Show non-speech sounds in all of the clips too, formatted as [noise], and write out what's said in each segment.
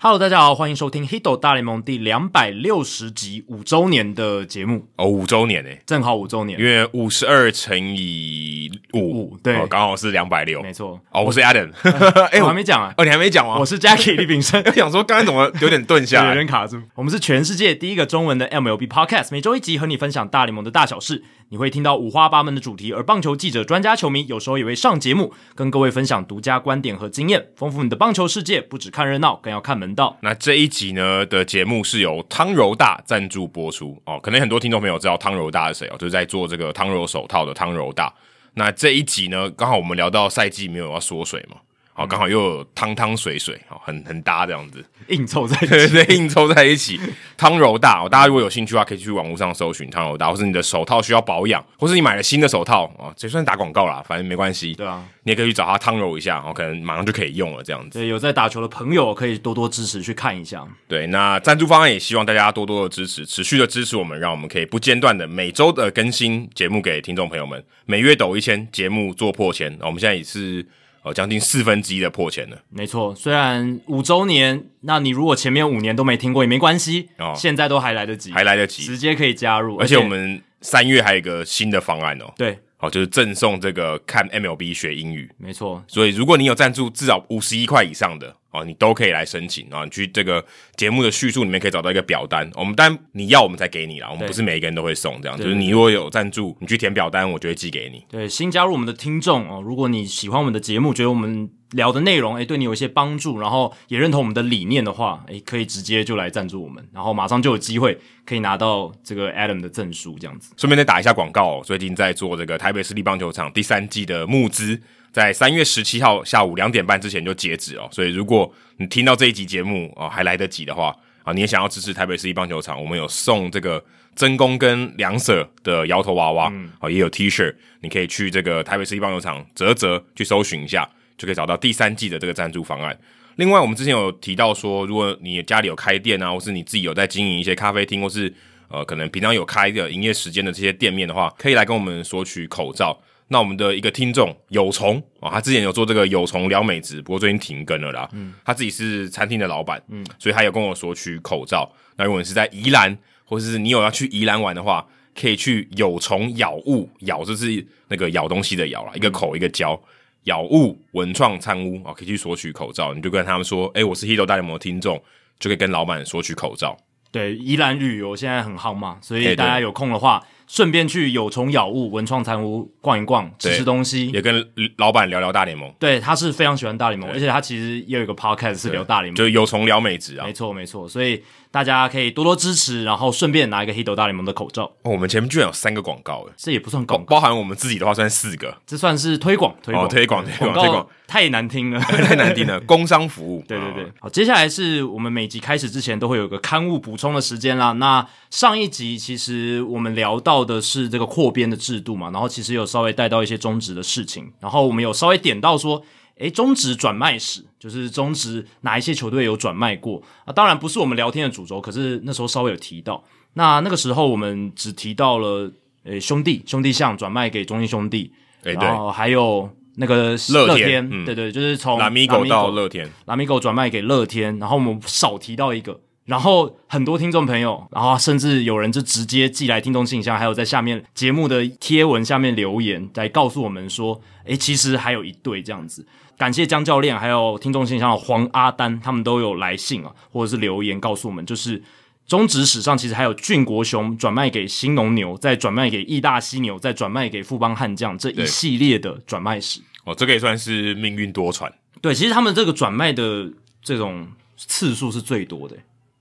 Hello，大家好，欢迎收听《Hito 大联盟》第两百六十集五周年的节目，哦，五周年呢、正好五周年因。为五十二乘以五，五对哦刚、好是两百六没。错，哦，我是 Adam， [laughs] 哎、我还没讲啊， [laughs] 哦，你还没讲吗？我是 Jackie 李炳生。 [laughs] 我想说，刚才怎么有点顿下有来？点卡住。我们是全世界第一个中文的 MLB Podcast，每周一集和你分享大联盟的大小事。你会听到五花八门的主题，而棒球记者、专家、球迷有时候也会上节目，跟各位分享独家观点和经验，丰富你的棒球世界。不只看热闹，更要看门道。那这一集呢的节目是由汤柔大赞助播出哦，可能很多听众朋友知道汤柔大是谁哦，就是在做这个汤柔手套的汤柔大。那这一集呢，刚好我们聊到赛季没有要缩水嘛，好、刚好又有汤汤水水，好、很很搭这样子。硬凑在一 [laughs] 对起，对，硬凑在一起。汤柔大、哦，大家如果有兴趣的话，可以去网络上搜寻汤柔大，或是你的手套需要保养，或是你买了新的手套啊，这、算打广告啦，反正没关系。对啊，你也可以去找他汤柔一下，哦，可能马上就可以用了这样子。对有在打球的朋友可以多多支持去看一下。对，那赞助方案也希望大家多多的支持，持续的支持我们，让我们可以不间断的每周的更新节目给听众朋友们，每月抖一千，节目做破千。哦我们现在也是呃将近四分之一的破千了。没错，虽然五周年，那你如果前面五年都没听过也没关系，哦现在都还来得及，还来得及直接可以加入。而且我们三月还有一个新的方案哦，对，好，就是赠送这个看 MLB 学英语。没错，所以如果你有赞助至少五十一块以上的哦，你都可以来申请啊。你去这个节目的叙述里面可以找到一个表单，哦我们当然你要我们才给你啦，我们对不是每一个人都会送这样。对就是你如果有赞助，你去填表单，我就会寄给你。对，新加入我们的听众哦，如果你喜欢我们的节目，觉得我们聊的内容哎诶对你有一些帮助，然后也认同我们的理念的话，诶可以直接就来赞助我们，然后马上就有机会可以拿到这个 Adam 的证书，这样子。顺便再打一下广告、哦，最近在做这个台北市立棒球场第三季的募资，在三月十七号下午两点半之前就截止哦。所以如果你听到这一集节目哦，还来得及的话啊，你也想要支持台北市立棒球场，我们有送这个真宫跟梁 Sir 的摇头娃娃，哦，也有 T 恤，你可以去这个台北市立棒球场泽泽去搜寻一下，就可以找到第三季的这个赞助方案。另外，我们之前有提到说，如果你家里有开店啊，或是你自己有在经营一些咖啡厅，或是呃，可能平常有开的营业时间的这些店面的话，可以来跟我们索取口罩。那我们的一个听众有虫啊、他之前有做这个有虫撩美职，不过最近停更了啦。嗯，他自己是餐厅的老板，嗯，所以他有跟我索取口罩。那如果你是在宜兰，或是你有要去宜兰玩的话，可以去有虫咬物咬，就是那个咬东西的咬啦，一个口一个胶。咬物文创餐屋啊，可以去索取口罩。你就跟他们说，哎、我是 Hito 大联盟的听众，就可以跟老板索取口罩。对，宜兰旅游哦现在很夯嘛，所诶以对大家有空的话，顺便去有虫咬物文创餐屋逛一逛，吃对吃东西。也跟老板聊聊大联盟，对，他是非常喜欢大联盟，而且他其实也有一个 podcast 是聊大联盟，就是有从聊美职啊没。错没错，所以大家可以多多支持，然后顺便拿一个黑斗大联盟的口罩，哦，我们前面居然有三个广告诶，这也不算包广告，包含我们自己的话算四个，这算是推广推广、哦，推广推广广推广告，太难听了。 [laughs] 太难听了。工商服务，对对对啊，，好，接下来是我们每集开始之前都会有一个刊物补充的时间啦。那上一集其实我们聊到的是这个扩编的制度嘛，然后其实有稍微带到一些中职的事情，然后我们有稍微点到说，诶，中职转卖史，就是中职哪一些球队有转卖过啊？当然不是我们聊天的主轴，可是那时候稍微有提到。那那个时候我们只提到了，诶，兄弟兄弟象转卖给中信兄弟，哎然对，后还有那个乐天嗯对对，就是从拉米狗到乐天，拉米狗转卖给乐天，然后我们少提到一个，然后很多听众朋友，然后甚至有人就直接寄来听众信箱，还有在下面节目的贴文下面留言，来告诉我们说，诶，其实还有一对这样子。感谢江教练，还有听众信箱的黄阿丹，他们都有来信啊，或者是留言告诉我们，就是中职史上其实还有俊国雄转卖给新农牛，再转卖给义大犀牛，再转卖给富邦悍将这一对系列的转卖史。哦，这个也算是命运多舛。对，其实他们这个转卖的这种次数是最多的，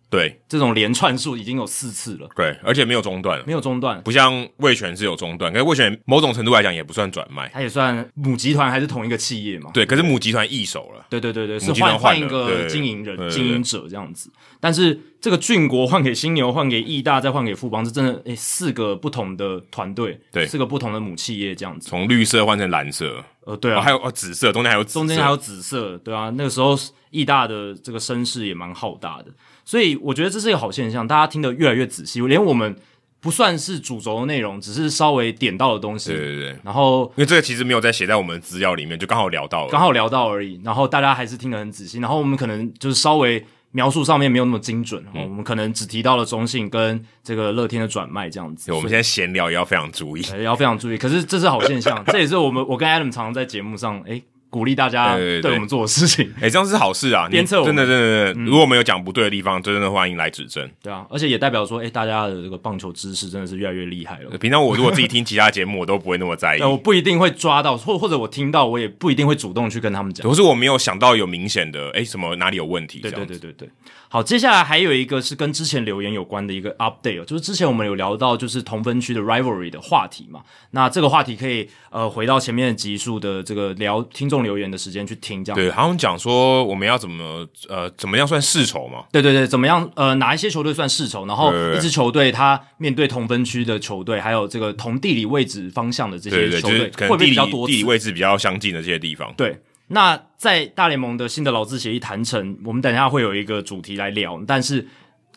对这种连串数已经有四次了，对，而且没有中断，没有中断。不像味全是有中断，可是味全某种程度来讲也不算转卖，它也算母集团还是同一个企业嘛？对，可是母集团易手了。对对对对，是母集团换换一了个对经营人、对对对经营者这样子。但是这个俊国换给新牛，换给义大，再换给富邦，这真的诶四个不同的团队，对四个不同的母企业这样子。从绿色换成蓝色，呃，对哦，啊，还有哦紫色，中间还有紫色中间还有紫色，对啊，那个时候义大的这个声势也蛮浩大的，所以我觉得这是一个好现象，大家听得越来越仔细，连我们不算是主轴的内容，只是稍微点到的东对西，对对，因然后为这个其实没有在写在我们资料里面，就刚好聊到了刚。好聊到而已，然后大家还是听得很仔细，然后我们可能就是稍微。描述上面没有那么精准，嗯哦我们可能只提到了中信跟这个乐天的转卖这样子。对我们现在闲聊也要非常注意。呃要非常注意。可是这是好现象，这也是我们我跟 Adam 常常在节目上诶鼓励大家对对对对我们做的事情，哎、这样是好事啊！你鞭策我真们嗯的真的，真的如果我们有讲不对的地方，真的欢迎来指正。对啊，而且也代表说，诶大家的这个棒球知识真的是越来越厉害了。平常我如果自己听其他节目，我都不会那么 [laughs] 在意呃，，我不一定会抓到，或或者我听到，我也不一定会主动去跟他们讲。可是我没有想到有明显的，哎、什么哪里有问题？对这对样子对对对，好，接下来还有一个是跟之前留言有关的一个 update，哦就是之前我们有聊到就是同分区的 rivalry 的话题嘛，那这个话题可以呃回到前面的集数的这个聊听众留言的时间去听，这样对，好像讲说我们要怎么呃怎么样算世仇嘛？对对对，怎么样？呃，哪一些球队算世仇？然后对对对一支球队它面对同分区的球队，还有这个同地理位置方向的这对些对对，球就是队，会可不会能地比较理多地理次位置比较相近的这些地方。对，那在大联盟的新的劳资协议谈成，我们等一下会有一个主题来聊，但是。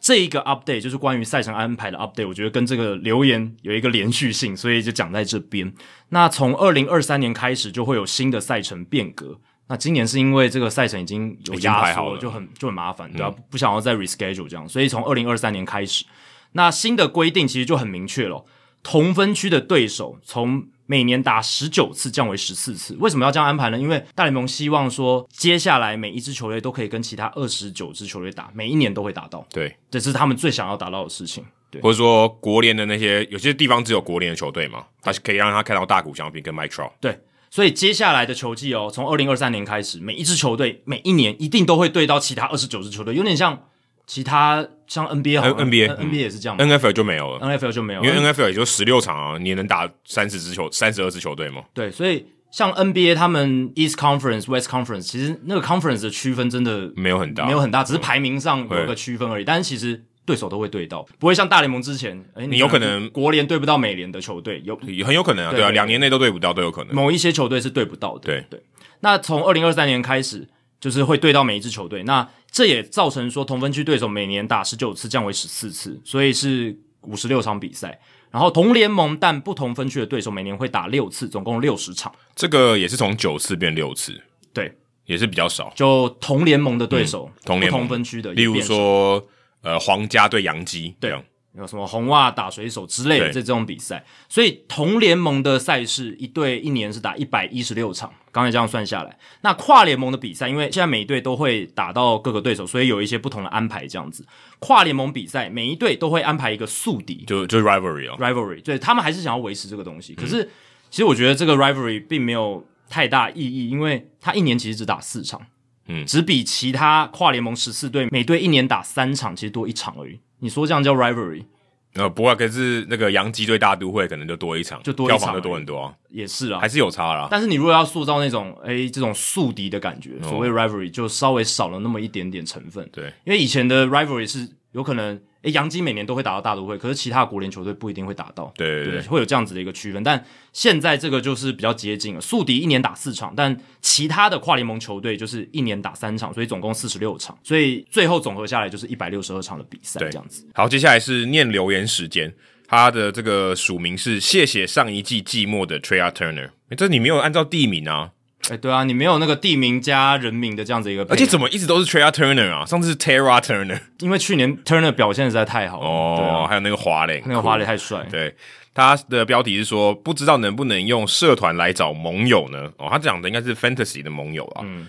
这一个 update 就是关于赛程安排的 update，我觉得跟这个留言有一个连续性，所以就讲在这边。那从二零二三年开始就会有新的赛程变革。那今年是因为这个赛程已经有已经排压好缩了嗯了，就很就很麻烦，对吧、啊不想要再 reschedule 这样，所以从二零二三年开始，那新的规定其实就很明确了，同分区的对手从每年打十九次降为十四次。为什么要这样安排呢？因为大联盟希望说，接下来每一支球队都可以跟其他二十九支球队打，每一年都会打到，对，这是他们最想要达到的事情。对，或者说国联的那些有些地方只有国联的球队嘛，他可以让他看到大谷翔平跟 Mike Trout。对，所以接下来的球季哦，从二零二三年开始，每一支球队每一年一定都会对到其他二十九支球队，有点像其他像 NBA 好像呃 N- NBA 嗯 NBA 也是这样嘛 N F L 就没有了， ，NFL 就没有，因为 N F L 也就十六场啊，你能打三十支球三十二支球队吗？对，所以像 NBA 他们 East Conference、West Conference，其实那个 conference 的区分真的没有很大没有很大，只是排名上有一个区分而已。但是其实对手都会对到，不会像大联盟之前，哎，你有可能国联对不到美联的球队，有也很有可能啊，对嗯对啊，对两年内都对不到都有可能。某一些球队是对不到的。对对，那从二零二三年开始，就是会对到每一支球队，那这也造成说同分区对手每年打十九次降为十四次，所以是五十六场比赛。然后同联盟但不同分区的对手每年会打六次，总共六十场。这个也是从九次变六次，对，也是比较少。就同联盟的对手，嗯同联不同盟分区的，例如也变少说，呃，皇家对洋基，对这样有什么红袜打水手之类的对这种比赛，所以同联盟的赛事一队一年是打一百一十六场，刚才这样算下来，那跨联盟的比赛，因为现在每一队都会打到各个对手，所以有一些不同的安排这样子。跨联盟比赛，每一队都会安排一个宿敌就就 rivalry 哦， rivalry，对他们还是想要维持这个东西。可是，嗯其实我觉得这个 rivalry 并没有太大意义，因为他一年其实只打四场，嗯只比其他跨联盟十四队每队一年打三场，其实多一场而已。你说这样叫 rivalry 呃，不过可是那个洋基对大都会可能就多一场，就多一票场房就多很多啊，也是啊还，是有差啦。但是你如果要塑造那种诶这种宿敌的感觉，哦所谓 rivalry 就稍微少了那么一点点成分。对，因为以前的 rivalry 是有可能诶杨基每年都会打到大都会，可是其他的国联球队不一定会打到。对对对，对，会有这样子的一个区分。但现在这个就是比较接近了，宿敌一年打四场，但其他的跨联盟球队就是一年打三场，所以总共四十六场，所以最后总和下来就是一百六十二场的比赛对这样子。好，接下来是念留言时间，他的这个署名是谢谢上一季寂寞的 Trea Turner，诶这你没有按照地名啊，哎、对啊，你没有那个地名加人名的这样子一个配合，而且怎么一直都是 Trea Turner 啊？上次是 Tara Turner 因为去年 Turner 表现实在太好了，对哦，啊，还有那个华嘞，那个花蕾太帅，对，他的标题是说不知道能不能用社团来找盟友呢？哦，他讲的应该是 fantasy 的盟友啊。嗯。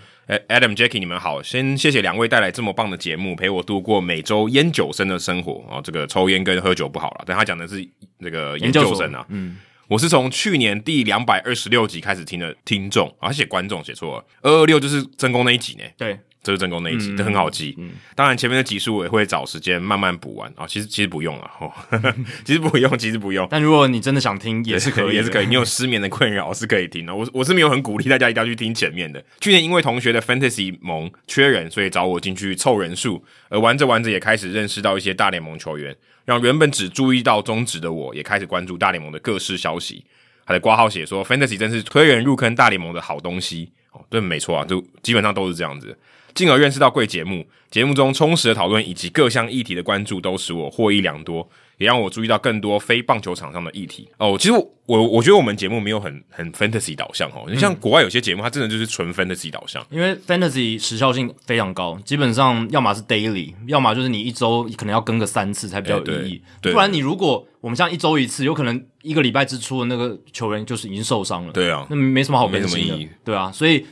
Adam、Jackie，你们好，先谢谢两位带来这么棒的节目，陪我度过每周烟酒生的生活啊、哦。这个抽烟跟喝酒不好了，但他讲的是这个研究生啊。嗯，我是从去年第两百二十六集开始听的听众，啊、他写观众写错了，二二六就是真宫那一集呢。对，这是正宫那一嗯集，这很好记。当然前面的集数我也会找时间慢慢补完啊、其实其实不用了，哦、 [laughs] 其实不用，其实不用。但如果你真的想听，也是可以的， [laughs] 也是可以。以。你有失眠的困扰是可以听的。我我是没有很鼓励大家一定要去听前面的。去年因为同学的 Fantasy 盟缺人，所以找我进去凑人数，而玩着玩着也开始认识到一些大联盟球员，让原本只注意到中职的我，也开始关注大联盟的各式消息。他的挂号写说，Fantasy 真是推人入坑大联盟的好东西。哦，对，没错啊，就基本上都是这样子。进而认识到贵节目。节目中充实的讨论以及各项议题的关注，都使我获益良多，也让我注意到更多非棒球场上的议题。哦，其实我我我觉得我们节目没有很很 fantasy 导向哦，你嗯像国外有些节目，它真的就是纯 fantasy 导向。因为 fantasy 时效性非常高，基本上要么是 daily，要么就是你一周可能要更个三次才比较有意义。哎对对不然你如果我们像一周一次，有可能一个礼拜之初的那个球员就是已经受伤了，对啊那没什么好没分什么析的意义，对啊。所以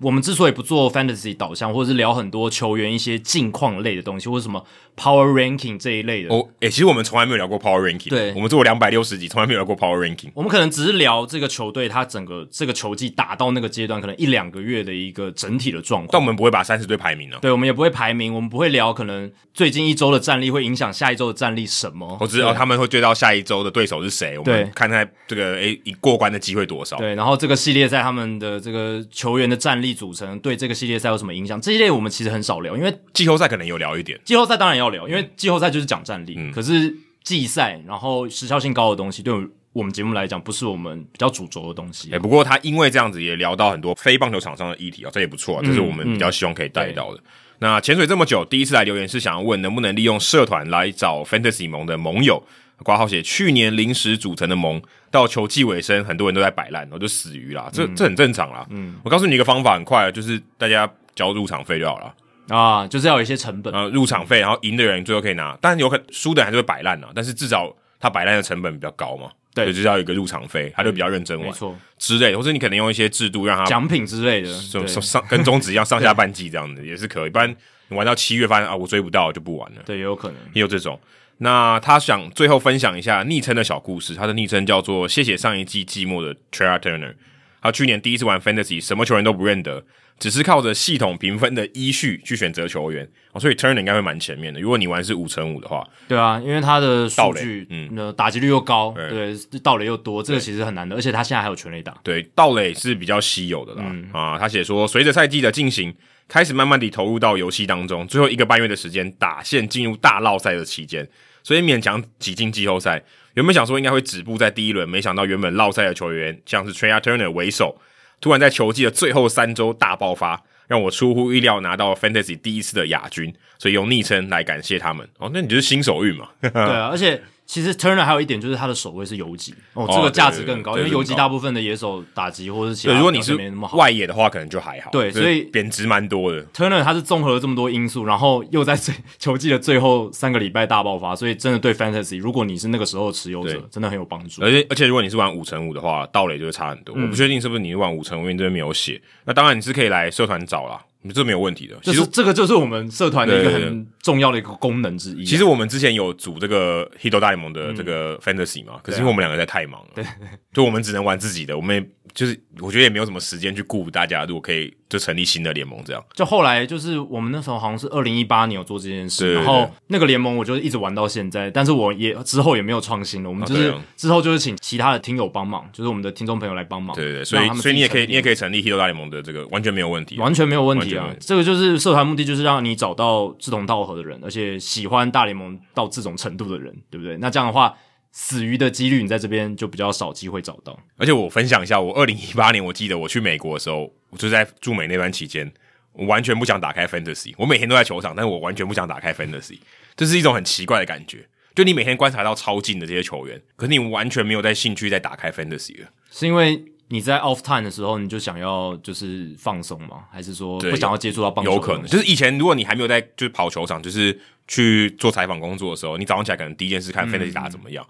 我们之所以不做 fantasy 导向，或者是聊很多球员一些近况类的东西，或者什么 power ranking 这一类的，哦，诶、其实我们从来没有聊过 Power Ranking，对我们做两百六十集，从来没有聊过 Power Ranking。我们可能只是聊这个球队他整个这个球季打到那个阶段，可能一两个月的一个整体的状况。但我们不会把三十队排名啊呢、对，我们也不会排名，我们不会聊可能最近一周的战力会影响下一周的战力什么。哦我只知道他们会追到下一周的对手是谁，我对们看看这个诶、一过关的机会多少。对，然后这个系列赛他们的这个球员的战力组成对这个系列赛有什么影响？这一类我们其实很少聊，因为季后赛可能有聊一点，季后赛当然要聊，因为季后赛就是讲战力。可是季赛，然后时效性高的东西，对我们节目来讲，不是我们比较主轴的东西啊诶、。不过他因为这样子也聊到很多非棒球场上的议题啊、这也不错啊，这是我们比较希望可以带到的。那潜水这么久，第一次来留言是想要问能不能利用社团来找 Fantasy 盟的盟友。挂号写去年临时组成的盟，到球季尾声，很多人都在摆烂，然后就死鱼啦，这、这很正常啦。嗯，我告诉你一个方法，很快，就是大家交入场费就好了。啊，就是要有一些成本。呃入场费，然后赢的人最后可以拿，但有可输的人还是会摆烂啊，但是至少他摆烂的成本比较高嘛，对所以就是要有一个入场费，他就比较认真没玩错，之类的，或者你可能用一些制度让他奖品之类的，就对上上跟中指一样上下半季这样子也是可以，不然你玩到七月发现啊我追不到就不玩了，对，也有可能。也有这种。那他想最后分享一下昵称的小故事，他的昵称叫做“谢谢上一季寂寞的 t r a Turner”。他去年第一次玩 Fantasy，什么球员都不认得，只是靠着系统评分的依序去选择球员。哦、所以 Turner 应该会蛮前面的。如果你玩是五乘五的话，对啊，因为他的盗数垒据，嗯嗯，打击率又高，对对，盗垒又多，这个其实很难的，而且他现在还有全垒打，对盗垒是比较稀有的啦。嗯啊，他写说，随着赛季的进行，开始慢慢地投入到游戏当中，最后一个半月的时间打线进入大绕赛的期间，所以勉强挤进季后赛。原本想说应该会止步在第一轮，没想到原本绕赛的球员像是 t r e y Turner 为首，突然在球季的最后三周大爆发，让我出乎意料拿到 Fantasy 第一次的亚军，所以用昵称来感谢他们。哦，那你就是新手运嘛？对啊，而且其实 Turner 还有一点就是他的守卫是游击，哦，哦这个价值更高，对因对为对游击大部分的野手打击或者是其他对，的如果你啊表是现没那么好外野的话，可能就还好。对就是所以贬值蛮多的。 ，Turner 他是综合了这么多因素，然后又在最球季的最后三个礼拜大爆发，所以真的对 Fantasy，如果你是那个时候的持有者对，呃真的很有帮助。而且而且，如果你是玩五乘五的话，盗垒就会差很多。嗯我不确定是不是你是玩五乘五，因为这边没有写。那当然你是可以来社团找啦，这没有问题的。就其是实这个就是我们社团的一个对对对很重要的一个功能之一啊。其实我们之前有组这个 h i t o 大联盟的嗯这个 Fantasy 嘛，啊可是因为我们两个在太忙了，对， [laughs] 就我们只能玩自己的，我们也就是我觉得也没有什么时间去顾大家。如果可以，就成立新的联盟这样。就后来就是我们那时候好像是二零一八年有做这件事，对对然对后那个联盟我就一直玩到现在，但是我也之后也没有创新了，我们啊就是、对啊之后就是请其他的听友帮忙，就是我们的听众朋友来帮忙，对对对，所以让他们所以你也可以自你己成立也可以成立 h i t o 大联盟的这个完全没有问题。完全没有问题完全啊没有问，这个就是社团目的就是让你找到志同道合的人，而且喜欢大联盟到这种程度的人，对不对？那这样的话。死鱼的几率，你在这边就比较少机会找到。而且我分享一下，我二零一八年我记得我去美国的时候，我就在驻美那段期间，我完全不想打开 Fantasy，我每天都在球场，但是我完全不想打开 Fantasy，这是一种很奇怪的感觉。就你每天观察到超近的这些球员，可是你完全没有在兴趣再打开 Fantasy 了。是因为你在 off time 的时候，你就想要就是放松吗？还是说对不想要接触到棒球？有可能就是以前如果你还没有在就是跑球场，就是去做采访工作的时候，你早上起来可能第一件事嗯看 Fantasy 打得怎么样，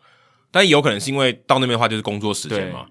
但也有可能是因为到那边的话就是工作时间嘛，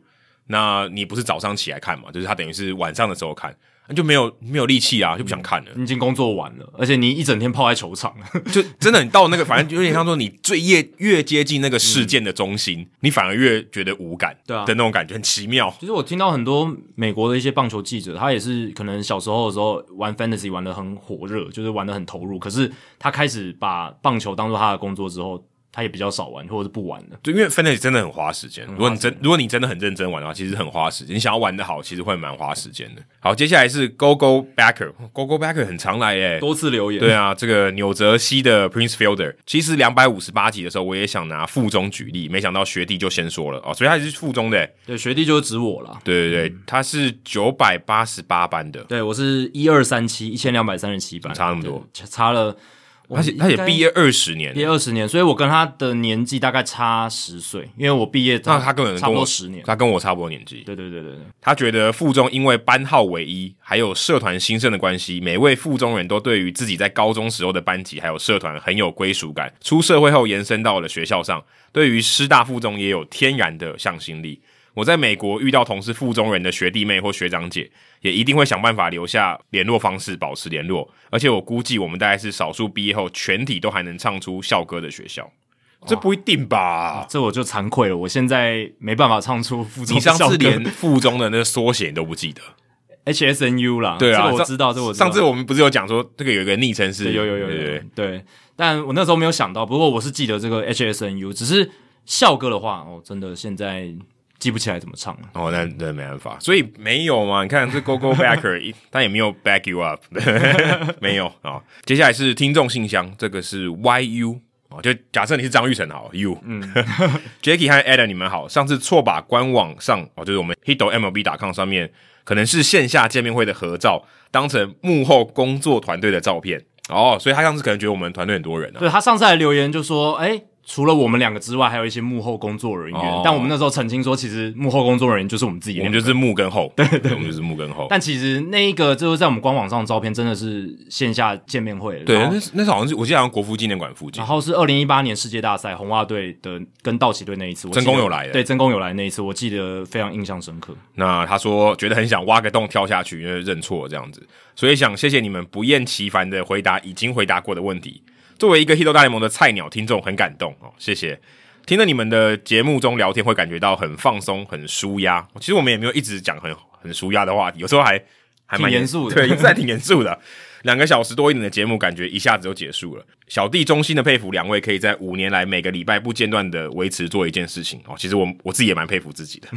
那你不是早上起来看嘛，就是他等于是晚上的时候看，那就没有没有力气啊，就不想看了。你已经工作完了，而且你一整天泡在球场， [laughs] 就真的，你到那个，反正有点像说，你最越越接近那个事件的中心，你反而越觉得无感，嗯对啊的那种感觉很奇妙。其实我听到很多美国的一些棒球记者，他也是可能小时候的时候玩 fantasy 玩的很火热，就是玩的很投入，可是他开始把棒球当做他的工作之后，他也比较少玩，或者是不玩了。就因为 fantasy 真的很花时间。如果你真如果你真的很认真玩的话，其实很花时间。你想要玩的好，其实会蛮花时间的。好，接下来是 Go Go Backer，Go Go Backer 很常来耶、多次留言，对啊，这个纽泽西的 Prince Fielder，其实两百五十八集的时候，我也想拿附中举例，没想到学弟就先说了哦，所以他也是附中的耶，对学弟就是指我啦。对对对，他是九百八十八班的，嗯对我是一二三七一千两百三十七班，差那么多对，差了。他写他写毕业二十年毕，业二十年，所以我跟他的年纪大概差十岁，因为我毕业那他根本差跟不多我十年。他跟我差不多年纪。对对对对对，他觉得附中因为班号为一，还有社团兴盛的关系，每位附中人都对于自己在高中时候的班级还有社团很有归属感。出社会后延伸到了学校上，对于师大附中也有天然的向心力。我在美国遇到同是附中人的学弟妹或学长姐，也一定会想办法留下联络方式，保持联络。而且我估计我们大概是少数毕业后全体都还能唱出校歌的学校，这不一定吧？这我就惭愧了，我现在没办法唱出附中你上校次歌连附中的那个缩写你都不记得。 HSNU 啦，对这啊，个我上知哦道，这个我知道上次我们不是有讲说这个有一个昵称是，对有有有对有对对对，但我那时候没有想到，不过我是记得这个 HSNU，只是校歌的话，哦，真的现在记不起来怎么唱了。哦，那那没办法，所以没有嘛？你看这 Go [laughs] Go Backer，一他也没有 back you up，没有啊、哦接下来是听众信箱，这个是 YU 哦，就假设你是张玉成好，You，嗯 [laughs] ，Jacky 和 Adam 你们好，上次错把官网上哦，就是我们 Hito MLB com 上面可能是线下见面会的合照，当成幕后工作团队的照片哦，所以他上次可能觉得我们团队很多人啊，对他上次来留言就说，哎、除了我们两个之外，还有一些幕后工作人员。哦但我们那时候澄清说，其实幕后工作人员就是我们自己我两个。们就是幕跟后，对对我们就是幕跟后。但其实那一个就是在我们官网上的照片，真的是线下见面会。对，然后那是那是好像是我记得好像国父纪念馆附近然，后是二零一八年世界大赛红袜队的跟道奇队那一次，我记得真功有来的对，真功有来那一次，我记得非常印象深刻。那他说觉得很想挖个洞跳下去，因为认错这样子，所以想谢谢你们不厌其烦的回答已经回答过的问题。作为一个《h i t 大联盟》的菜鸟听众，很感动哦，谢谢。听了你们的节目中聊天，会感觉到很放松、很舒压。其实我们也没有一直讲很很舒压的话题，有时候还还蛮挺严肃的对，一直在挺严肃的。两个小时多一点的节目，感觉一下子就结束了。小弟衷心的佩服两位，可以在五年来每个礼拜不间断的维持做一件事情哦。其实我我自己也蛮佩服自己的，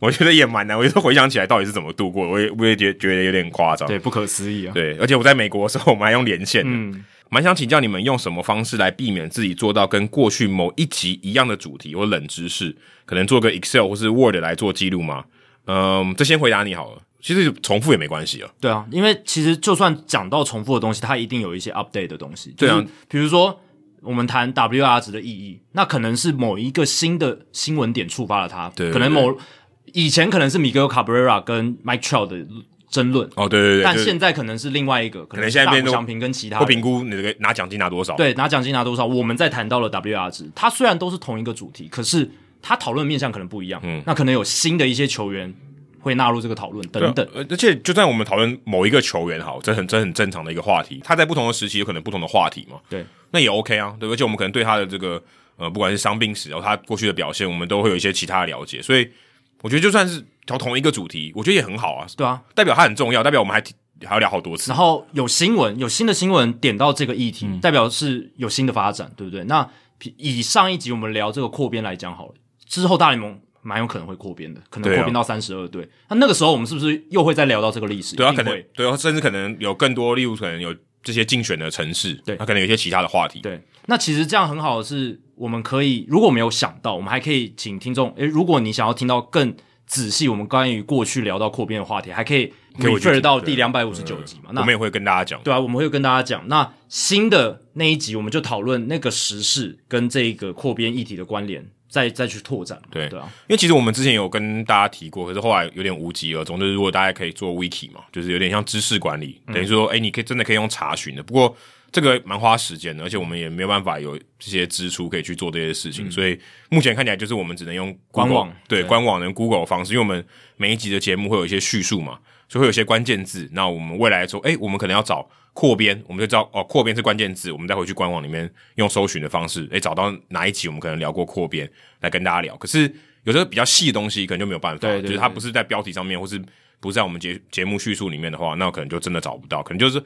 我觉得也蛮难。我有时候回想起来到底是怎么度过，我也我也觉觉得有点夸张。对，不可思议啊！对，而且我在美国的时候，我们还用连线的。嗯蛮想请教你们用什么方式来避免自己做到跟过去某一集一样的主题或冷知识，可能做个 Excel 或是 Word 来做记录吗？嗯，这先回答你好了。其实重复也没关系啊，对啊，因为其实就算讲到重复的东西，它一定有一些 update 的东西。对啊，比如说我们谈 WR 值的意义，那可能是某一个新的新闻点触发了它，对对可能某以前可能是 Miguel Cabrera 跟 Mike Trout 的争论，哦，对对对，但就是现在可能是另外一个，可能能现在变是大谷成翔平跟其他或人评估你这个拿奖金拿多少，，对拿奖金拿多少，我们在谈到了 WR 值，它虽然都是同一个主题，可是它讨论的面向可能不一样，嗯，那可能有新的一些球员会纳入这个讨论等等。呃而且就算我们讨论某一个球员好，这很这很正常的一个话题，他在不同的时期有可能不同的话题嘛，对，那也 OK 啊，对，而且我们可能对他的这个呃，不管是伤病史，然后他过去的表现，我们都会有一些其他的了解，所以我觉得就算是聊同一个主题，我觉得也很好啊，对啊，代表它很重要，代表我们还提还要聊好多次然。后有新闻，有新的新闻点到这个议嗯题，代表是有新的发展，对不对？那以上一集我们聊这个扩编来讲好了，之后大联盟蛮有可能会扩编的，可能对啊扩编到三十二队。那那个时候我们是不是又会再聊到这个历史？对啊，一可定能会对啊，甚至可能有更多，例如可能有这些竞选的城市，对那可能有一些其他的话题。对。那其实这样很好的是，我们可以如果没有想到，我们还可以请听众，诶，如果你想要听到更仔细我们关于过去聊到扩编的话题，还可以可以回去 refer 到听第对两百五十九集嘛。我那们也会跟大家讲。对啊，我们会跟大家讲。那新的那一集，我们就讨论那个时事跟这个扩编议题的关联，再再去拓展。对对啊，因为其实我们之前有跟大家提过，可是后来有点无疾而终。就是如果大家可以做 wiki 嘛，就是有点像知识管理，嗯等于说，哎、你可以真的可以用查询的。不过这个蛮花时间的，而且我们也没有办法有这些支出可以去做这些事情，所以目前看起来就是我们只能用 Google, 嗯官网对对官网跟 Google 的方式，因为我们每一集的节目会有一些叙述嘛，所以会有一些关键字。那我们未来说，哎、我们可能要找扩编，我们就知道哦，扩编是关键字，我们再回去官网里面用搜寻的方式，哎、找到哪一集我们可能聊过扩编，来跟大家聊。可是有时候比较细的东西，可能就没有办法，对对对就是它不是在标题上面，或是不是在我们节节目叙述里嗯面的话，那可能就真的找不到，可能就是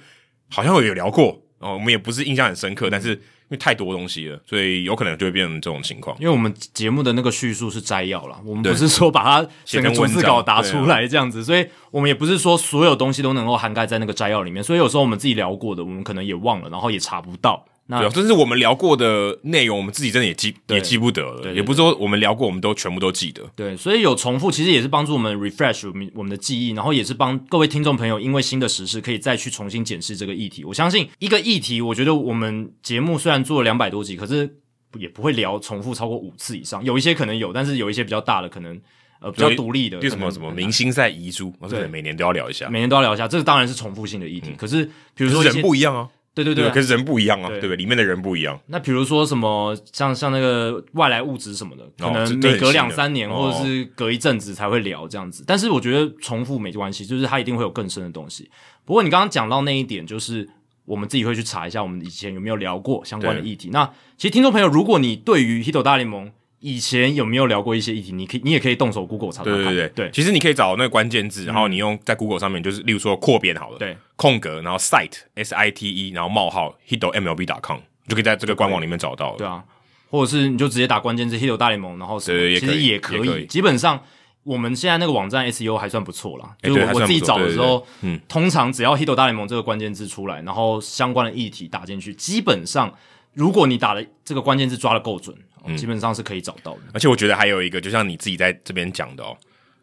好像有聊过哦，我们也不是印象很深刻，但是为太多东西了，所以有可能就会变成这种情况。因为我们节目的那个叙述是摘要啦，我们不是说把它整个写成逐文字章稿打出来这样子，所以我们也不是说所有东西都能够涵盖在那个摘要里面。所以有时候我们自己聊过的，我们可能也忘了，然后也查不到。那对啊，甚至我们聊过的内容，我们自己真的也记对也记不得了，对对也不是说我们聊过，我们都全部都记得。对，所以有重复，其实也是帮助我们 refresh 我们我们的记忆，然后也是帮各位听众朋友，因为新的时事可以再去重新检视这个议题。我相信一个议题，我觉得我们节目虽然做了两百多集，可是也不会聊重复超过五次以上，有一些可能有，但是有一些比较大的可能。呃，比较所以独立的，就什可么能呃什么明星赛遗珠，我对们每年都要聊一下。嗯每年都要聊一下，这个当然是重复性的议题。可是，比如可说是一些人不一样啊，对对对对吧，可是人不一样啊，对对不对？里面的人不一样，那比如说什么像像那个外来物质什么的，可这能这每很隔新两的三年或哦者是隔一阵子才会聊这样子。但是我觉得重复没关系，就是它一定会有更深的东西。不过你刚刚讲到那一点，就是我们自己会去查一下我们以前有没有聊过相关的对议题。那其实听众朋友，如果你对于《h i t 大联盟》以前有没有聊过一些议题，你可以你也可以动手 Google 查查对看。对对对嗯其实你可以找那个关键字，然后你用在 Google 上面，就是例如说扩编好了，对，空格，然后 site s i t e，然后冒号 hito mlb com，就可以在这个官网里面找到了。对啊，或者是你就直接打关键字 “Hito 大联盟”，然后什么对也其可实以也可也可以基本上我们现在那个网站 SEO 还算不错啦，哎就是对我还我算自己不找错的时候，对对对嗯通常只要 “Hito 大联盟”这个关键字出来，然后相关的议题打进去，基本上如果你打的这个关键字抓的够准，哦嗯基本上是可以找到的。而且我觉得还有一个，就像你自己在这边讲的哦，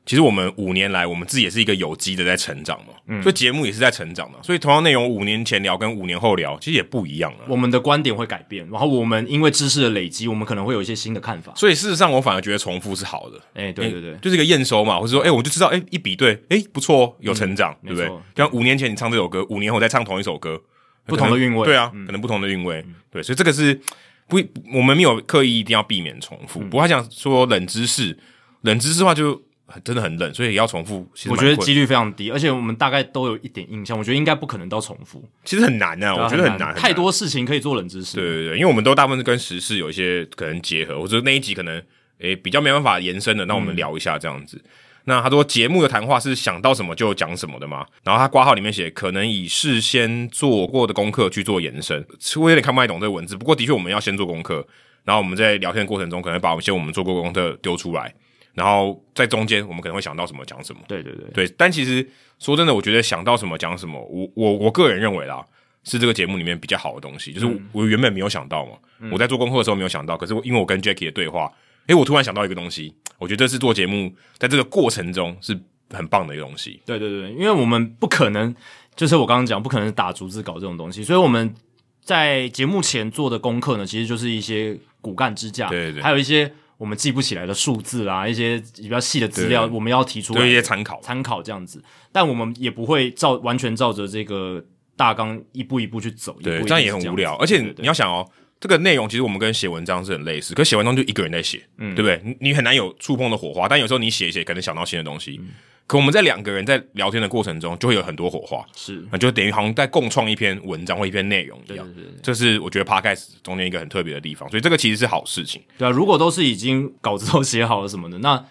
其实我们五年来，我们自己也是一个有机的在成长嘛，嗯所以节目也是在成长嘛，所以同样内容五年前聊跟五年后聊，其实也不一样啊了。我们的观点会改变，然后我们因为知识的累积，我们可能会有一些新的看法。所以事实上，我反而觉得重复是好的。哎、对对对，啊欸就是一个验收嘛，或者说，哎、我就知道，哎、一比对，哎、不错哦，有成长，嗯没对不对错？像五年前你唱这首歌，五年后再唱同一首歌，不同的可能韵味嗯对啊，可能不同的韵味，对，所以这个是不，我们没有刻意一定要避免重复。嗯不过他想说冷知识，冷知识的话就很真的很冷，所以也要重复。其实我蛮觉得困几率非常低，而且我们大概都有一点印象，我觉得应该不可能到重复。其实很难啊，我觉得很难，很难太多事情可以做冷知识。对对对，因为我们都大部分是跟时事有一些可能结合，或者那一集可能诶、比较没办法延伸的，那我们聊一下这样子。那他说节目的谈话是想到什么就讲什么的嘛，然后他挂号里面写可能以事先做过的功课去做延伸，我有点看不太懂这个文字，不过的确我们要先做功课，然后我们在聊天的过程中可能把我们先我们做过的功课丢出来，然后在中间我们可能会想到什么讲什么。对对对对，但其实说真的，我觉得想到什么讲什么，我我我个人认为啦，是这个节目里面比较好的东西，就是嗯我原本没有想到嘛，我在做功课的时候没有想到，可是我因为我跟 Jackie 的对话，诶，我突然想到一个东西，我觉得这次做节目在这个过程中是很棒的一个东西，对对对，因为我们不可能，就是我刚刚讲，不可能打逐字稿这种东西，所以我们在节目前做的功课呢，其实就是一些骨干支架，对对对还有一些我们记不起来的数字啊，一些比较细的资料，对我们要提出来做一些参考。参考这样子，但我们也不会照完全照着这个大纲一步一步去走，对，也不一定这样是也很这无子聊。而且对对对你要想哦，这个内容其实我们跟写文章是很类似，可是写文章就一个人在写，嗯对不对？你你很难有触碰的火花，但有时候你写一写，可能想到新的东西。嗯可我们在两个人在聊天的过程中，就会有很多火花，是，那就等于好像在共创一篇文章或一篇内容一对样对。对。这是我觉得 podcast 中间一个很特别的地方，所以这个其实是好事情。对啊，如果都是已经稿子都写好了什么的，那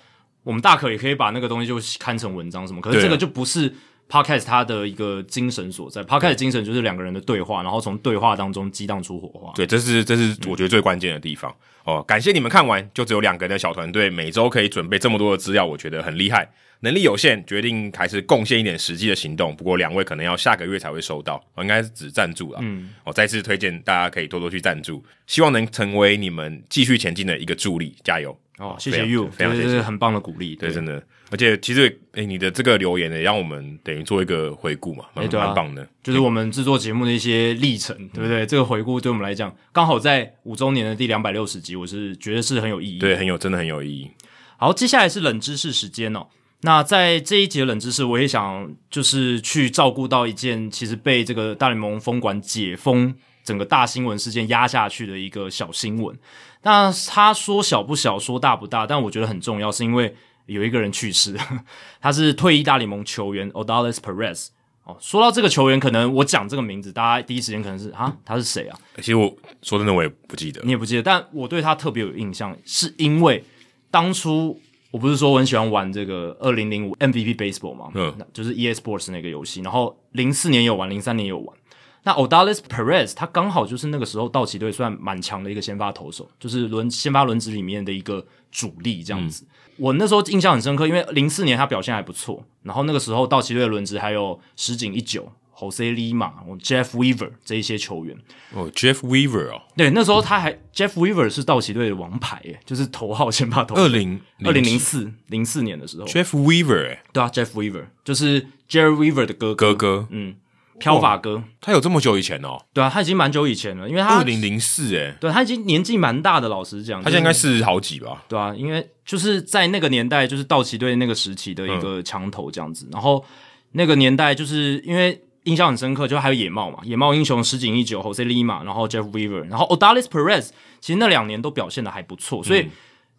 我们大可也可以把那个东西就刊成文章什么。可是对啊这个就不是 podcast 它的一个精神所在。podcast 的精神就是两个人的对话，然后从对话当中激荡出火花。对，这是这嗯是我觉得最关键的地方、哦。感谢你们看完，就只有两个人的小团队，每周可以准备这么多的资料，我觉得很厉害。能力有限，决定还是贡献一点实际的行动。不过两位可能要下个月才会收到，哦我、应该是只赞助了。嗯，我、再次推荐大家可以多多去赞助，希望能成为你们继续前进的一个助力，加油！哦，谢非谢常 you，非常这谢是谢很棒的鼓励。对，真的。而且其实，哎、你的这个留言呢，也让我们等于做一个回顾嘛，蛮诶对啊蛮棒的。就是我们制作节目的一些历程，嗯对不对？这个回顾对我们来讲，刚好在五周年的第两百六十集，我是觉得是很有意义的。对，很有，真的很有意义。好，接下来是冷知识时间哦。那在这一节冷知识，我也想就是去照顾到一件其实被这个大联盟封馆解封整个大新闻事件压下去的一个小新闻。那他说小不小，说大不大，但我觉得很重要，是因为有一个人去世， [laughs] 他是退役大联盟球员 Odalis Perez。哦，说到这个球员，可能我讲这个名字，大家第一时间可能是啊，他是谁啊？其实我说真的，我也不记得。你也不记得，但我对他特别有印象，是因为当初我不是说我很喜欢玩这个二零零五 MVP Baseball 嘛，嗯那就是 EA Sports 那个游戏，然后零四年有玩，零三年有玩。那 Odalis Perez 他刚好就是那个时候道奇队算蛮强的一个先发投手，就是轮先发轮值里面的一个主力这样嗯子。我那时候印象很深刻，因为零四年他表现还不错，然后那个时候道奇队的轮值还有石井一久、Jose Lima、Jeff Weaver 这一些球员。哦，Jeff Weaver 哦，对，那时候他还 Jeff Weaver 是道奇队的王牌，耶，就是头号先发投手。二零二零零四零四年的时候， Jeff Weaver 哎，对啊，Jeff Weaver 就是 Jerry Weaver 的哥哥，哥哥，漂法哥。他有这么久以前哦，对啊，他已经蛮久以前了，因为他二零零四哎，对他已经年纪蛮大的，老实讲，他现在应该就是四十好几吧？对啊，因为就是在那个年代，就是道奇队那个时期的一个墙头这样子。然后那个年代，就是因为印象很深刻，就还有野茂嘛，野茂英雄石井一久、Jose Lima，然后 Jeff Weaver，然后 Odalis Perez，其实那两年都表现的还不错，所以。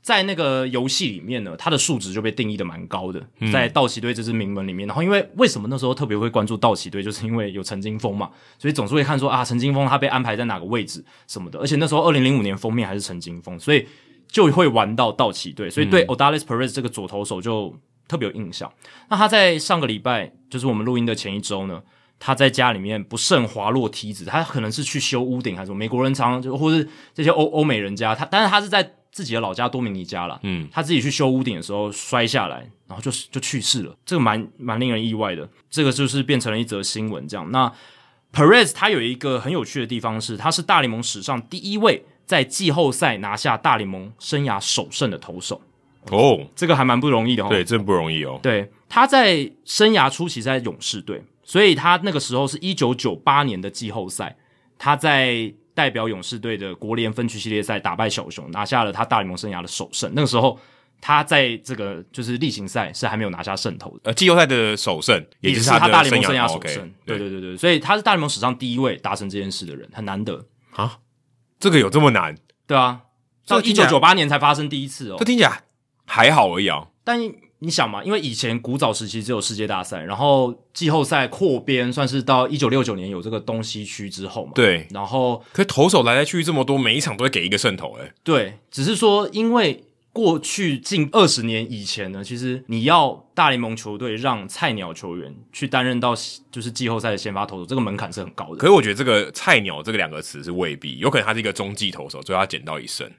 在那个游戏里面呢，他的数值就被定义的蛮高的，在道奇队这支名门里面。然后，因为为什么那时候特别会关注道奇队，就是因为有陈金峰嘛，所以总是会看说啊，陈金峰他被安排在哪个位置什么的。而且那时候二零零五年封面还是陈金峰，所以就会玩到道奇队，所以对 Odalis Perez 这个左投手就特别有印象。那他在上个礼拜，就是我们录音的前一周呢，他在家里面不慎滑落梯子，他可能是去修屋顶还是什么。美国人常常就或是这些欧欧美人家，他但是他是在自己的老家多米尼加啦，嗯，他自己去修屋顶的时候摔下来，然后就就去世了，这个蛮蛮令人意外的。这个就是变成了一则新闻这样。那 Perez 他有一个很有趣的地方是，他是大联盟史上第一位在季后赛拿下大联盟生涯首胜的投手，哦，这个还蛮不容易的哦。对，真不容易哦。对，他在生涯初期是在勇士队，所以他那个时候是一九九八年的季后赛，他在代表勇士队的国联分区系列赛打败小熊，拿下了他大联盟生涯的首胜。那个时候他在这个就是例行赛是还没有拿下胜投的。呃，季后赛的首胜，也也就是他他的大联盟涯涯哦首，OK，胜，对对对对，所以他是大联盟史上第一位达成这件事的人，很难得，啊，这个有这么难？对啊，到这一听起九来九八年才发生第一次哦这，听起来还好而已啊。但你想嘛，因为以前古早时期只有世界大赛，然后季后赛扩编，算是到一九六九年有这个东西区之后嘛。，对，然后可是投手来来去去这么多，每一场都会给一个胜投，哎，对，只是说因为过去近二十年以前呢，其实你要大联盟球队让菜鸟球员去担任到就是季后赛的先发投手，这个门槛是很高可的。是我觉得这个“菜鸟”这个两个词是未必，有可能他是一个中继投手，所以他捡到一胜。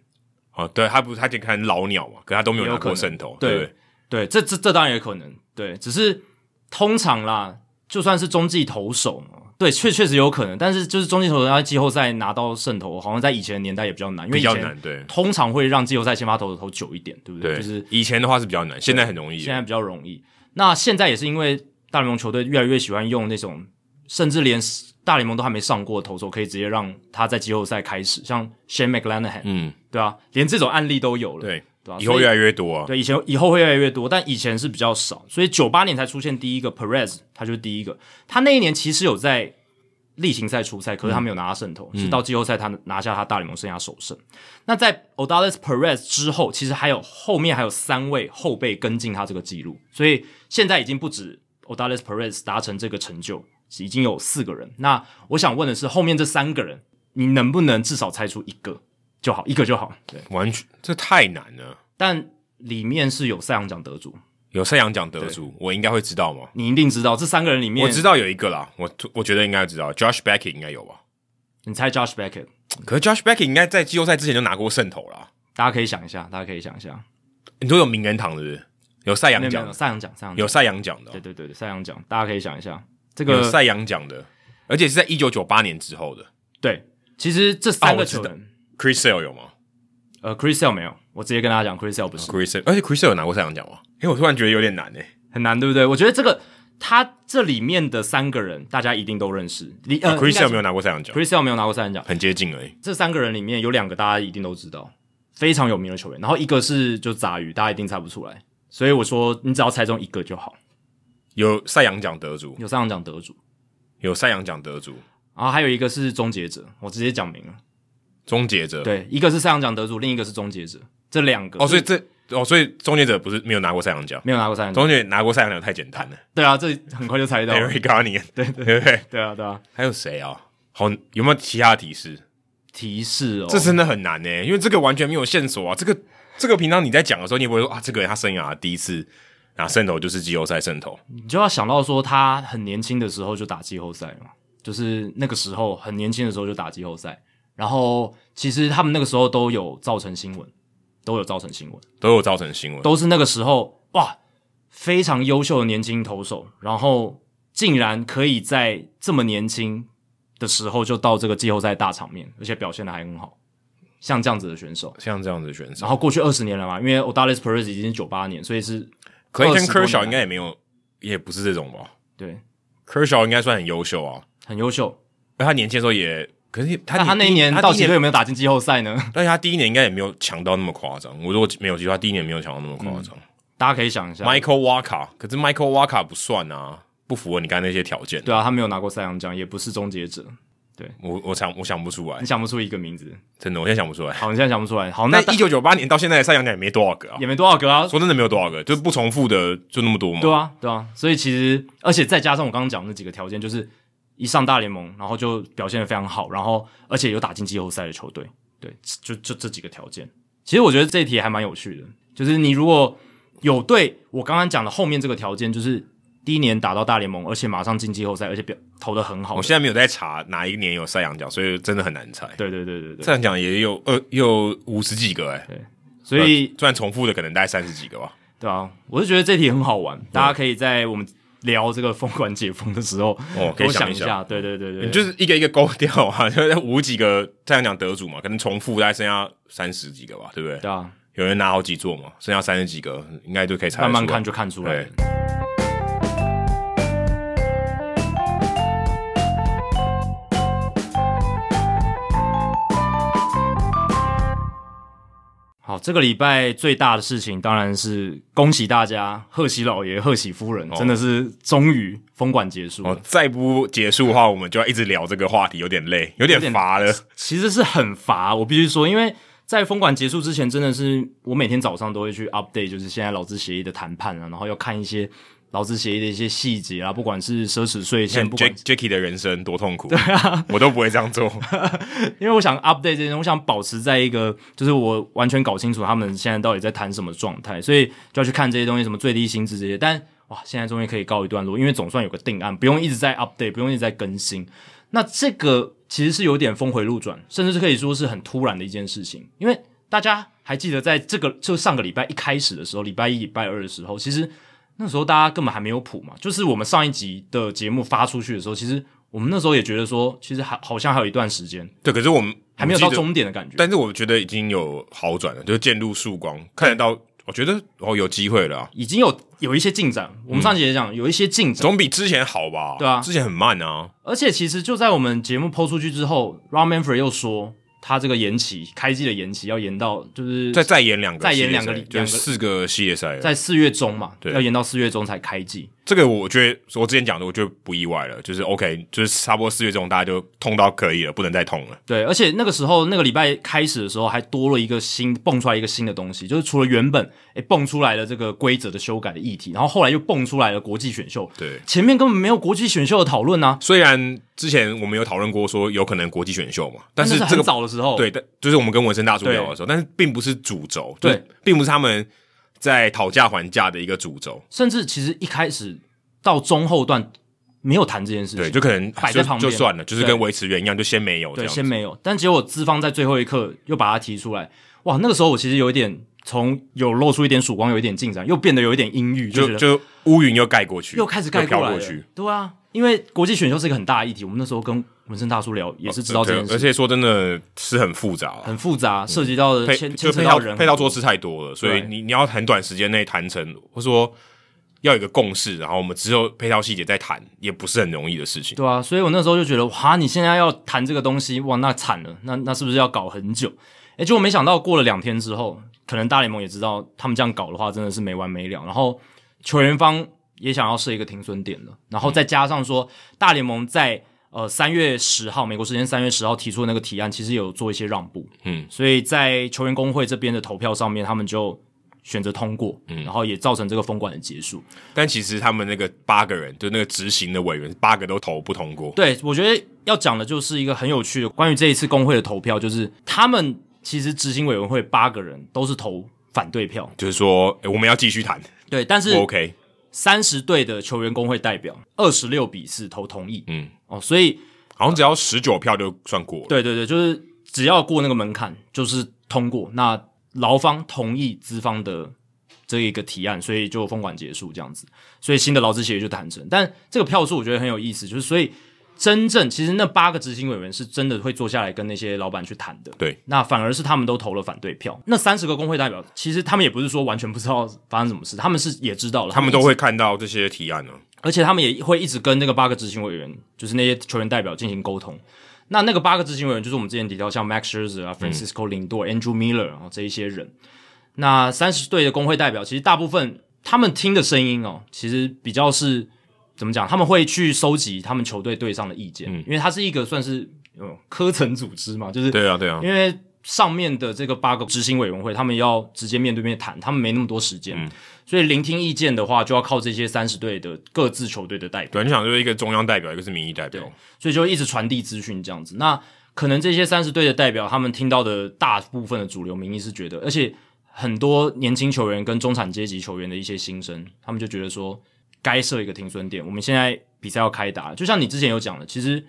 哦，对他不是他捡看老鸟嘛，可他都没有也有拿可过能胜投，对对不对对，这这这当然也可能，对，只是通常啦，就算是中继投手嘛。对，确确实有可能，但是就是中继投手要在季后赛拿到胜投，好像在以前的年代也比较难，因为比以较前难，对通常会让季后赛先发投手投久一点，对不对，就是以前的话是比较难，现在很容易现。在比较容易。那现在也是因为大联盟球队越来越喜欢用那种，甚至连大联盟都还没上过的投手，可以直接让他在季后赛开始，像 Shane McClanahan，、嗯，对啊，连这种案例都有了，对，对啊，以后所越来越多啊。对，以前以后会越来越多，但以前是比较少，所以九八年才出现第一个 Perez，他就是第一个。他那一年其实有在例行赛出赛，可是他没有拿到胜投，是到季后赛他拿下他大联盟生涯首胜。那在 Odalis Perez 之后，其实还有后面还有三位后辈跟进他这个记录，所以现在已经不止 Odalis Perez 达成这个成就，已经有四个人。那我想问的是，后面这三个人，你能不能至少猜出一个就好，一个就好？对，完全这太难了。但里面是有赛扬奖得主。有赛扬奖得主，我应该会知道吗？你一定知道这三个人里面，我知道有一个啦，我我觉得应该知道，Josh Beckett 应该有吧？你猜 Josh Beckett，可是 Josh Beckett 应该在季后赛之前就拿过胜投啦。大家可以想一下，大家可以想一下，你说有名人堂是不是？有赛没扬有没奖有的，赛扬奖，赛扬奖有，赛扬奖的对哦，对对对，赛扬奖，大家可以想一下这有个赛扬奖的，而且是在一九九八年之后的。对，其实这三啊我个知球道员， Chris Sale 有吗呃，Chris Sale 没有，我直接跟大家讲，Chris Sale 不是、 ？Chris Sale，而且 Chris Sale 有拿过赛扬奖吗？因为我突然觉得有点难诶、很难，对不对？我觉得这个他这里面的三个人，大家一定都认识，你呃、啊 Chris Sale 没有有拿过赛扬奖， ，Chris Sale 没有拿过赛扬奖，很接近而已。这三个人里面有两个大家一定都知道，非常有名的球员，然后一个是就杂鱼，大家一定猜不出来，所以我说你只要猜中一个就好，有赛扬奖得主，有赛扬奖得主。有赛扬奖得主，然后还有一个是终结者，我直接讲明了。终结者。对，一个是赛扬奖得主，另一个是终结者，这两个哦，所以就这哦，所以终结者不是没有拿过赛扬奖，没有拿过赛扬奖。终结者拿过赛扬奖太简单了。对啊，这很快就猜到了。 Harry Garnier，对对对对，对啊，对啊。还有谁啊？好，有没有其他的提示？提示哦，这真的很难呢、因为这个完全没有线索啊。这个这个平常你在讲的时候，你也不会说啊，这个人他生涯第一次拿胜投就是季后赛胜投，你就要想到说他很年轻的时候就打季后赛嘛，就是那个时候很年轻的时候就打季后赛，然后其实他们那个时候都有造成新闻，都有造成新闻，都有造成新闻。都是那个时候哇，非常优秀的年轻投手，然后竟然可以在这么年轻的时候就到这个季后赛大场面，而且表现的还很好，像这样子的选手。像这样子的选手然后过去二十年了嘛，因为 o d a l e s Perez 已经是九八年，所以是20，Clayton 多年 Kershaw 来应该也没有，也不是这种吧对？Kershaw 应该算很优秀啊，很优秀。而他年轻的时候也，可是他那他那一年他道第奇队有没有打进季后赛呢？ [laughs] 但是他第一年应该也没有强到那么夸张。我如果没有记错，他第一年没有强到那么夸嗯张。大家可以想一下 Michael Waka，可是 Michael Waka 不算啊，不符合你刚才那些条件。对啊，他没有拿过赛扬奖，也不是终结者，我我想我想不出来你，想不出一个名字。真的，我现在想不出来。好，你现在想不出来。好，那那一九九八年到现在的赛扬奖也没多少个啊，也没多少个啊。说真的没有多少个，就是不重复的就那么多嘛。对啊，对啊。所以其实，而且再加上我刚刚讲的那几个条件，就是一上大联盟，然后就表现的非常好，然后而且有打进季后赛的球队，对，就就这几个条件。其实我觉得这一题还蛮有趣的，就是你如果有对我刚刚讲的后面这个条件，就是第一年打到大联盟，而且马上进季后赛，而且表投的很好的，我现在没有在查哪一年有赛扬奖，所以真的很难猜。对对对对对，赛扬奖也有呃有五十几个哎、所以虽然重复的可能大概三十几个吧。对啊，我是觉得这题很好玩，大家可以在我们聊这个封管解封的时候，哦可以多想想一下下。对对对对，你就是一个一个勾掉啊， [laughs] 就是五几个太阳奖得主嘛，可能重复大概剩下三十几个吧，对不对？对啊，有人拿好几座嘛，剩下三十几个，应该就可以猜得慢慢出来看就看出来了对。好，这个礼拜最大的事情当然是恭喜大家，贺喜老爷、贺喜夫人，真的是终于封管结束了。哦，再不结束的话，我们就要一直聊这个话题，有点累，有点有点乏了。其实是很乏，我必须说，因为在封管结束之前，真的是我每天早上都会去 update，就是现在劳资协议的谈判啊，然后要看一些劳资协议的一些细节啊，不管是奢侈税线，看不管 Jack Jacky 的人生多痛苦，对啊，我都不会这 [laughs] 样做。因为我想 update 这些，我想保持在一个就是我完全搞清楚他们现在到底在谈什么状态，所以就要去看这些东西，什么最低薪资这些。但哇，现在终于可以告一段落，因为总算有个定案，不用一直在 update，不用一直在更新。那这个其实是有点峰回路转，甚至是可以说是很突然的一件事情，因为大家还记得在这个就上个礼拜一开始的时候，礼拜一、礼拜二的时候，其实那时候大家根本还没有谱嘛，就是我们上一集的节目发出去的时候，其实我们那时候也觉得说，其实还好像还有一段时间。对，可是我们还没有到，我们记终点的感觉得。但是我觉得已经有好转了，就是渐入曙光，看得到，我觉得哦有机会了啊、已经有有一些进展。嗯我们上集也讲、有一些进展，总比之前好吧？对啊之前很慢啊，而且其实就在我们节目抛出去之后 r o n Manfred 又说他这个延期开机的延期要延到就是再再演两个系再列赛，延两个礼就是四个系列赛了，在四月中嘛，对要延到四月中才开季。这个我觉得我之前讲的，我觉得不意外了，就是 OK，就是差不多四月中大家就痛到可以了，不能再痛了。对，而且那个时候那个礼拜开始的时候，还多了一个新蹦出来一个新的东西，就是除了原本诶蹦出来的这个规则的修改的议题，然后后来又蹦出来了国际选秀。对，前面根本没有国际选秀的讨论啊，虽然之前我们有讨论过说有可能国际选秀嘛，但是那这很个早的时候，对，但就是我们跟纹身大叔对聊的时候，但是并不是主轴，对，并不是他们在讨价还价的一个主轴，甚至其实一开始到中后段没有谈这件事情，对，就可能摆在就旁就边算了，就是对跟维持原一样，就先没有这对，样先子。没有，但结果资方在最后一刻又把它提出来，哇，那个时候我其实有一点从有露出一点曙光，有一点进展，又变得有一点阴郁，就觉就得就乌云又盖过去，又开始盖又飘来过了去，。对啊，因为国际选秀是一个很大的议题，我们那时候跟纹身大叔聊也是知道这对件，而事，且说真的是很复杂啊，很复杂，涉及到的配牵就牵配扯套到人配套措施太多了，所以对你你要很短时间内谈成，或说要有一个共识，然后我们之后配套细节再谈，也不是很容易的事情。对啊，所以我那时候就觉得，哇，你现在要谈这个东西，哇，那惨了，那那是不是要搞很久？诶，结果没想到过了两天之后，可能大联盟也知道他们这样搞的话真的是没完没了，然后球员方也想要设一个停损点了，然后再加上说大联盟在呃三月十号美国时间三月十号提出的那个提案，其实有做一些让步，嗯，所以在球员工会这边的投票上面，他们就选择通过，嗯，然后也造成这个封管的结束。但其实他们那个八个人，就那个执行的委员，八个都投不通过。对，我觉得要讲的就是一个很有趣的关于这一次工会的投票，就是他们其实执行委员会八个人都是投反对票，就是说，诶我们要继续谈，对，但不是 OK？三十队的球员工会代表二十六比四投同意，嗯，哦，所以好像只要十九票就算过了。对对对，就是只要过那个门槛，就是通过。那劳方同意资方的这一个提案，所以就封管结束这样子，所以新的劳资协议就谈成。但这个票数我觉得很有意思，就是所以真正其实那八个执行委员是真的会坐下来跟那些老板去谈的。对，那反而是他们都投了反对票。那三十个工会代表，其实他们也不是说完全不知道发生什么事，他们是也知道了，他们也都知会看到这些提案啊呢、而且他们也会一直跟那个八个执行委员，就是那些球员代表进行沟通。那那个八个执行委员，就是我们之前提到像 Max Scherzer 啊、Francisco Lindor、Andrew Miller 啊这一些人。那三十队的工会代表，其实大部分他们听的声音哦，其实比较是怎么讲？他们会去收集他们球队队上的意见，因为它是一个算是呃科层组织嘛，就是对啊，对啊，因为上面的这个八个执行委员会，他们要直接面对面谈，他们没那么多时间，所以聆听意见的话，就要靠这些三十队的各自球队的代表，对，你想就是一个中央代表，一个是民意代表，所以就一直传递资讯这样子。那可能这些三十队的代表，他们听到的大部分的主流民意是觉得，而且很多年轻球员跟中产阶级球员的一些心声，他们就觉得说，该设一个停损点。我们现在比赛要开打，就像你之前有讲的，其实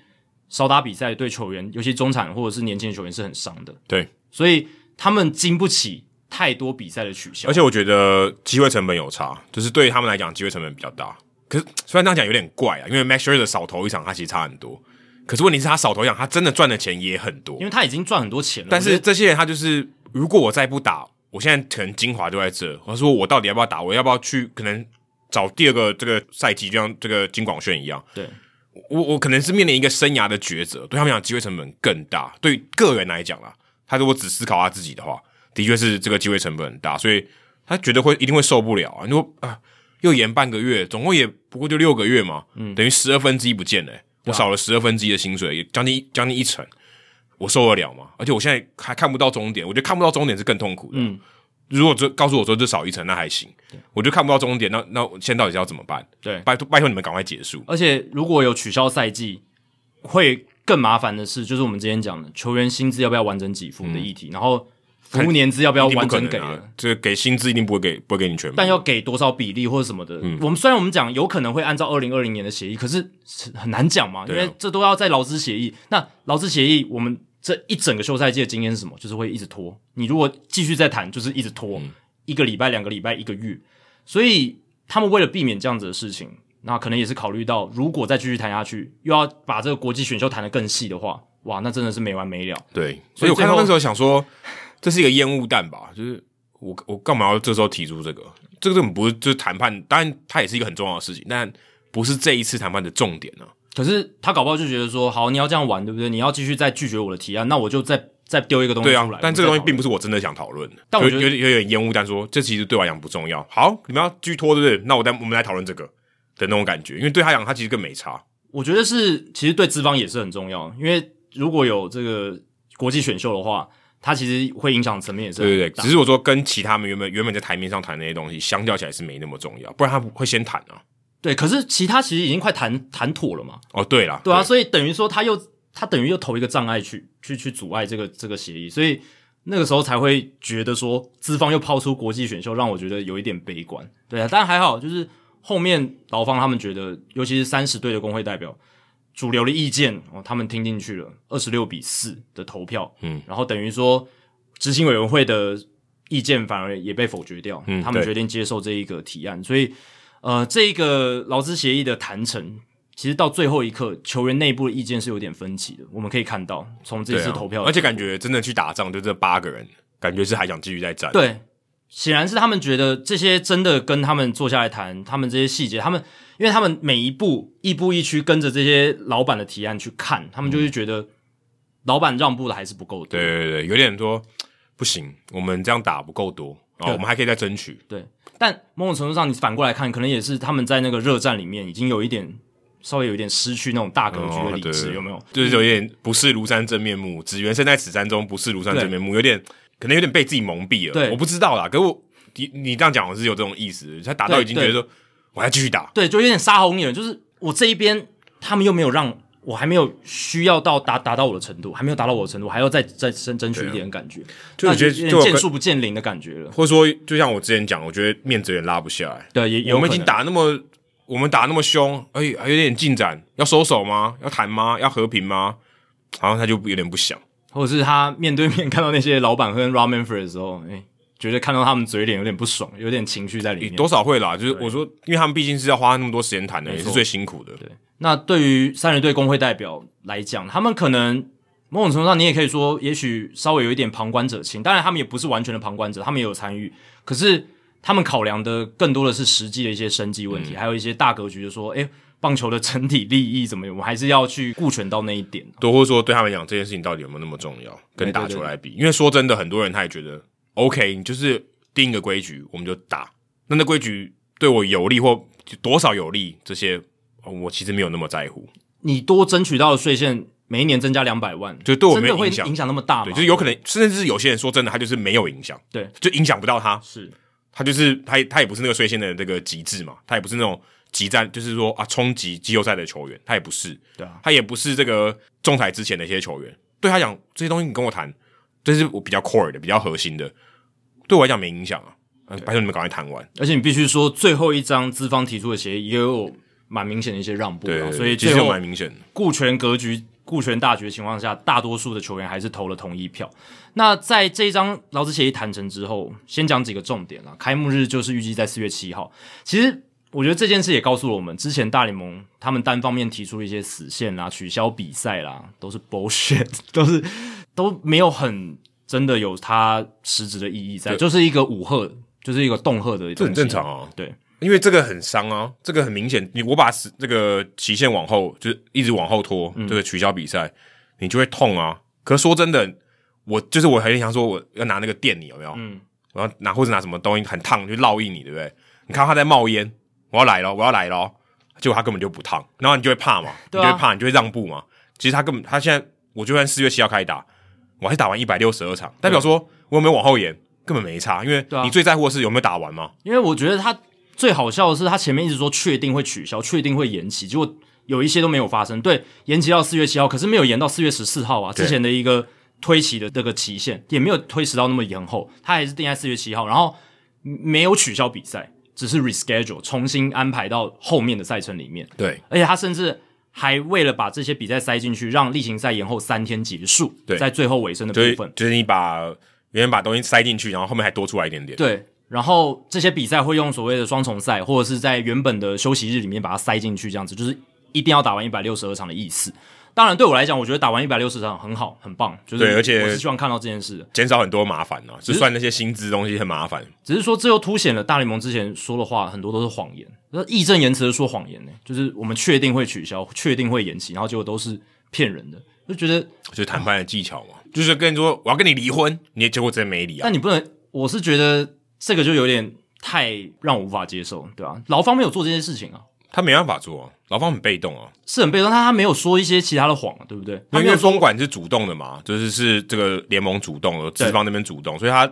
少打比赛对球员，尤其中产或者是年轻的球员是很伤的。对，所以他们经不起太多比赛的取消。而且我觉得机会成本有差，就是对于他们来讲，机会成本比较大。可是虽然这样讲有点怪啊，因为 Max Scherzer 少投一场，他其实差很多。可是问题是他少投一场，他真的赚的钱也很多因。为他已经赚很多钱了，但我是觉得这些人他就是，如果我再不打，我现在可能精华就在这。我说我到底要不要打？我要不要去？可能找第二个这个赛季，就像这个金广炫一样，对我我可能是面临一个生涯的抉择，对他们讲机会成本更大。对于个人来讲啦，他如果只思考他自己的话，的确是这个机会成本很大，所以他觉得会一定会受不了啊。你说啊，又延半个月，总共也不过就六个月嘛，嗯等于十二分之一不见了欸、我啊少了十二分之一的薪水，也将近一将近一成，我受得了吗？而且我现在还看不到终点，我觉得看不到终点是更痛苦的。嗯如果这告诉我说这少一层，那还行，我就看不到终点，那那我现在到底是要怎么办？对，拜托拜托你们赶快结束。而且如果有取消赛季，会更麻烦的是，就是我们之前讲的球员薪资要不要完整给付的议题，然后服务年资要不要嗯一定完不可整能给啊了。这个给薪资一定不会给，不会给你全部。嗯但要给多少比例或者什么的，我们虽然我们讲有可能会按照二零二零年的协议，可是是很难讲嘛，因对啊为这都要在劳资协议。那劳资协议，我们这一整个休赛季的经验是什么？就是会一直拖。你如果继续再谈，就是一直拖，嗯一个礼拜、两个礼拜、一个月。所以他们为了避免这样子的事情，那可能也是考虑到，如果再继续谈下去，又要把这个国际选秀谈得更细的话，哇，那真的是没完没了。对，所所以以我看到最后那时候想说，这是一个烟雾弹吧？就是我我干嘛要这时候提出这个？这个根本不是就是谈判，当然它也是一个很重要的事情，但不是这一次谈判的重点啊。可是他搞不好就觉得说，好，你要这样玩，对不对？你要继续再拒绝我的提案，那我就再再丢一个东西对出来。啊我们，但这再个东讨西论并不是我真的想讨论的。但我觉有得有点有点烟雾弹说，这其实对我来讲不重要。好，你们要继续拖，对不对？那我再我们来讨论这个的那种感觉，因为对他讲，他其实更没差。我觉得是，其实对资方也是很重要，因为如果有这个国际选秀的话，它其实会影响层面也是很对对对，大只是我说跟其他们原本原本在台面上谈那些东西相较起来是没那么重要，不然他会先谈啊。对。可是其他其实已经快谈谈妥了嘛，哦，对啦，对啊，所以等于说他又他等于又投一个障碍去去去阻碍这个这个协议，所以那个时候才会觉得说资方又抛出国际选秀，让我觉得有一点悲观。对啊，但还好，就是后面劳方他们觉得，尤其是三十队的工会代表。主流的意见哦，他们听进去了，二十六比四的投票，嗯，然后等于说执行委员会的意见反而也被否决掉，嗯他们对决定接受这一个提案，所以呃，这一个劳资协议的谈成，其实到最后一刻，球员内部的意见是有点分歧的，我们可以看到从这对次啊投票，而且感觉真的去打仗，就这八个人，感觉是还想继续再战。，对，显然是他们觉得这些真的跟他们坐下来谈，他们这些细节，他们因为他们每一步一步一趋跟着这些老板的提案去看，他们就会觉得老板让步的还是不够多，嗯对对对，有点说不行，我们这样打不够多啊、对我们还可以再争取。对，但某种程度上，你反过来看，可能也是他们在那个热战里面已经有一点稍微有一点失去那种大格局的理对智，哦对有没有？就是有点不是庐山真面目，只缘身在此山中，不是庐山真面目，有点可能有点被自己蒙蔽了。对我不知道啦，可我你你这样讲，我是有这种意思，他打到对已经觉得说我还继续打，对，就有点杀红眼，就是我这一边他们又没有让我还没有需要到达达到我的程度，还没有达到我的程度，还要再再争争取一点的感觉，啊就那我觉得有就点我见跟树不见林的感觉了。或者说就像我之前讲，我觉得面子有点拉不下来。对，也也有我们已可经能打那么我们打那么凶，哎、还有点进展，要收手吗？要谈吗？要和平吗？然后他就有点不想。或者是他面对面 [laughs] 看到那些老板跟 Ramen f r 的时候，哎、觉得看到他们嘴脸有点不爽，有点情绪在里也面。多少会啦，就是我说，因为他们毕竟是要花那么多时间谈的，没也错是最辛苦的。对，那对于三人队工会代表来讲，他们可能某种程度上，你也可以说，也许稍微有一点旁观者清。当然，他们也不是完全的旁观者，他们也有参与，可是他们考量的更多的是实际的一些生计问题，嗯还有一些大格局，就说，诶，棒球的整体利益怎么样，我们还是要去顾全到那一点。啊多或者说对他们来讲这件事情到底有没有那么重要，跟打球来比，因为说真的，很多人他也觉得 OK，你就是定一个规矩我们就打，那那规矩对我有利或多少有利，这些哦我其实没有那么在乎，你多争取到的税线，每一年增加两百万，就对我真没的有会影响影响那么大吗？对，就是有可能甚至是有些人说真的，他就是没有影响，对，就影响不到他，是他就是他也他也不是那个税线的这个极致嘛，他也不是那种极战，就是说啊冲击季后赛的球员，他也不是，对啊，他也不是这个仲裁之前的一些球员，对他讲这些东西你跟我谈，这是我比较 core 的、比较核心的，对我来讲没影响啊。呃拜托你们赶快谈完。而且你必须说，最后一张资方提出的协议也有蛮明显的一些让步啊，所以其最实后蛮明显的。顾全格局、顾全大局的情况下，大多数的球员还是投了同意票。那在这一张劳资协议谈成之后，先讲几个重点啦。开幕日就是预计在四月七号。其实我觉得这件事也告诉了我们，之前大联盟他们单方面提出一些死线啦、取消比赛啦，都是 bullshit，都 [laughs] 是都没有很真的有它实质的意义在，对就是一个武赫，就是一个恫吓的，这很正常。啊，对，因为这个很伤啊，这个很明显，你我把时这个期限往后，就是一直往后拖，嗯这个取消比赛，你就会痛啊。可是说真的，我就是我很想说，我要拿那个电你有没有？嗯，我要拿或者拿什么东西很烫去烙印你，对不对？你看到他在冒烟，我要来了，我要来了，结果他根本就不烫，然后你就会怕嘛， [laughs] 对啊你就会怕，你就会让步嘛。其实他根本他现在，我就算四月七号开始打，我还是打完一百六十二场，代表说我有没有往后延根本没差，因为对啊你最在乎的是有没有打完嘛。因为我觉得他最好笑的是，他前面一直说确定会取消，确定会延期，结果有一些都没有发生。对，延期到四月七号，可是没有延到四月十四号啊，对之前的一个推期的这个期限也没有推迟到那么延后，他还是定在四月七号，然后没有取消比赛，只是 reschedule 重新安排到后面的赛程里面，对，而且他甚至。还为了把这些比赛塞进去，让例行赛延后三天结束，对在最后尾声的就是部分，就是你把原本把东西塞进去，然后后面还多出来一点点。对，然后这些比赛会用所谓的双重赛，或者是在原本的休息日里面把它塞进去，这样子就是一定要打完一百六十二场的意思。当然，对我来讲，我觉得打完一百六十场很好，很棒，就是对而且我是希望看到这件事的。减少很多麻烦啊，就算那些薪资东西很麻烦，只是说，这又凸显了大联盟之前说的话很多都是谎言，那义正言辞的说谎言呢、就是我们确定会取消，确定会延期，然后结果都是骗人的，就觉得就是谈判的技巧嘛，嗯就是跟你说我要跟你离婚，你也结果真没离啊但。你不能，我是觉得这个就有点太让我无法接受，对吧、啊劳方没有做这件事情啊，他没办法做、啊，劳方很被动啊，是很被动，但他没有说一些其他的谎，对不对？他因没有为说公管是主动的嘛，就是是这个联盟主动的，资方那边主动，所以他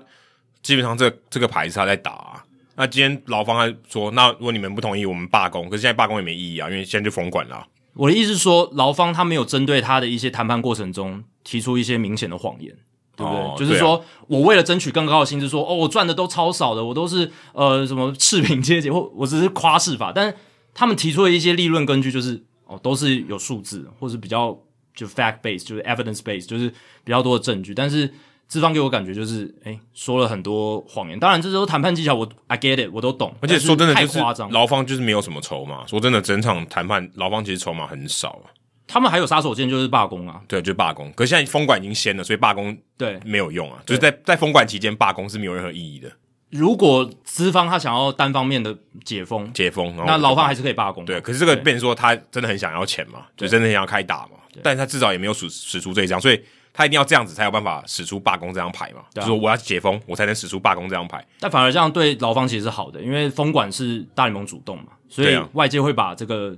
基本上这这个牌是他在打、啊。那今天劳方他说，那如果你们不同意，我们罢工。可是现在罢工也没意义啊，因为现在就封管了啊、我的意思是说，劳方他没有针对他的一些谈判过程中提出一些明显的谎言，对不对？哦就是说、我为了争取更高的薪资，说哦，我赚的都超少的，我都是呃什么赤贫阶级，或我只是夸饰法，但是他们提出的一些利润根据就是哦，都是有数字或是比较就 fact base，就是 evidence base，就是比较多的证据，但是。资方给我感觉就是，哎、说了很多谎言。当然，这都是谈判技巧，我 I get it，我都懂。而且说真的，但就是太夸张了。劳方就是没有什么筹码。说真的，整场谈判劳方其实筹码很少啊。他们还有杀手锏就是罢工啊，对，就罢工。可是现在封管已经先了，所以罢工对。没有用啊。就是在在封管期间，罢工是没有任何意义的。如果资方他想要单方面的解封，解封，然后那劳方还是可以罢工。对。可是这个变成说他真的很想要钱嘛，就真的很想要开打嘛。但是他至少也没有使使出这一张，所以他一定要这样子才有办法使出罢工这张牌嘛。就啊是说我要解封，我才能使出罢工这张牌。但反而这样对劳方其实是好的，因为封管是大联盟主动嘛，所对以啊外界会把这个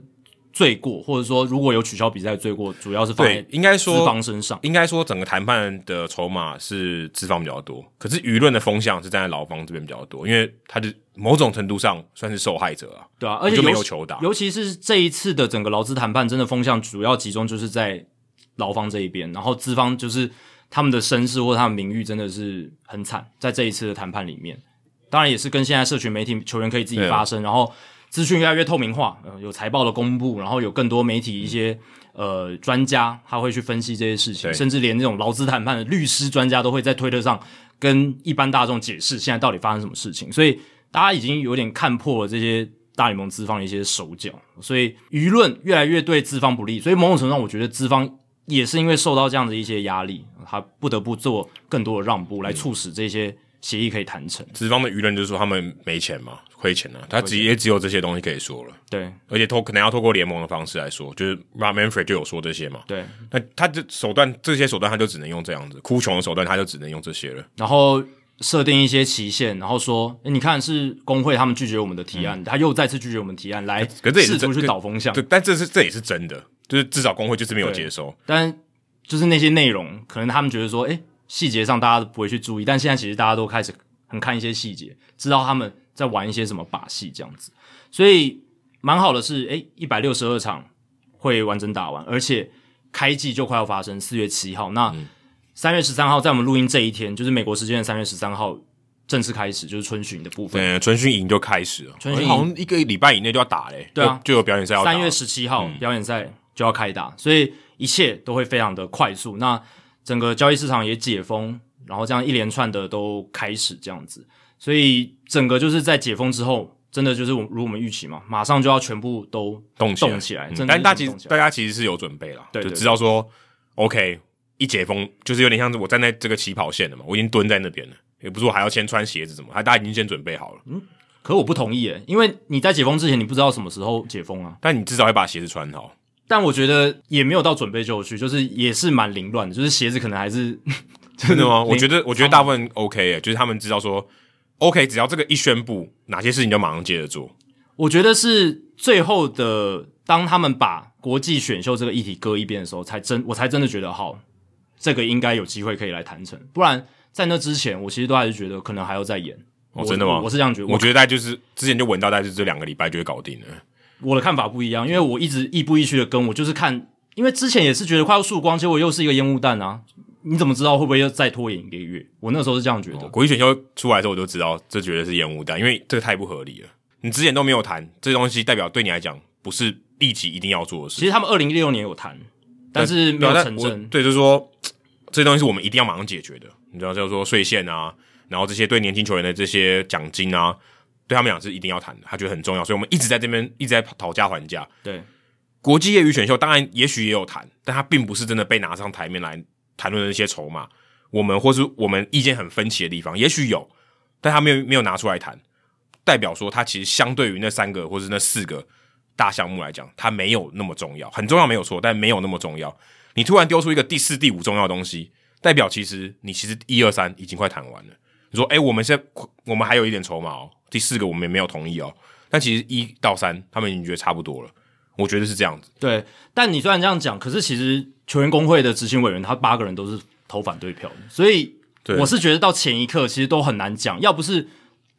罪过，或者说如果有取消比赛的罪过，主要是放在对，应该资说方身上。应该说整个谈判的筹码是资方比较多，可是舆论的风向是站在劳方这边比较多，因为他就某种程度上算是受害者啊。对啊，而且就没尤有其球打尤其是这一次的整个劳资谈判，真的风向主要集中就是在劳方这一边，然后资方就是他们的身世或他们名誉真的是很惨，在这一次的谈判里面，当然也是跟现在社群媒体球员可以自己对啊发声，然后资讯越来越透明化，呃，有财报的公布，然后有更多媒体一些、呃专家他会去分析这些事情，对甚至连这种劳资谈判的律师专家都会在推特上跟一般大众解释现在到底发生什么事情，所以大家已经有点看破了这些大联盟资方的一些手脚，所以舆论越来越对资方不利，所以某种程度上，我觉得资方也是因为受到这样的一些压力，他不得不做更多的让步来促使这些协议可以谈成。资方的舆论就是说他们没钱嘛，亏钱了、他只也只有这些东西可以说了，对而且透可能要透过联盟的方式来说，就是 Rob Manfred 就有说这些嘛。对，那他这手段，这些手段他就只能用这样子，哭穷的手段他就只能用这些了。然后设定一些期限，然后说，哎诶你看是工会他们拒绝我们的提案，他又再次拒绝我们提案，来嗯可是这也是试图去这导风向这。但这是这也是真的，就是至少工会就是没有对接收。但就是那些内容，可能他们觉得说，诶，细节上大家都不会去注意，但现在其实大家都开始很看一些细节，知道他们在玩一些什么把戏这样子。所以蛮好的是，诶，一百六十二场会完整打完，而且开季就快要发生，四月七号。那三月十三号，在我们录音这一天，就是美国时间的三月十三号正式开始，就是春巡的部分。对，春训营就开始了，春训营好像一个礼拜以内就要打嘞、对啊就就有表嗯演赛要打。三月十七号表演赛就要开打，所以一切都会非常的快速。那整个交易市场也解封，然后这样一连串的都开始这样子，所以整个就是在解封之后，真的就是我如我们预期嘛，马上就要全部都动起来，动起来嗯真的但是大其实动起来大家其实是有准备了，对对就知道说 OK，一解封就是有点像是我站在这个起跑线了嘛，我已经蹲在那边了，也不是我还要先穿鞋子什么，他大家已经先准备好嗯了，可我不同意耶，因为你在解封之前，你不知道什么时候解封啊。但你至少要把鞋子穿 [laughs] 好。但我觉得也没有到准备就绪，就是也是蛮凌乱的，就是鞋子可能还是真真的吗？我觉得，我觉得大部分 OK 诶、就是他们知道说 OK，只要这个一宣布，哪些事情就马上接着做。我觉得是最后的，当他们把国际选秀这个议题搁一边的时候，才真我才真的觉得好，这个应该有机会可以来谈成。不然在那之前，我其实都还是觉得可能还要再演。哦，我真的吗？我我是这样觉得，我我觉得大概就是之前就闻到，大概就是这两个礼拜就会搞定了。我的看法不一样，因为我一直亦步亦趋的跟，我就是看，因为之前也是觉得快要曙光，结果又是一个烟雾弹啊！你怎么知道会不会又再拖延一个月？我那时候是这样觉得。哦国际选秀出来之后，我就知道这绝对是烟雾弹，因为这个太不合理了。你之前都没有谈这东西，代表对你来讲不是立即一定要做的事其。实他们二零一六年有谈，但是没有对啊成但我真。对，就是说这些东西是我们一定要马上解决的。你知道，就是说税线啊，然后这些对年轻球员的这些奖金啊，对他们讲是一定要谈的，他觉得很重要，所以我们一直在这边一直在讨价还价。对国际业余选秀当然也许也有谈，但它并不是真的被拿上台面来谈论的那些筹码。我们或是我们意见很分歧的地方，也许有，但他没有没有拿出来谈，代表说他其实相对于那三个或是那四个大项目来讲，它没有那么重要，很重要没有错，但没有那么重要。你突然丢出一个第四、第五重要的东西，代表其实你其实一二三已经快谈完了。你说，哎、我们现在我们还有一点筹码哦，第四个我们也没有同意哦，但其实一到三他们已经觉得差不多了，我觉得是这样子。对，但你虽然这样讲，可是其实球员工会的执行委员他八个人都是投反对票的，所以对我是觉得到前一刻其实都很难讲。要不是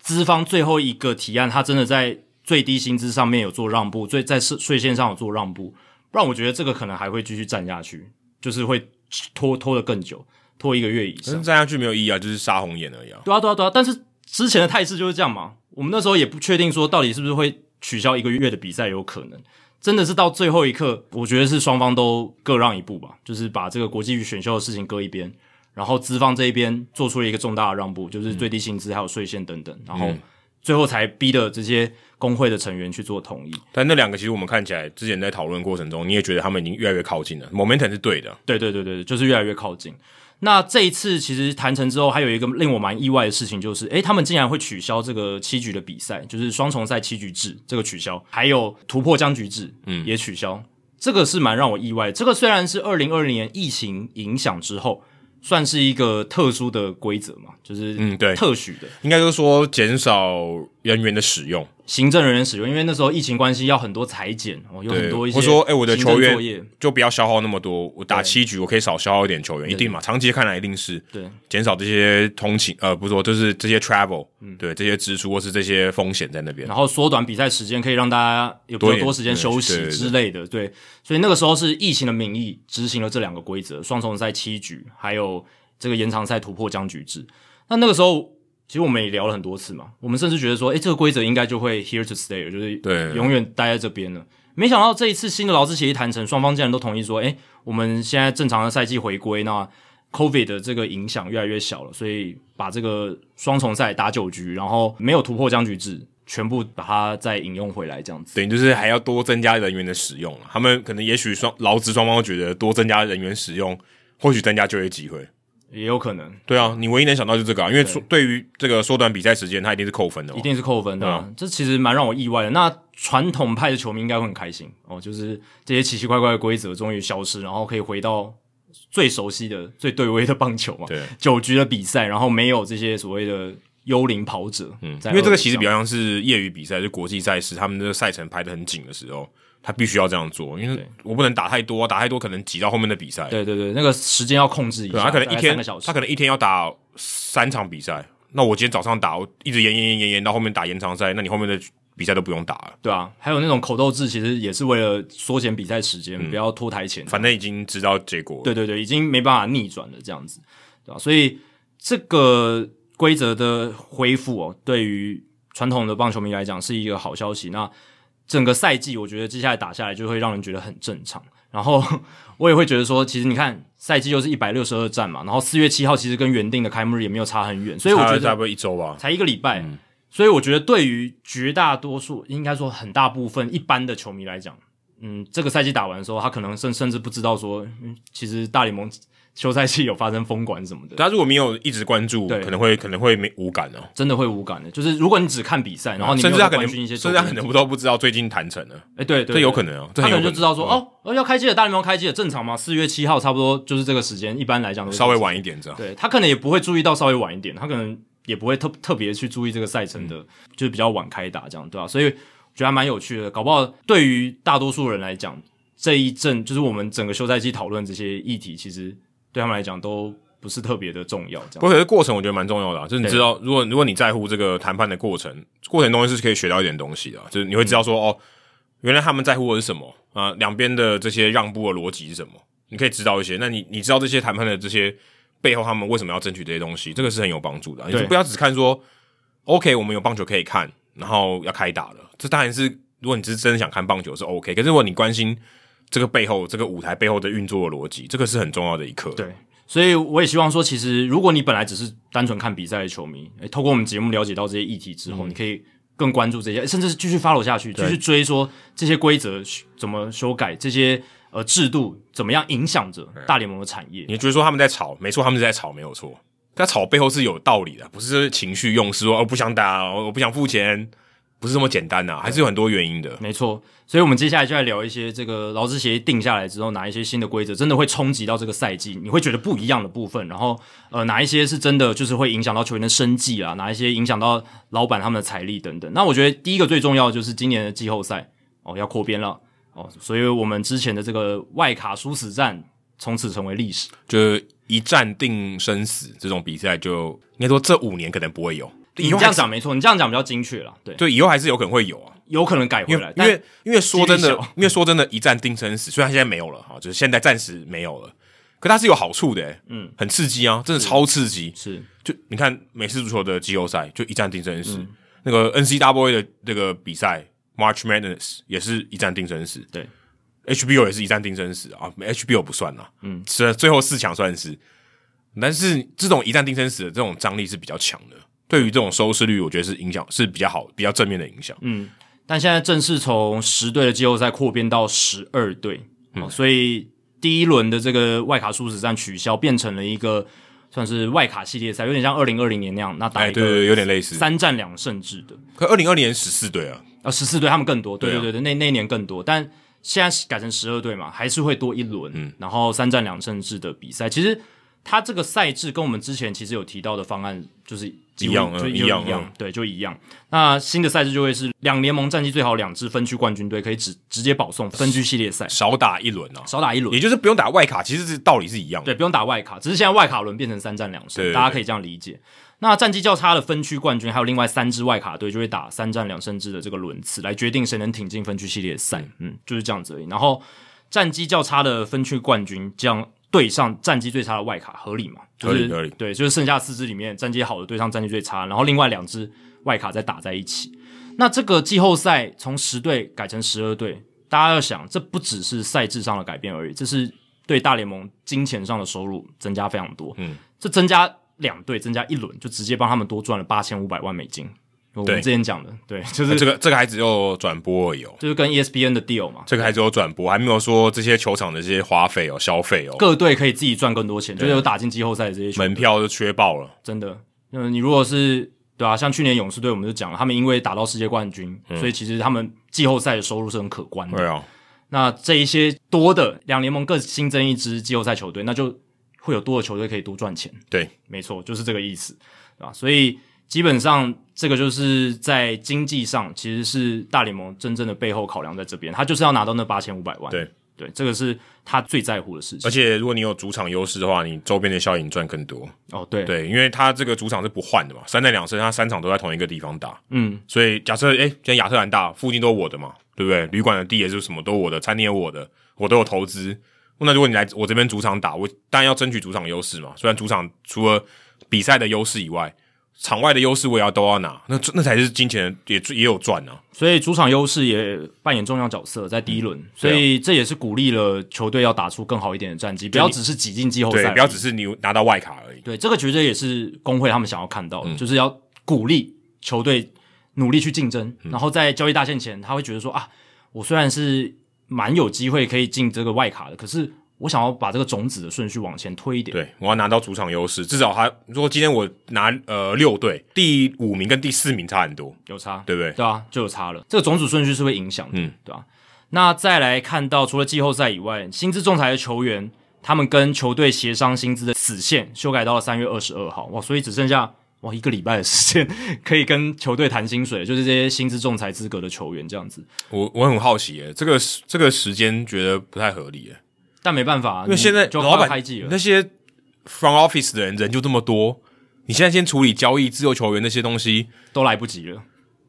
资方最后一个提案，他真的在最低薪资上面有做让步，最在税税线上有做让步，不然我觉得这个可能还会继续站下去，就是会拖拖得更久，拖一个月以可是上。站下去没有意义啊，就是杀红眼而已啊。对啊，对啊，对啊。但是之前的态势就是这样嘛，我们那时候也不确定说到底是不是会取消一个月的比赛，有可能真的是到最后一刻，我觉得是双方都各让一步吧，就是把这个国际羽选秀的事情搁一边，然后资方这一边做出了一个重大的让步，就是最低薪资还有税线等等，然后最后才逼的这些工会的成员去做同意。但那两个其实我们看起来之前在讨论过程中，你也觉得他们已经越来越靠近了，momentum 是对的。对对对对，对就是越来越靠近。那这一次其实谈成之后，还有一个令我蛮意外的事情，就是诶，他们竟然会取消这个七局的比赛，就是双重赛七局制这个取消，还有突破僵局制，嗯，也取消。这个是蛮让我意外的。这个虽然是二零二零年疫情影响之后，算是一个特殊的规则嘛，就是嗯对特许的应该就是说减少人员的使用，行政人员使用，因为那时候疫情关系要很多裁剪，哦，有很对，多一些或说，哎、我的行政球作业员就不要消耗那么多，我打对七局我可以少消耗一点球员，一定嘛？长期看来一定是对减少这些通勤，呃，不是说就是这些 travel，、对嗯这些支出或是这些风险在那边然。后缩短比赛时间，可以让大家有比多一较点多时间休对息对对之类的。对，所以那个时候是疫情的名义执行了这两个规则：双重赛七局，还有这个延长赛突破僵局制。那那个时候其实我们也聊了很多次嘛，我们甚至觉得说，诶，这个规则应该就会 here to stay，了就是对永远待在这边了。没想到这一次新的劳资协议谈成，双方竟然都同意说，诶，我们现在正常的赛季回归，那 COVID 的这个影响越来越小了，所以把这个双重赛打九局，然后没有突破僵局制，全部把它再引用回来，这样子。等于就是还要多增加人员的使用啊。他们可能也许双劳资双方都觉得多增加人员使用，或许增加就业机会。也有可能，对啊，你唯一能想到就是这个、啊，因为缩对于这个缩短比赛时间，它一定是扣分的嘛一。定是扣分的、啊这其实蛮让我意外的。那传统派的球迷应该会很开心哦，就是这些奇奇怪怪的规则终于消失，然后可以回到最熟悉的、最对位的棒球嘛。对，九局的比赛，然后没有这些所谓的幽灵跑者。嗯，因为这个其实比较像是业余比赛，就国际赛事，他们的赛程排得很紧的时候，他必须要这样做，因为我不能打太多啊，打太多可能挤到后面的比赛。对对对，那个时间要控制一对啊下，他可能大一概天三个小，时他可能一天要打三场比赛。那我今天早上打，我一直延延延延延到后面打延长赛，那你后面的比赛都不用打了，对啊，还有那种口斗制，其实也是为了缩减比赛时间，不要拖台前。嗯反正已经知道结果了。对对对，已经没办法逆转了，这样子，对吧、所以这个规则的恢复哦，对于传统的棒球迷来讲是一个好消息。那整个赛季，我觉得接下来打下来就会让人觉得很正常。然后 [laughs] 我也会觉得说，其实你看赛季又是一百六十二战嘛，然后四月七号其实跟原定的开幕日也没有差很远，所以我差觉差得不多一周啊吧。才一个礼拜，嗯所以我觉得对于绝大多数，应该说很大部分一般的球迷来讲，嗯，这个赛季打完的时候，他可能甚甚至不知道说，嗯，其实大联盟休赛期有发生封管什么的，他如果没有一直关注，对可能会可能会没无感哦、真的会无感的。就是如果你只看比赛，然后啊你没甚有至他在可能关心一些甚至他周可边能都不知道最近谈成了，哎，对对，这有对可能哦、这他很可有能就知道说，嗯哦，哦要开机了，大联盟开机了，正常吗？四月七号差不多就是这个时间，一般来讲都是稍微晚一点这样。对他可能也不会注意到稍微晚一点，他可能也不会特特别去注意这个赛程的，嗯就是比较晚开打这样，对吧、啊所以我觉得还蛮有趣的，搞不好对于大多数人来讲，这一阵就是我们整个休赛季讨论这些议题，其实对他们来讲都不是特别的重要，这不样。过可是过程我觉得蛮重要的、啊，就是你知道，如果如果你在乎这个谈判的过程，过程中是可以学到一点东西的啊、就是你会知道说、哦，原来他们在乎的是什么啊，两、边的这些让步的逻辑是什么，你可以知道一些。那你你知道这些谈判的这些背后他们为什么要争取这些东西，这个是很有帮助的啊、你对就不要只看说 OK，我们有棒球可以看，然后要开打了，这当然是如果你是真的想看棒球是 OK，可是如果你关心这个背后这个舞台背后的运作的逻辑，这个是很重要的一课。对，所以我也希望说，其实如果你本来只是单纯看比赛的球迷，诶，透过我们节目了解到这些议题之后，你可以更关注这些，诶甚至是继续 follow 下去，继续追说这些规则怎么修改，这些呃制度怎么样影响着大联盟的产业。你觉得说他们在吵，没错，他们是在吵，没有错。但吵背后是有道理的，不是情绪用事说哦不想打，哦我不想付钱，不是这么简单呐、还是有很多原因的。没错，所以我们接下来就来聊一些这个劳资协议定下来之后，哪一些新的规则真的会冲击到这个赛季，你会觉得不一样的部分，然后呃哪一些是真的就是会影响到球员的生计啊，哪一些影响到老板他们的财力等等。那我觉得第一个最重要的就是今年的季后赛哦要扩编了哦，所以我们之前的这个外卡殊死战从此成为历史。就是一战定生死这种比赛就，应该说这五年可能不会有，你以后这样还是讲没错，你这样讲比较精确了，对，对以后还是有可能会有啊。有可能改回因来为，因但为因为说真几的率小，因为说真的，一战定生死，虽然现在没有了哈，就是现在暂时没有了，可它是有好处的、嗯，很刺激啊，真的超刺激，是就你看美式足球的季后赛，就一战定生嗯死；那个 N C W A 的这个比赛 March Madness 也是一战定生死。对，H B O 也是一战定生死啊，H B O 不算啦，嗯，是最后四强算是。但是这种一战定生死的这种张力是比较强的，对于这种收视率，我觉得是影响是比较好、比较正面的影响。嗯，但现在正式从十队的季后赛扩编到十二队，嗯哦所以第一轮的这个外卡殊死战取消，变成了一个算是外卡系列赛，有点像二零二零年那样，那打哎，一对对对，个有点类似。三战两胜制的。可二零二年十四队啊，啊，十四队他们更多，对对对对啊对，那那一年更多，但现在改成十二队嘛，还是会多一轮，嗯然后三战两胜制的比赛，其实它这个赛制跟我们之前其实有提到的方案就是几乎一样嗯就就一一样嗯样，对，就一样。那新的赛制就会是两联盟战绩最好两支分区冠军队可以直直接保送分区系列赛，少打一轮啊，少打一轮也，就是不用打外卡，其实是道理是一样的。对，不用打外卡，只是现在外卡轮变成三战两胜，对对对大家可以这样理解。那战绩较差的分区冠军，还有另外三支外卡队就会打三战两胜制的这个轮次，来决定谁能嗯挺进分区系列赛。嗯就是这样子而已。然后战绩较差的分区冠军，这样对上战绩最差的外卡，合理嘛？就合理合是理对，就是剩下四支里面战绩好的对上战绩最差，然后另外两支外卡再打在一起。那这个季后赛从十队改成十二队，大家要想，这不只是赛制上的改变而已，这是对大联盟金钱上的收入增加非常多。嗯，这增加两队，增加一轮，就直接帮他们多赚了八千五百万美金。我们对之前讲的，对，就是、那呃这个这个还只有转播而已哦，就是跟 E ESPN 的 deal 嘛，这个还只有转播，还没有说这些球场的这些花费哦、消费哦，各队可以自己赚更多钱，就是有打进季后赛的这些球队门票都缺爆了。真的，嗯，你如果是对啊，像去年勇士队，我们就讲了，他们因为打到世界冠军，嗯所以其实他们季后赛的收入是很可观的。对啊，那这一些多的两联盟各新增一支季后赛球队，那就会有多的球队可以多赚钱。对，没错，就是这个意思，对吧？所以基本上这个就是在经济上其实是大联盟真正的背后考量在这边，他就是要拿到那八千五百万。对对，这个是他最在乎的事情而。且如果你有主场优势的话，你周边的效应赚更多。哦，对，对，因为他这个主场是不换的嘛，三战两胜，他三场都在同一个地方打，嗯，所以假设哎，诶像亚特兰大附近都我的嘛，对不对？旅馆的地也是什么都我的，餐厅也我的，我都有投资。那如果你来我这边主场打，我当然要争取主场优势嘛。虽然主场除了比赛的优势以外，场外的优势我也要都要拿，那这那才是金钱也也有赚啊。所以主场优势也扮演重要角色，在第一嗯轮，所啊以这也是鼓励了球队要打出更好一点的战绩，不要只是挤进季后对赛而，已，不要只是你拿到外卡而已。对这个绝对也是工会他们想要看到的，就是要鼓励球队努力去竞争，嗯然后在交易大限前，他会觉得说啊，我虽然是蛮有机会可以进这个外卡的，可是我想要把这个种子的顺序往前推一点，对，我要拿到主场优势，至少他如果今天我拿呃六队，第五名跟第四名差很多，有差，对不对？对啊，就有差了。这个种子顺序是会影响的，嗯对啊。那再来看到，除了季后赛以外，薪资仲裁的球员，他们跟球队协商薪资的死线修改到了三月二十二号，哇，所以只剩下哇一个礼拜的时间 [laughs] 可以跟球队谈薪水，就是这些薪资仲裁资格的球员这样子。我我很好奇耶，这个时这个时间觉得不太合理耶，但没办法啊，因为现在你就快老板开季了那，些 front office 的人人就这么多，你现在先处理交易、自由球员那些东西，都来不及了。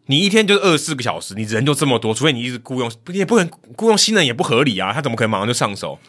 你一天就是二十四个小时，你人就这么多，除非你一直雇佣，你也不可能雇佣新人也不合理啊，他怎么可能马上就上手？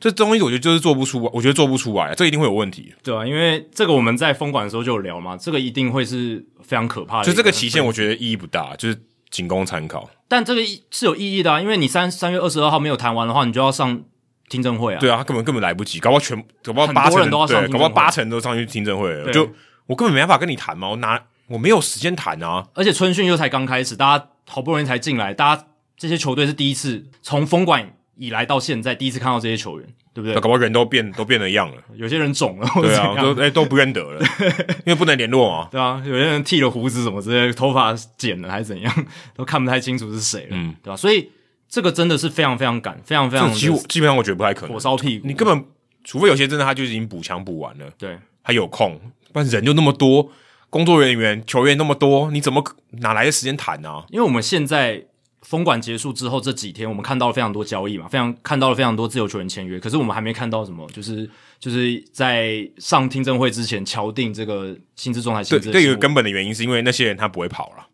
这东西我觉得就是做不出，我觉得做不出来，这一定会有问题。对啊，因为这个我们在封管的时候就有聊嘛，这个一定会是非常可怕的。就这个期限，我觉得意义不大，就是仅供参考。但这个是有意义的啊，因为你三三月二十二号没有谈完的话，你就要上听证会啊。对啊，他根本根本来不及，搞不好全，搞不好八很多成人都要上对听搞不好证会八成都上去听证会了，对就我根本没办法跟你谈嘛，我拿我没有时间谈啊。而且春训又才刚开始，大家好不容易才进来，大家这些球队是第一次从封馆以来到现在第一次看到这些球员，对不那对？搞不好人都变都变了样了，有些人肿了，或者对怎啊，样都哎、都不认得 [laughs] 了，因为不能联络嘛。对啊，有些人剃了胡子什么之类的，头发剪了还是怎样， [laughs] 都看不太清楚是谁了，嗯对吧、啊所以这个真的是非常非常赶，非常非这常几乎基本上我觉得不太可火能，烧屁股，你根本除非有些真的他就已经补强补完了，对他有空，不然人就那么多，工作人员球员那么多，你怎么可哪来的时间谈啊？因为我们现在封管结束之后这几天，我们看到了非常多交易嘛，非常看到了非常多自由球员签约，可是我们还没看到什么，就是就是在上听证会之前敲定这个薪资仲裁对，薪资的这有新一个闻根本的原因是因为那些人他不会跑了，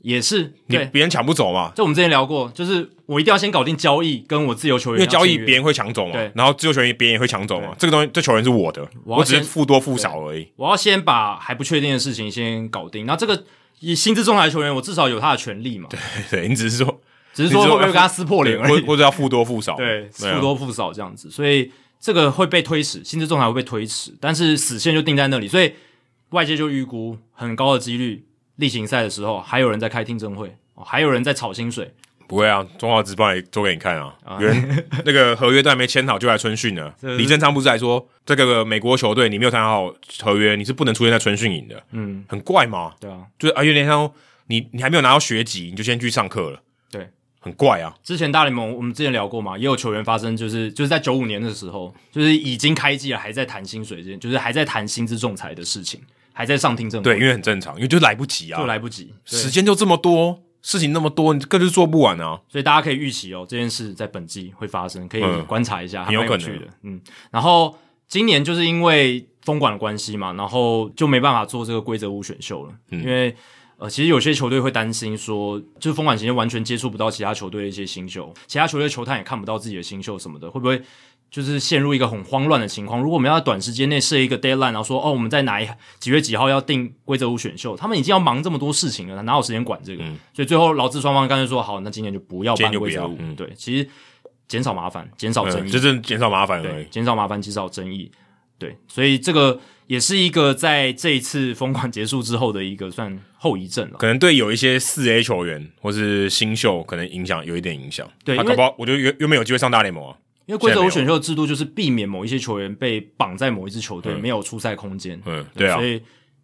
也是你对。别人抢不走嘛，就我们之前聊过，就是我一定要先搞定交易，跟我自由球员因为要签交约，易别人会抢走嘛对，然后自由球员别人也会抢走嘛，这个东西这球员是我的，我我要只是先付多付少而已。 [laughs] 我要先把还不确定的事情先搞定。那这个以薪资仲裁球员，我至少有他的权利嘛，对你只是说只是说会你只不是会跟他撕 [laughs] 破脸对而或已。或者要付多付少，对，啊付多付少这样子，所以这个会被推迟，薪资仲裁会被推迟，但是死线就定在那里，所以外界就预估很高的几率，例行赛的时候还有人在开听证会，哦还有人在炒薪水，不会啊，中华职棒也做给你看啊，有人 [laughs] 那个合约都还没签好就来春训了。 [laughs] 是李正昌不是还说，这个美国球队你没有谈好合约，你是不能出现在春训营的，嗯，很怪嘛？对啊，就是啊，有点像你你还没有拿到学籍，你就先去上课了，对。很怪啊。之前大联盟我们之前聊过嘛，也有球员发生，就是就是在九五年的时候，就是已经开季了，还在谈薪水这件，就是还在谈薪资仲裁的事情，还在上听证对，会，因为很正常，因为就来不及就啊，来不及，对时间就这么多，事情那么多，你根本就做不完啊。所以大家可以预期哦，这件事在本季会发生，可以嗯观察一下，还很有蛮有可能趣的。嗯，然后今年就是因为封管的关系嘛，然后就没办法做这个规则屋选秀了，嗯因为呃，其实有些球队会担心说，就是封管期间完全接触不到其他球队的一些新秀，其他球队球探也看不到自己的新秀什么的，会不会？就是陷入一个很慌乱的情况。如果我们要在短时间内设一个 deadline，然后说哦，我们在哪一几月几号要定规则五选秀，他们已经要忙这么多事情了，哪有时间管这个？所以最后劳资双方干脆说好，那今年就不要嗯今办年就不规则要五。嗯对，其实减少麻烦，减少争嗯，议，这是减少麻烦而对已，。减少麻烦，减少争议。对，所以这个也是一个在这一次封管结束之后的一个算后遗症了。可能对有一些四 A 球员或是新秀，可能影响有一点影响。对他因搞为不好我就原原本有机会上大联盟啊。因为规现在则没五有选秀制度就是避免某一些球员被绑在某一支球队，没有出赛空间。嗯，对啊所，以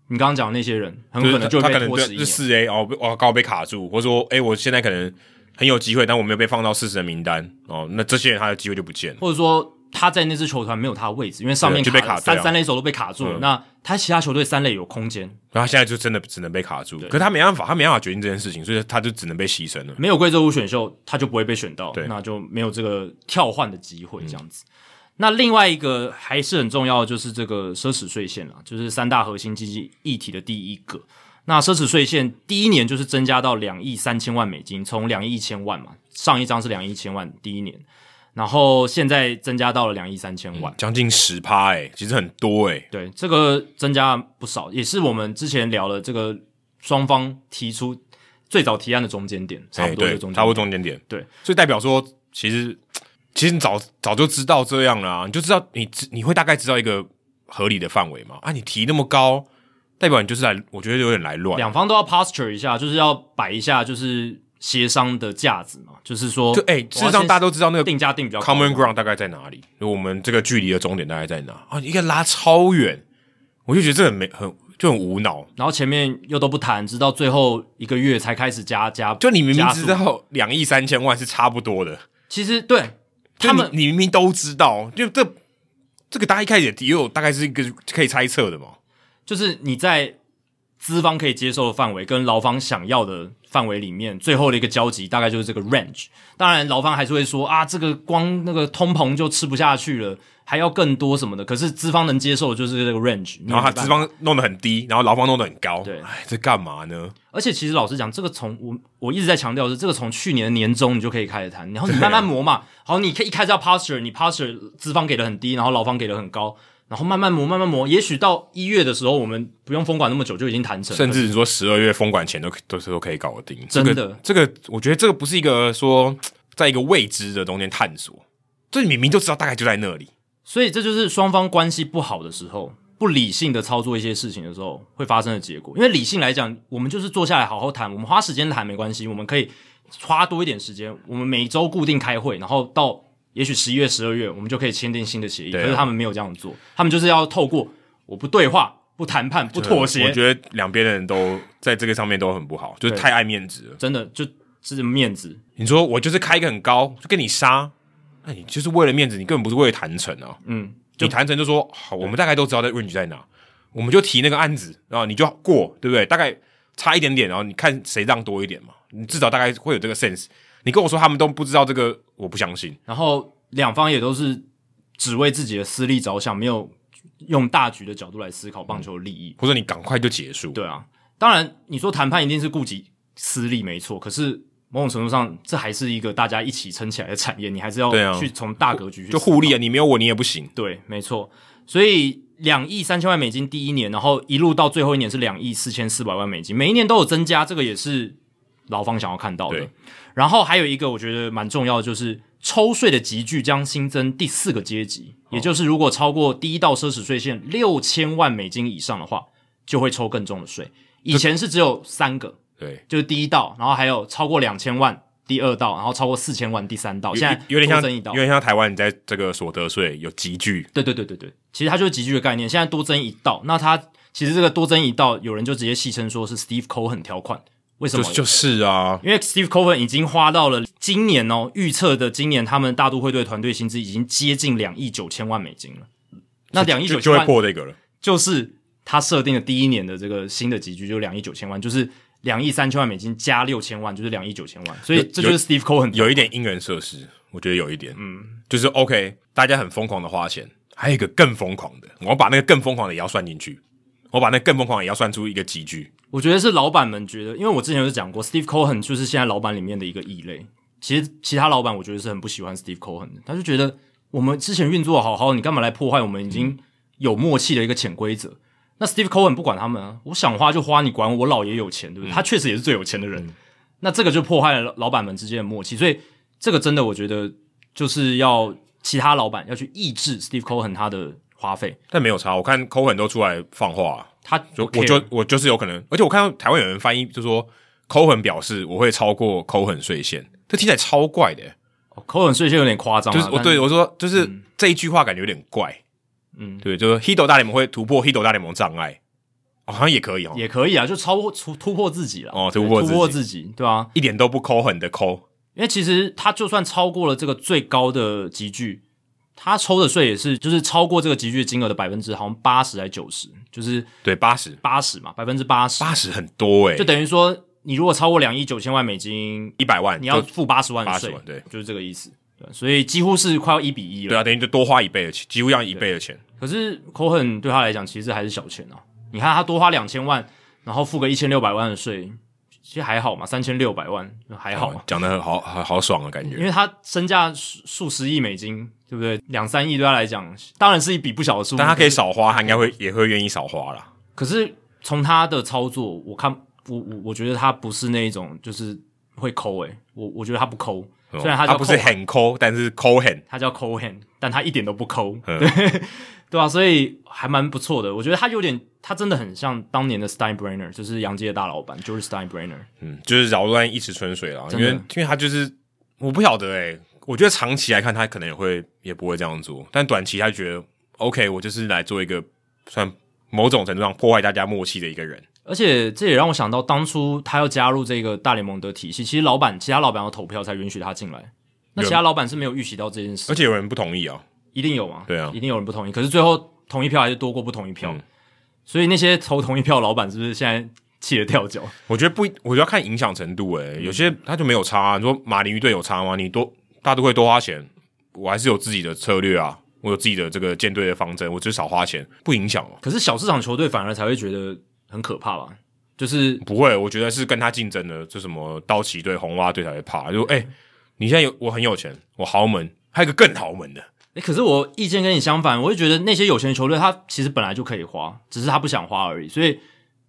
你刚刚讲的那些人，很就是可能就他会可被能拖对十一是年。四 A 哦，被哦刚好被卡住，或者说，哎、我现在可能很有机会，但我没有被放到四十的名单哦，那这些人他的机会就 [laughs] 不见了。或者说他在那支球团没有他的位置，因为上面对就被卡对三啊三垒手都被卡住了，那他其他球队三垒有空间，然后他现在就真的只能被卡住，可是他没办法，他没办法决定这件事情，所以他就只能被牺牲了。没有规则五选秀，他就不会被选到对，嗯那就没有这个跳换的机会，这样子。那另外一个还是很重要的，就是这个奢侈税线啦，啊就是三大核心经济议题的第一个。那奢侈税线第一年就是增加到两亿三千万美金，从两亿一千万嘛，上一张是两亿一千万第一年，然后现在增加到了两亿三千万。将近十趴，哎、其实很多哎、对，这个增加不少，也是我们之前聊了这个双方提出最早提案的中间点，差哎不多对的中间点，差不多中间点，对，所以代表说，其实其实你早早就知道这样啦、啊你就知道你知你会大概知道一个合理的范围嘛。啊，你提那么高，代表你就是来，我觉得有点来乱。两方都要 posture 一下，就是要摆一下，就是协商的架子嘛，就是说，就哎、事实上大家都知道那个定价定比较高 common ground 大概在哪里，就我们这个距离的终点大概在哪啊？你应该拉超远，我就觉得这很没很就很无脑。然后前面又都不谈，直到最后一个月才开始加加，就你明明加速知道两亿三千万是差不多的，其实对就他们你你明明都知道，就这这个大家一开始也有大概是一个可以猜测的嘛。就是你在资方可以接受的范围跟劳方想要的范围里面，最后的一个交集大概就是这个 range。当然，劳方还是会说啊，这个光那个通膨就吃不下去了，还要更多什么的。可是资方能接受的就是这个 range，然你没后他办法资方弄得很低，然后劳方弄得很高，对哎，这干嘛呢？而且其实老实讲，这个从我我一直在强调的是，这个从去年的年中你就可以开始谈，然后你慢慢磨嘛。好，你可以一开始要 posture，你 posture 资方给的很低，然后劳方给的很高，然后慢慢磨，慢慢磨。也许到一月的时候，我们不用封管那么久就已经谈成了，甚至你说十二月封管前都都是都可以搞得定，真的这个这个，我觉得这个不是一个说在一个未知的中间探索，这明明就知道大概就在那里，所以这就是双方关系不好的时候，不理性的操作一些事情的时候会发生的结果。因为理性来讲，我们就是坐下来好好谈，我们花时间谈没关系，我们可以花多一点时间，我们每周固定开会，然后到也许十一月、十二月，我们就可以签订新的协议。对啊可是他们没有这样做，他们就是要透过我不对话、不谈判、不妥协，我觉得两边的人都在这个上面都很不好，就是对太爱面子了。真的就是面子，你说我就是开一个很高，就跟你杀，那你就是为了面子，你根本不是为了谈成啊。嗯，你谈成就说好，我们大概都知道在 range 在哪，我们就提那个案子，然后你就过，对不对？大概差一点点，然后你看谁让多一点嘛，你至少大概会有这个 sense。你跟我说他们都不知道这个，我不相信。然后两方也都是只为自己的私利着想，没有用大局的角度来思考棒球利益。或者你赶快就结束，对啊，当然你说谈判一定是顾及私利没错，可是某种程度上这还是一个大家一起撑起来的产业，你还是要对啊去从大格局去就思考互利啊！你没有我，你也不行。对，没错。所以两亿三千万美金第一年，然后一路到最后一年是两亿四千四百万美金，每一年都有增加，这个也是劳方想要看到的对。然后还有一个我觉得蛮重要的就是抽税的集聚将新增第四个阶级，哦也就是如果超过第一道奢侈税线六千万美金以上的话，就会抽更重的税。以前是只有三个，对，就是第一道，然后还有超过两千万第二道，然后超过四千万第三道，现在有有点多像，增一道有，点像台湾你在这个所得税有集聚，对对对对对，其实它就是集聚的概念。现在多增一道，那它其实这个多增一道，有人就直接戏称说是 Steve Cohen 条款。为什就么？就是啊，因为 Steve Cohen 已经花到了今年哦，预测的今年他们大都会队团队薪资已经接近两亿九千万美金了。那两亿就九就千会万破这个了。就是他设定的第一年的这个新的集聚，就是两亿九千万，就是两亿三千万美金加六千万，就是两亿九千万。所以这就是 Steve Cohen 有一点因人设施，我觉得有一点，嗯，就是 OK，大家很疯狂的花钱，还有一个更疯狂的，我把那个更疯狂的也要算进去，我把那更疯狂的也要算出一个集聚，我觉得是老板们觉得，因为我之前有讲过，Steve Cohen 就是现在老板里面的一个异类。其实其他老板我觉得是很不喜欢 Steve Cohen 的，他就觉得我们之前运作得好好，你干嘛来破坏我们已经有默契的一个潜规则？那 Steve Cohen 不管他们、啊，我想花就花，你管我，我老爷有钱，嗯对不对？他确实也是最有钱的人。那这个就破坏了老板们之间的默契，所以这个真的我觉得就是要其他老板要去抑制 Steve Cohen 他的花费，但没有差。我看抠很都出来放话、他就不我 care 就我就是有可能，而且我看到台湾有人翻译就说抠很表示我会超过抠很税线，这听起来超怪的、哦 Cohen 税线有点夸张啊，就是我但对我说，就是这一句话感觉有点怪，嗯对，就是 Hido 大联盟会突破 Hido 大联盟障碍，哦好像也可以哦，也可以啊，就超过突突破自己了，哦对突破自己突破自己，对啊，一点都不抠很的抠，因为其实他就算超过了这个最高的集聚，他抽的税也是就是超过这个集聚金额的百分之好像八十还九十，就是对，八十八十嘛，百分之八十，八十很多诶、就等于说你如果超过两亿九千万美金，一百万你要就付八十万税80万对，就是这个意思。对，啊所以几乎是快要一比一了。对啊，等于就多花一倍的钱，几乎要一倍的钱，可是 Cohen 对他来讲其实还是小钱啊。你看他多花两千万，然后付个一千六百万的税，其实还好嘛，三千六百万还好嘛哦，讲的好好好爽啊，感因觉为他身价数数十亿美金，对不对？两三亿对他来讲，当然是一笔不小的数目。但他可以是，少花，他应该会也会愿意少花啦。可是从他的操作，我看我我我觉得他不是那一种就是会抠诶、我我觉得他不抠，虽然哦他叫不是 Cohen 很抠，但是抠很他叫 Cohen，但他一点都不抠，嗯对对啊，所以还蛮不错的。我觉得他有点，他真的很像当年的 Steinbrenner，就是洋基的大老板，就是 Steinbrenner。嗯，就是扰乱一池春水啦。因真的为因为他就是我不晓得诶、我觉得长期来看他可能也会也不会这样做，但短期他觉得 OK，我就是来做一个算某种程度上破坏大家默契的一个人。而且这也让我想到，当初他要加入这个大联盟的体系，其实老板其他老板要投票才允许他进来，那有其他老板是没有预习到这件事而，且有人不同意哦，一定有嘛？对啊一定有人不同意。可是最后同意票还是多过不同意票，嗯所以那些投同意票的老板是不是现在气得跳脚？我觉得不一，我觉得要看影响程度诶、嗯有些他就没有差、啊。你说马林鱼队有差吗？你多大都会多花钱，我还是有自己的策略啊，我有自己的这个舰队的方针，我只是少花钱，不影响哦。可是小市场球队反而才会觉得很可怕吧？就是不会，我觉得是跟他竞争的，就什么道奇队、红袜队才会怕。就哎、你现在有我很有钱，我豪门，还有一个更豪门的，欸，可是我意见跟你相反，我就觉得那些有钱球队他其实本来就可以花，只是他不想花而已。所以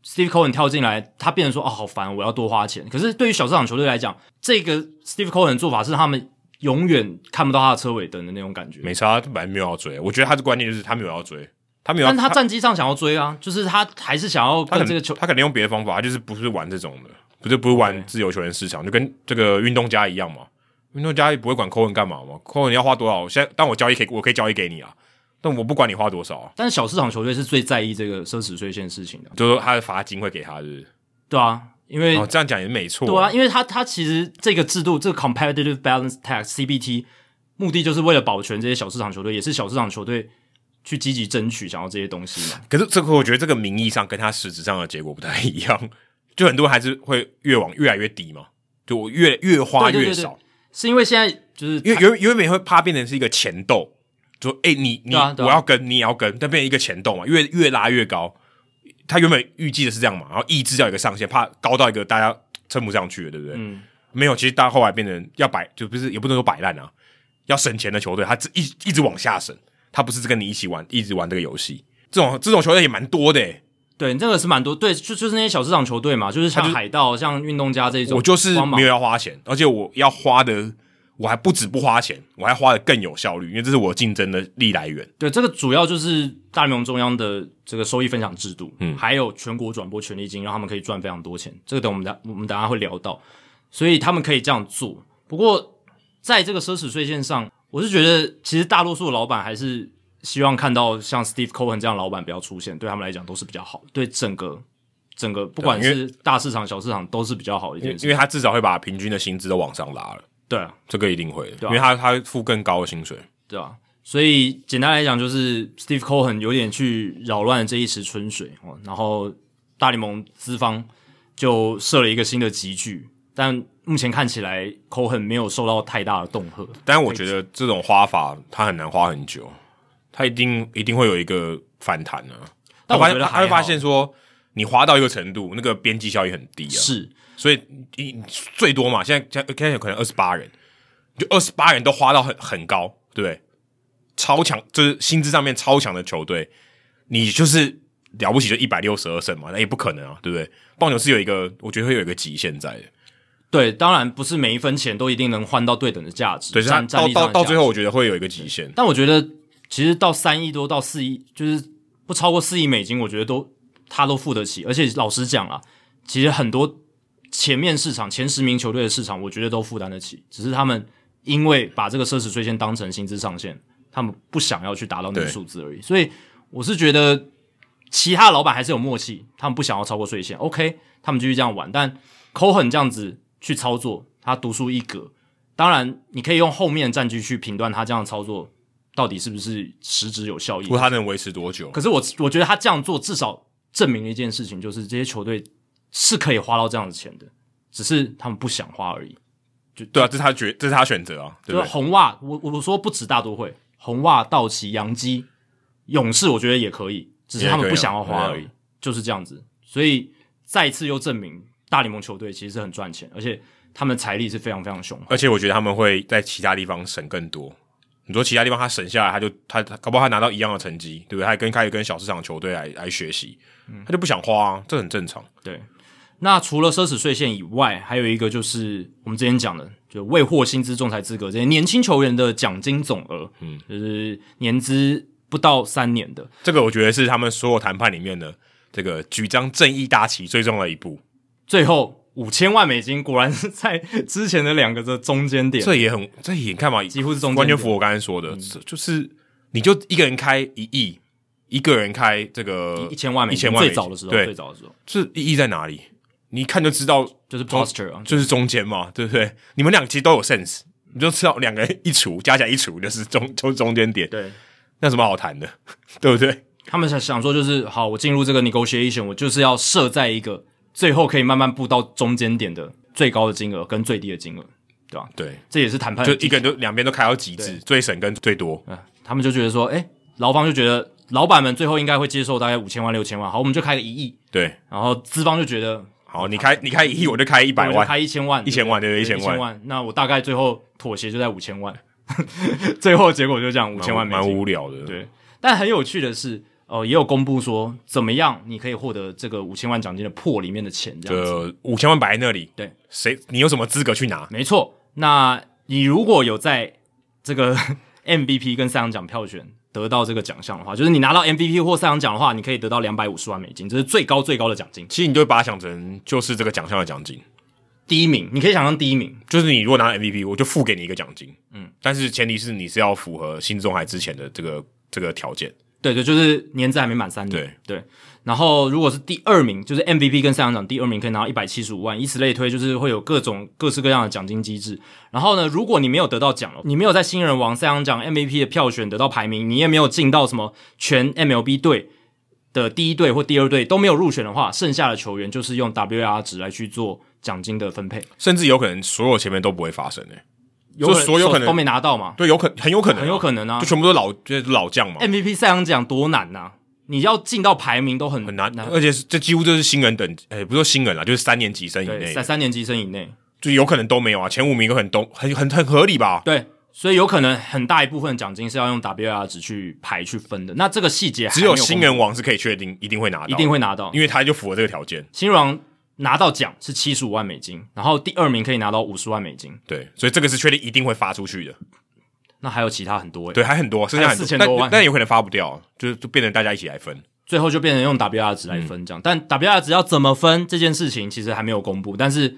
Steve Cohen 跳进来，他变成说哦好烦，我要多花钱。可是对于小市场球队来讲，这个 Steve Cohen 的做法是他们永远看不到他的车尾灯的那种感觉。没差，他本来没有要追。我觉得他的观念就是他没有要追，他没有要，但他战绩上想要追啊，就是他还是想要他跟可能这个球他可能用别的方法，他就是不是玩这种的，不是不是玩自由球员市场，就跟这个运动家一样嘛。运动家也不会管扣文干嘛嘛，扣文要花多少，现在当我交易可以，我可以交易给你啊，但我不管你花多少啊，但是小市场球队是最在意这个奢侈税线事情的，就是说他的罚金会给他，是不是？对啊，因为、哦，这样讲也没错，对啊，因为他他其实这个制度，这个 competitive balance tax CBT，目的就是为了保全这些小市场球队，也是小市场球队去积极争取想要这些东西嘛。可是这个我觉得这个名义上跟他实质上的结果不太一样，就很多人还是会越往越来越低嘛，就我越越花对对越对对少，是因为现在就是因为原原本会怕变成是一个钱斗，就哎、你你、对啊对啊我要跟你也要跟，但变成一个钱斗嘛，越越拉越高。他原本预计的是这样嘛，然后抑制掉一个上限，怕高到一个大家撑不上去了，对不对？嗯，没有，其实到后来变成要摆，就不是也不能说摆烂啊，要省钱的球队，他只一一直往下省，他不是跟你一起玩，一直玩这个游戏。这种这种球队也蛮多的、欸，对这个是蛮多，对，就就是那些小市场球队嘛，就是他像就海盗、像运动家这种，我就是光芒没有要花钱，而且我要花的，我还不止不花钱，我还花的更有效率，因为这是我竞争的力来源。对，这个主要就是大联盟中央的这个收益分享制度，嗯还有全国转播权利金，让他们可以赚非常多钱。这个等我们等我们等一下会聊到，所以他们可以这样做。不过在这个奢侈税线上，我是觉得其实大多数的老板还是希望看到像 Steve Cohen 这样的老板不要出现，对他们来讲都是比较好，对整个整个不管对因是大市场小市场都是比较好的一因为件因事。为他至少会把平均的薪资都往上拉了，对啊，这个一定会的，对啊因为他他会付更高的薪水。对啊，所以简单来讲，就是 Steve Cohen 有点去扰乱了这一池春水哦，然后大联盟资方就设了一个新的集聚，但目前看起来 Cohen 没有受到太大的恫吓。但我觉得这种花法他很难花很久，他一定一定会有一个反弹啊。但他我发觉得他会还好发现说，你花到一个程度，那个边际效益很低啊。是，所以你你最多嘛，现在现在现在有可能二十八人，就二十八人都花到很很高，对不对？超强，就是薪资上面超强的球队，你就是了不起就一百六十二胜嘛，那也不可能啊，对不对？棒球是有一个，我觉得会有一个极限在的。对，当然不是每一分钱都一定能换到对等的价值，对，所以它战战到力上到的到价最值后，我觉得会有一个极限。但我觉得其实到三亿多到四亿，就是不超过四亿美金，我觉得都他都付得起。而且老实讲啦，其实很多前面市场前十名球队的市场，我觉得都负担得起，只是他们因为把这个奢侈税先当成薪资上限，他们不想要去达到那个对数字而已。所以我是觉得其他老板还是有默契，他们不想要超过税线，OK，他们继续这样玩。但 Cohen 这样子去操作，他独树一格。当然，你可以用后面的战绩去评断他这样的操作到底是不是实质有效益不。过他能维持多久？可是我我觉得他这样做至少证明了一件事情，就是这些球队是可以花到这样的钱的，只是他们不想花而已。对啊，这是他决，这是他选择啊，对就不是对？红袜，我我说不止大都会，红袜、道奇、洋基、勇士，我觉得也可以，只是他也可们以啊不想要花而对已，就是这样子。所以再次又证明大联盟球队其实是很赚钱，而且他们的财力是非常非常雄厚。而且我觉得他们会在其他地方省更多。你说其他地方他省下来，他就他他搞不好他拿到一样的成绩，对不对？他跟开始跟小市场球队来来学习，嗯他就不想花、啊，这很正常。对，那除了奢侈税线以外，还有一个就是我们之前讲的，就未获薪资仲裁资格这些年轻球员的奖金总额，嗯，就是年资不到三年的，这个我觉得是他们所有谈判里面的这个举张正义大旗最重要的一步，最后五千万美金，果然是在之前的两个的中间点，这也很这也你看嘛，几乎是中间点嗯完全符合我刚才说的，这就是你就一个人开一亿，一个人开这个一千万美一金，千万美最早的时候，最对，早的时候这意义在哪里？你一看就知道就是 posture 啊，就是中间嘛，对不对？你们俩其实都有 sense，你就知道两个人一除加起来一除就是中就是中间点，对那有什么好谈的， [laughs] 对不对？他们想想说就是好，我进入这个 negotiation，我就是要设在一个最后可以慢慢步到中间点的最高的金额跟最低的金额，对吧？对，这也是谈判就的一个人就两边都开到极致，最省跟最多，嗯，他们就觉得说，哎、劳方就觉得老板们最后应该会接受大概五千万六千万，好，我们就开个一亿，对。然后资方就觉得好，你开你开一亿，我就开一我百们就万，开一千万，一千万对不对？一一千万，那我大概最后妥协就在五千万， [laughs] 最后结果就这样五千万美蛮金，无聊的。，对，但很有趣的是。哦，也有公布说怎么样你可以获得这个五千万奖金的破里面的钱，这样子。这呃五千万摆在那里，对，谁你有什么资格去拿？没错，那你如果有在这个 [laughs] MVP 跟赛扬奖票选得到这个奖项的话，就是你拿到 MVP 或赛扬奖的话，你可以得到两百五十万美金，这是最高最高的奖金。其实你就把它想成就是这个奖项的奖金，第一名，你可以想象第一名，就是你如果拿到 MVP，我就付给你一个奖金。嗯，但是前提是你是要符合新中海之前的这个这个条件。对对，就是年资还没满三年，对然后如果是第二名，就是 MVP 跟赛扬奖第二名可以拿到一百七十五万，以此类推，就是会有各种各式各样的奖金机制。然后呢，如果你没有得到奖，你没有在新人王、赛扬奖、MVP 的票选得到排名，你也没有进到什么全 MLB 队的第一队或第二队都没有入选的话，剩下的球员就是用 WR 值来去做奖金的分配，甚至有可能所有前面都不会发生诶、有就可能所有可能都没拿到嘛，对，有可很有可能啊、很有可能啊哎就。全部都老就是老将嘛， MVP 赛扬奖多难呐、啊你要进到排名都很很难，而且是这几乎就是新人等，哎、不是说新人啦，就是三年级生以对，内在，三年级生以内，就有可能都没有啊，前五名都很都很很很合理吧？对，所以有可能很大一部分奖金是要用 WR 值去排去分的。那这个细节还只没有有公布新人王是可以确定一定会拿到，一定会拿到，因为他就符合这个条件，新人王拿到奖是七十五万美金，然后第二名可以拿到五十万美金，对，所以这个是确定一定会发出去的，那还有其他很多诶、对，还很多，剩下很还有4000多万但但有可能发不掉啊，就是就变成大家一起来分，最后就变成用 WR 值来嗯分这样。但 WR 值要怎么分这件事情其实还没有公布，但是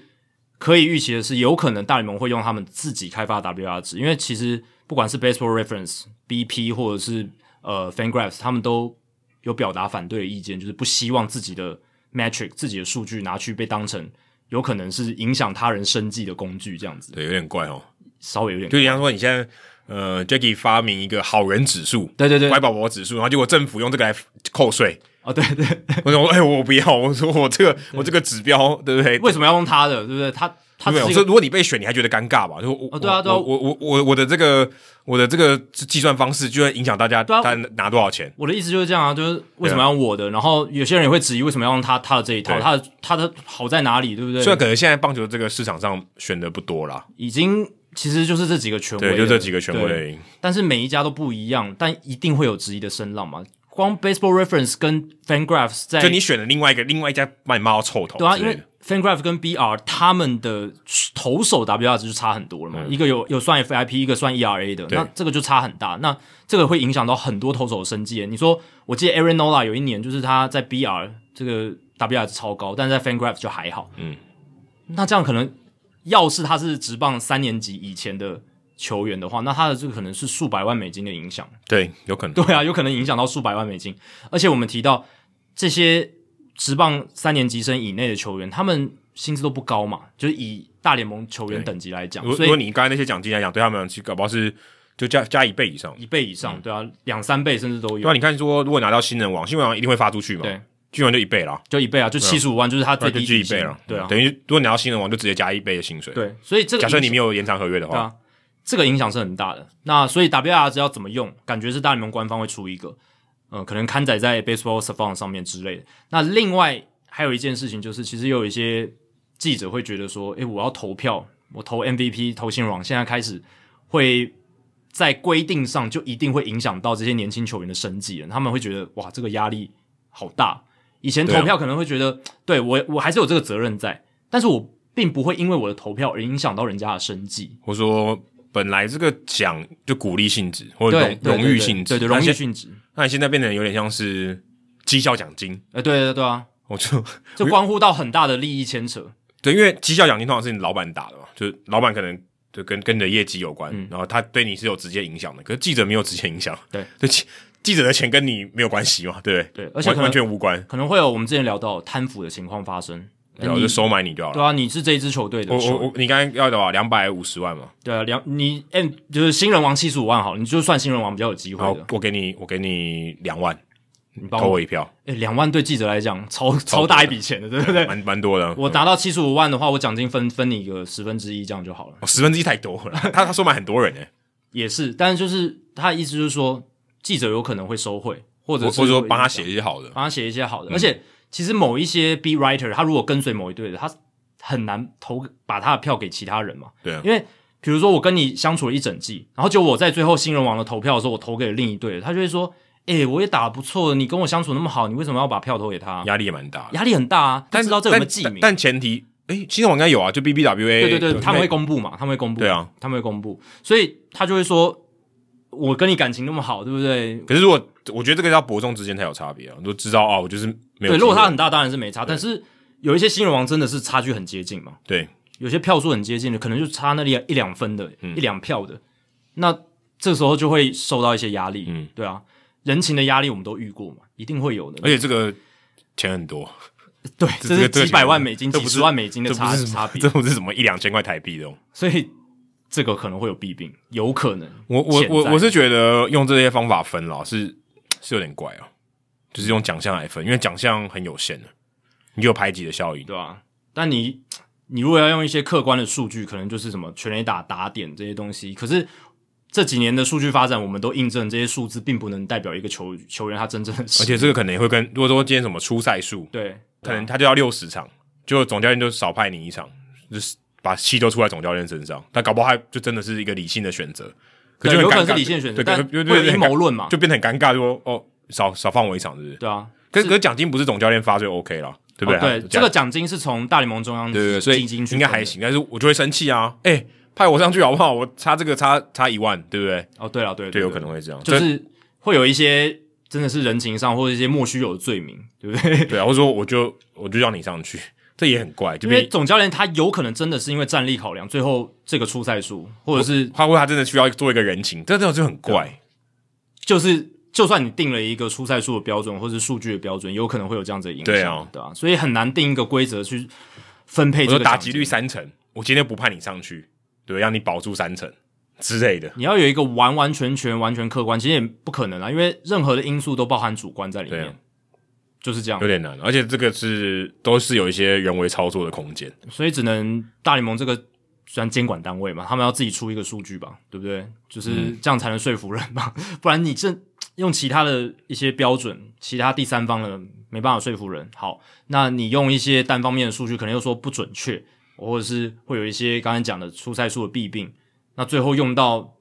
可以预期的是，有可能大联盟会用他们自己开发的 WR 值，因为其实不管是 Baseball Reference、BP 或者是呃 FanGraphs，他们都有表达反对的意见，就是不希望自己的 metric、自己的数据拿去被当成有可能是影响他人生计的工具，这样子对，有点怪哦，稍微有点就比方说你现在呃 j a c k i e 发明一个好人指数，对对对乖宝宝指数，然后结果政府用这个来扣税，哦，对对对，我说哎、我不要，我说我这个我这个指标对不对？为什么要用他的？对不对？他他没有，只所是以一个如果你被选，你还觉得尴尬吧？就我、哦对啊对啊我我我我我的这个我的这个计算方式，居然影响大家，对啊大家拿多少钱？我的意思就是这样啊，就是为什么要用我的？然后有些人也会质疑为什么要用他他的这一套，对他的他的好在哪里，对不虽对然？可能现在棒球这个市场上选的不多啦，已经其实就是这几个权威了，对，就这几个权对，威，但是每一家都不一样，但一定会有质疑的声浪嘛。光 Baseball Reference 跟 FanGraphs 在就你选了另外一个，另外一家帮你骂到臭头之对类啊，的，因为 FanGraph 跟 BR 他们的投手 WR 值就差很多了嘛，一个有有算 FIP，一个算 ERA 的，嗯对那这个就差很大。那这个会影响到很多投手的生计。你说，我记得 Aaron Nola 有一年就是他在 BR 这个 WR 值超高，但是在 FanGraph 就还好。嗯，那这样可能，要是他是职棒三年级以前的球员的话，那他的这个可能是数百万美金的影响。对，有可能， [laughs] 对啊，有可能影响到数百万美金。而且我们提到这些职棒三年级生以内的球员，他们薪资都不高嘛，就是以大联盟球员对等级来讲如，所如果以你刚才那些奖金来讲，对他们去搞不好是就加加一倍以上。一倍以上，对啊，两三倍甚至都嗯对啊，有，你看说如果拿到新人王，新人王一定会发出去嘛，对，新人王就一倍啦，就一倍啊，就七十五万，就是他那最就低是一底倍薪了，对啊，等于如果你拿到新人王就直接加一倍的薪水。，对，所以这个假设影你响没有延长合约的对话，啊，这个影响是很大的。那所以 WR 值要怎么用，感觉是大联盟官方会出一个，嗯、可能刊载在 Baseball Savant 上面之类的。那另外还有一件事情就是，其实有一些记者会觉得说，诶、我要投票，我投 MVP、投新人王，现在开始会。在规定上就一定会影响到这些年轻球员的生计了，他们会觉得哇，这个压力好大。以前对啊投票可能会觉得，对,、我我还是有这个责任在，但是我并不会因为我的投票而影响到人家的生计。或者说本来这个奖就鼓励性质或者对荣荣誉性质，对对荣那誉现性质，那你现在变得有点像是绩效奖金，呃，对对对啊，我就这关乎到很大的利益牵扯，对，因为绩效奖金通常是你老板打的嘛，就是老板可能就跟跟你的业绩有关，然后他对你是有直接影响的。可是记者没有直接影响，嗯对，对，记记者的钱跟你没有关系嘛，对不对？对而且可完能完全无关，可能会有我们之前聊到贪腐的情况发生。然哎后你就收买你就好对了。啊，你是这一支球队的我我球，我，你刚刚要多少？两百五十万嘛，对啊，两你哎，就是新人王七十五万好，你就算新人王比较有机然会后的，我给你我给你两万，你帮投我我一票，哎两万对记者来讲超超大一笔钱的，对不对？蛮蛮多的。啊我拿到七十五万的话，我奖金分分你个十分之一，这样就好了。哦十分之一太多了， [laughs] 他他收买很多人欸呢，也是，但是就是他的意思就是说，记者有可能会收贿，或者或是或者说会帮他影响写一些好的，帮他写一些嗯好的。而且其实某一些 B writer，他如果跟随某一队的，他很难投把他的票给其他人嘛。对啊因为比如说我跟你相处了一整季，然后就我在最后新人王的投票的时候，我投给了另一队的，他就会说：“诶、我也打得不错，你跟我相处那么好，你为什么要把票投给他？”压力也蛮大的。压力很大啊，不但知道这有没有但记但名。但前提，哎，新人网应该有啊，就 B B W A，对对对，他们会公布嘛，他们会公布，对啊，他们会公布，所以他就会说：“我跟你感情那么好，对不对？可是如果我觉得这个要伯仲之间才有差别啊，你就知道啊，我就是没有机会。对，如果他很大，当然是没差。但是有一些新人王真的是差距很接近嘛，对有些票数很接近的，可能就差那里一两分的、嗯一两票的，那这时候就会受到一些压力，嗯对啊，人情的压力我们都遇过嘛，一定会有的，而且这个钱很多，对，哎这这这是个这个几百万美金、这几不是十万美金的这不差是什么差别这，不是什么一两千块台币的哦。所以这个可能会有弊病，有可能，我我潜在我我是觉得用这些方法分了是是有点怪哦，就是用奖项来分，因为奖项很有限的，你就有排挤的效应。对吧、啊但你你如果要用一些客观的数据，可能就是什么全垒打、打点这些东西，可是。这几年的数据发展，我们都印证这些数字并不能代表一个球球员他真正的实而力，且这个可能也会跟，如果说今天什么出赛数，对，啊可能他就要六十场，就总教练就少派你一场，就是把气都出在总教练身上。但搞不好他就真的是一个理性的选择，可对，就很有可能尴是尬理性选择，对但对对对会有阴谋论嘛？就变得很尴尬，说哦，少少放我一场，是不是？对啊，可是可是奖金不是总教练发就 OK 了，对不对？哦对，这个奖奖金是从大联盟中央对对对，所以基金去应该分还的。行，但是我就会生气啊！哎、派我上去好不好？我差这个差差一万，对不对？哦，对了，对就对，有对可能会这样，就这是会有一些真的是人情上或者一些莫须有的罪名，对 [laughs] 不对？对啊，或者说我就我就让你上去，这也很怪，就因变为总教练他有可能真的是因为战力考量，最后这个出赛数，或者是他会他真的需要做一个人情，这这种就很啊怪，就是就算你定了一个出赛数的标准或是数据的标准，有可能会有这样子的影响，对啊对啊，所以很难定一个规则去分配我这说个打奖击金率三成，我今天不派你上去，对，让你保住三成之类的。你要有一个完完全全、完全客观，其实也不可能啊，因为任何的因素都包含主观在里对啊面，就是这样有。点难，而且这个是都是有一些人为操作的空间。所以只能大联盟这个虽然监管单位嘛，他们要自己出一个数据吧，对不对？就是这样才能说服人嘛，不然你这用其他的一些标准，其他第三方的没办法说服人。好，那你用一些单方面的数据，可能又说不准确，或者是会有一些刚才讲的出赛数的弊病，那最后用到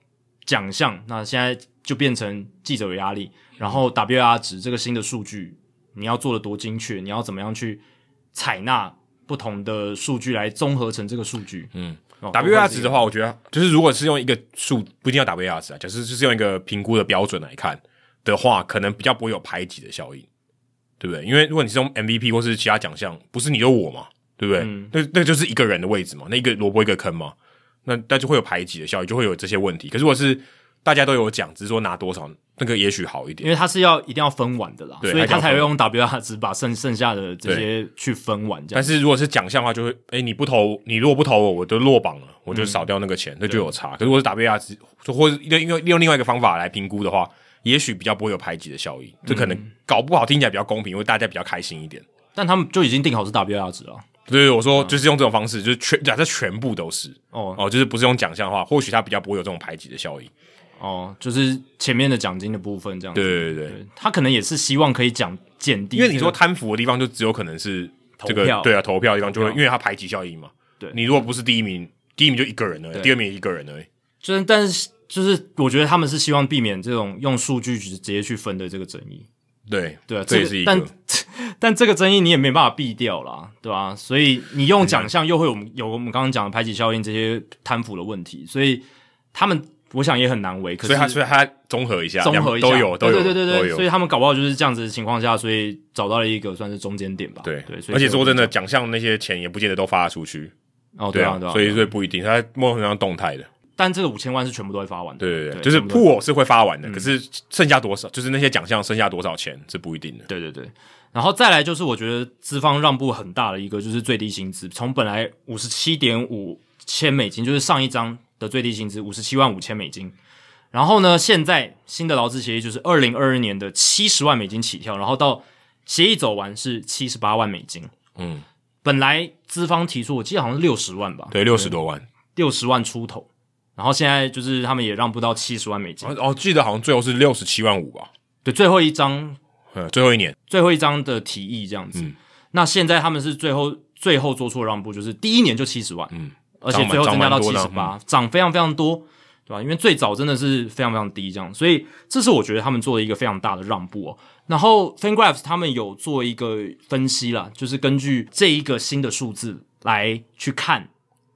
奖项，那现在就变成记者有压力，然后 WR 值这个新的数据，你要做的多精确，你要怎么样去采纳不同的数据来综合成这个数据？嗯、哦 WR 值的，话，我觉得就是如果是用一个数，不一定要 WR 值啊，假设就是用一个评估的标准来看的话，可能比较不会有排挤的效应，对不对？因为如果你是用 MVP 或是其他奖项，不是你有我嘛，对不对？那那就是一个人的位置嘛，那一个萝卜一个坑嘛，那那就会有排挤的效应，就会有这些问题。可是如果是大家都有奖，只是说拿多少，那个也许好一因点。为它是要一定要分完的啦，对所以它一定它要才分会用 WR 值把剩剩下的这些去分完，这样但。是如果是奖项的话，就会，哎，你不投，你如果不投我，我就落榜了，我就少掉那个钱，那就有差。可是如果是 WR 值，就或者用用用另外一个方法来评估的话，也许比较不会有排挤的效应，这可嗯能搞不好听起来比较公平，因为大家比较开心一点。但他们就已经定好是 WR 值了。所以我说就是用这种方式，就是全假设全部都是哦哦，就是不是用奖项的话，或许它比较不会有这种排挤的效应。哦，就是前面的奖金的部分这样子。对对对对，对他可能也是希望可以讲减低因这个，为你说贪腐的地方，就只有可能是这个投票对啊，投票的地方就会，投因为它排挤效应嘛。对你如果不是第一名，第一名就一个人而已，对第二名也一个人而已。就是，但是就是我觉得他们是希望避免这种用数据直接去分的这个争议，对对啊，这也个是一但个。 [laughs] 但这个争议你也没办法避掉啦，对吧、所以你用奖项又会有我们有我们刚刚讲的排挤效应这些贪腐的问题，所以他们我想也很难为，可所是以它所以它综合一下，综合啊两一下都有都对有对对对都对，所以有。他们搞不好就是这样子的情况下，所以找到了一个算是中间点吧，对对，所以而且说真的，的，奖项那些钱也不见得都发得出去，哦对对啊对啊，所以对啊所以不一定，它某种程度上动态的，但这个五千万是全部都会发完的，嗯对对对，对就是差不多破我是会发完的，可是剩下多少，就是那些奖项剩下多少钱是不一定的。对对对，然后再来就是我觉得资方让步很大的一个就是最低薪资，从本来五十七点五千美金，就是上一章的最低薪资五十七万五千美金，然后呢，现在新的劳资协议就是二零二二年的七十万美金起跳，然后到协议走完是七十八万美金，嗯，本来资方提出我记得好像是六十万吧，对，六十多万。六十万出头，然后现在就是他们也让步到七十万美金，哦哦，记得好像最后是六十七万五吧，对，最后一章嗯，最后一年，最后一章的提议这样子。嗯那现在他们是最后最后做出的让步，就是第一年就七十万，嗯，而且最后增加到七十涨蛮八，嗯涨非常非常多，对吧？因为最早真的是非常非常低这样，所以这是我觉得他们做的一个非常大的让步哦。然后 FanGraphs 他们有做一个分析啦，就是根据这一个新的数字来去看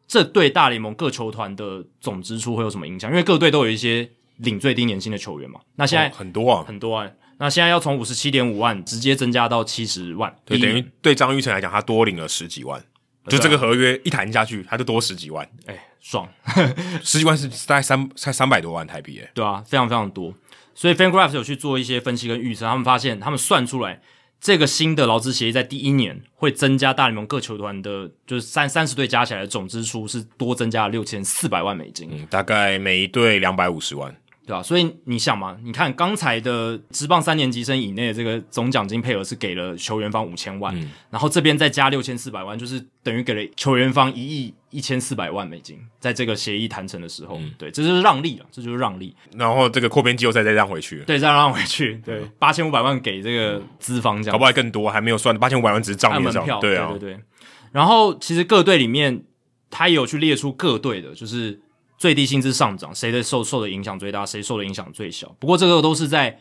这对大联盟各球团的总支出会有什么影响，因为各队都有一些领最低年薪的球员嘛。那现在哦很多啊，很多啊、那现在要从五十七点五万直接增加到七十万，就第一等于对张玉成来讲，他多领了十几万。啊就这个合约一谈下去，他就多十几万，哎、爽，十几万是大概三才三百多万台币，哎，对啊，非常非常多。所以 FanGraphs 有去做一些分析跟预测，他们发现他们算出来这个新的劳资协议在第一年会增加大联盟各球团的，就是三三十队加起来的总支出是多增加了六千四百万美金，嗯，大概每一队两百五十万，对吧、所以你想嘛，你看刚才的职棒三年级生以内的这个总奖金配额是给了球员方五千万，然后这边再加六千四百万，就是等于给了球员方一亿一千四百万美金，在这个协议谈成的时候，对，这就是让利了，这就是让利。然后这个扩编季后赛再让回去，对，再让回去，对，八千五百万给这个资方这样，嗯搞不好还更多，还没有算八千五百万只是账按面门上票，，对啊对，对然后其实各队里面，他也有去列出各队的，就是最低薪资上涨，谁的受受的影响最大，谁受的影响最小。不过这个都是在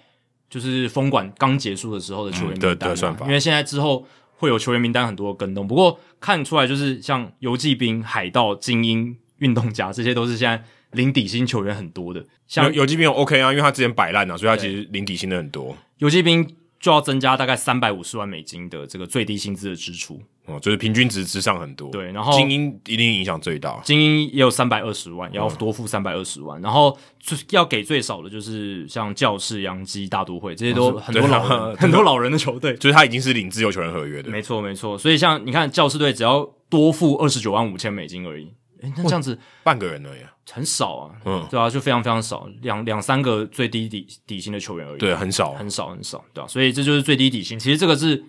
就是封管刚结束的时候的球员嗯名的单、啊的算法因为现在之后会有球员名单很多的跟动。不过看出来就是像游击兵、海盗、精英、运动家，这些都是现在领底薪球员很多的。像有有机兵 OK 啊，因为他之前摆烂啊，所以他其实领底薪的很多，游击兵就要增加大概三百五十万美金的这个最低薪资的支出，哦，就是平均值之上很多，对然后精英一定影响最大，精英也有三百二十万，也要嗯多付三百二十万，然后最要给最少的就是像教士、洋基、大都会这些都很多对老啊人、很多老人的球队，就是他已经是领自由球员合约的，没错没错。所以像你看教士队只要多付二十九万五千美金而已，诶那这样子半个人而已啊，很少啊，嗯，对啊，就非常非常少，两两三个最低底底薪的球员而已，对，很少，很少很少，对吧、啊所以这就是最低底薪。其实这个是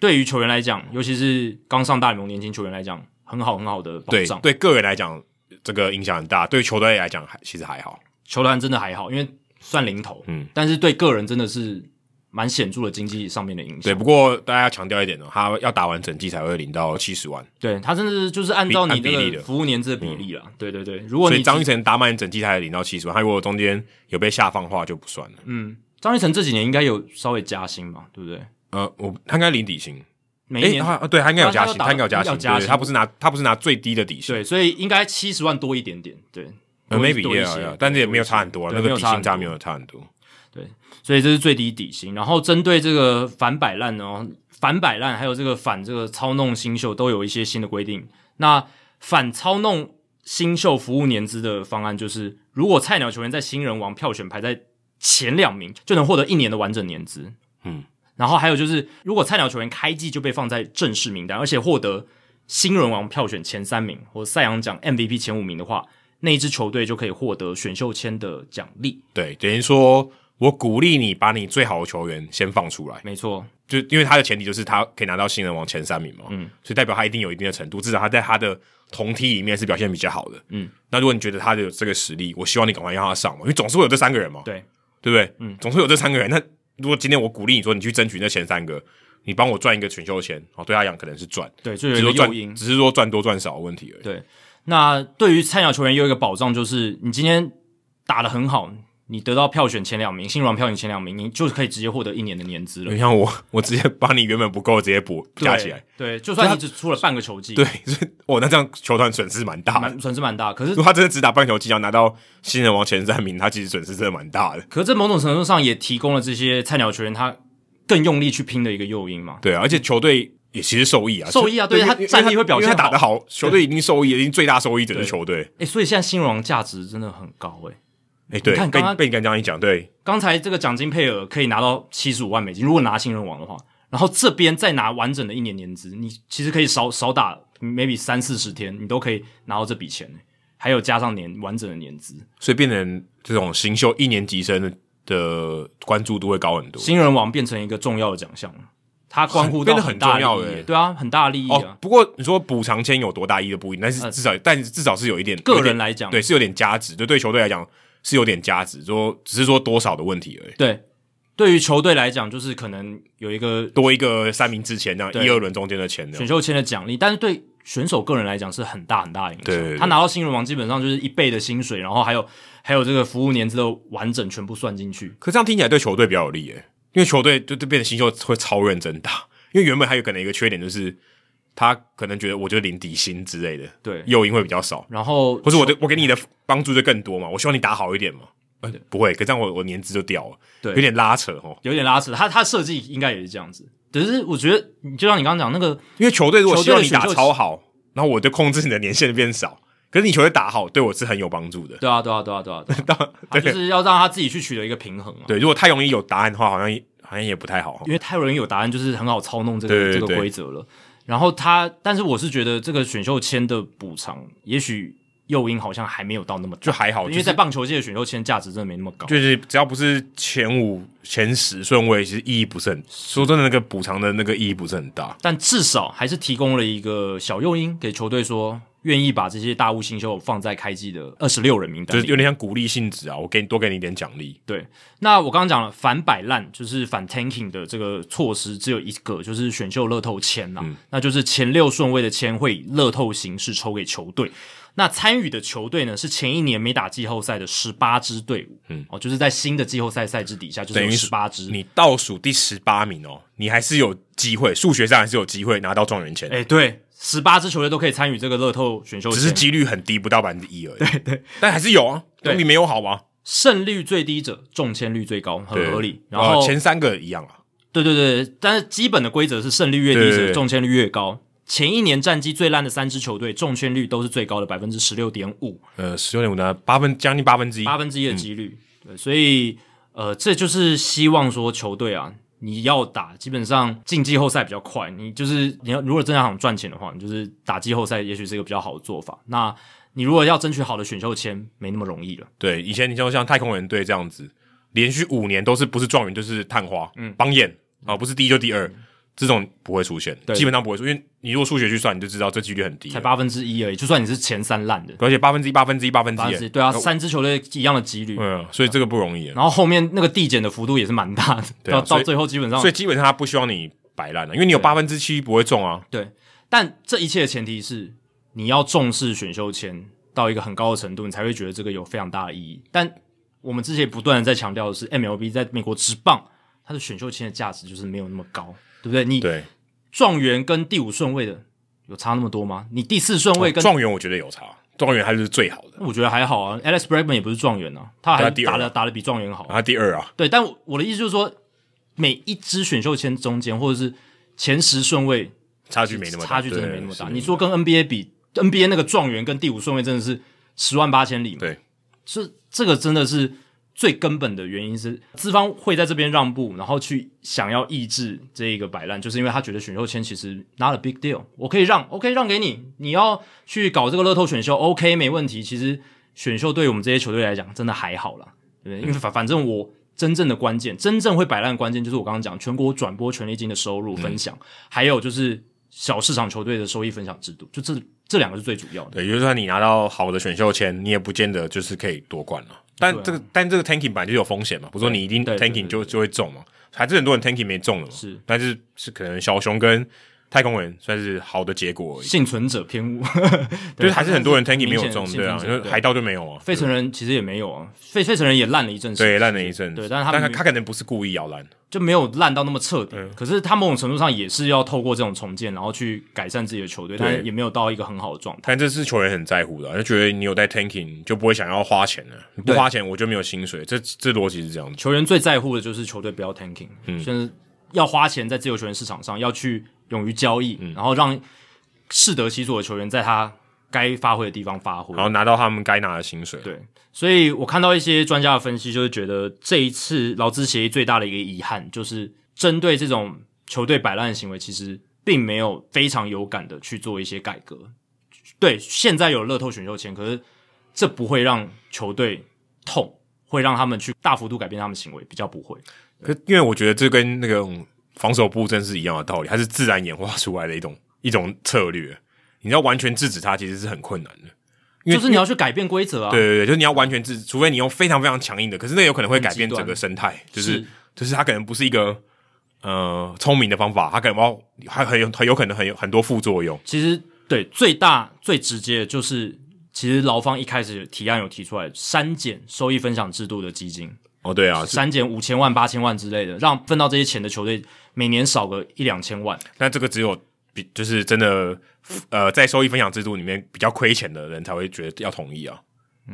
对于球员来讲，尤其是刚上大联盟年轻球员来讲，很好很好的保对障。对，个人来讲这个影响很大，对球队来讲还其实还好，球团真的还好，因为算零头，嗯嗯，但是对个人真的是蛮显著的经济上面的影响。对，不过大家要强调一点哦，他要打完整季才会领到七十万，对，它甚至就是按照你比按比这例个的嗯服务年资的比例啦。对对对，如果所以你张玉成打满整季才领到七十万。他如果中间有被下放的话就不算了。嗯，张玉成这几年应该有稍微加薪嘛，对不对？呃，我他应该领底薪，每一诶，年、啊他对他应该有加薪，他他应该有加他薪，应该有加对薪他不是拿他不是拿最低的底薪，对，所以应该七十万多一点点，对，呃多一，maybe 多一 yeah, 些 yeah，但是也没有差很多啊，对那没个有底差薪很差多没有差很多。所以这是最低底薪。然后针对这个反摆烂呢，反摆烂还有这个反这个操弄新秀都有一些新的规定。那反操弄新秀服务年资的方案就是，如果菜鸟球员在新人王票选排在前两名，就能获得一年的完整年资。嗯，然后还有就是，如果菜鸟球员开季就被放在正式名单，而且获得新人王票选前三名或赛扬奖 MVP 前五名的话，那一支球队就可以获得选秀签的奖励。对，等于说我鼓励你把你最好的球员先放出来，没错，就因为他的前提就是他可以拿到新人王前三名嘛，嗯，所以代表他一定有一定的程度，至少他在他的同梯里面是表现比较好的，嗯。那如果你觉得他有这个实力，我希望你赶快让他上嘛，因为总是会有这三个人嘛，对，对不对？嗯，总是有这三个人。那如果今天我鼓励你说你去争取那前三个，你帮我赚一个选秀钱，哦，对他讲可能是赚，对，就只有是一个说诱因赚，。只是说赚多赚少的问题而已。对，那对于菜鸟球员也有一个保障，就是你今天打的很好，你得到票选前两名，新软票选前两名，你就可以直接获得一年的年资了你。像我， [laughs] 我直接把你原本不够的直接补对加起来，，对，就算你只出了半个球季，对，，所以哦，那这样球团损失蛮大的蛮。损失蛮大。可是如果他真的只打半球季，要拿到新人王前三名，他其实损失真的蛮大的。可是这某种程度上也提供了这些菜鸟球员他更用力去拼的一个诱因嘛。对啊，而且球队也其实受益啊，嗯受益啊对因为他战力会表现因为他打得好，球队一定受益，一定最大受益者对是球队。诶，所以现在新王价值真的很高诶。哎，对你看，被刚刚被你刚刚一讲，对，刚才这个奖金配额可以拿到七十五万美金，如果拿新人王的话，然后这边再拿完整的一年年资，你其实可以少少打 maybe 三四十天，你都可以拿到这笔钱，还有加上年完整的年资，所以变成这种新秀一年级生的关注度会高很多。新人王变成一个重要的奖项了，它关乎到变得很大利重要益欸耶，对啊，很大利益哦啊，，嗯不过你说补偿签有多大意义的不一定，但是至少，但至少是有一点个有一点人来讲对，是有点价值，对对球队来讲是有点价值，说只是说多少的问题而已。对，对于球队来讲，就是可能有一个多一个三明治钱，这样对一二轮中间的钱这选样，秀签的奖励，但是对选手个人来讲是很大很大的影响。对对对他拿到新人王基本上就是一倍的薪水，然后还有还有这个服务年资的完整全部算进去。可这样听起来对球队比较有利耶，因为球队就就变成新秀会超认真打，因为原本还有可能一个缺点就是他可能觉得我就领底薪之类的，对诱因会比较少，然后或是我的我给你的帮助就更多嘛，我希望你打好一点嘛，呃、不会，可这样我我年资就掉了，对有点拉扯哦。有点拉扯，他他设计应该也是这样子。只是我觉得，你就像你刚刚讲那个，因为球队如果希望你打球队的选秀超好，然后我就控制你的年限变少，可是你球队打好，对我是很有帮助的。对啊，对啊，对啊，对啊，对啊 [laughs] 当他就是要让他自己去取得一个平衡啊。对，如果太容易有答案的话，好像也好像也不太好哦。因为泰伦有答案，就是很好操弄这个对对这个对规则了。然后他，但是我是觉得这个选秀签的补偿，也许诱因好像还没有到那么大，就还好，因哦就为是在棒球界的选秀签价值真的没那么高。就是只要不是前五、前十顺位，其实意义不是很。说真的，那个补偿的那个意义不是很大。但至少还是提供了一个小诱因给球队说，愿意把这些大物新秀放在开季的二十六人名就单是里。有点像鼓励性质啊，我给你多给你一点奖励，对，那我刚刚讲了反摆烂，就是反 tanking 的这个措施只有一个，就是选秀乐透签嗯啦、那就是前六顺位的签会以乐透形式抽给球队。那参与的球队呢，是前一年没打季后赛的十八支队伍，嗯，哦，就是在新的季后赛赛制底下，就是等于十八支，你倒数第十八名哦，你还是有机会，数学上还是有机会拿到状元签，哎、对，十八支球队都可以参与这个乐透选秀签，只是几率很低，不到百分之一而已。对对，但还是有啊，总比没有好吗？胜率最低者中签率最高，很对合理。然呃后、前三个一样啊，对对对，但是基本的规则是胜率越低对对者对中签率越高。前一年战绩最烂的三支球队中签率都是最高的百分之十六点五，呃，十六点五呢，八分将近八分之一，八分之一的几率。嗯对，所以呃，这就是希望说球队啊，你要打基本上进季后赛比较快，你就是你要如果真的想赚钱的话，你就是打季后赛也许是一个比较好的做法。那你如果要争取好的选秀签，没那么容易了。对，以前你像像太空人队这样子，连续五年都是不是状元就是探花，嗯，榜眼啊，不是第一就第二，这种不会出现，对基本上不会出，因为你如果数学去算，你就知道这几率很低了，才八分之一而已，就算你是前三烂的，而且八分之一、八分之一、八分之八分之一，一，对啊，三支球队一啊样的几率，呃嗯，所以这个不容易。然后后面那个递减的幅度也是蛮大的，对啊到所到以最后基本上所以基本上他不希望你摆烂了，啊因为你有八分之七不会中啊。对，但这一切的前提是你要重视选秀签到一个很高的程度，你才会觉得这个有非常大的意义。但我们之前不断的在强调的是，MLB 在美国职棒它的选秀签的价值就是没有那么高，对不对？你对，状元跟第五顺位的有差那么多吗？你第四顺位跟、哦状元我觉得有差，状元他就是最好的，我觉得还好啊，Alex Bregman 也不是状元啊，他还他第二打的打的比状元好啊、然后他第二啊，对，但我我的意思就是说，每一支选秀签中间或者是前十顺位差距没那么大，差距真的对没那么大。是你说跟 NBA 比，NBA 那个状元跟第五顺位真的是十万八千里嘛？对，是这个真的是最根本的原因是资方会在这边让步，然后去想要抑制这一个摆烂，就是因为他觉得选秀签其实 not a big deal，我可以让，OK 让给你，你要去搞这个乐透选秀，OK 没问题。其实选秀对我们这些球队来讲真的还好啦，对不对？因为嗯反反正我。真正的关键，真正会摆烂的关键就是我刚刚讲全国转播权利金的收入嗯分享，还有就是小市场球队的收益分享制度，就这这两个是最主要的。对，也就是说你拿到好的选秀签，你也不见得就是可以夺冠了。但这个、但这个 tanking 本来就有风险嘛，不是说你一定啊对对 tanking 对就就会中嘛，还是很多人 tanking 没中了嘛。是，但是是可能小熊跟太空人算是好的结果而已，幸存者偏误， [laughs] 啊就是还是很多人 tanking 没明有显中，幸对啊，存因者为海盗就没有啊。费城人其实也没有啊，费费城人也烂了一阵子，对，烂了一阵，对但是他们但他可能不是故意要烂，就没有烂到那么彻底。嗯可是他某种程度上也是要透过这种重建，然后去改善自己的球队，但是也没有到一个很好的状态。但这是球员很在乎的啊、就觉得你有在 tanking 就不会想要花钱了，你不对花钱我就没有薪水，这这逻辑是这样子。球员最在乎的就是球队不要 tanking，嗯，甚至要花钱在自由球员市场上，要去勇于交易，然后让适得其所的球员在他该发挥的地方发挥。然后拿到他们该拿的薪水，对，所以我看到一些专家的分析，就是觉得这一次劳资协议最大的一个遗憾，就是针对这种球队摆烂的行为，其实并没有非常有感的去做一些改革。对，现在有乐透选秀签，可是这不会让球队痛，会让他们去大幅度改变他们行为，比较不会。可因为我觉得这跟那个防守布阵是一样的道理，它是自然演化出来的一种一种策略。你要完全制止它，其实是很困难的。因为就是你要去改变规则啊，对对对，就是你要完全制止，除非你用非常非常强硬的，可是那有可能会改变很极端整个生态，就是是就是它可能不是一个呃聪明的方法，它可能要还很有很有可能很有很多副作用。其实对最大最直接的就是，其实劳方一开始提案有提出来删减收益分享制度的基金，哦，对啊，删减五千万、八千万之类的，让分到这些钱的球队每年少个一两千万。那这个只有比就是真的呃，在收益分享制度里面比较亏钱的人才会觉得要同意啊。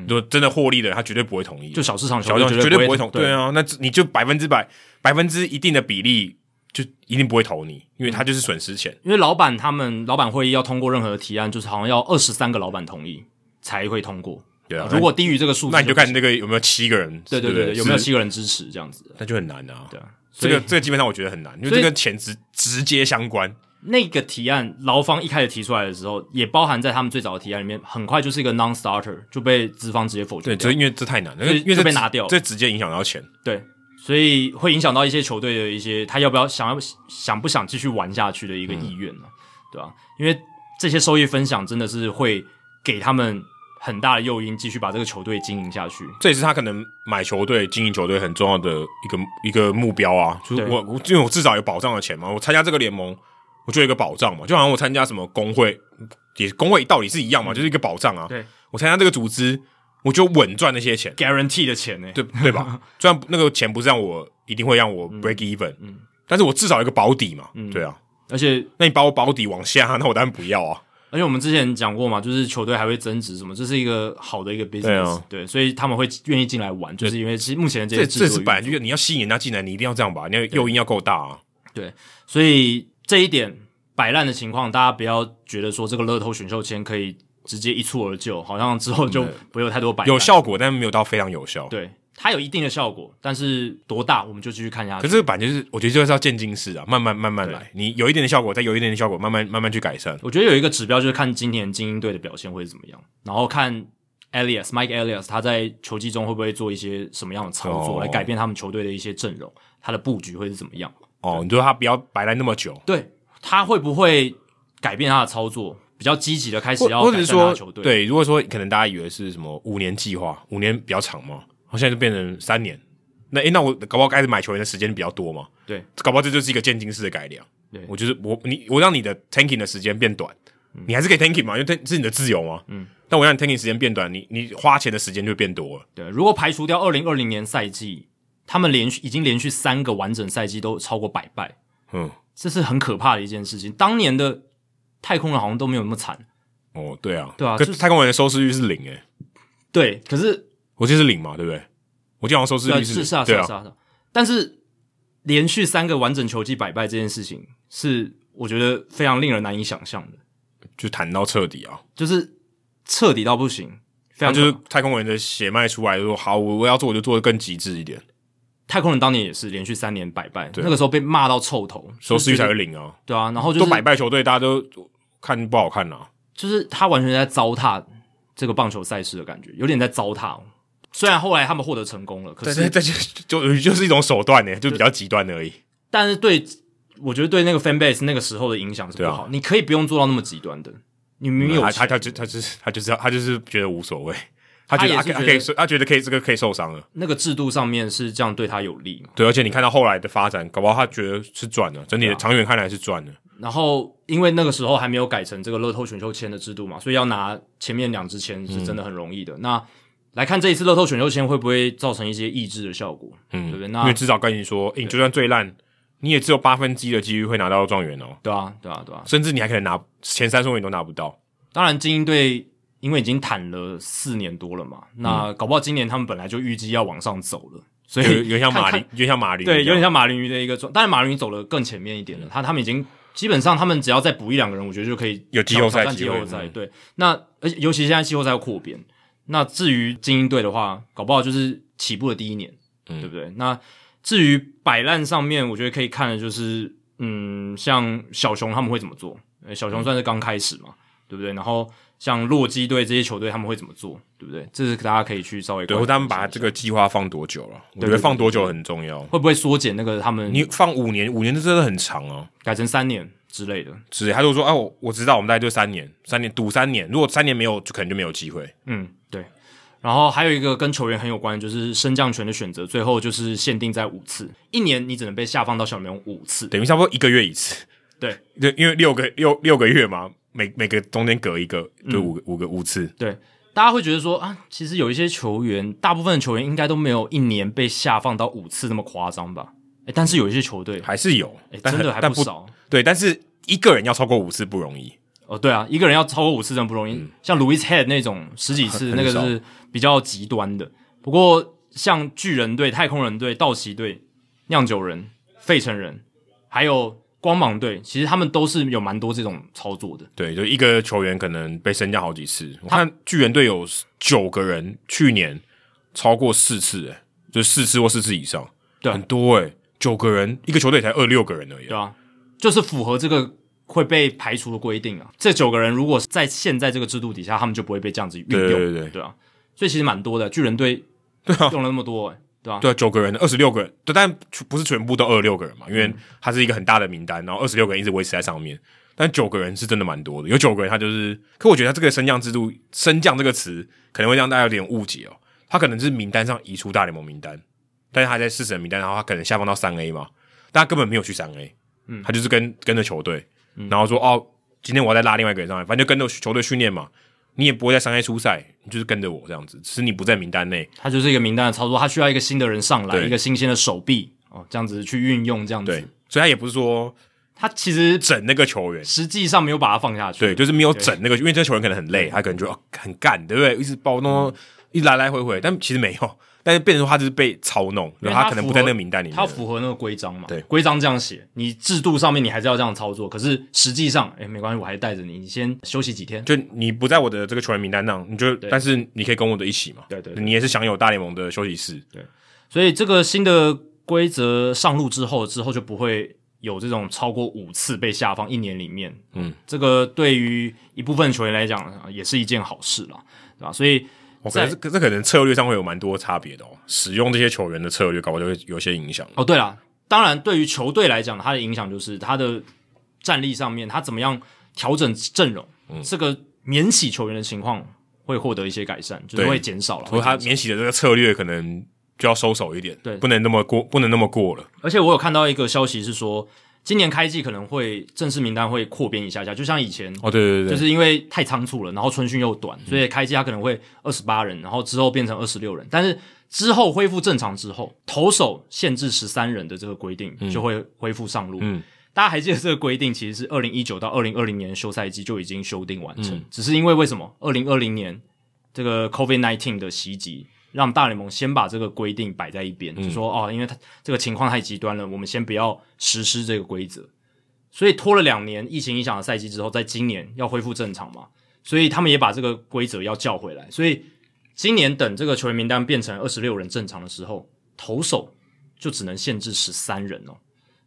如果真的获利的人，他绝对不会同意。嗯啊就小市场小球众队绝对不不会投投，对啊，那你就百分之百百分之一定的比例就一定不会投你，因为他就是损失钱。因为老板他们老板会议要通过任何提案，就是好像要二十三个老板同意才会通过。对啊，嗯如果低于这个数字，那你就看那个有没有七个人，对对对不对有没有是七个人支持这样子。那就很难啊。对啊，这所以个这个基本上我觉得很难，因为所以这跟钱直直接相关。那个提案，劳方一开始提出来的时候，也包含在他们最早的提案里面，很快就是一个 non-starter 就被资方直接否决对，掉这。因为这太难了，因所以为因为这就被直拿掉了这直接影响到钱。对，所以会影响到一些球队的一些他要不要想要想不想继续玩下去的一个意愿呢、嗯对吧、因为这些收益分享真的是会给他们很大的诱因，继续把这个球队经营下去。这也是他可能买球队、经营球队很重要的一个一个目标啊。就是对我，我因为我至少有保障的钱嘛，我参加这个联盟，我就有一个保障嘛。就好像我参加什么工会，也工会道理是一样嘛，就是一个保障啊。嗯对，我参加这个组织，我就稳赚那些钱， guarantee 的钱欸呢、 [laughs] 对对吧？虽然那个钱不是让我一定会让我 break even，嗯，但是我至少有一个保底嘛。嗯对啊，而且那你把我保底往下， [laughs] 那我当然不要啊。而且我们之前讲过嘛，就是球队还会增值什么，这是一个好的一个 business，对啊所以他们会愿意进来玩，就是因为其实目前的这这些制这度是本来就是你要吸引人家进来，你一定要这样吧，你要诱因要够大啊。所以这一点摆烂的情况，大家不要觉得说这个乐透选秀签可以直接一蹴而就，好像之后就不会有太多摆烂。有，效果，但是没有到非常有效。对，它有一定的效果，但是多大我们就继续看下去。可是这个版就是，我觉得就是要渐进式啊，慢慢慢慢来。你有一点点效果，再有一点点效果，慢慢慢慢去改善。我觉得有一个指标就是看今年精英队的表现会是怎么样，然后看 Elias Mike Elias 他在球季中会不会做一些什么样的操作，哦来改变他们球队的一些阵容，他的布局会是怎么样。哦，你说他不要白来那么久，对他会不会改变他的操作，比较积极的开始或要或改者是善他说的球队？，对，如果说可能大家以为是什么五年计划，五年比较长嘛，好现在就变成三年。那诶，那我搞不好开始买球员的时间比较多嘛？对，搞不好这就是一个渐进式的改良。对嗯我就是我你我让你的 tanking 的时间变短，你还是可以 tanking 嘛，因为 tank 是你的自由嘛。嗯，但我让你 tanking 时间变短，你你花钱的时间就变多了。对，如果排除掉二零二零年赛季，他们连续已经连续三个完整赛季都超过百败，嗯，这是很可怕的一件事情。当年的太空人好像都没有那么惨，哦，对啊，对啊可就是太空人的收视率是零欸诶、对，可是我记得是零嘛，对不对？我记得好像收视对率啊是零，啊是对啊是啊，是啊但是连续三个完整球季百败这件事情，是我觉得非常令人难以想象的，就谈到彻底啊。就是彻底到不行，非常那啊就是可太空人的血脉出来，就说好，我我要做我就做的更极致一点，太空人当年也是连续三年百败，对啊那个时候被骂到臭头，收视率才就是觉会得零啊。对啊，然后就都是百败球队，大家都看不好看啦、就是他完全在糟蹋这个棒球赛事的感觉，有点在糟蹋哦。虽然后来他们获得成功了，可但是是 [laughs] 这就就就是一种手段呢，就比较极端而已。但是对，我觉得对那个 fan base 那个时候的影响是不好。对啊嗯你可以不用做到那么极端的，你明明有他钱他他就他就是他就是他就是觉得无所谓，他觉得他也是他觉可他得可以他觉得可以这个可以受伤了。那个制度上面是这样对他有利嘛。对，而且你看到后来的发展，搞不好他觉得是赚的，整体的啊长远看来是赚的。然后因为那个时候还没有改成这个乐透选秀签的制度嘛，所以要拿前面两支签是真嗯的很容易的。那来看这一次乐透选秀签会不会造成一些抑制的效果，嗯，对不对？因那为至少跟你说，欸诶你就算最烂，你也只有八分之一的几率会拿到状元哦，对啊，对啊，对啊。甚至你还可能拿前三顺位你都拿不到。当然，精英队因为已经谈了四年多了嘛，那搞不好今年他们本来就预计要往上走了，所以嗯有有点像看马看林，有点像马林一样，对，有点像马林鱼的一个状。当然，马林鱼走了更前面一点嗯了，他他们已经基本上他们只要再补一两个人，我觉得就可以有季后赛挑战机季会后赛。嗯对，那而且尤其现在季后赛要扩编，那至于精英队的话，搞不好就是起步的第一年，嗯对不对？那至于摆烂上面，我觉得可以看的就是，嗯，像小熊他们会怎么做？呃小嗯熊算是刚开始嘛，对不对？然后像洛基队这些球队他们会怎么做，对不对？这是大家可以去稍微对，观或察他们把一下这个计划放多久了？对我觉对得对放多久很重要。会不会缩减那个他们你放五年，五年这真的很长哦、改成三年之类的？只他就说，啊，我我知道，我们大概就三年，三年赌三年，如果三年没有，就可能就没有机会。嗯，对。然后还有一个跟球员很有关，就是升降权的选择，最后就是限定在五次，一年你只能被下放到小联盟五次。等于差不多一个月一次。对 [laughs] 对，因为六个六六个月嘛，每每个中间隔一个，嗯就五个、五个五次。对，大家会觉得说啊，其实有一些球员，大部分的球员应该都没有一年被下放到五次那么夸张吧？诶但是有一些球队，还是有，诶但哎真的很还但不少。对，但是一个人要超过五次不容易。哦，对啊，一个人要超过五次真的不容易。像 Louis Head 那种十几次，嗯很那个少是比较极端的。不过像巨人队、太空人队、道奇队、酿酒人、费城人，还有光芒队，其实他们都是有蛮多这种操作的。对，就一个球员可能被升降好几次。我看巨人队有九个人去年超过四次、欸，就四次或四次以上，对很多哎、九个人，一个球队才二六个人而已对。啊，就是符合这个会被排除的规定啊。这九个人如果在现在这个制度底下，他们就不会被这样子运用，对对对对啊。所以其实蛮多的，巨人队对啊用了那么多、欸，对啊，对啊，九个人，二十六个人，对，但不是全部都二六个人嘛，因为它是一个很大的名单，然后二十六个人一直维持在上面，但九个人是真的蛮多的，有九个人他就是，可我觉得他这个升降制度，升降这个词可能会让大家有点误解哦，他可能是名单上移出大联盟名单，但是他在四十人名单，然后他可能下放到三 A 嘛，但他根本没有去三 A，嗯，他就是跟跟着球队，然后说哦，今天我要再拉另外一个人上来，反正就跟着球队训练嘛，你也不会在三 A 出赛，你就是跟着我这样子，只是你不在名单内，他就是一个名单的操作，他需要一个新的人上来，对一个新鲜的手臂哦，这样子去运用，这样对子。，所以他也不是说。他其实整那个球员，实际上没有把他放下去，对，就是没有整那个，因为这球员可能很嗯累，他可能就、哦、很干，对不对？一直包弄，一来来回回，但其实没有，但是变成说他就是被操弄，因为他可能符不合在那个名单里面他。符合那个规章嘛？对规章这样写，你制度上面你还是要这样操作，可是实际上，哎，没关系，我还带着你，你先休息几天。就你不在我的这个球员名单上，你就但是你可以跟我的一起嘛，对对对你也是享有大联盟的休息室，所以这个新的规则上路之后，之后就不会有这种超过五次被下放一年里面，嗯，这个对于一部分球员来讲呃也是一件好事啦，对吧？所以我可能这这可能策略上会有蛮多差别的哦，使用这些球员的策略，搞不好就会有些影响。哦，对啦，当然，对于球队来讲，它的影响就是他的战力上面，他怎么样调整阵容，嗯这个免洗球员的情况会获得一些改善，就是对会减少了。所以会他减少免洗的这个策略可能就要收手一点，对不能那么过，不能那么过了。而且我有看到一个消息是说，今年开季可能会正式名单会扩编一下下，就像以前哦，对对对嗯就是因为太仓促了，然后春训又短，所以开机他可能会二十八人，然后之后变成二十六人，但是之后恢复正常之后，投手限制十三人的这个规定就会恢复上路。嗯大家还记得这个规定其实是二零一九到二零二零年休赛季就已经修订完嗯成，只是因为为什么二零二零年这个 COVID nineteen 的袭击。让大联盟先把这个规定摆在一边，嗯就说哦，因为它这个情况太极端了，我们先不要实施这个规则。所以拖了两年疫情影响的赛季之后，在今年要恢复正常嘛，所以他们也把这个规则要叫回来。所以今年等这个球员名单变成二十六人正常的时候，投手就只能限制十三人哦。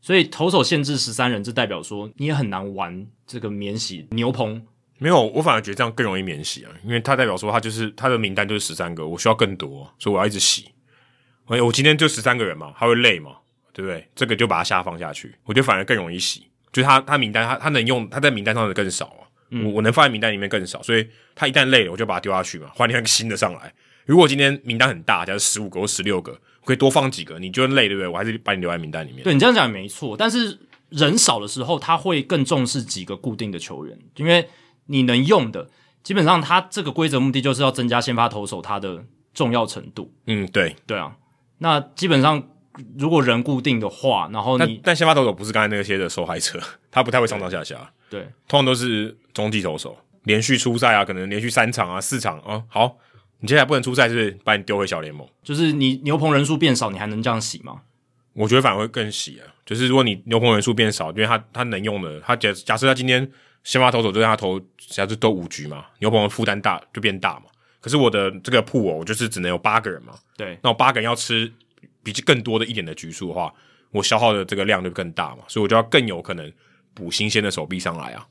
所以投手限制十三人，这代表说你也很难玩这个免洗牛棚。没有，我反而觉得这样更容易免洗啊，因为他代表说他就是他的名单就是十三个，我需要更多，所以我要一直洗。哎，我今天就十三个人嘛，他会累嘛，对不对？这个就把它下放下去，我觉得反而更容易洗，就是他他名单他他能用他在名单上的更少啊，我我能放在名单里面更少，所以他一旦累了，我就把它丢下去嘛，换另外一个新的上来。如果今天名单很大，假如十五个或十六个，我可以多放几个，你就累，对不对？我还是把你留在名单里面。对你这样讲也没错，但是人少的时候，他会更重视几个固定的球员，因为你能用的，基本上他这个规则目的就是要增加先发投手他的重要程度。嗯，对。对啊，那基本上如果人固定的话，然后但你但先发投手不是刚才那些的受害者，他不太会上上下下。对通常都是中继投手，连续出赛啊，可能连续三场啊、四场啊。好，你接下来不能出赛，是不是把你丢回小联盟？就是你牛棚人数变少，你还能这样洗吗？我觉得反而会更喜啊。就是如果你牛棚人数变少，因为他他能用的，他假假设他今天先发投手就让他投，假设都五局嘛，牛棚的负担大就变大嘛。可是我的这个铺哦，我就是只能有八个人嘛，对，那我八个人要吃比这更多的一点的局数的话，我消耗的这个量就更大嘛，所以我就要更有可能补新鲜的手臂上来啊。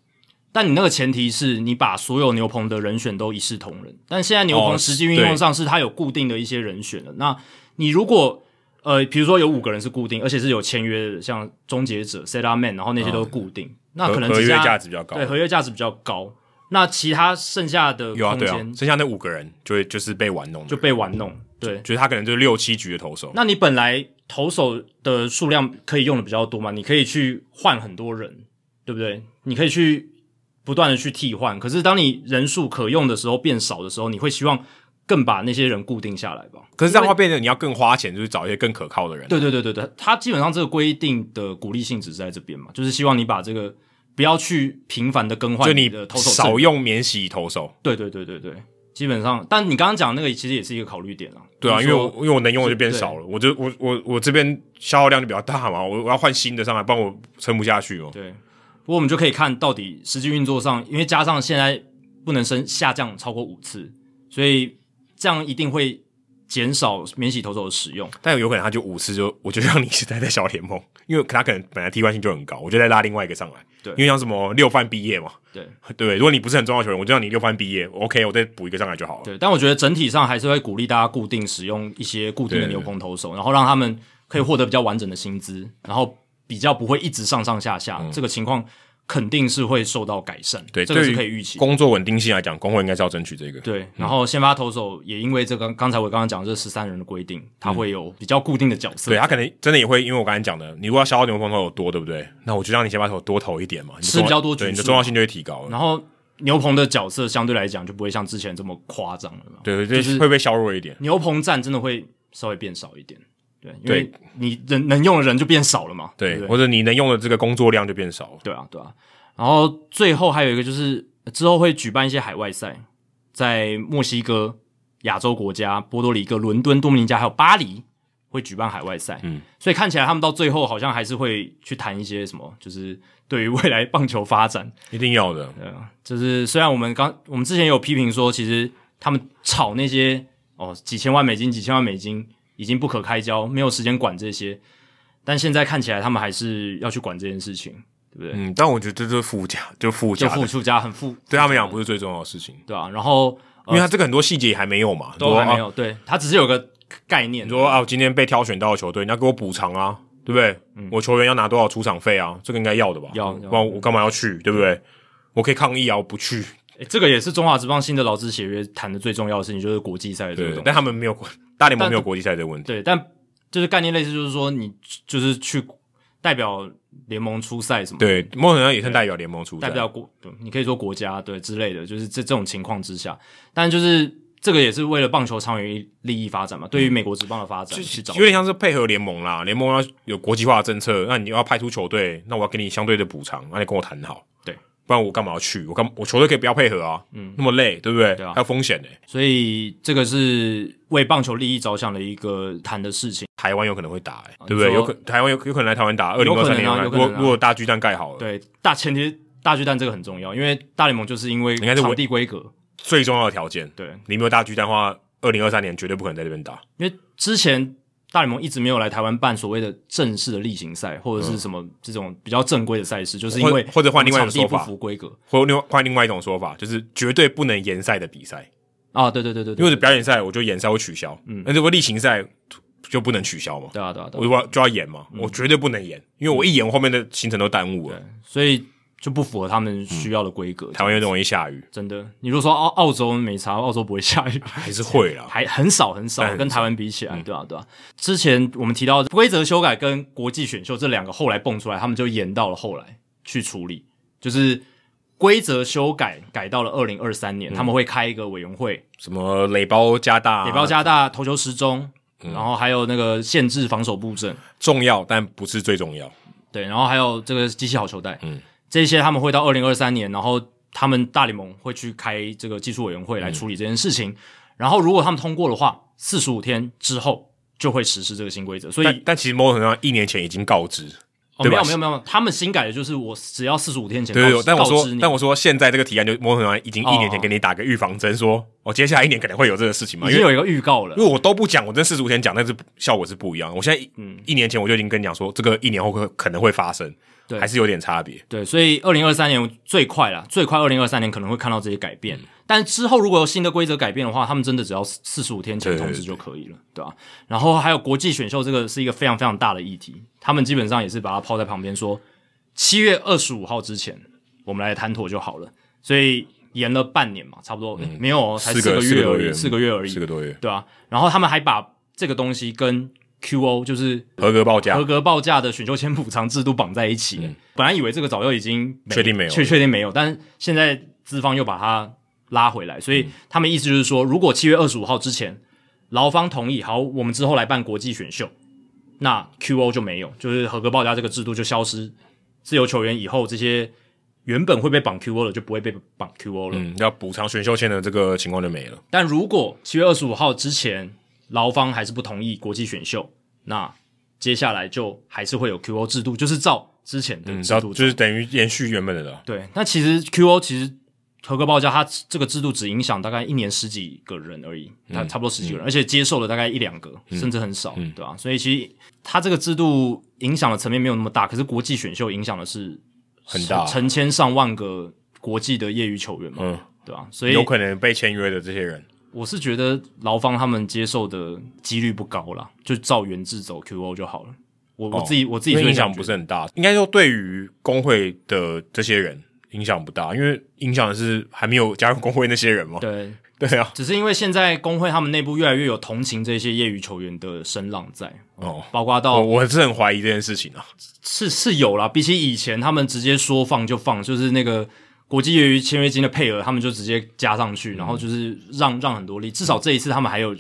但你那个前提是你把所有牛棚的人选都一视同仁，但现在牛哦棚实际运用上是它有固定的一些人选了。那你如果呃，比如说有五个人是固定，而且是有签约的，像终结者、set up man，然后那些都是固定，那合可能嗯合只约加价值比较高，啊对合约价值比较高。那其他剩下的有啊，空对间、啊，剩下那五个人就会就是被玩弄的，就就被玩弄，对，就是他可能就是六七局的投手，那你本来投手的数量可以用的比较多嘛，你可以去换很多人，对不对？你可以去不断的去替换。可是当你人数可用的时候变少的时候，你会希望更把那些人固定下来吧？可是这样的话变成你要更花钱，就是找一些更可靠的人。对对对对对，它基本上这个规定的鼓励性质是在这边嘛，就是希望你把这个不要去频繁的更换就你你的投手阵少容。用免洗投手，对对对对对，基本上，但你刚刚讲的那个其实也是一个考虑点啊。对啊，就是因为说我因为我能用的是就变少了，我就我我我这边消耗量就比较大嘛，我我要换新的上来，不然我撑不下去哦。对，不过我们就可以看到底实际运作上，因为加上现在不能升下降超过五次，所以这样一定会减少免洗投手的使用。但有可能他就五次就，我就让你是待在小联盟， [laughs] 因为他可能本来替换性就很高，我就再拉另外一个上来。对因为像什么六番毕业嘛， [laughs] 对对不对，如果你不是很重要的球员，我就让你六番毕业我，OK，我再补一个上来就好了。对，但我觉得整体上还是会鼓励大家固定使用一些固定的对牛棚投手，然后让他们可以获得比较完整的薪资，然后比较不会一直上上下下，这个情况肯定是会受到改善。嗯对，这个对是于可以预期的。工作稳定性来讲，工会应该是要争取这个。对，然后先发投手也因为这个刚才我刚刚讲这十三人的规定，嗯他会有比较固定的角色。对他可能真的也会，因为我刚才讲的，你如果要消耗牛棚投有多，对不对？那我就让你先把投多投一点嘛，你的吃重要比较多局对你的数重要嘛性就会提高了。然后牛棚的角色相对来讲就不会像之前这么夸张了嘛。，对，就就是是会被削弱一点。牛棚站真的会稍微变少一点，对，因为你人能用的人就变少了嘛。对对，不对，或者你能用的这个工作量就变少了。对啊，对啊。然后最后还有一个就是呃之后会举办一些海外赛，在墨西哥、亚洲国家、波多黎各、伦敦、多米尼加还有巴黎会举办海外赛。嗯，所以看起来他们到最后好像还是会去谈一些什么，就是对于未来棒球发展一定要的。对啊，就是虽然我们刚我们之前有批评说，其实他们炒那些哦几千万美金、几千万美金已经不可开交，没有时间管这些，但现在看起来他们还是要去管这件事情，对不对？嗯，但我觉得这是附加，就附就加付的，出加很付，对他们讲不是最重要的事情，对啊，然后因为他这个很多细节也还没有嘛，都还没啊。有，对他只是有个概念你，说啊，我今天被挑选到的球队，你要给我补偿啊，对不对？我球员要拿多少出场费啊？这个应该要的吧？嗯要要不然我干嘛要去？对不对？我可以抗议啊，我不去。诶这个也是中华职棒新的劳资协约谈的最重要的事情，就是国际赛的这个对东，西。但他们没有国大联盟但没有国际赛这个问题。对，但就是概念类似，就是说你就是去代表联盟出赛什么，，对，某种程度上也算代表联盟出赛代。表国，对你可以说国家对之类的，就是这这种情况之下，但就是这个也是为了棒球长远利益发展嘛，对于美国职棒的发展去找有点像嗯是配合联盟啦，联盟要有国际化的政策，那你要派出球队，那我要给你相对的补偿，那你跟我谈好，对，不然我干嘛要去？我干我球队可以不要配合啊，嗯，那么累，对不对？对啊还有风险呢、所以这个是为棒球利益着想的一个谈的事情。台湾有可能会打、欸，哦你对不对？说有可台湾有有可能来台湾打，二零有二可三能年啊有如可能果啊如果大巨蛋盖好了，对，大前提大巨蛋这个很重要，因为大联盟就是因为应该是场地规格，最重要的条件，对，你没有大巨蛋的话，二零二三年绝对不可能在这边打。因为之前大联盟一直没有来台湾办所谓的正式的例行赛，或者是什么这种比较正规的赛事，就是因为嗯或或者换另外一种场地说不法符规格或另外换另外一种说法，就是绝对不能延赛的比赛，啊，对对对对因对，为是表演赛，我就延赛会取消，嗯，那如果例行赛就不能取消嘛，对啊对啊对我啊，就要就要演嘛，我绝对不能演，因为我一演，我后面的行程都耽误了。所以就不符合他嗯们需要的规格。台湾又容易 [laughs] 下雨，真的，你如果说澳澳洲没差，澳洲不会下雨，还是会 [laughs] 啦。还很少很但少，哎很嗯跟台湾比起来，对啊对啊。之前我们提到规则修改跟国际选秀这两个后来蹦出来，他们就延到了后来去处理，就是规则修改改到了二零二三年，他们会开一个委员会，什么垒包加嗯大啊，嗯垒包加大投球时钟，然后还有那个限制防守布阵，重要，但不是最重要。对，然后还有这个机器好球带，嗯嗯，这些他们会到二零二三年，然后他们大联盟会去开这个技术委员嗯会来处理这件事情。然后如果他们通过的话，四十五天之后就会实施这个新规则。所以但但其实某种程度上，一年前已经告知，哦，对没吧有没有没有，他们新改的就是我只要四十五天前对对告对。知但我告说知，你但我说现在这个提案就某种程度上已经哦一年前给你打个预防针，说哦，接下来一年可能会有这个事情嘛，已因经为有一个预告了因为。我都不讲，我这四十五天讲，但是效果是不一样。我现在一一年前我就已经跟你讲说，这个一年后可可能会发生，嗯对还是有点差别。对，所以二零二三年最快啦，最快二零二三年可能会看到这些改变。但之后如果有新的规则改变的话，他们真的只要四十五天前对对通知就可以了，对吧、然后还有国际选秀这个是一个非常非常大的议题，他们基本上也是把它抛在旁边说，七月二十五号之前我们来谈妥就好了。所以延了半年嘛，差不多、诶没有哦才四四个个四个月多而月已，四个月而已四，个多月，对啊。然后他们还把这个东西跟 QO 就是合格报价嗯合，格报价的选秀签补偿制度绑在一起。本来以为这个早就已经确定没有确确定没有，但现在资方又把它拉回来，所嗯以他们意思就是说，如果七月二十五号之前劳方同意，好，我们之后来办国际选秀，那 QO 就没有，就是合格报价这个制度就消失，自由球员以后这些原本会被绑 QO 的就不会被绑 QO 了。嗯，要补偿选秀签的这个情况就没了。但如果七月二十五号之前劳方还是不同意国际选秀，那接下来就还是会有 QO 制度，就是照之前的嗯，制要度走、就是等于延续原本的了。对。那其实 QO 其实合格报价，它这个制度只影响大概一年十几个人而已，嗯它差不多十几个人，而且接受了大概一两个，甚至很少，对吧、所以其实它这个制度影响的层面没有那么大，可是国际选秀影响的是很大成千上万个国际的业余球员嘛，嗯对吧、所以有可能被签约的这些人，我是觉得劳方他们接受的几率不高啦，就照原制走 QO 就好了。我、我自己我自己哦因是为这影样响觉不得是很大。应该说，对于工会的这些人影响不大，因为影响的是还没有加入工会那些人嘛。对，对啊，只是因为现在工会他们内部越来越有同情这些业余球员的声浪在，哦，包括我到我是很怀疑这件事情啊。是是有啦，比起以前他们直接说放就放，就是那个国际业余签约金的配额，他们就直接加上去，嗯然后就是让让很多力，至少这一次他们还有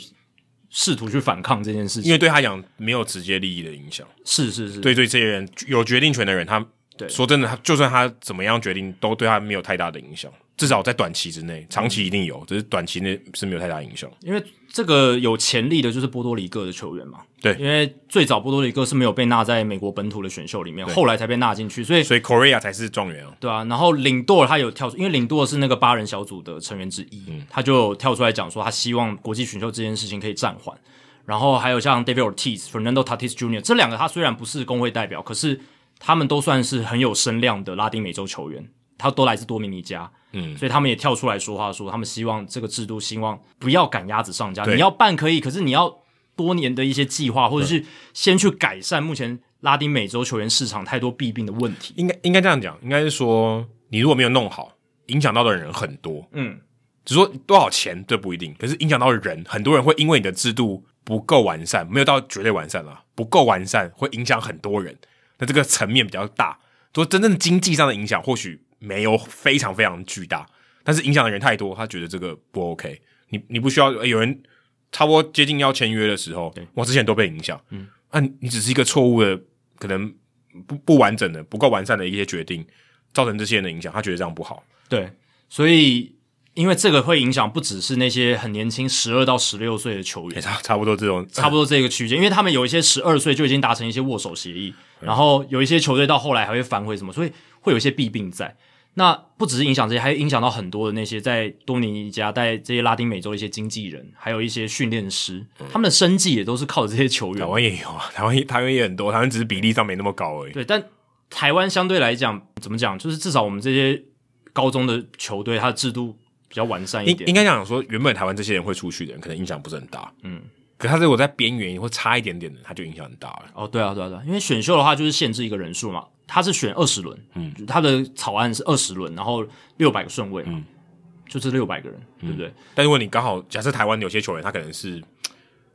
试图去反抗这件事因情。为对他讲没有直接利益的影响，是是是，对对这些人有决定权的人，他对说真的，他就算他怎么样决定，都对他没有太大的影响，至少在短期之内，长期一定有，只是短期内是没有太大影响。因为这个有潜力的就是波多黎各的球员嘛，对因为最早波多黎各是没有被纳在美国本土的选秀里面，后来才被纳进去，所以所以 Korea 才是状元啊，对啊，然后领舵他有跳出，因为领舵是那个八人小组的成员之一，嗯他就有跳出来讲说，他希望国际选秀这件事情可以暂缓。然后还有像 David Ortiz、Fernando Tatis Jr. 这两个，他虽然不是工会代表，可是他们都算是很有声量的拉丁美洲球员，他都来自多米尼加，嗯所以他们也跳出来说话说，他们希望这个制度，希望不要赶鸭子上架，对你要办可以，可是你要多年的一些计划，或者是先去改善目前拉丁美洲球员市场太多弊病的问题。应该应该这样讲，应该是说你如果没有弄好，影响到的人很多。嗯，只说多少钱这不一定，可是影响到的人，很多人会因为你的制度不够完善，没有到绝对完善啦，不够完善会影响很多人。那这个层面比较大，说真正经济上的影响或许没有非常非常巨大，但是影响的人太多，他觉得这个不 OK 你。你不需要、诶有人差不多接近要签约的时候，我之前都被影响，嗯，啊，你你只是一个错误的，可能不不完整的、不够完善的一些决定，造成这些人的影响，他觉得这样不好。对，所以因为这个会影响不只是那些很年轻十二到十六岁的球也员，差差不多这种，差不多这个区间，因为他们有一些十二岁就已经达成一些握手协议，然后有一些球队到后来还会反悔什么，所以会有一些弊病在。那不只是影响这些，还影响到很多的那些在多米尼加、在这些拉丁美洲的一些经纪人，还有一些训练师，他们的生计也都是靠着这些球员台。湾也有啊，台湾也台湾也很多，台湾只是比例上没那么高而已。对，但台湾相对来讲，怎么讲，就是至少我们这些高中的球队，它的制度比较完善一应点应。该讲说，原本台湾这些人会出去的人，可能影响不是很大。嗯，可他如果在边缘或差一点点的，他就影响很大了。哦，对啊，对啊，对啊，因为选秀的话就是限制一个人数嘛，他是选二十轮，嗯，他的草案是二十轮，然后六百个顺位，嗯，就是六百个人，对不对？但如果你刚好假设台湾有些球员，他可能是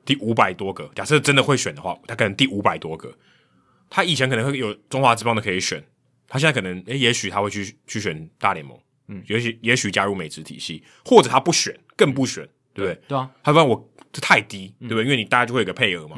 第五百多个，假设真的会选的话，他可能第五百多个，他以前可能会有中华职棒的可以选，他现在可能诶、也许他会去去选大联盟，嗯，也许也许加入美职体系，或者他不选，更不选，对不对？对啊，嗯他不然我这太低，对不对？因为你大家就会有个配额嘛，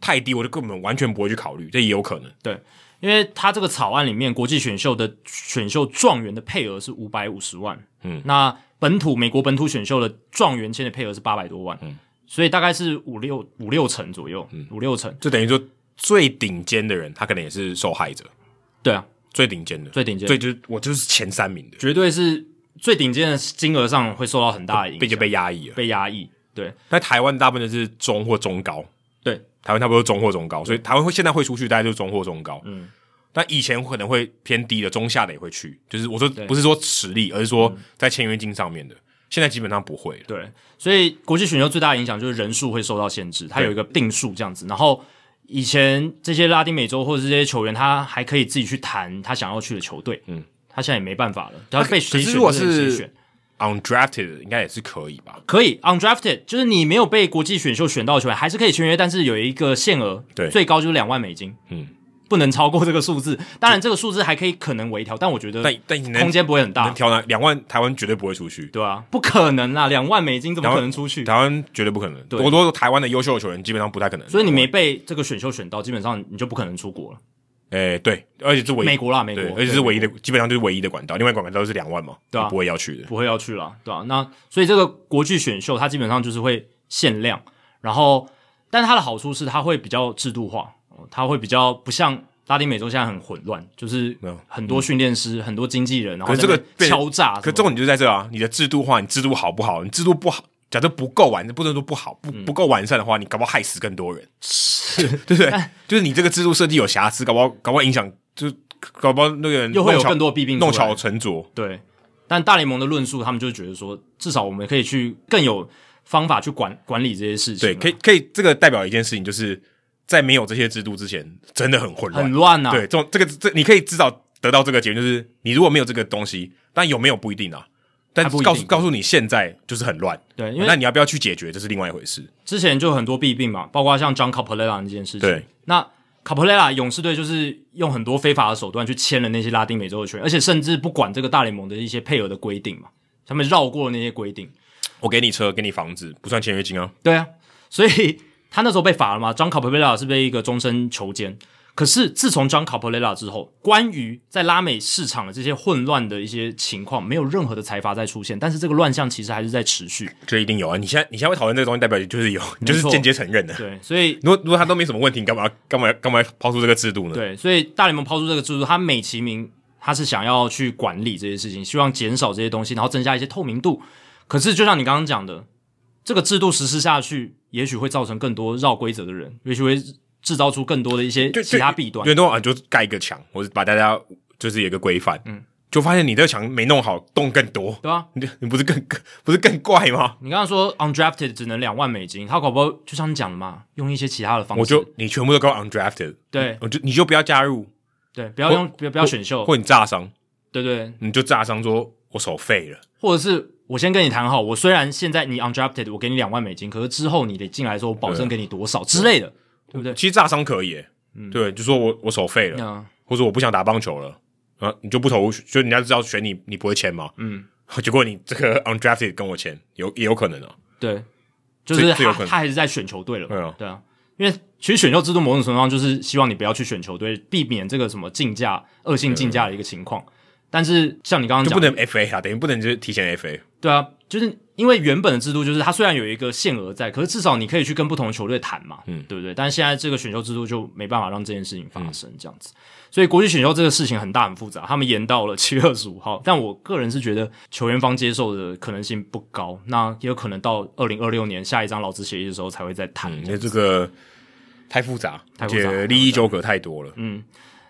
太低我就根本完全不会去考虑，这也有可能。对，因为他这个草案里面，国际选秀的选秀状元的配额是五百五十万，嗯，那本土美国本土选秀的状元签的配额是八百多万，嗯，所以大概是五六五六成左右，五六成，就等于说最顶尖的人，他可能也是受害者，对啊，最顶尖的，最顶尖最就是我就是前三名的，绝对是最顶尖的金额上会受到很大的影被就响，被压抑了。被压抑，对那台湾大部分都是中或中高，对，台湾差不多中或中高，所以台湾会现在会出去，大概就是中或中高。嗯，但以前可能会偏低的，中下的也会去，就是我说不是说实力，而是说嗯在签约金上面的，现在基本上不会了。对，所以国际选秀最大的影响就是人数会受到限制，它有一个定数这样子。然后以前这些拉丁美洲或者是这些球员，他还可以自己去谈他想要去的球队，嗯，他现在也没办法了，他被谁可选是如果就谁是选。 undrafted，的应该也是可以吧？可以 undrafted，就是你没有被国际选秀选到的球员，还是可以签约，但是有一个限额，对最高就是两万美金，嗯，不能超过这个数字。当然，这个数字还可以可能微调，但我觉得但但你能空间不会很大能，挑哪两万？台湾绝对不会出去，对啊，不可能啦，两万美金怎么可能出去？台湾绝对不可能。对我多台湾的优秀的球员基本上不太可能。所以你没被这个选秀选到，基本上你就不可能出国了。诶、哎对，而且是唯一美国啦，美国对，，而且是唯一的，基本上就是唯一的管道。另外管道是两万嘛，对啊你不会要去的。不会要去了，对吧、那所以这个国际选秀它基本上就是会限量，然后，但它的好处是它会比较制度化，哦它会比较不像拉丁美洲现在很混乱，就是没有嗯很多训练师、很多经纪人，然后可是这个在那边敲诈什么的，可重点就在这啊，你的制度化，你制度好不好？你制度不好，假设不够完，不能说不好，不嗯不够完善的话，你搞不好害死更多 [laughs] 人， [laughs] 对不对？哎就是你这个制度设计有瑕疵，搞不好搞不好影响，就是搞不好那个人又会有弄巧更多弊病出来弄巧成拙。对，但大联盟的论述，他们就觉得说，至少我们可以去更有方法去管管理这些事情对，啊，可以可以，这个代表一件事情，就是在没有这些制度之前，真的很混乱很。乱啊呐、对，这种这个这你可以至少得到这个结论，就是你如果没有这个东西，但有没有不一定啊。但还不一定告诉告诉你，现在就是很乱，对，因为那你要不要去解决，这是另外一回事。之前就有很多弊病嘛，包括像 John Capolela 那件事情。对，那 Capolela 勇士队就是用很多非法的手段去签了那些拉丁美洲的球员，而且甚至不管这个大联盟的一些配额的规定嘛，他们绕过了那些规定。我给你车，给你房子，不算签约金啊。对啊，所以他那时候被罚了嘛。John Capolela 是被一个终身囚监。可是自从 John Capolela 之后，关于在拉美市场的这些混乱的一些情况，没有任何的财阀在出现，但是这个乱象其实还是在持续。这一定有啊！你现在你现在会讨论这个东西，代表就是有，你就是间接承认的。对，所以如果如果他都没什么问题，你干嘛干嘛干嘛抛出这个制度呢？啊对，所以大联盟抛出这个制度，他美其名他是想要去管理这些事情，希望减少这些东西，然后增加一些透明度。可是就像你刚刚讲的，这个制度实施下去，也许会造成更多绕规则的人，也许会制造出更多的一些就其他弊端因。为都啊，就盖一个墙，或者把大家就是有一个规范，嗯，就发现你这个墙没弄好，洞更多，对啊，你就你不是更更不是更怪吗？你刚刚说 undrafted 只能两万美金，他搞不好就像你讲的嘛，用一些其他的方式，我就你全部都给我 undrafted，对我就你就不要加入，对，不要用不要不要选秀，或你炸伤，对对，你就炸伤说我手废了，或者是我先跟你谈好，我虽然现在你 undrafted，我给你两万美金，可是之后你得进来的时候，我保证给你多少之类的，对不对？其实炸伤可以耶、对，就说我我手废了，嗯，或者我不想打棒球了，啊，你就不投，就人家知道选你，你不会签嘛，嗯，结果你这个 undrafted 跟我签，有也有可能啊，对，就是这有他可能他还是在选球队了嘛，对啊对啊，因为其实选秀制度某种程度上就是希望你不要去选球队，避免这个什么竞价恶性竞价的一个情况。但是像你刚刚就讲不的，能 FA 啊，等于不能就是提前 FA，对啊，就是因为原本的制度就是它虽然有一个限额在，可是至少你可以去跟不同的球队谈嘛，嗯，对不对？但是现在这个选秀制度就没办法让这件事情嗯发生，这样子。所以国际选秀这个事情很大很复杂，他们延到了七月二十五号，但我个人是觉得球员方接受的可能性不高，那也有可能到二零二六年下一张劳资协议的时候才会再谈。嗯，因为这个太复杂，太而复杂且利益纠葛太多了，嗯，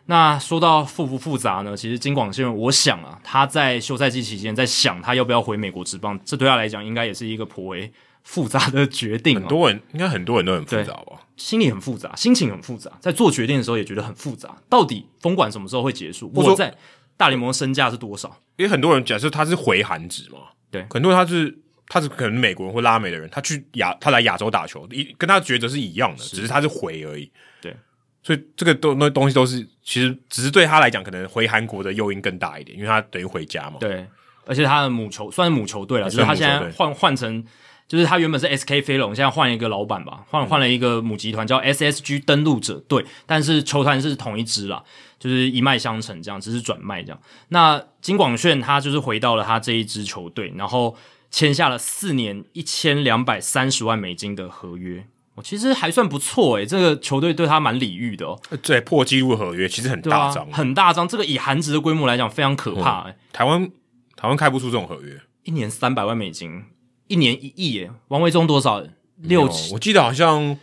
那说到复不复杂呢？其实金广宪，我想啊，他在休赛季期间在想他要不要回美国职棒，这对他来讲应该也是一个颇为复杂的决定、哦。很多人应该很多人都很复杂吧，心里很复杂，心情很复杂，在做决定的时候也觉得很复杂。到底封管什么时候会结束？者说我在大联盟身价是多少？因为很多人假设他是回韩职嘛，对很多人他是他是可能美国人或拉美的人，他去亚他来亚洲打球，一跟他的抉择是一样的，只是他是回而已。对，所以这个东那东西都是其实只是对他来讲，可能回韩国的诱因更大一点，因为他等于回家嘛。对，而且他的母球算是母球队了，就是算他母现球在队换换成，就是他原本是 SK 飞龙，现在换一个老板吧，换嗯换了一个母集团叫 SSG 登陆者队，但是球团是同一支啦，就是一脉相承这样，只是转卖这样。那金广炫他就是回到了他这一支球队，然后签下了四年一千两百三十万美金的合约。哦其实还算不错诶、这个球队对他蛮礼遇的哦，呃对，破纪录合约其实很对啊吧、大张，嗯很大张，这个以韩职的规模来讲非常可怕、欸诶台湾台湾开不出这种合约。一年三百万美金，一年一亿耶。王维忠多少？六哦我记得好像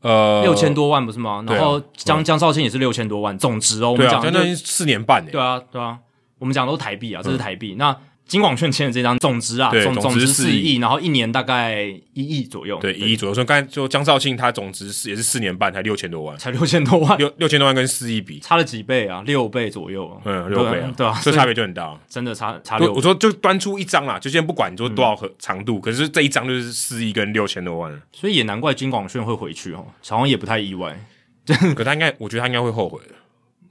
呃六千，多万不是吗？对啊然后江、江绍庆也是六千多万，总值哦。我对们啊，讲的将就、近四年半欸呢。对啊对啊，我们讲都是台币啊，这是台币。那金广券签的这张总值啊，嗯对总总值值4四亿亿，然后一年大概一亿左右，对，一亿左右。所以刚才就江少庆，他总值是也是四年半，才六千多万，才六千多万，六六千多万跟四亿比，差了几倍啊？六倍左右啊。嗯，六倍啊，对啊，这对啊差别就很大。真的差差我六我说就端出一张啦，就先不管你说多少和长度，可是这一张就是四亿跟六千多万，所以也难怪金广炫会回去哦，好像也不太意外。可他应该，我觉得他应该会后悔的。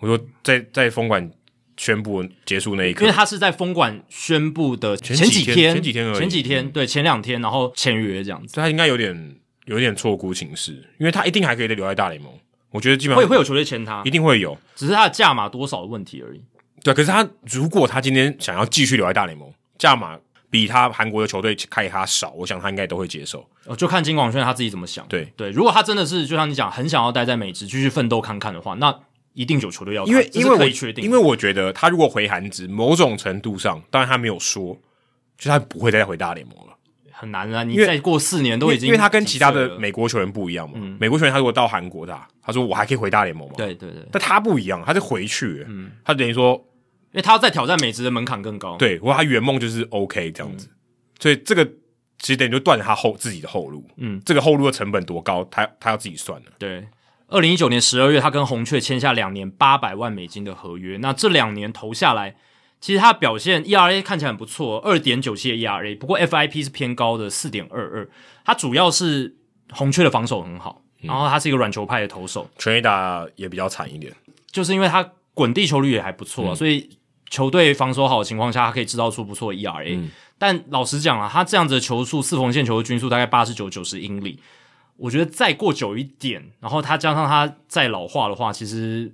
我说在在封馆宣布结束那一因刻为，他是在封馆宣布的前前几几天前几天而已前几天对，前两天然后签约这样子，所以他应该有点有点错估情势，因为他一定还可以留在大联盟。我觉得基本会上会有球队签他啊一，定会有只是他的价码多少的问题而已。对，可是他如果他今天想要继续留在大联盟，价码比他韩国的球队开他少，我想他应该都会接受。哦，就看金广炫他自己怎么想。对对，如果他真的是就像你讲，很想要待在美职继续奋斗看看的话，那一定有球队要他因为这是因为可我以确定的，因为我觉得他如果回韩职，某种程度上，当然他没有说，就他不会再回大联盟了，很难啊，你因为再过四年都已经因为他跟其他几岁的了嗯美国球员不一样嘛。美国球员他如果到韩国打，他说我还可以回大联盟嘛，，对嗯对对，但他不一样，他是回去，他等于说，因为他要再挑战美职的门槛更高。对，我他圆梦就是 OK 这样嗯子，所以这个其实等于就断了他后自己的后路，嗯，这个后路的成本多高，他他要自己算的，对，二零一九年十二月，他跟红雀签下两年八百万美金的合约。那这两年投下来，其实他的表现 ERA 看起来很不错，哦二点九七的 ERA，不过 FIP 是偏高的四点二二。他主要是红雀的防守很好，然后他是一个软球派的投手，全垒打也比较惨一点，就是因为他滚地球率也还不错、啊，所以球队防守好的情况下，他可以制造出不错的 ERA、但老实讲啊，他这样子的球速，四缝线球的均速大概八十九、九十英里，我觉得再过久一点，然后他加上他再老化的话，其实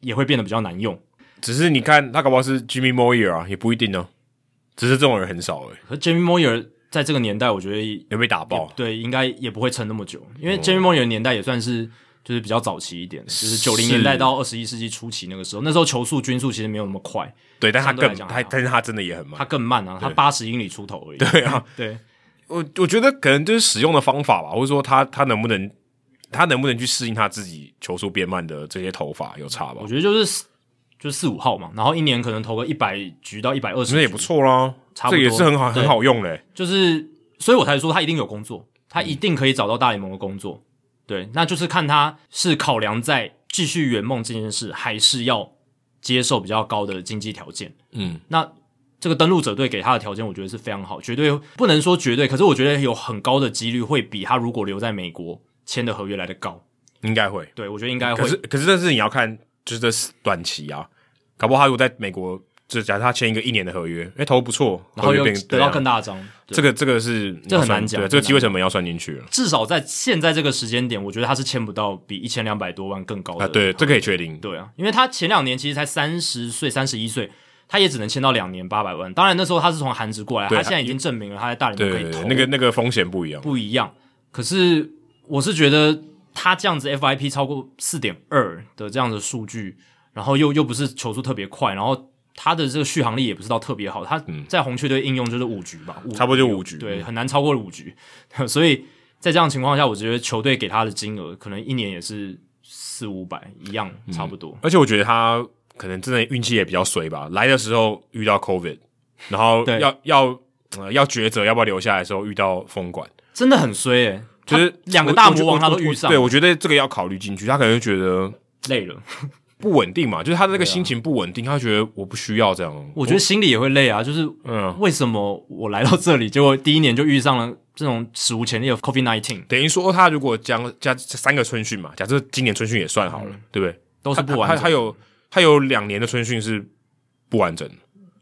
也会变得比较难用。只是你看他搞不好是 Jimmy Moyer 啊，也不一定哦，只是这种人很少而已。可是 Jamie Moyer 在这个年代，我觉得有被打爆，对应该也不会撑那么久，因为 Jamie Moyer 的年代也算是。就是比较早期一点，就是九零年代到二十一世纪初期那个时候，那时候球速均速其实没有那么快，对，但他相对更来讲他还好但是他真的也很他慢。更慢啊，他八十英里出头而已。 [laughs] 对啊，对，我我觉得可能就是使用的方法吧，或者说他他能不能他能不能去适应他自己球速变慢的这些头发有差吧我？觉得就是就四五号嘛，然后一年可能投个一百局到一百二十，那也不，错啦，差不这多也是很好对很好用嘞。就是所以我才说他一定有工作，他一定可以找到大联盟的工作。对，那就是看他是考量在继续圆梦这件事，还是要接受比较高的经济条件。嗯，那这个登陆者队给他的条件，我觉得是非常好，绝对不能说绝对，可是我觉得有很高的几率会比他如果留在美国签的合约来的高。应该会。对，我觉得应该会可是可是这是你要看，就是这是短期啊，搞不好他如果在美国，就假设他签一个一年的合约，哎、投不错，然后合约啊又变得到更大，大的张。对这个这个是这很你要算难讲对，很这个机会难成本要算进去了至少在现在这个时间点，我觉得他是签不到比一千两百多万更高的啊，对，这可以确定，对啊，因为他前两年其实才三十岁、三十一岁，他也只能签到两年八百万。当然那时候他是从韩职过来，对他现在已经证明了他在大对联盟可对以对投，，那个那个风险不一样，不一样。可是我是觉得他这样子 FIP 超过四点二的这样的数据，然后又又不是球速特别快，然后他的这个续航力也不是到特别好，他在红雀队应用就是五局吧，五嗯差不多就五嗯局，对，很难超过五局。所以在这样的情况下，我觉得球队给他的金额可能一年也是四五百一样，差不多。而且我觉得他可能真的运气也比较衰吧，来的时候遇到 COVID，然后对要要、呃、要抉择要不要留下来的时候遇到封管，真的很衰诶、就他是两个我大我觉魔王我他都我遇上对，我觉得这个要考虑进去，他可能觉得累了，不稳定嘛，就是他的那个心情不稳定，他觉得我不需要这样，我觉得心里也会累啊。就是嗯，为什么我来到这里， [laughs] 结果第一年就遇上了这种史无前例的 COVID nineteen，等于说他如果将加这三个春训嘛，假设今年春训也算好了，对不对？都是不完他整他他有他有两年的春训是不完整的，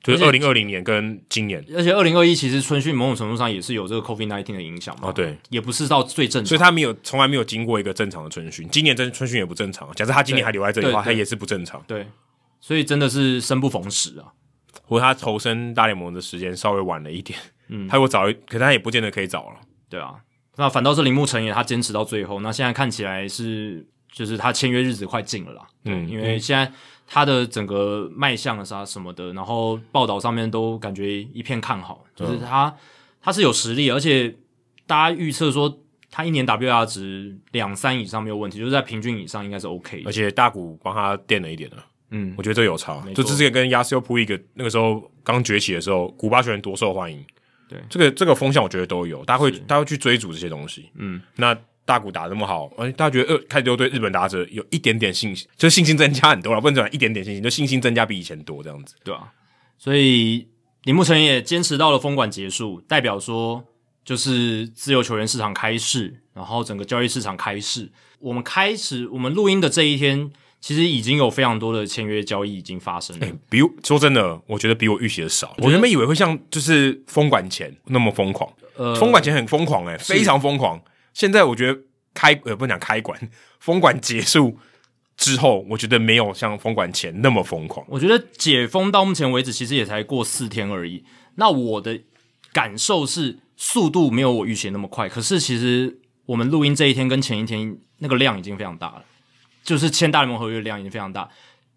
就是而二且零二零年跟今年而且二零二一其实春训某种程度上也是有这个 COVID nineteen 的影响嘛，哦，对，也不是到最正所常。以他没有从来没有经过一个正常的春训，今年真春训也不正常。假设他今年还留在这里的话，对他对也是不正常，对，所以真的是生不逢时啊。或者他投身大联盟的时间稍微晚了一点。嗯，他如果早一，可他也不见得可以早了。对啊，那反倒是铃木成也他坚持到最后，那现在看起来是就是他签约日子快近了啦，嗯，因为现在他的整个卖相啊啥什么的，然后报道上面都感觉一片看好，啊就是他、他是有实力，而且大家预测说他一年 WR 值两三以上没有问题，就是在平均以上应该是 OK 而的。且大谷帮他垫了一点了，嗯，我觉得这有差没。就错之前跟 y a s i o p u i 个那个时候刚崛起的时候，古巴球员多受欢迎，对这个这个风向我觉得都有，大家会大家会去追逐这些东西。嗯，那。大谷打得那么好，而且大家觉得呃，开始又对日本打者有一点点信心，就是信心增加很多了，不能讲一点点信心，就信心增加比以前多这样子。对啊，所以铃木成也坚持到了封管结束，代表说就是自由球员市场开市，然后整个交易市场开市。我们开始我们录音的这一天，其实已经有非常多的签约交易已经发生了。哎比我说真的，我觉得比我预期的少。我原本以为会像就是封管前那么疯狂，呃，封管前很疯狂哎、非常疯狂。现在我觉得开呃不能讲开馆，封管结束之后，我觉得没有像封管前那么疯狂。我觉得解封到目前为止，其实也才过四天而已。那我的感受是，速度没有我预期那么快。可是其实我们录音这一天跟前一天那个量已经非常大了，就是签大联盟合约的量已经非常大，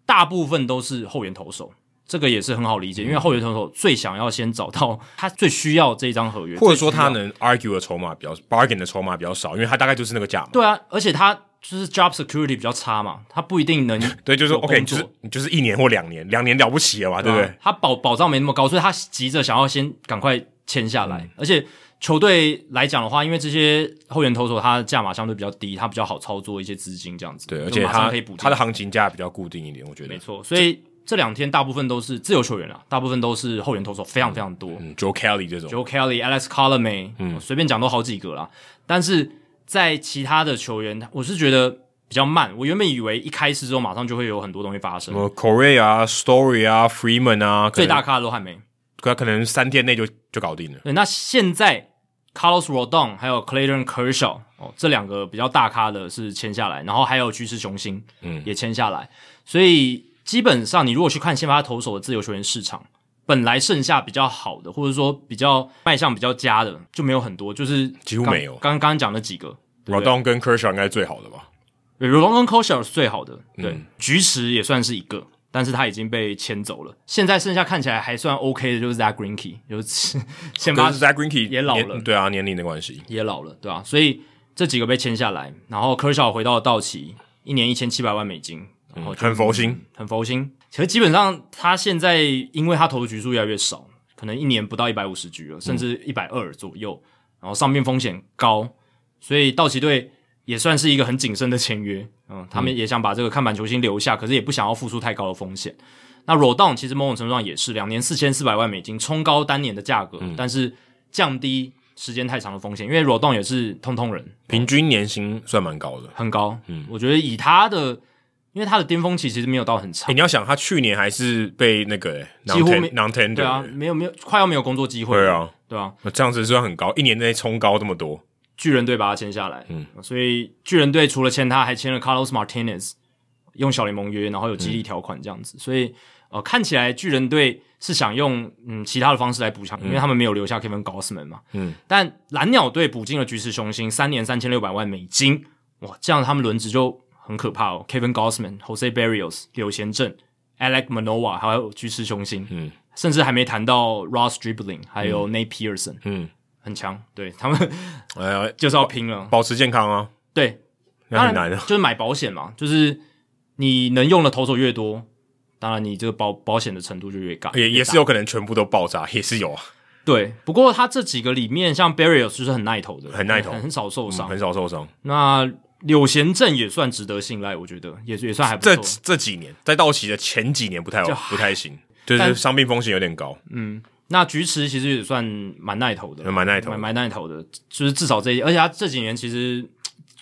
大部分都是后援投手。这个也是很好理解，嗯因为后援投手最想要先找到他最需要这一张合约，或者说他最需要能 argue 的筹码比较 bargain 的筹码比较少，因为他大概就是那个价嘛。对啊，而且他就是 job security 比较差嘛，他不一定能 [laughs] 对，就是说有工 OK，就作是你就是一年或两年，两年了不起了嘛，对不啊对？他保保障没那么高，所以他急着想要先赶快签下来。嗯而且球队来讲的话，因为这些后援投手他的价码相对比较低，他比较好操作一些资金这样子。对，就而且马上他可以补进他的行情价比较固定一点，我觉得没。错，所以这两天大部分都是自由球员啦，大部分都是后援投手非常非常多。嗯，Joe Kelly 这种 Joe Kelly、Alex Colomay，嗯，随便讲都好几个啦。但是在其他的球员，我是觉得比较慢。我原本以为一开始之后马上就会有很多东西发什生，么 Corey 啊、Story 啊、Freeman 啊，可最能大咖的都还没。可可能三天内就就搞定了。对，那现在 Carlos Rodon 还有 Clayton Kershaw 哦，这两个比较大咖的是签下来，然后还有巨石雄心，嗯也签下来。所以基本上，你如果去看先发投手的自由球员市场，本来剩下比较好的，或者说比较卖相比较佳的，就没有很多，就是几乎刚没有刚刚刚讲的几个 r o d o n 跟 Kershaw 应该是最好的吧？对 Rodon 跟 Kershaw 是最好的，对，嗯菊池也算是一个。但是他已经被签走了，现在剩下看起来还算 OK 的就是 Zach Greinke，就是 [laughs] 先发哦可是 Zach Greinke 也老了年对啊，年龄的关系。也老了，对吧、所以这几个被签下来，然后科尔小回到道奇，一年一千七百万美金，然后就嗯很佛心，很佛心。其实基本上他现在因为他投的局数越来越少，可能一年不到一百五十局了，甚至一百二左右，然后上面风险高，所以道奇队也算是一个很谨慎的签约。嗯，他们也想把这个看板球星留下，可是也不想要付出太高的风险。那 Rodon 其实某种程度上也是两年四千四百万美金，冲高单年的价格，但是降低时间太长的风险，因为 Rodon 也是通通人，平均年薪算蛮高的。很高。嗯，我觉得以他的，因为他的巅峰期其实没有到很欸长，你要想，他去年还是被那个、欸、几乎没 non tender，对啊，没有没有快要没有工作机会，对，啊，对啊，那这样子算很高，一年内冲高这么多，巨人队把他签下来，嗯，所以巨人队除了签他，还签了 Carlos Martinez，用小联盟约，然后有激励条款这样子，嗯所以呃，看起来巨人队是想用嗯其他的方式来补强，因为他们没有留下 Kevin Gossman 嘛，嗯，但蓝鸟队补进了菊池雄心，三年三千六百万美金，哇，这样他们轮值就很可怕哦，Kevin Gossman、Jose Barrios、柳贤镇、Alec Manoa，还有菊池雄心，嗯，甚至还没谈到 Ross Dribbling，还有 Nate Pearson，嗯，很强，对他们 [laughs] 呃，就是要拼了。保持健康啊，对，那很当然难啊，就是买保险嘛，就是你能用的投手越多，当然你这个保保险的程度就越高，也也大是有可能全部都爆炸，也是有啊，对。不过他这几个里面，像 Barrios 就是很耐投的，很耐投很很少受伤。嗯很少受伤。那柳贤镇也算值得信赖，我觉得也也算还不这错。这几年在道奇的前几年不太就不太行，就是但伤病风险有点高，那菊池其实也算蛮耐投的，蛮耐投嗯蛮。蛮耐投的，就是至少这一，而且他这几年其实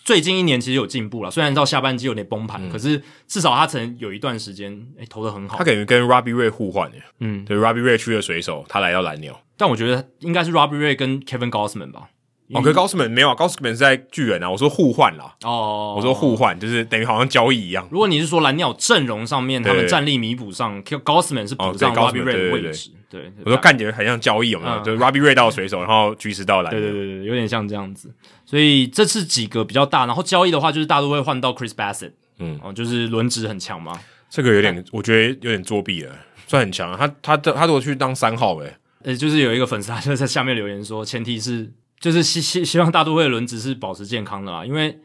最近一年其实有进步了，虽然到下半季有点崩盘，可是至少他曾有一段时间诶、投的很好嗯他。等于跟 Robbie Ray 互换欸耶，嗯对 Robbie Ray 去了水手，他来到蓝鸟。但我觉得应该是 Robbie Ray 跟 Kevin Gossman 吧。哦，可是高斯门没有啊，高斯门是在巨人啊，我说互换啦，哦，我说互换就是等于好像交易一样。如果你是说蓝鸟阵容上面他对们对战力弥补上，K- Gossman 是补哦对上 Gossman， Robbie 对 Ray 的对位对置，对，我说感觉很像交易，有没有？嗯就是 Robbie Ray 到水手，然后橘子到蓝鸟。对对对对，有点像这样子。所以这次几个比较大，然后交易的话，就是大都会换到 Chris Bassett，嗯哦，就是轮值很强嘛。这个有点，我觉得有点作弊了，算很强啊。他他他如果去当三号、欸，呃，就是有一个粉丝他就在下面留言说，前提是就是希希希望大都会的轮值是保持健康的啦，因为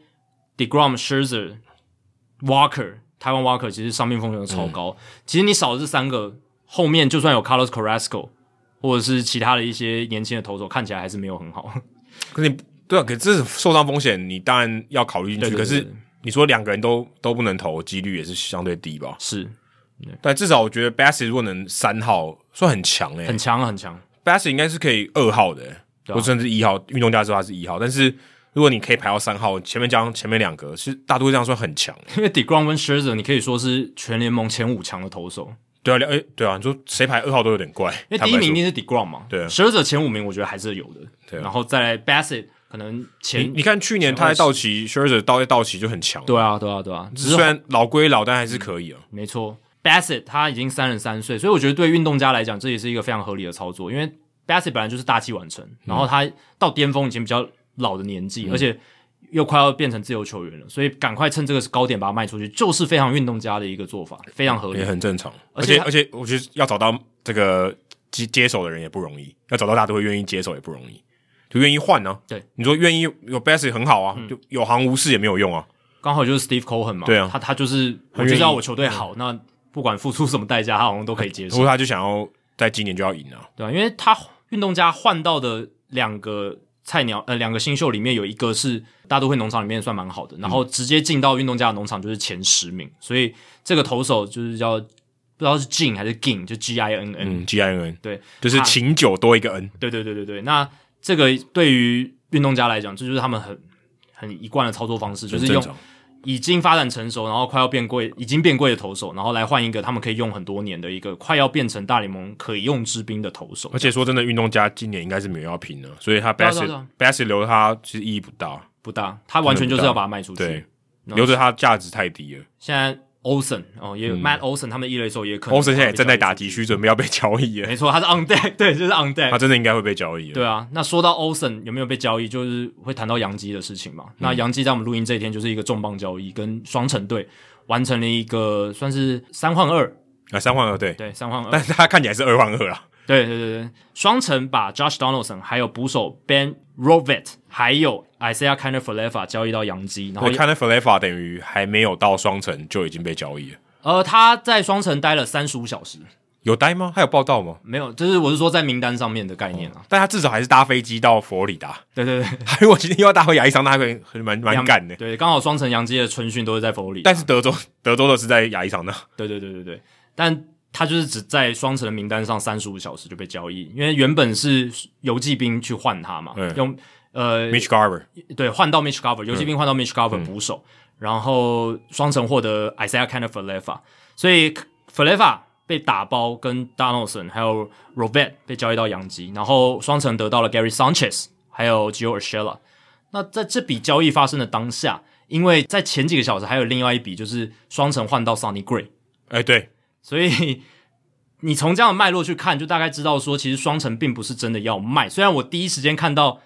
Degrom、Scherzer、Walker、台湾 Walker 其实伤病风险都嗯超高。其实你少了这三个，后面就算有 Carlos Carrasco 或者是其他的一些年轻的投手，看起来还是没有很 [laughs] 好。可是你对啊，可是这是受伤风险，你当然要考虑进对去。对可对是你说两个人都都不能投，几率也是相对低吧？是但至少我觉得 Bass 如果能三号，算很强欸诶、很强啊很强， Bass 应该是可以二号的、欸，对啊或甚至一号。运动家之后他是一号，但是如果你可以排到三号，前面加上前面两个，是大都会这样算很强、欸。因为 Degrom 跟 Scherzer 你可以说是全联盟前五强的投手，对啊，哎、对啊，你说谁排二号都有点怪，因为第一名一坦白定是 Degrom 嘛，对啊，Scherzer 前五名我觉得还是有的，对啊然后再来 Bassett 可能说前你你看去年他在道奇 s h i r z e r 到在道奇就很强，对啊，对啊，对啊，只嗯虽是然老归老，但还是可以啊。没错，Bassett 他已经三十三岁，所以我觉得对运动家来讲，这也是一个非常合理的操作，因为 Bassett 本来就是大器晚嗯成，然后他到巅峰已经比较老的年纪，而且又快要变成自由球员了，所以赶快趁这个高点把它卖出去，就是非常运动家的一个做法，非常嗯合理也。很正常。而而且且他而且，我觉得要找到这个接接手的人也不容易，要找到大家都会愿意接手也不容易，就愿意换呢、啊对，嗯你说愿意有 best 也很好啊，就有行无市也没有用啊。刚好就是 Steve Cohen 嘛，对啊他他就是我愿意就是要我球队好，那不管付出什么代价，他好像都可以接不受过。他就想要在今年就要赢啊，对、啊，因为他运动家换到的两个菜鸟，呃，两个新秀里面有一个是大都会农场里面算蛮好的，然嗯后直接进到运动家的农场就是前十名，所以这个投手就是叫不知道是 Gin 还是 Gin，就 G I N N，、嗯，G I N N，对就是啊请酒多一个 N，对对对对对。那这个对于运动家来讲，这就是他们很很一贯的操作方式，就是很正用常。已经发展成熟，然后快要变贵，已经变贵的投手，然后来换一个他们可以用很多年的一个快要变成大联盟可以用之兵的投手而。且说真的，运动家今年应该是没有要拼了，所以他对啊 best 对啊对啊 best 留他其实意义不大，不大，他完全就是要把它卖出去。对，那留着他价值太低了。现在 Olsen 哦，也有 Matt Olsen 他们一垒手也可能欧嗯森现在也正在打击，急需，准备要被交易了，没错，他是 on deck，对， [laughs] 就是 on 他 deck。真的应该会被交易了。对啊，那说到 Olsen 有没有被交易，就是会谈到杨基的事情嗯嘛。那杨基在我们录音这一天就是一个重磅交易，跟双城队完成了一个算是三换二，啊，三换二对，对，三换二，但是他看起来是二换二啊。对对对对，双城把 Josh Donaldson 还有捕手 Ben Rovet 还有 Isaiah k i n d e f l e f a 交易到洋基，然后对 k a n e f l e f a 等于还没有到双城就已经被交易了，呃他在双城待了三十五小时，有呆吗？还有报道吗？没有，就是我是说在名单上面的概念啊，但他至少还是搭飞机到佛罗里达。对对 [laughs] [laughs] 对，他如果今天又要搭回亚利桑那，他会很蛮蛮洋赶的。对，刚好双城洋基的春训都是在佛罗里达，但是德州德州的是在亚利桑那，对对对对对，但他就是只在双城的名单上三十五小时就被交易，因为原本是游骑兵去换他嘛，嗯用呃 Mitch Garver 对换到 Mitch Garver，游骑兵换到 Mitch Garver 捕手，然后双城获得 Isaiah k a n e f l e f a 所以 f l e f a 被打包跟 Donaldson 还有 Robert 被交易到洋基，然后双城得到了 Gary Sanchez 还有 Gio Urshela。那在这笔交易发生的当下，因为在前几个小时还有另外一笔，就是双城换到 Sonny Gray，哎、对，所以 [laughs] 你从这样的脉络去看，就大概知道说，其实双城并不是真的要卖。虽然我第一时间看到，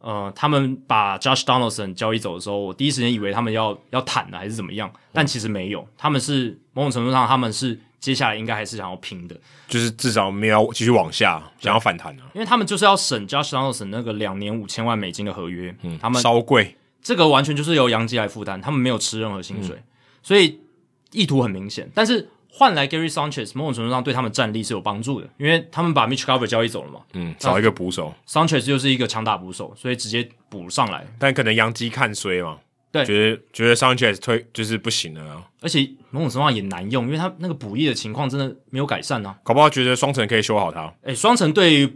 呃，他们把 Josh Donaldson 交易走的时候，我第一时间以为他们要要谈的还是怎么样，但其实没有，他们是某种程度上他们是接下来应该还是想要拼的，就是至少没有继续往下，想要反弹啊，因为他们就是要省 Josh Donaldson 那个两年五千万美金的合约，嗯，他们稍贵。这个完全就是由杨基来负担，他们没有吃任何薪水，所以意图很明显。但是换来 Gary Sanchez 某种程度上对他们战力是有帮助的，因为他们把 Mitch Garver 交易走了嘛嗯，少一个捕手， ，Sanchez 就是一个强打捕手，所以直接补上来，但可能杨基看衰嘛，对觉得觉得 Sanchez 推就是不行了、啊，而且某种程度上也难用，因为他那个补益的情况真的没有改善啊。搞不好觉得双城可以修好他。诶，双城对于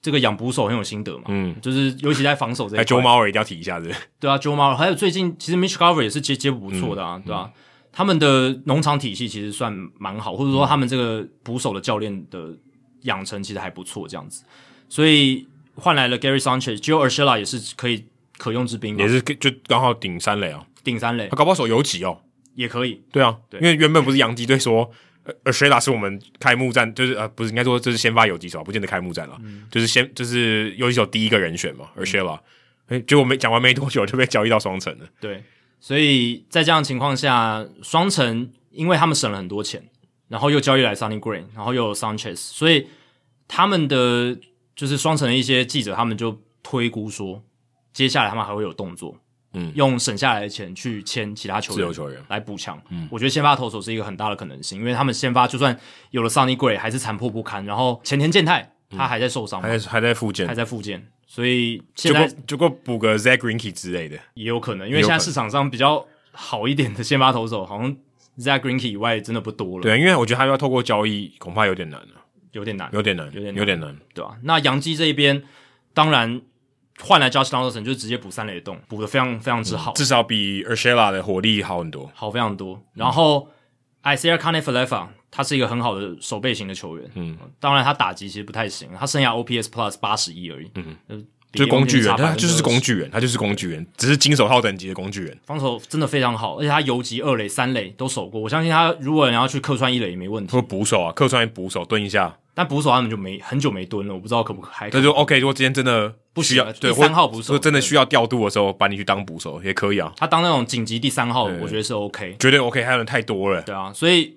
这个养捕手很有心得嘛，嗯，就是尤其在防守这一哎，块，九毛尔一定要提一下，是不是对啊，Joe Mauer，还有最近其实 Mitch Garver 也是接接不错的嗯啊，对吧、他们的农场体系其实算蛮好，或者嗯说他们这个捕手的教练的养成其实还不错，这样子，所以换来了 Gary Sanchez、Joe Urshela 也是可以可用之兵嘛，也是就刚好顶三垒啊，顶三垒他搞不好手游击哦。也可以，对啊，对因为原本不是洋基队说，呃 a s h e l a 是我们开幕战，就是呃，不是应该说这是先发游击手啊，不见得开幕战了，嗯就是先就是游击手第一个人选嘛 a s h e l a 嗯哎，结果没讲完没多久就被交易到双城了，对，所以在这样的情况下，双城因为他们省了很多钱，然后又交易来 Sunny Green，然后又有 Sanchez，所以他们的就是双城的一些记者，他们就推估说，接下来他们还会有动作，嗯用省下来的钱去签其他球自由员球员。嗯来补强。我觉得先发投手是一个很大的可能性，因为他们先发就算有了 Sunny Gray，还是残破不堪，然后前田健太他还在受伤嘛，嗯还在还在复健还，在复健，所以结现果在结果补个 Zach Greinke 之类的，也有可能，因也为有现可能在市场上比较好一点的先发投手，好像 Zach Greinke 以外真的不多了，，对，因为我觉得他要透过交易恐怕有点难了，有点难，有点难，有点难有点难。对吧、那杨基这一边，当然换来 Josh Donaldson 就是直接补三垒洞，补的非常非常之好，至少比 a s h e l a 的火力好很多。好非常多。然后 Isaiah c a n e f l e f a 他是一个很好的守备型的球员，嗯，当然他打击其实不太行，他剩下 OPS Plus 八十一而已，嗯，就是工具人，啊他就是工具。具人，他就是工具人，只是金手套等级的工具人。防守真的非常好，而且他游击、二垒、三垒都守过。我相信他如果你要去客串一垒也没问题。或捕手啊，客串捕手蹲一下，但捕手他们就没很久没蹲了，我不知道可不可还可那就 OK。如果今天真的不需行要，了对第三或号捕手或真的对需要调度的时候，把你去当捕手也可以啊，他当那种紧急第三号，我觉得是 OK。绝对 OK。还有人太多了，对啊，所以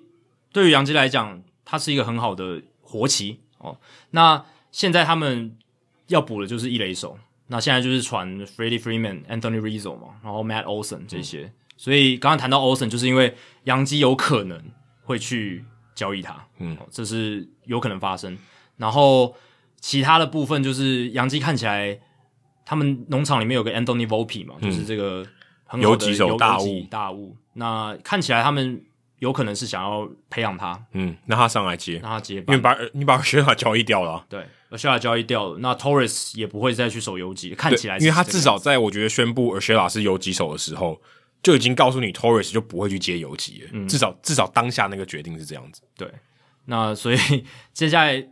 对于杨基来讲，他是一个很好的活棋哦。那现在他们要补的就是一垒手，那现在就是传 Freddie Freeman、Anthony Rizzo 嘛，然后 Matt Olson 这些。嗯所以刚刚谈到 Olson，就是因为杨基有可能会去交易他，嗯哦，这是有可能发生。然后其他的部分就是杨基看起来，他们农场里面有个 Anthony Volpe 嘛，就是这个很好游的嗯击手大游击物大物。那看起来他们有可能是想要培养他，嗯，让他上来接，让他接因为班。把你把学长交易掉了啊、对，而下来交易掉了，那 Torres 也不会再去守游击，看对起来是因为他这个至少在我觉得宣布 a s h e l a 是游击手的时候，就已经告诉你 Torres 就不会去接游击了，嗯至少至少当下那个决定是这样子。对，那所以 [laughs] 接下来，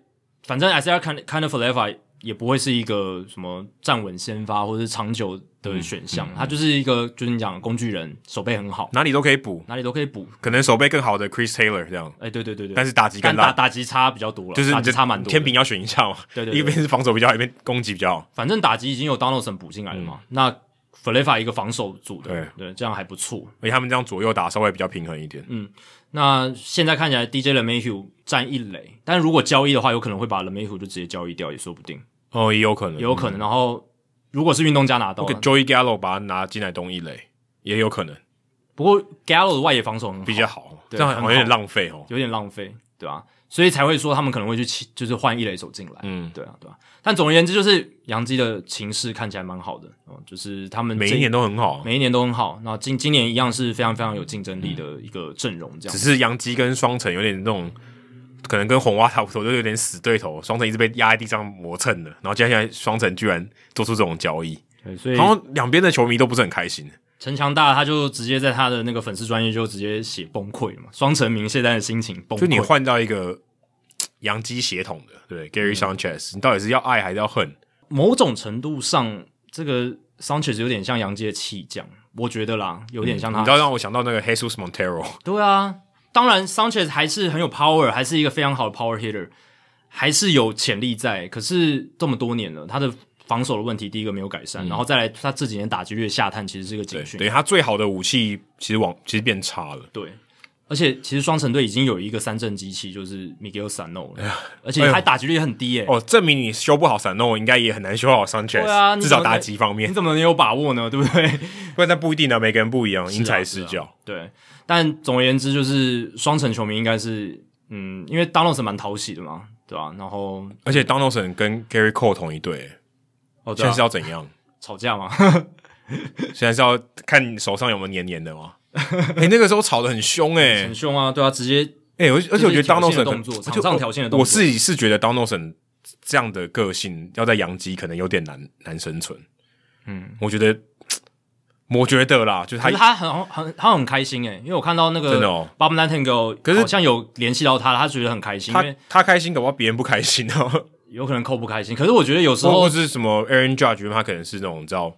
反正 S R kind kind of forever 也不会是一个什么站稳先发或者是长久的选嗯项，他就是一个就是你讲的工具人，手背很好，哪里都可以补，哪里都可以补。可能手背更好的 Chris Taylor 这样，哎、对对对对，但是打击但更打大，打击差比较多了，就是打你击这差蛮多的。天平要选一下嘛，对对对一边是防守比较好，一边攻击比较好。反正打击已经有 Donaldson 补进来了嗯嘛，那 f l e f a 一个防守组的，对这样还不错。而且他们这样左右打稍微比较平衡一点，嗯那现在看起来 DJ 的 Mayhew 占一垒，但如果交易的话，有可能会把 l e Mayhew 就直接交易掉，也说不定，哦，也有可能，也有可能。然后如果是运动家拿到我了给 Joey Gallo 把他拿进来东一垒，也有可能不过 Gallo 的外野防守很好比较好，对这样好像有很好点浪费哦。有点浪费，对吧、所以才会说他们可能会去起就是换一垒手进来，嗯，对啊，对啊。但总而言之，就是杨基的情势看起来蛮好的，哦，就是他们每这一年都很好，啊每一年都很好。那今今年一样是非常非常有竞争力的一个阵容，这样只。是杨基跟双城有点那种，可能跟红蛙差不多，就有点死对头。双城一直被压在地上磨蹭的，然后接下来双城居然做出这种交易，对所以然后两边的球迷都不是很开心。陈强大他就直接在他的那个粉丝专业就直接写崩溃了嘛，双城明现在的心情崩溃。就你换到一个嘖洋基血统的，嗯对 Gary Sanchez，、你到底是要爱还是要恨？某种程度上，这个 Sanchez 有点像杨基的弃将，我觉得啦，有点像他。嗯你知道让我想到那个 Jesus Montero，对啊，当然 Sanchez 还是很有 power，还是一个非常好的 power hitter，还是有潜力在。可是这么多年了，他的防守的问题，第一个没有改善，然后再来他这几年打击率下探，其实是一个嗯对警，讯等。于他最好的武器其实往其实变差了。对，而且其实双城队已经有一个三振机器，就是 Miguel Sano 哎了，而且他打击率也很低耶、哦，证明你修不好闪诺，应该也很难修好 Sanchez，、对啊你至怎少么打能击方 [laughs] 面你，怎么能有把握呢？对不对？不然那不一定啊，每个人不一样，因材施是教。啊 [laughs] 对，但总而言之，就是双城球迷应该是，嗯，因为 Donaldson 蛮讨喜的嘛，对吧、然后而且 Donaldson 跟 Gary Cole 同一队，哦，对现啊在是要怎样？ [laughs] 吵架嘛， [laughs] 现在是要看你手上有没有黏黏的吗？ [laughs] 哎、那个时候吵得很凶哎、很凶啊，对啊，直接哎、我而且我觉得挑衅 Donaldson 的可动能作，而场且上挑衅的动作，我自己是觉得 Donaldson 这样的个性要在洋基可能有点难难生存。嗯，我觉得，我觉得啦，就是可他是他很很他很开心诶、欸因为我看到那个真的哦 Bob Nightingale 可是好像有联系到他，他觉得很开心，因他为他开心，搞不好别人不开心哦。有可能扣不开心。可是我觉得有时或候或是什么 Aaron Judge，他可能是那种你知道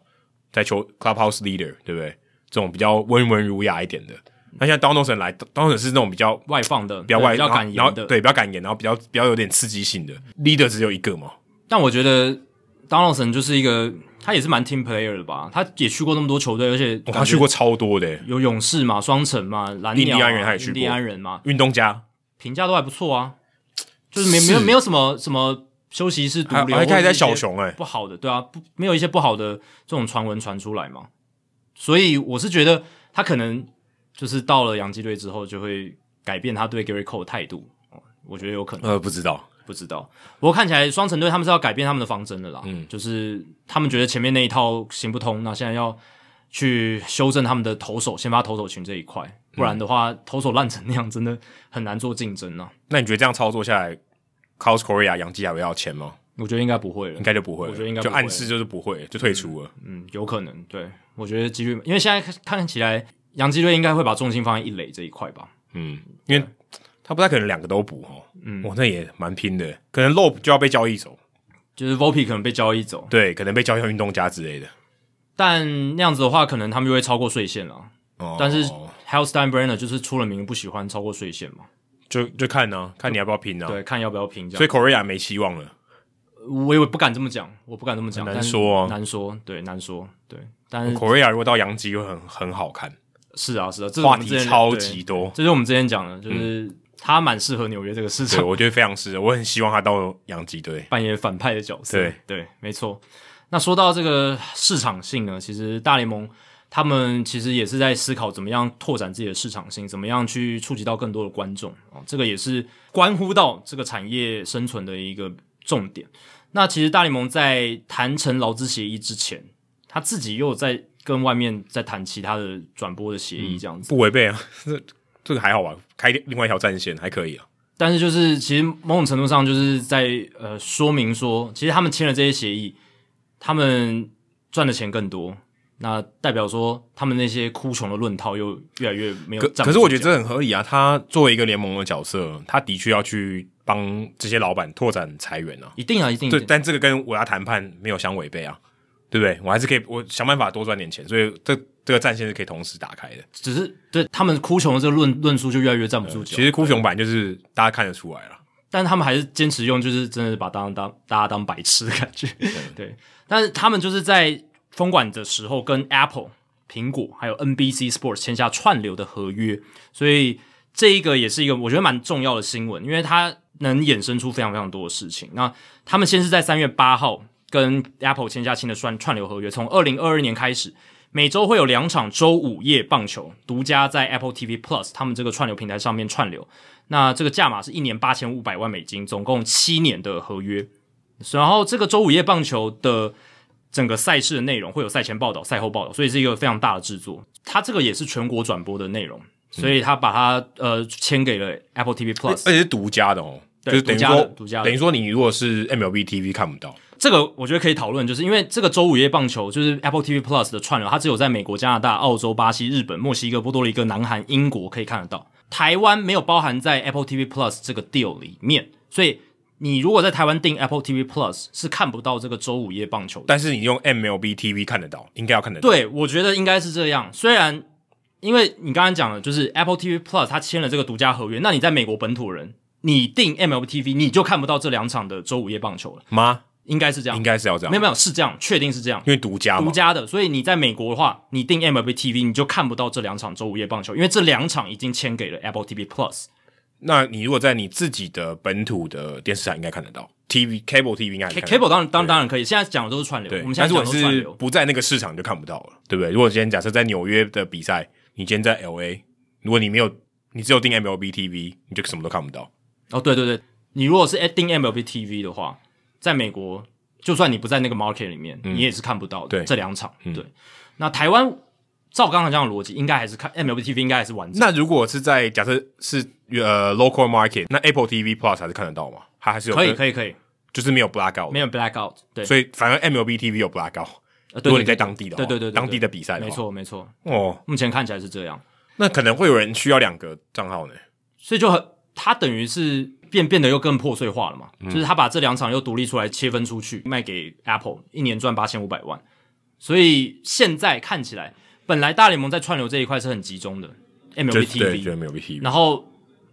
在球 clubhouse leader，对不对？这种比较温文儒雅一点的。那现在 Donaldson 来，Donaldson 是那种比较外放的比比较外，比较然后敢然后言的，对，比较敢言，然后比较比较有点刺激性的 leader 只有一个嘛。但我觉得 Donaldson 就是一个他也是蛮 team player 的吧，他也去过那么多球队，而且哦、感觉他去过超多的欸有勇士嘛、双城嘛、蓝印第鸟啊、安人他也去过印第安人嘛，运动家，评价都还不错啊，就是没没是有没有什么什么休息室毒还瘤，还或者还是在一些小熊哎、不好的，对啊，不没有一些不好的这种传闻传出来嘛，所以我是觉得他可能就是到了洋基队之后，就会改变他对 Gary Cole 的态度，哦我觉得有可能，呃，不知道，不知道。不过看起来双城队他们是要改变他们的方针的啦，嗯，就是他们觉得前面那一套行不通，那现在要去修正他们的投手先发投手群这一块，嗯不然的话、投手烂成那样，真的很难做竞争啊。那你觉得这样操作下来 c o s Korea 杨基还会要钱吗？我觉得应该不会了嗯应，该就不会了，我觉得应该不就会暗示就是不会，就退出了。嗯，有可能，对我觉得几率，因为现在看看起来，洋基队应该会把重心放在一垒这一块吧。嗯，因为他不太可能两个都补哦。嗯，哇，那也蛮拼的，可能 Lob 就要被交易走，就是 Vopi 可能被交易走，对，可能被交易到运动家之类的。但那样子的话，可能他们又会超过税线了。哦但是 Halstein Brenner 就是出了名不喜欢超过税线嘛，就就看呢、看你要不要拼啊。，对，看要不要拼这样。所以 Korea 没希望了。我也不敢这么讲，我不敢这么讲，很难但说哦难说，对，难说，对。但是 Korea 如果到洋基又很很好看，是啊，是啊，这是我话们题之前超对级嗯多。这就是我们之前讲的，就是他蛮适合纽约这个市对，场，我觉得非常是，我很希望他到洋基队。扮演反派的角色。对对，没错。那说到这个市场性呢，其实大联盟他们其实也是在思考怎么样拓展自己的市场性，怎么样去触及到更多的观众哦，这个也是关乎到这个产业生存的一个重点。那其实大联盟在谈成劳资协议之前，他自己又在跟外面在谈其他的转播的协议，这样子。不违背啊， [laughs] 这这个还好吧，开另外一条战线还可以啊。但是就是其实某种程度上就是在呃说明说，其实他们签了这些协议，他们赚的钱更多，那代表说他们那些哭穷的论套又越来越没有可站不住脚。可是我觉得这很合理啊，他作为一个联盟的角色，他的确要去帮这些老板拓展裁员啊。一定啊，一定一对，定但这个跟我要谈判没有相违背啊，对不对？我还是可以，我想办法多赚点钱，所以这这个战线是可以同时打开的。只是对他们哭穷的这个论论述就越来越站不住脚。其实哭熊版就是大家看得出来了，但他们还是坚持用，就是真的是把当当大家当白痴的感觉。对，但是他们就是在封管的时候跟 Apple、苹果还有 NBC Sports 签下串流的合约，所以这一个也是一个我觉得蛮重要的新闻，因为它能衍生出非常非常多的事情。那他们先是在三月八号跟 Apple 签下新的串串流合约，从二零二二年开始，每周会有两场周五夜棒球独家在 Apple TV Plus 他们这个串流平台上面串流。那这个价码是一年八千五百万美金，总共七年的合约。然后这个周五夜棒球的整个赛事的内容会有赛前报道、赛后报道，所以是一个非常大的制作。它这个也是全国转播的内容，所以他把它呃签给了 Apple TV 而 Plus。且是独家的哦，就对是等独于家说的独家的等于说你如果是 MLB TV 看不到，这个我觉得可以讨论，就是因为这个周五夜棒球就是 Apple TV Plus 的串流，它只有在美国、加拿大、澳洲、巴西、日本、墨西哥、波多黎各、南韩、英国可以看得到，台湾没有包含在 Apple TV Plus 这个 deal 里面，所以你如果在台湾订 Apple TV Plus 是看不到这个周五夜棒球的。但是你用 MLB TV 看得到，应该要看得到。对，我觉得应该是这样。虽然因为你刚刚讲了，就是 Apple TV Plus 它签了这个独家合约，那你在美国本土人，你订 MLB TV 你就看不到这两场的周五夜棒球了，吗？应该是这样。应该是要这样，没有没有是这样，确定是这样。因为独家独嘛，家的，所以你在美国的话，你订 MLB TV 你就看不到这两场周五夜棒球，因为这两场已经签给了 Apple TV Plus。那你如果在你自己的本土的电视台应该看得到，TV cable TV 应该 Ca- 看得到 Cable 当然当当然可以，现在讲的都是串流对，，我们现但在讲的都是我是串是流。不在那个市场就看不到了，对不对？如果今天假设在纽约的比赛，你今天在 LA，如果你没有你只有订 MLB TV，你就什么都看不到。哦，对对对，你如果是哎订 MLB TV 的话，在美国，就算你不在那个 market 里面，你也是看不到的嗯对嗯这两场。对，那台湾照刚才这样的逻辑，应该还是看 MLB TV 应该还是完整。那如果是在假设是呃 local market，那 Apple TV Plus 还是看得到吗？它还是有可以以，可以可以，就是没有 blackout，没有 blackout。对，所以反而 MLB TV 有 blackout。呃对如果你对在对当地的话，对对对对当地的比赛的话，没错没错，哦，目前看起来是这样。那可能会有人需要两个账号呢。所以就很，它等于是变变得又更破碎化了嘛，嗯就是他把这两场又独立出来切分出去卖给 Apple，一年赚八千五百万，所以现在看起来，本来大联盟在串流这一块是很集中的就，MLB 对，就 TV，没有 TV。然后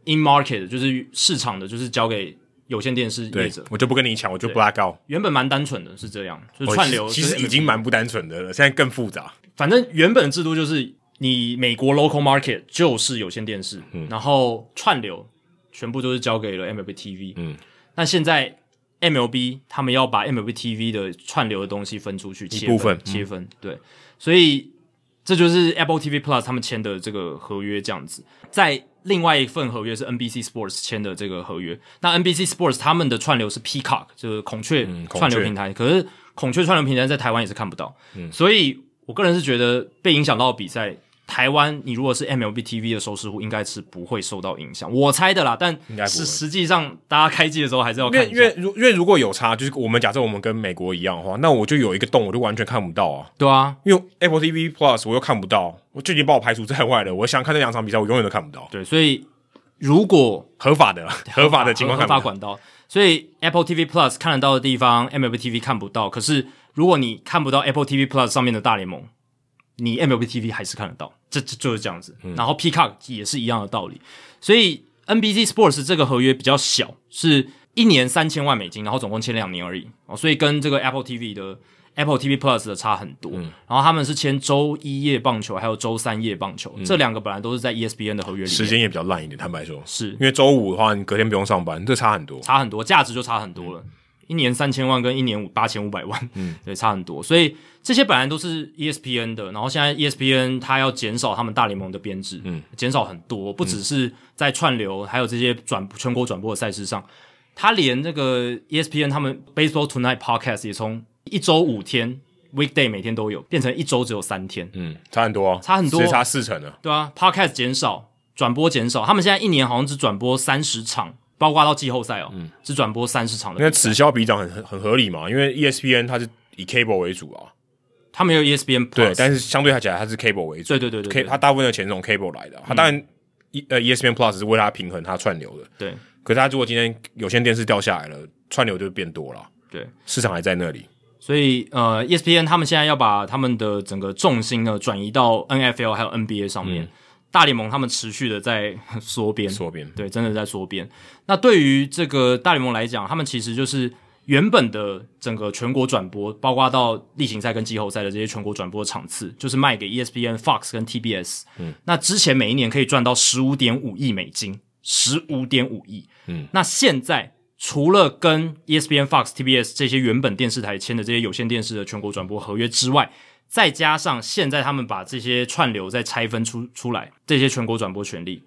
in market 就是市场的，就是交给有线电视业对者，，我就不跟你抢，我就 blackout。原本蛮单纯的，是这样，就是我串流哦其就实是其实已经蛮不单纯的了，现在更复杂。反正原本的制度就是你美国 local market 就是有线电视，嗯然后串流全部都是交给了 MLB TV。嗯，那现在 MLB 他们要把 MLB TV 的串流的东西分出去，切部分嗯切分、对，所以这就是 Apple TV Plus 他们签的这个合约这样子。在另外一份合约是 NBC Sports 签的这个合约，那 NBC Sports 他们的串流是 Peacock，就是孔雀嗯孔雀串流平台，可是孔雀串流平台在台湾也是看不到，嗯所以我个人是觉得被影响到的比赛。台湾，你如果是 MLB TV 的收视户，应该是不会受到影响，我猜的啦。但应该不会实实际上，大家开机的时候还是要因看为一下。因为如因为如果有差，就是我们假设我们跟美国一样的话，那我就有一个洞，我就完全看不到啊。对啊，因为 Apple TV Plus 我又看不到，我就已经把我排除在外了。我想看那两场比赛，我永远都看不到。对，所以如果合法的， [laughs] 合法的情况合看合法不到。管道，所以 Apple TV Plus 看得到的地方，MLB TV 看不到。可是如果你看不到 Apple TV Plus 上面的大联盟，你 MLB TV 还是看得到，这这就是这样子。嗯然后 Peacock 也是一样的道理，所以 NBC Sports 这个合约比较小，是一年三千万美金，然后总共签两年而已哦，所以跟这个 Apple TV 的 Apple TV Plus 的差很多。嗯然后他们是签周一夜棒球，还有周三夜棒球、这两个本来都是在 E ESPN 的合约里面，嗯时间也比较烂一点，坦白说，是因为周五的话，你隔天不用上班，这差很多。差很多，价值就差很多了。一年三千万跟一年五八千五百万，嗯， [laughs] 对，差很多。所以这些本来都是 E ESPN 的，然后现在 E ESPN 它要减少他们大联盟的编制，嗯，减少很多，不只是在串流，还有这些转全国转播的赛事上，它连那个 E ESPN 他们 Baseball Tonight Podcast 也从一周五天 weekday 每天都有，变成一周只有三天，嗯，差很多啊，差很多直接差四成啊。对啊，podcast 减少，转播减少，他们现在一年好像只转播三十场，包括到季后赛哦，只转播三十场的因为此消彼长很很很合理嘛，因为 E ESPN 它是以 cable 为主啊，他们有 E ESPN Plus，对，但是相对起来它是 cable 为主，对对对对对 c 嗯 a 它大部分的钱是从 cable 来的啊，它当然 E 呃 ESPN Plus 是为它平衡它串流的，对可是它如果今天有线电视掉下来了，串流就变多了，对，市场还在那里，所以呃，ESPN 他们现在要把他们的整个重心呢转移到 NFL 还有 NBA 上嗯面，大联盟他们持续的在 [laughs] 缩编，缩编，对，真的在缩编。那对于这个大联盟来讲，他们其实就是原本的整个全国转播，包括到例行赛跟季后赛的这些全国转播场次，就是卖给 E ESPN、Fox 跟 TBS。嗯，那之前每一年可以赚到十五点五亿美金，十五点五亿。嗯，那现在除了跟 E ESPN、Fox、TBS 这些原本电视台签的这些有线电视的全国转播合约之外，再加上现在他们把这些串流再拆分出出来，这些全国转播权利，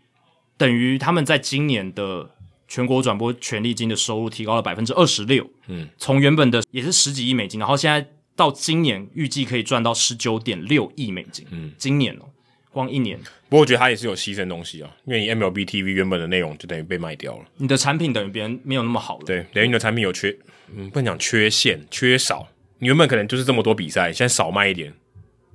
等于他们在今年的全国转播权利金的收入提高了百分之二十六。嗯，从原本的也是十几亿美金，然后现在到今年预计可以赚到十九点六亿美金。嗯，今年哦，光一年，不过我觉得他也是有牺牲东西啊，因为你 MLB TV 原本的内容就等于被卖掉了，你的产品等于别人没有那么好了。对，等于你的产品有缺，嗯，不能讲缺陷，缺少。你原本可能就是这么多比赛，现在少卖一点，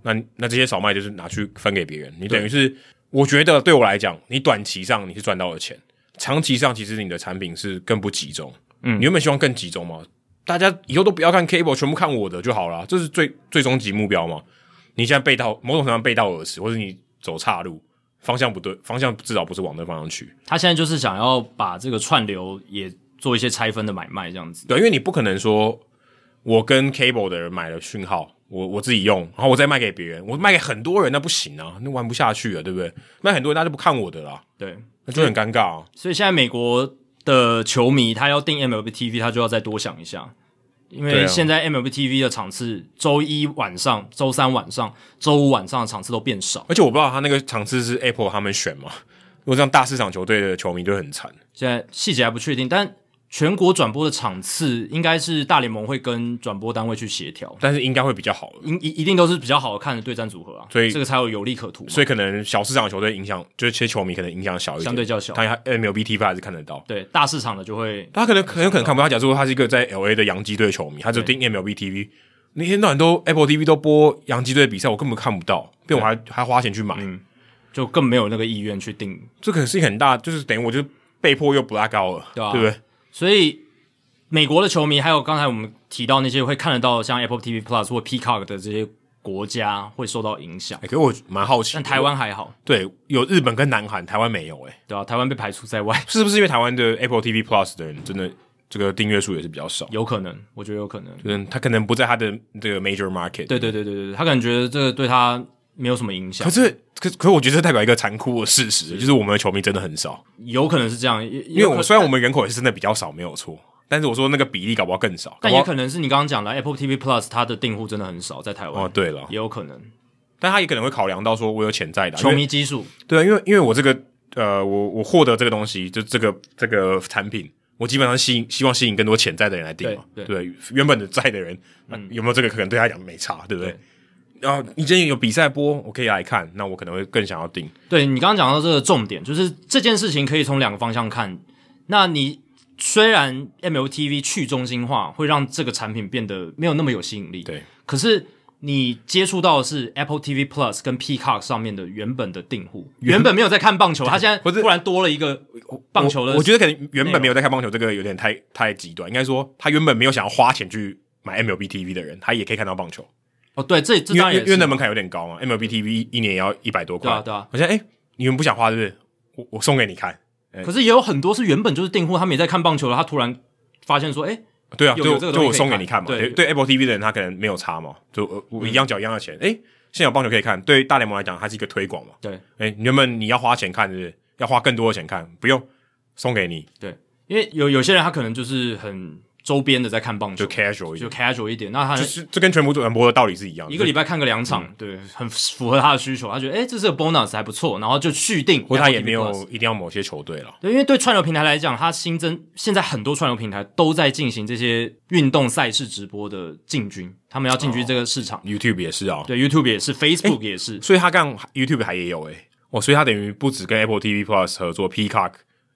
那那这些少卖就是拿去分给别人，你等于是，我觉得对我来讲，你短期上你是赚到了钱，长期上其实你的产品是更不集中。嗯，你原本希望更集中嘛，大家以后都不要看 cable，全部看我的就好了，这是最最终极目标嘛。你现在背道，某种程度上背道而驰，或者你走岔路，方向不对，方向至少不是往那方向去。他现在就是想要把这个串流也做一些拆分的买卖，这样子。对，因为你不可能说我跟 cable 的人买了讯号，我我自己用，然后我再卖给别人，我卖给很多人，那不行啊，那玩不下去了，对不对？卖很多人，他就不看我的啦，对，那就很尴尬啊。所以现在美国的球迷他要订 MLB TV，他就要再多想一下，因对啊为现在 MLB TV 的场次，周一晚上、周三晚上、周五晚上的场次都变少，而且我不知道他那个场次是 Apple 他们选嘛，如果这样大市场球队的球迷就会很惨。现在细节还不确定，但。全国转播的场次应该是大联盟会跟转播单位去协调，但是应该会比较好，一一一定都是比较好看的对战组合啊，所以这个才有有利可图嘛。所以可能小市场球队影响，就是其实球迷可能影响小一点，相对较小他 MLB TV 还是看得到。对大市场的就会他可能很有可能看不到。假如说他是一个在 L A 的洋基队球迷，他就盯 MLB TV，那一天到晚都 Apple TV 都播洋基队的比赛，我根本看不到，并我还还花钱去买，嗯就更没有那个意愿去订这可能是一个很大，就是等于我就被迫又不拉高了，对啊不对？所以美国的球迷，还有刚才我们提到那些会看得到像 Apple TV Plus 或 Peacock 的这些国家会受到影响哎、，可是我蛮好奇，但台湾还好，对有日本跟南韩，台湾没有、哎，对吧、啊台湾被排除在外， [laughs] 是不是因为台湾的 Apple TV Plus 的人真的这个订阅数也是比较少？有可能，我觉得有可能。嗯，他可能不在他的这个 major market。对对对对对，他可能觉得这个对他没有什么影响可，是，可可，我觉得这代表一个残酷的事实，就是我们的球迷真的很少。有可能是这样，因因为我们虽然我们人口也是真的比较少，没有错，但是我说那个比例搞不好更少，但搞也不好可能是你刚刚讲的 Apple TV Plus 它的订户真的很少，在台湾、哦，对了，也有可能但他也可能会考量到说我有潜在的啊球因为迷基数对，因为因为我这个呃，我我获得这个东西，就这个这个产品，我基本上吸引希望吸引更多潜在的人来订嘛，对嗯对，原本的在的人、那有没有这个可能对他来讲没差，对不对？然后你今天有比赛播，我可以来看，那我可能会更想要订。对你刚刚讲到这个重点，就是这件事情可以从两个方向看。那你虽然 MLTV 去中心化会让这个产品变得没有那么有吸引力，对，可是你接触到的是 Apple TV Plus 跟 Peacock 上面的原本的订户，原本没有在看棒球，他现在不是突然多了一个棒球的我，我觉得可能原本没有在看棒球，这个有点太太极端。应该说，他原本没有想要花钱去买 MLB TV 的人，他也可以看到棒球。哦，对，这这因当然为因也是为因为那门槛有点高嘛，MLB TV 一一年也要一百多块。对啊对啊我现在哎，你们不想花对不对？我我送给你看。可是也有很多是原本就是订户，他们也在看棒球了，他突然发现说，哎，对啊，有就有这个就东西我可以送给看你看嘛。对嗯对对，Apple TV 的人他可能没有差嘛，就呃我我一样缴一样的钱。哎，现在有棒球可以看，对于大联盟来讲，它是一个推广嘛。对，哎，原本你要花钱看，对不对？要花更多的钱看，不用送给你，对，因为有有些人他可能就是很周边的在看棒球就，casual 一就点。 casual 一点，那他就是这跟全部转播的道理是一样的。一个礼拜看个两嗯场，对，很符合他的需求。他觉得，哎、这是个 bonus 还不错，然后就续订。或者他也 Apple TV 没有 Plus 一定要某些球队了。对，因为对串流平台来讲，它新增现在很多串流平台都在进行这些运动赛事直播的进军，他们要进军这个市场。 YouTube 也是啊，对，YouTube 也是，Facebook 也是，所以他干 YouTube 还也有诶、哦，所以他等于不止跟 Apple TV Plus 合作，Peacock、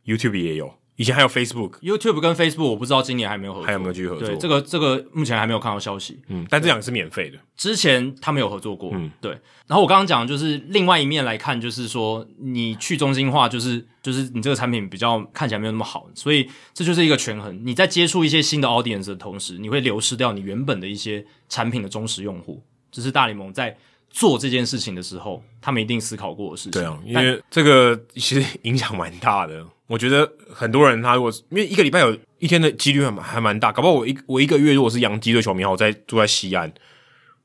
YouTube 也有，以前还有 Facebook， YouTube 跟 Facebook 我不知道今年还没有合作，还有没有继续合作对，这个这个目前还没有看到消息。嗯，但这两个是免费的，之前他们有合作过，嗯对。然后我刚刚讲的就是另外一面来看，就是说你去中心化，就是就是你这个产品比较看起来没有那么好，所以这就是一个权衡。你在接触一些新的 audience 的同时，你会流失掉你原本的一些产品的忠实用户，这是大联盟在做这件事情的时候，他们一定思考过的事情。对啊，因但为这个其实影响蛮大的。我觉得很多人他如果因为一个礼拜有一天的几率还蛮还蛮大，搞不好我一我一个月如果是洋基队球迷，然后我在住在西岸，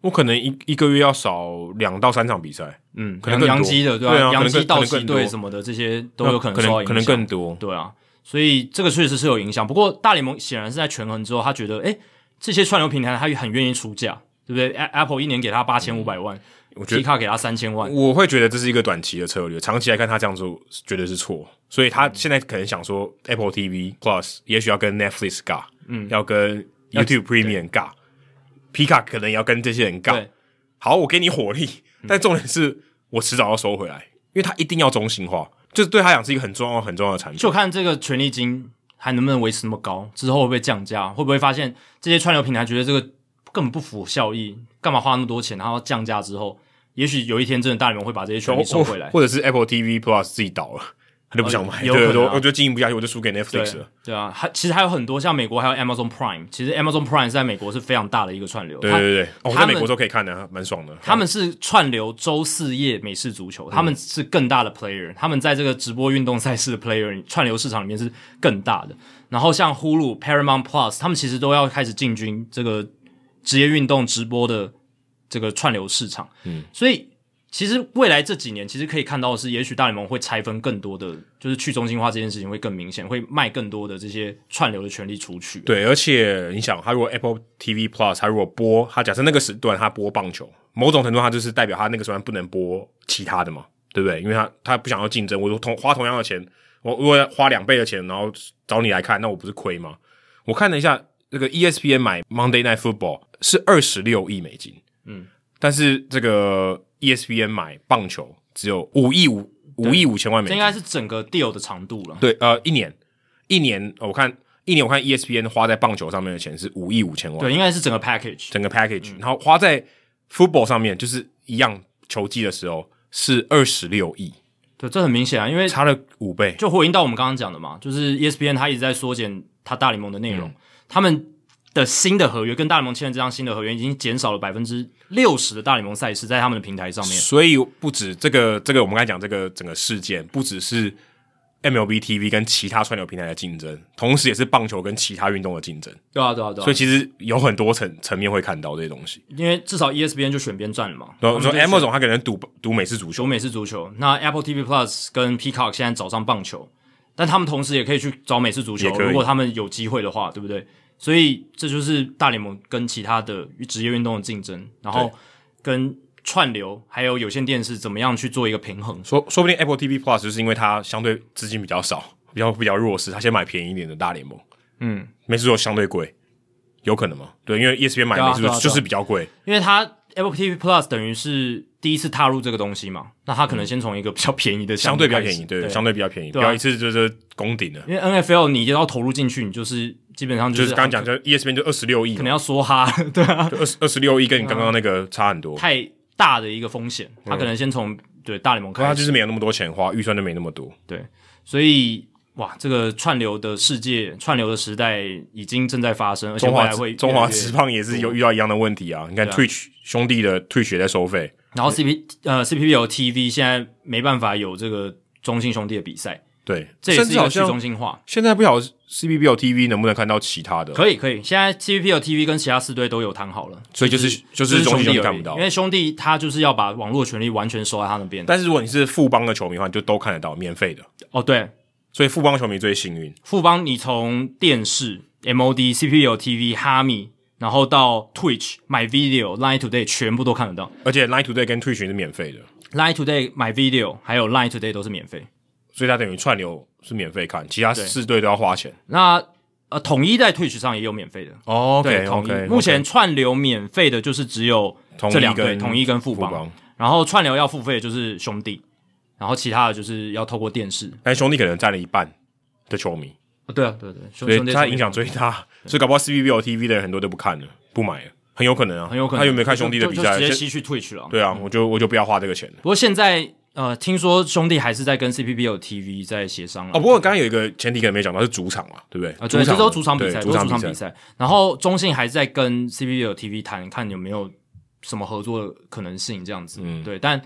我可能一一个月要少两到三场比赛，嗯，可能洋更洋多基的对吧、对啊可洋能基、更可道能奇更多队什么的，这些都有可可受到影响，能可能更多。对啊，所以这个确实是有影响。不过大联盟显然是在权衡之后，他觉得，诶，这些串流平台他也很愿意出价，对不对？A-？Apple 一年给他八千五百万，我嗯觉得卡给他三千万，我会觉得这是一个短期的策略，长期来看他这样做绝对是错，所以嗯他现在可能想说 Apple TV Plus 也许要跟 Netflix 尬，嗯，要跟 YouTube Premium 尬，皮卡可能也要跟这些人尬对。嗯好，我给你火力，但重点是我迟早要收回来，因为他一定要中心化，这对他讲是一个很重要很重要的产品。就看这个权利金还能不能维持那么高，之后会不会降价，会不会发现这些串流平台觉得这个根本不符合效益，干嘛花那么多钱？然后降价之后，也许有一天真的大联盟会把这些权利收回来。或者是 Apple TV Plus 自己倒了，他就不想买，有对，可能啊我我就经营不下去，我就输给 Netflix 了。对啊，还其实还有很多，像美国还有 Amazon Prime，其实 Amazon Prime 在美国是非常大的一个串流，对它对对，对哦，我他在们美国都可以看的，蛮爽的。他们是串流周四夜美式足球，他们是更大的 player，、他们在这个直播运动赛事的 player 串流市场里面是更大的。然后像 Hulu、Paramount Plus，他们其实都要开始进军这个职业运动直播的这个串流市场。嗯，所以其实未来这几年，其实可以看到的是，也许大联盟会拆分更多的，就是去中心化这件事情会更明显，会卖更多的这些串流的权利出去。对，而且你想，他如果 Apple TV Plus，他如果播，他假设那个时段他播棒球，某种程度上就是代表他那个时段不能播其他的嘛，对不对？因为他他不想要竞争，我同花同样的钱，我如果要花两倍的钱，然后找你来看，那我不是亏吗？我看了一下，那个 E ESPN 买 Monday Night Football 是二十六亿美金，嗯，但是这个 E ESPN 买棒球只有五亿五五亿五千万美这金，应该是整个 deal 的长度了。对，呃，一年，一年，呃我看一年，我看 E ESPN 花在棒球上面的钱是五亿五千万，对，嗯应该是整个 package。整个 package，、然后花在 football 上面，就是一样球季的时候是二十六亿，对，这很明显啊，因为差了五倍。就回应到我们刚刚讲的嘛，就是 E ESPN 它一直在缩减它大联盟的内容，嗯他们的新的合约跟大联盟签的这张新的合约已经减少了百分之六十的大联盟赛事在他们的平台上面。所以不止这个，这个我们刚才讲这个整个事件，不只是 MLB TV 跟其他串流平台的竞争，同时也是棒球跟其他运动的竞争。对啊，对啊，对啊。所以其实有很多层层面会看到这些东西。因为至少 E ESPN 就选边站了嘛，然后说他们就选 M 总他可能赌赌美式足球有，美式足球，那 Apple TV Plus 跟 Peacock 现在找上棒球，但他们同时也可以去找美式足球也，可以如果他们有机会的话，对不对？所以这就是大联盟跟其他的职业运动的竞争，然后跟串流还有有线电视怎么样去做一个平衡。说说不定 Apple TV Plus 就是因为它相对资金比较少，比较比较弱势，它先买便宜一点的大联盟，嗯，美式足球相对贵，有可能吗？对，因为 E ESPN 买对啊美式足对啊对球啊就是比较贵，因为它 Apple TV Plus 等于是第一次踏入这个东西嘛，那它可能先从一个比较便宜的项相目对比较开始便宜，对，对相对比较便宜，不对啊要一次就是攻顶了。因为 NFL 你要投入进去，你就是基本上就是是刚刚讲，就 E ESPN 就二十六亿可嘛，能要梭哈， [laughs] 对啊，就二十二十六亿，跟你刚刚那个差很多。太大的一个风险，他可能先从、对大联盟他开就始，是没有那么多钱花，预算就没那么多。对，所以哇，这个串流的世界、串流的时代已经正在发生，而且中未华来会中华职职，棒也是有遇到一样的问题啊！你看对啊 Twitch 兄弟的 Twitch 也在收费，然后 CP 呃 CPBL TV 现在没办法有这个中信兄弟的比赛，对，这也甚是一至好个去中像心化。现在不晓得 CBBL TV 能不能看到其他的，可以可以，现在 CPBL TV 跟其他四队都有谈好了，所以就是就就是中兄弟信兄弟而看已不到因。为兄弟他就是要把网络权利完全收在他那边。但是如果你是富邦的球迷的话，你就都看得到，免费的。哦，对，所以富邦球迷最幸运，富邦，你从电视、MOD、CPU、TV、哈密，然后到 Twitch、My Video、Line Today，全部都看得到。而且 Line Today 跟 Twitch 是免费的， Line Today、My Video 还有 Line Today 都是免费。所以它等于串流是免费看，其他四队都要花钱。那呃，统一在 Twitch 上也有免费的。哦对，统一。目前串流免费的就是只有统这一两队，跟统一跟富富邦。邦，然后串流要付费的就是兄弟，然后其他的就是要透过电视。但兄弟可能占了一半的球迷，哦、对啊，对对，兄所以兄弟它影响最大。所以搞不好 CBBL TV 的人很多都不看了，不买了，很有可能啊，很有可能。他有没有看兄弟的就比就赛啊就直？接就吸嗯去 Twitch 了。对啊，我就我就不要花这个钱了。不过现在呃，听说兄弟还是在跟 CPBL TV 在协商了。哦，不过刚刚有一个前提可能没讲到是主场嘛，对不对？啊，对，这都主场比赛，对都主是场主场比赛。赛。然后中信还在跟 CPBL TV 谈，看有没有什么合作的可能性，这样子。嗯对，但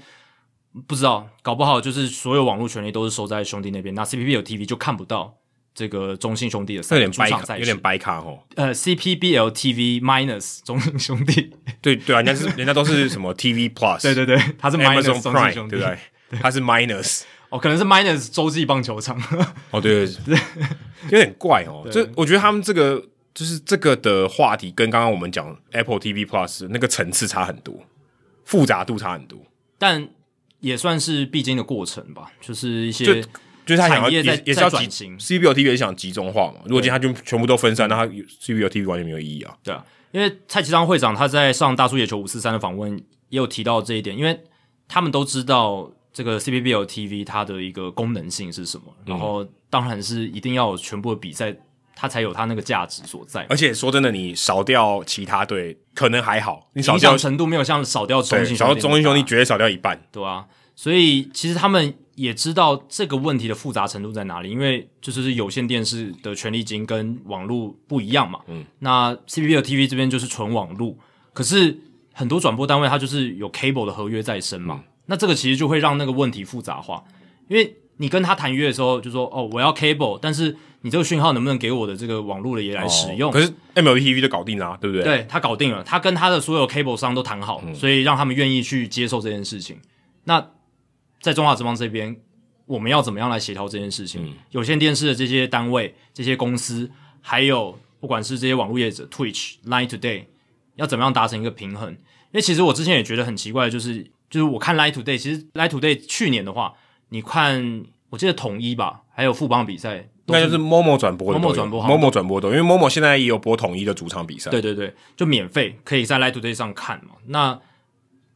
不知道，搞不好就是所有网络权利都是收在兄弟那边，那 CPBL TV 就看不到这个中信兄弟的这赛有点主掰场卡，赛有点事。掰卡吼。呃，CPBL TV minus 中信兄弟，对对啊，人家 [laughs] 是人家都是什么 TV Plus，对对对，它是 minus Amazon 中信 Prime，兄对弟 [laughs] 不。对？它是 minus，哦，可能是 minus 洲际棒球场，哦，对对对， [laughs] 有点怪哦。对这我觉得他们这个就是这个的话题，跟刚刚我们讲 Apple TV Plus 那个层次差很多，复杂度差很多。但也算是必经的过程吧，就是一就些就是他想要产业也在也是要在集转型 CBO TV 也想集中化嘛。如果今天他就全部都分散，那他 CBO TV 完全没有意义啊。对啊，因为蔡其昌会长他在上大叔野球五四三的访问也有提到这一点，因为他们都知道这个 CBBL TV 它的一个功能性是什么，然嗯后当然是一定要有全部的比赛，它才有它那个价值所在。而且说真的，你少掉其他队可能还好，你少影掉响程度没有像少掉中对信少兄掉弟，中英兄弟，绝对少掉一半。对啊，所以其实他们也知道这个问题的复杂程度在哪里，因为就是有线电视的权利金跟网络不一样嘛。嗯，那 CPB 的 TV 这边就是纯网络，可是很多转播单位它就是有 cable 的合约在身嘛，嗯那这个其实就会让那个问题复杂化，因为你跟他谈约的时候就说哦我要 cable，但是你这个讯号能不能给我的这个网络的也来使用？哦可是 MLB TV 就搞定啦、对不对？，嗯对他搞定了，他跟他的所有 cable 商都谈好，所以让他们愿意去接受这件事情。那在中华之邦这边，我们要怎么样来协调这件事情？嗯有线电视的这些单位、这些公司，还有不管是这些网络业者，Twitch、Line Today，要怎么样达成一个平衡？因为其实我之前也觉得很奇怪，就是就是我看 Line Today，其实 Line Today 去年的话，你看我记得统一吧，还有富邦比赛，都那就是 Momo 转播的 Momo 转播好 Momo 转播的，因为 Momo 现在也有播统一的主场比赛。对对对，就免费可以在 Live Today 上看嘛。那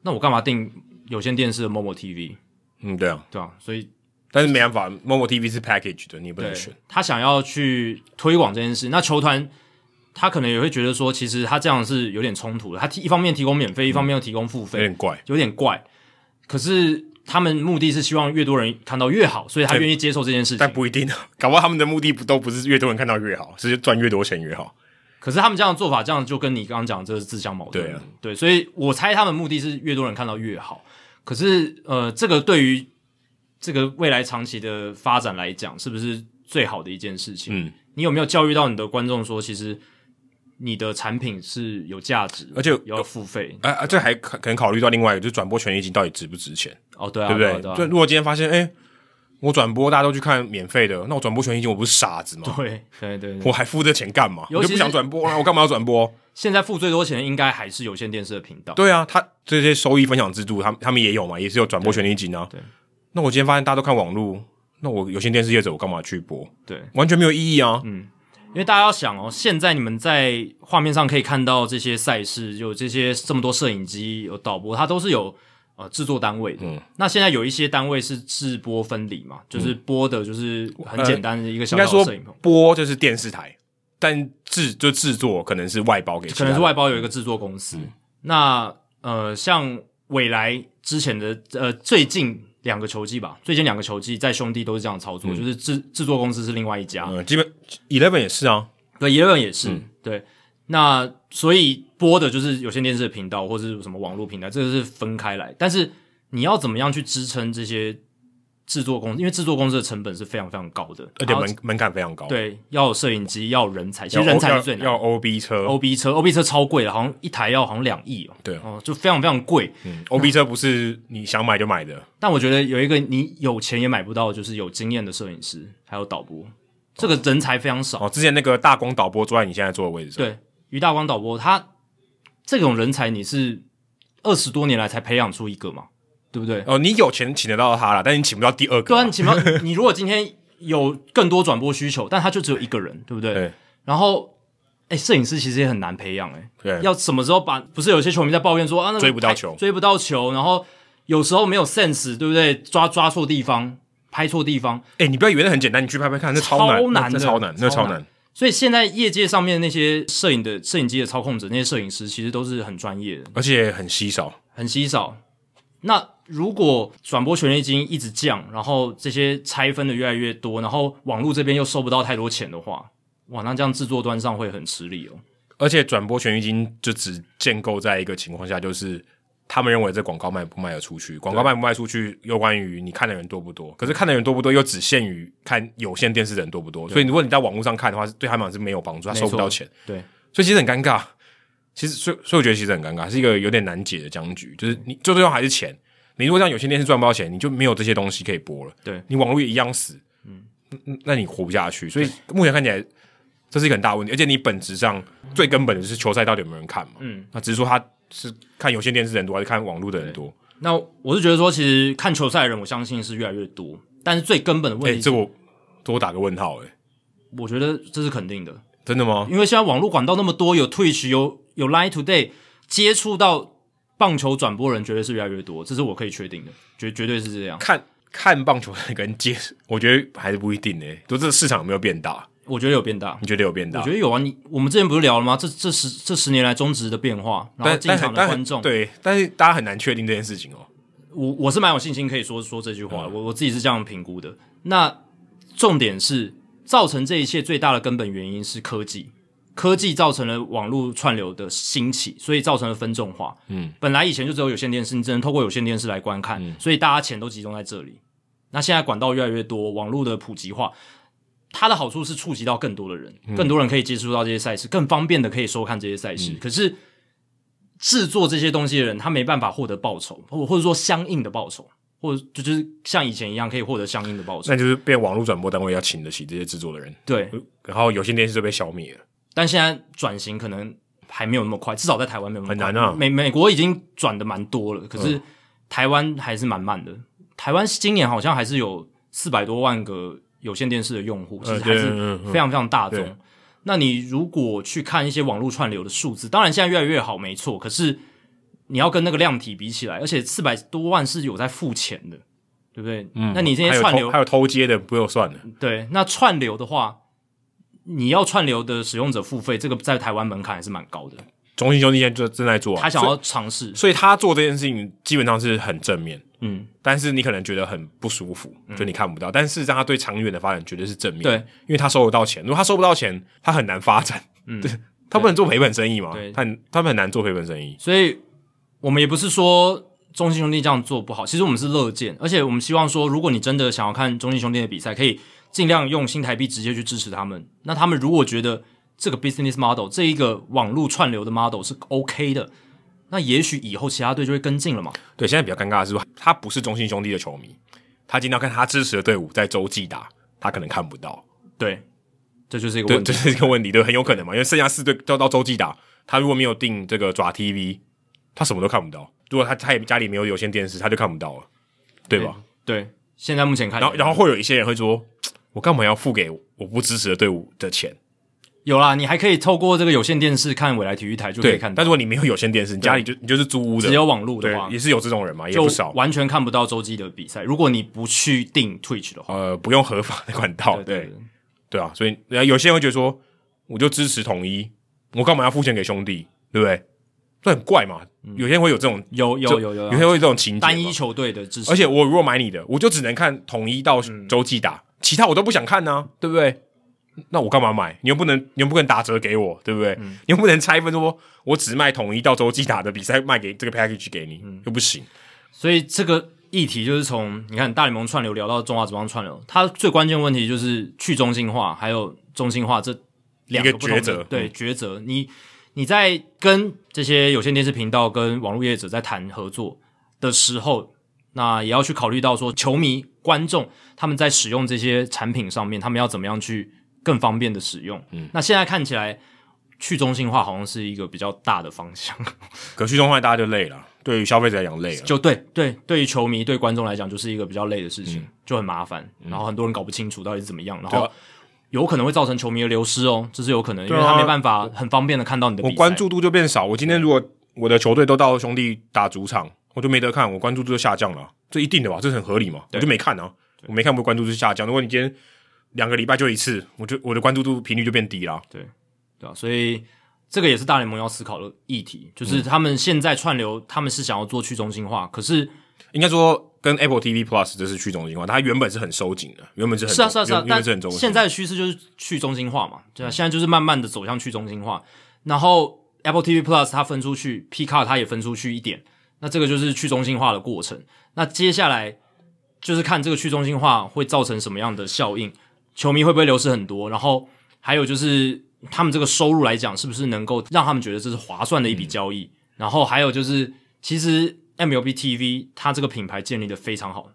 那我干嘛订有线电视的 Momo TV？嗯，对啊，对啊，所以但是没办法，Momo TV 是 package 的，你也不对能选。他想要去推广这件事，那球团他可能也会觉得说，其实他这样是有点冲突的。他提一方面提供嗯免费，一方面又提供付有费，点怪。有点怪。可是他们目的是希望越多人看到越好，所以他愿意接受这件事但情。不一定啊，搞不好他们的目的不都不是越多人看到越好，是赚越多钱越好。可是他们这样的做法，这样就跟你刚刚讲的这是自相矛盾。对啊对，所以我猜他们目的是越多人看到越好。可是呃，这个对于这个未来长期的发展来讲，是不是最好的一件事情？嗯，你有没有教育到你的观众说，其实你的产品是有价值，而且有要付费？啊啊，这还可可能考虑到另外一个，就是转播权益金到底值不值钱，哦，对啊，对不对啊对？对啊就如果今天发现，哎、我转播大家都去看免费的，那我转播权益金我不是傻子吗？对对对对我还付这钱干嘛？尤我其就是不想转播啦，啊我干嘛要转播？现在付最多钱的应该还是有线电视的频道。对啊，他这些收益分享制度，他们他们也有嘛，也是有转播权利金啊。对对那我今天发现大家都看网络，那我有线电视业者我干嘛去播？对，完全没有意义啊。嗯因为大家要想哦，现在你们在画面上可以看到这些赛事，有这些这么多摄影机，有导播，它都是有呃制作单位的。嗯那现在有一些单位是制播分离嘛，就是播的就是很简单的一个小呃应小该的说摄影棚，播就是电视台，但制就制作可能是外包给其他可人，能是外包有一个制作公司。嗯那呃，像未来之前的呃最近两个球季吧，最近两个球季在兄弟都是这样操作，就是制制作公司是另外一家，嗯，基本 Eleven 也是啊，对，也有人也是、嗯对。那所以播的就是有线电视的频道或是什么网络平台，这个是分开来。但是你要怎么样去支撑这些制作公司？因为制作公司的成本是非常非常高的，而且然后门门槛非常高，，对要有摄影机，要有人才，其要实人才是最要难的要 OB 车 O B 车，O B 车超贵的，好像一台要好像两亿哦。对哦、就非常非常贵。嗯，OB 车不是你想买就买的，但我觉得有一个你有钱也买不到，就是有经验的摄影师还有导播，这个人才非常少。哦，之前那个大公导播坐在你现在坐的位置上，对，于大光导播，他这种人才你是二十多年来才培养出一个嘛，对不对？哦，你有钱请得到他了，但你请不到第二对个啊，啊，你起码你如果今天有更多转播需求，但他就只有一个人，对不对？对然后，哎，摄影师其实也很难培养、诶对要什么时候把？不是有些球迷在抱怨说啊，那个追不到拍球追不到球，然后有时候没有 sense，对不对？抓抓错地方，拍错地方，哎、你不要以为那很简单，你去拍拍看，那超难，超难那的那超难，那超超难难。所以现在业界上面那些摄影的摄影机的操控者，那些摄影师其实都是很专业的。而且很稀少。很稀少。那如果转播权利金一直降，然后这些拆分的越来越多，然后网络这边又收不到太多钱的话，哇，那这样制作端上会很吃力哦。而且转播权益金就只建构在一个情况下，就是他们认为这广告卖不卖得出去，广告卖不卖出去有关于你看的人多不多。可是看的人多不多，又只限于看有线电视的人多不多。所以如果你在网络上看的话，是对他们是没有帮助，他收不到钱，对，所以其实很尴尬。其实，所以所以我觉得其实很尴尬，是一个有点难解的僵局。就是你最重要还是钱，你如果像有线电视赚不到钱，你就没有这些东西可以播了。对你网络也一样死，嗯，那你活不下去。所以目前看起来这是一个很大的问题，而且你本质上最根本的是球赛到底有没有人看嘛？嗯，那只是说他是看有线电视的人多还是看网络的人多？那我是觉得说，其实看球赛的人，我相信是越来越多，但是最根本的哎、问题，这我多打个问号、哎，我觉得这是肯定的，真的吗？因为现在网络管道那么多，有 Twitch，有有 Line Today，接触到棒球转播人绝对是越来越多，这是我可以确定的，绝绝对是这样。看看棒球的跟接，我觉得还是不一定诶、就这个市场有没有变大？我觉得有变大，你觉得有变大？我觉得有啊。你我们之前不是聊了吗？这这十这十年来中职的变化，然后但进但场很的但观很众，对，但是大家很难确定这件事情哦。我我是蛮有信心可以说说这句话的，嗯我我自己是这样评估的。那重点是，造成这一切最大的根本原因是科技，科技造成了网络串流的兴起，所以造成了分众化。嗯，本来以前就只有有线电视，你只能透过有线电视来观看，所以大家钱都集中在这里。那现在管道越来越多，网络的普及化，它的好处是触及到更多的人，更多人可以接触到这些赛事，更方便的可以收看这些赛事。可是制作这些东西的人，他没办法获得报酬，或或者说相应的报酬，或者就就是像以前一样可以获得相应的报酬。那就是变网络转播单位要请得起这些制作的人，对，然后有线电视就被消灭了。但现在转型可能还没有那么快，至少在台湾没有那么快很难啊嗯美美国已经转的蛮多了，可是台湾还是蛮慢的。台湾今年好像还是有四百多万个有线电视的用户，其实还对是嗯嗯非常非常大众。对那你如果去看一些网络串流的数字，当然现在越来越好，没错。可是你要跟那个量体比起来，而且四百多万是有在付钱的，对不对？嗯那你这些还有串偷流还有偷接的，不用算了。对，那串流的话，你要串流的使用者付费，这个在台湾门槛还是蛮高的。中信兄弟现在就正在做、啊，他想所要尝试以，，所以他做这件事情基本上是很正面，嗯，但是你可能觉得很不舒服，就你看不到。但事实上，他对长远的发展绝对是正面，对，因为他收得到钱。如果他收不到钱，他很难发展，嗯，他不能做赔本生意嘛对，他很他们很难做赔本生意。所以我们也不是说中信兄弟这样做不好，其实我们是乐见，而且我们希望说，如果你真的想要看中信兄弟的比赛，可以尽量用新台币直接去支持他们。那他们如果觉得这个 business model 这一个网络串流的 model 是 OK 的，那也许以后其他队就会跟进了嘛。对，现在比较尴尬的是，他不是中信兄弟的球迷，他今天要看他支持的队伍在洲际打，他可能看不到，对，这就是一个对，问这题。是一个问题，对，很有可能嘛，因为剩下四队都到洲际打，他如果没有订这个爪 TV，他什么都看不到。如果他他也家里没有有线电视，他就看不到了，对吧？对，现在目前看起来，然后然后会有一些人会说，我干嘛要付给我不支持的队伍的钱？有啦，你还可以透过这个有线电视看未来体育台就可以看到但，如果你没有有线电视，你家里就你就是租屋的，只有网络对的话，也是有这种人嘛，也就不少。完全看不到洲际的比赛。如果你不去订 Twitch 的话，呃，不用合法的管道，对哦对啊，所以呃有些人会觉得说，我就支持统一，我干嘛要付钱给兄弟，对不对？这很怪嘛。有些人会有这种，有嗯有这有有啊有些人会有这种情节嘛单一球队的支持，而且我如果买你的，我就只能看统一到嗯洲际打，其他我都不想看呢、啊对不对？那我干嘛买？你又不能，你又不能打折给我，对不对？嗯你又不能拆分说，我只卖统一到洲际打的比赛卖给这个 package 给你，嗯又不行。所以这个议题就是从你看大联盟串流聊到中华职棒串流，它最关键的问题就是去中心化还有中心化这两一个个不同的抉择对抉择。嗯你你在跟这些有线电视频道跟网络业者在谈合作的时候，那也要去考虑到说，球迷观众他们在使用这些产品上面，他们要怎么样去更方便的使用。嗯，那现在看起来。去中心化好像是一个比较大的方向，可去中换大家就累了，对于消费者来讲累了。就对对，对于球迷、对观众来讲，就是一个比较累的事情，就很麻烦。然后很多人搞不清楚到底是怎么样，然嗯对后啊有可能会造成球迷的流失哦，这是有可能，因对啊为他没办法很方便的看到你的比我赛。关注度就变少。我今天如果我的球队都到兄弟打主场，我就没得看，我关注度就下降了，这一定的吧？这是很合理嘛？我就没看啊，我没看，我的关注度就下降。如果你今天两个礼拜就一次，我就我的关注度频率就变低了。对啊，所以这个也是大联盟要思考的议题，嗯就是他们现在串流，他们是想要做去中心化，可是应该说，跟 Apple TV Plus 这是去中心化，它原本是很收紧的，原本是很是啊是啊是啊原，原但本是很中心化。现在的趋势就是去中心化嘛，对啊，现在就是慢慢的走向去中心化。然后 Apple TV Plus 它分出去，P 卡它也分出去一点，那这个就是去中心化的过程。那接下来就是看这个去中心化会造成什么样的效应，球迷会不会流失很多，然后还有就是他们这个收入来讲，是不是能够让他们觉得这是划算的一笔交易？然后还有就是，其实 MLB TV 它这个品牌建立的非常好，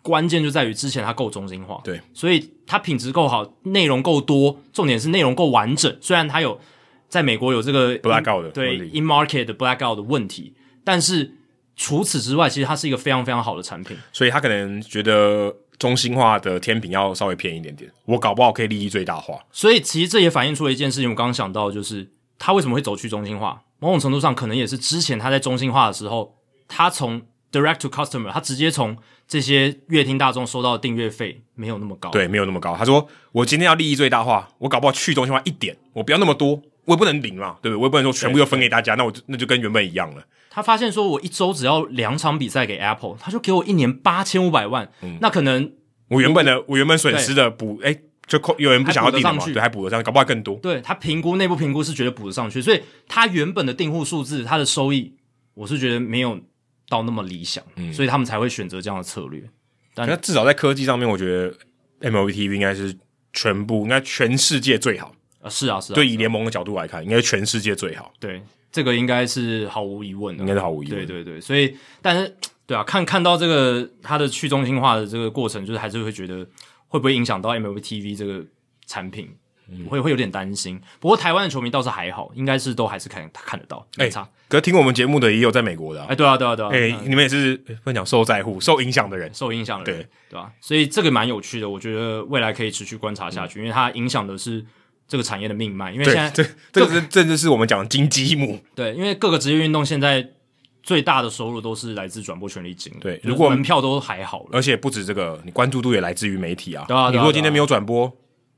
关键就在于之前它够中心化，对，所以它品质够好，内容够多，重点是内容够完整。虽然它有在美国有这个 Blackout 的嗯对问题 in market 的 blackout 的问题，但是除此之外，其实它是一个非常非常好的产品。所以他可能觉得中心化的天平要稍微偏一点点，我搞不好可以利益最大化。所以其实这也反映出了一件事情，我刚刚想到的就是他为什么会走去中心化，某种程度上可能也是之前他在中心化的时候，他从 direct to customer，他直接从这些乐听大众收到的订阅费没有那么高，，对，没有那么高。他说我今天要利益最大化，我搞不好去中心化一点，我不要那么多，我也不能零嘛，对不对？我也不能说全部都分给大家，那我就那就跟原本一样了。他发现说我一周只要两场比赛给 Apple，他就给我一年八千五百万，那可能我原本的我原本损失的补，哎，就扣有人不想要定了还补得嘛，上去对，还补得上，搞不好更多。对他评估内部评估是觉得补得上去，所以他原本的订户数字，他的收益，我是觉得没有到那么理想，所以他们才会选择这样的策略。但那至少在科技上面，我觉得 MLB TV 应该是全部，应该全世界最好。啊，是啊，是啊，对，以联盟的角度来看，应该是全世界最好，对，这个应该是毫无疑问的，应该是毫无疑对问。对对，所以但是对啊，看看到这个它的去中心化的这个过程，就是还是会觉得会不会影响到 MLB TV 这个产品，嗯会会有点担心。不过台湾的球迷倒是还好，应该是都还是看看得到，没哎差。可是听我们节目的也有在美国的、啊哎、，对啊对啊对啊，哎、你们也是哎不能讲受在乎、受影响的人。受影响的人，对对吧、所以这个蛮有趣的，我觉得未来可以持续观察下去，因为它影响的是这个产业的命脉。因为现嗯对在，这这个是这就是我们讲的金鸡母。对，因为各个职业运动现在最大的收入都是来自转播权利金。对就是如果呃门票都还好了，而且不止这个，你关注度也来自于媒体啊。对啊对啊你对如果啊今天没有转播，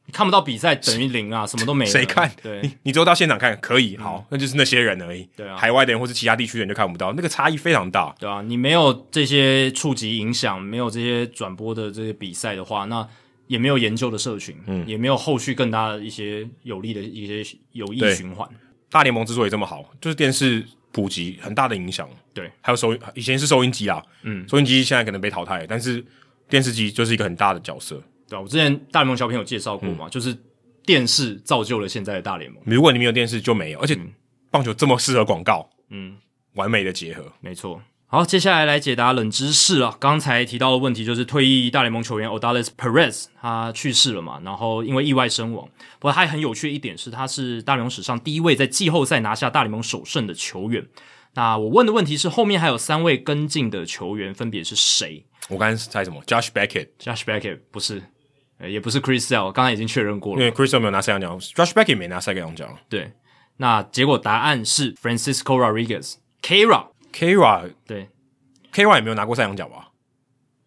你看不到比赛等于零啊，什么都没了。谁看？对啊嗯你你只有到现场看可以，好，那就是那些人而已。对啊海外的人或是其他地区的人就看不到，那个差异非常大。对啊，你没有这些触及影响，没有这些转播的这些比赛的话，那也没有研究的社群，嗯，也没有后续更大的一些有利的一些有益对循环。大联盟之所以这么好，就是电视普及很大的影响。对，还有收以前是收音机啦，嗯，收音机现在可能被淘汰，但是电视机就是一个很大的角色。对啊，我之前大联盟小品有介绍嗯过嘛，就是电视造就了现在的大联盟。如果你没有电视就没有，而且棒球这么适合广告，嗯，完美的结合。没错。好，接下来来解答冷知识啊。刚才提到的问题就是退役大联盟球员 Odalis Perez 他去世了嘛，然后因为意外身亡。不过他很有趣的一点是，他是大联盟史上第一位在季后赛拿下大联盟首胜的球员。那我问的问题是，后面还有三位跟进的球员分别是谁我刚才猜什么？Josh Beckett， ？Josh Beckett 不是，呃也不是 Chris Sale，刚才已经确认过因了。为 Chris 没有拿赛扬奖，Josh Beckett 没拿赛扬奖。对，那结果答案是 Francisco Rodriguez Kira。 Kira 对， Kira 也没有拿过赛扬奖吧？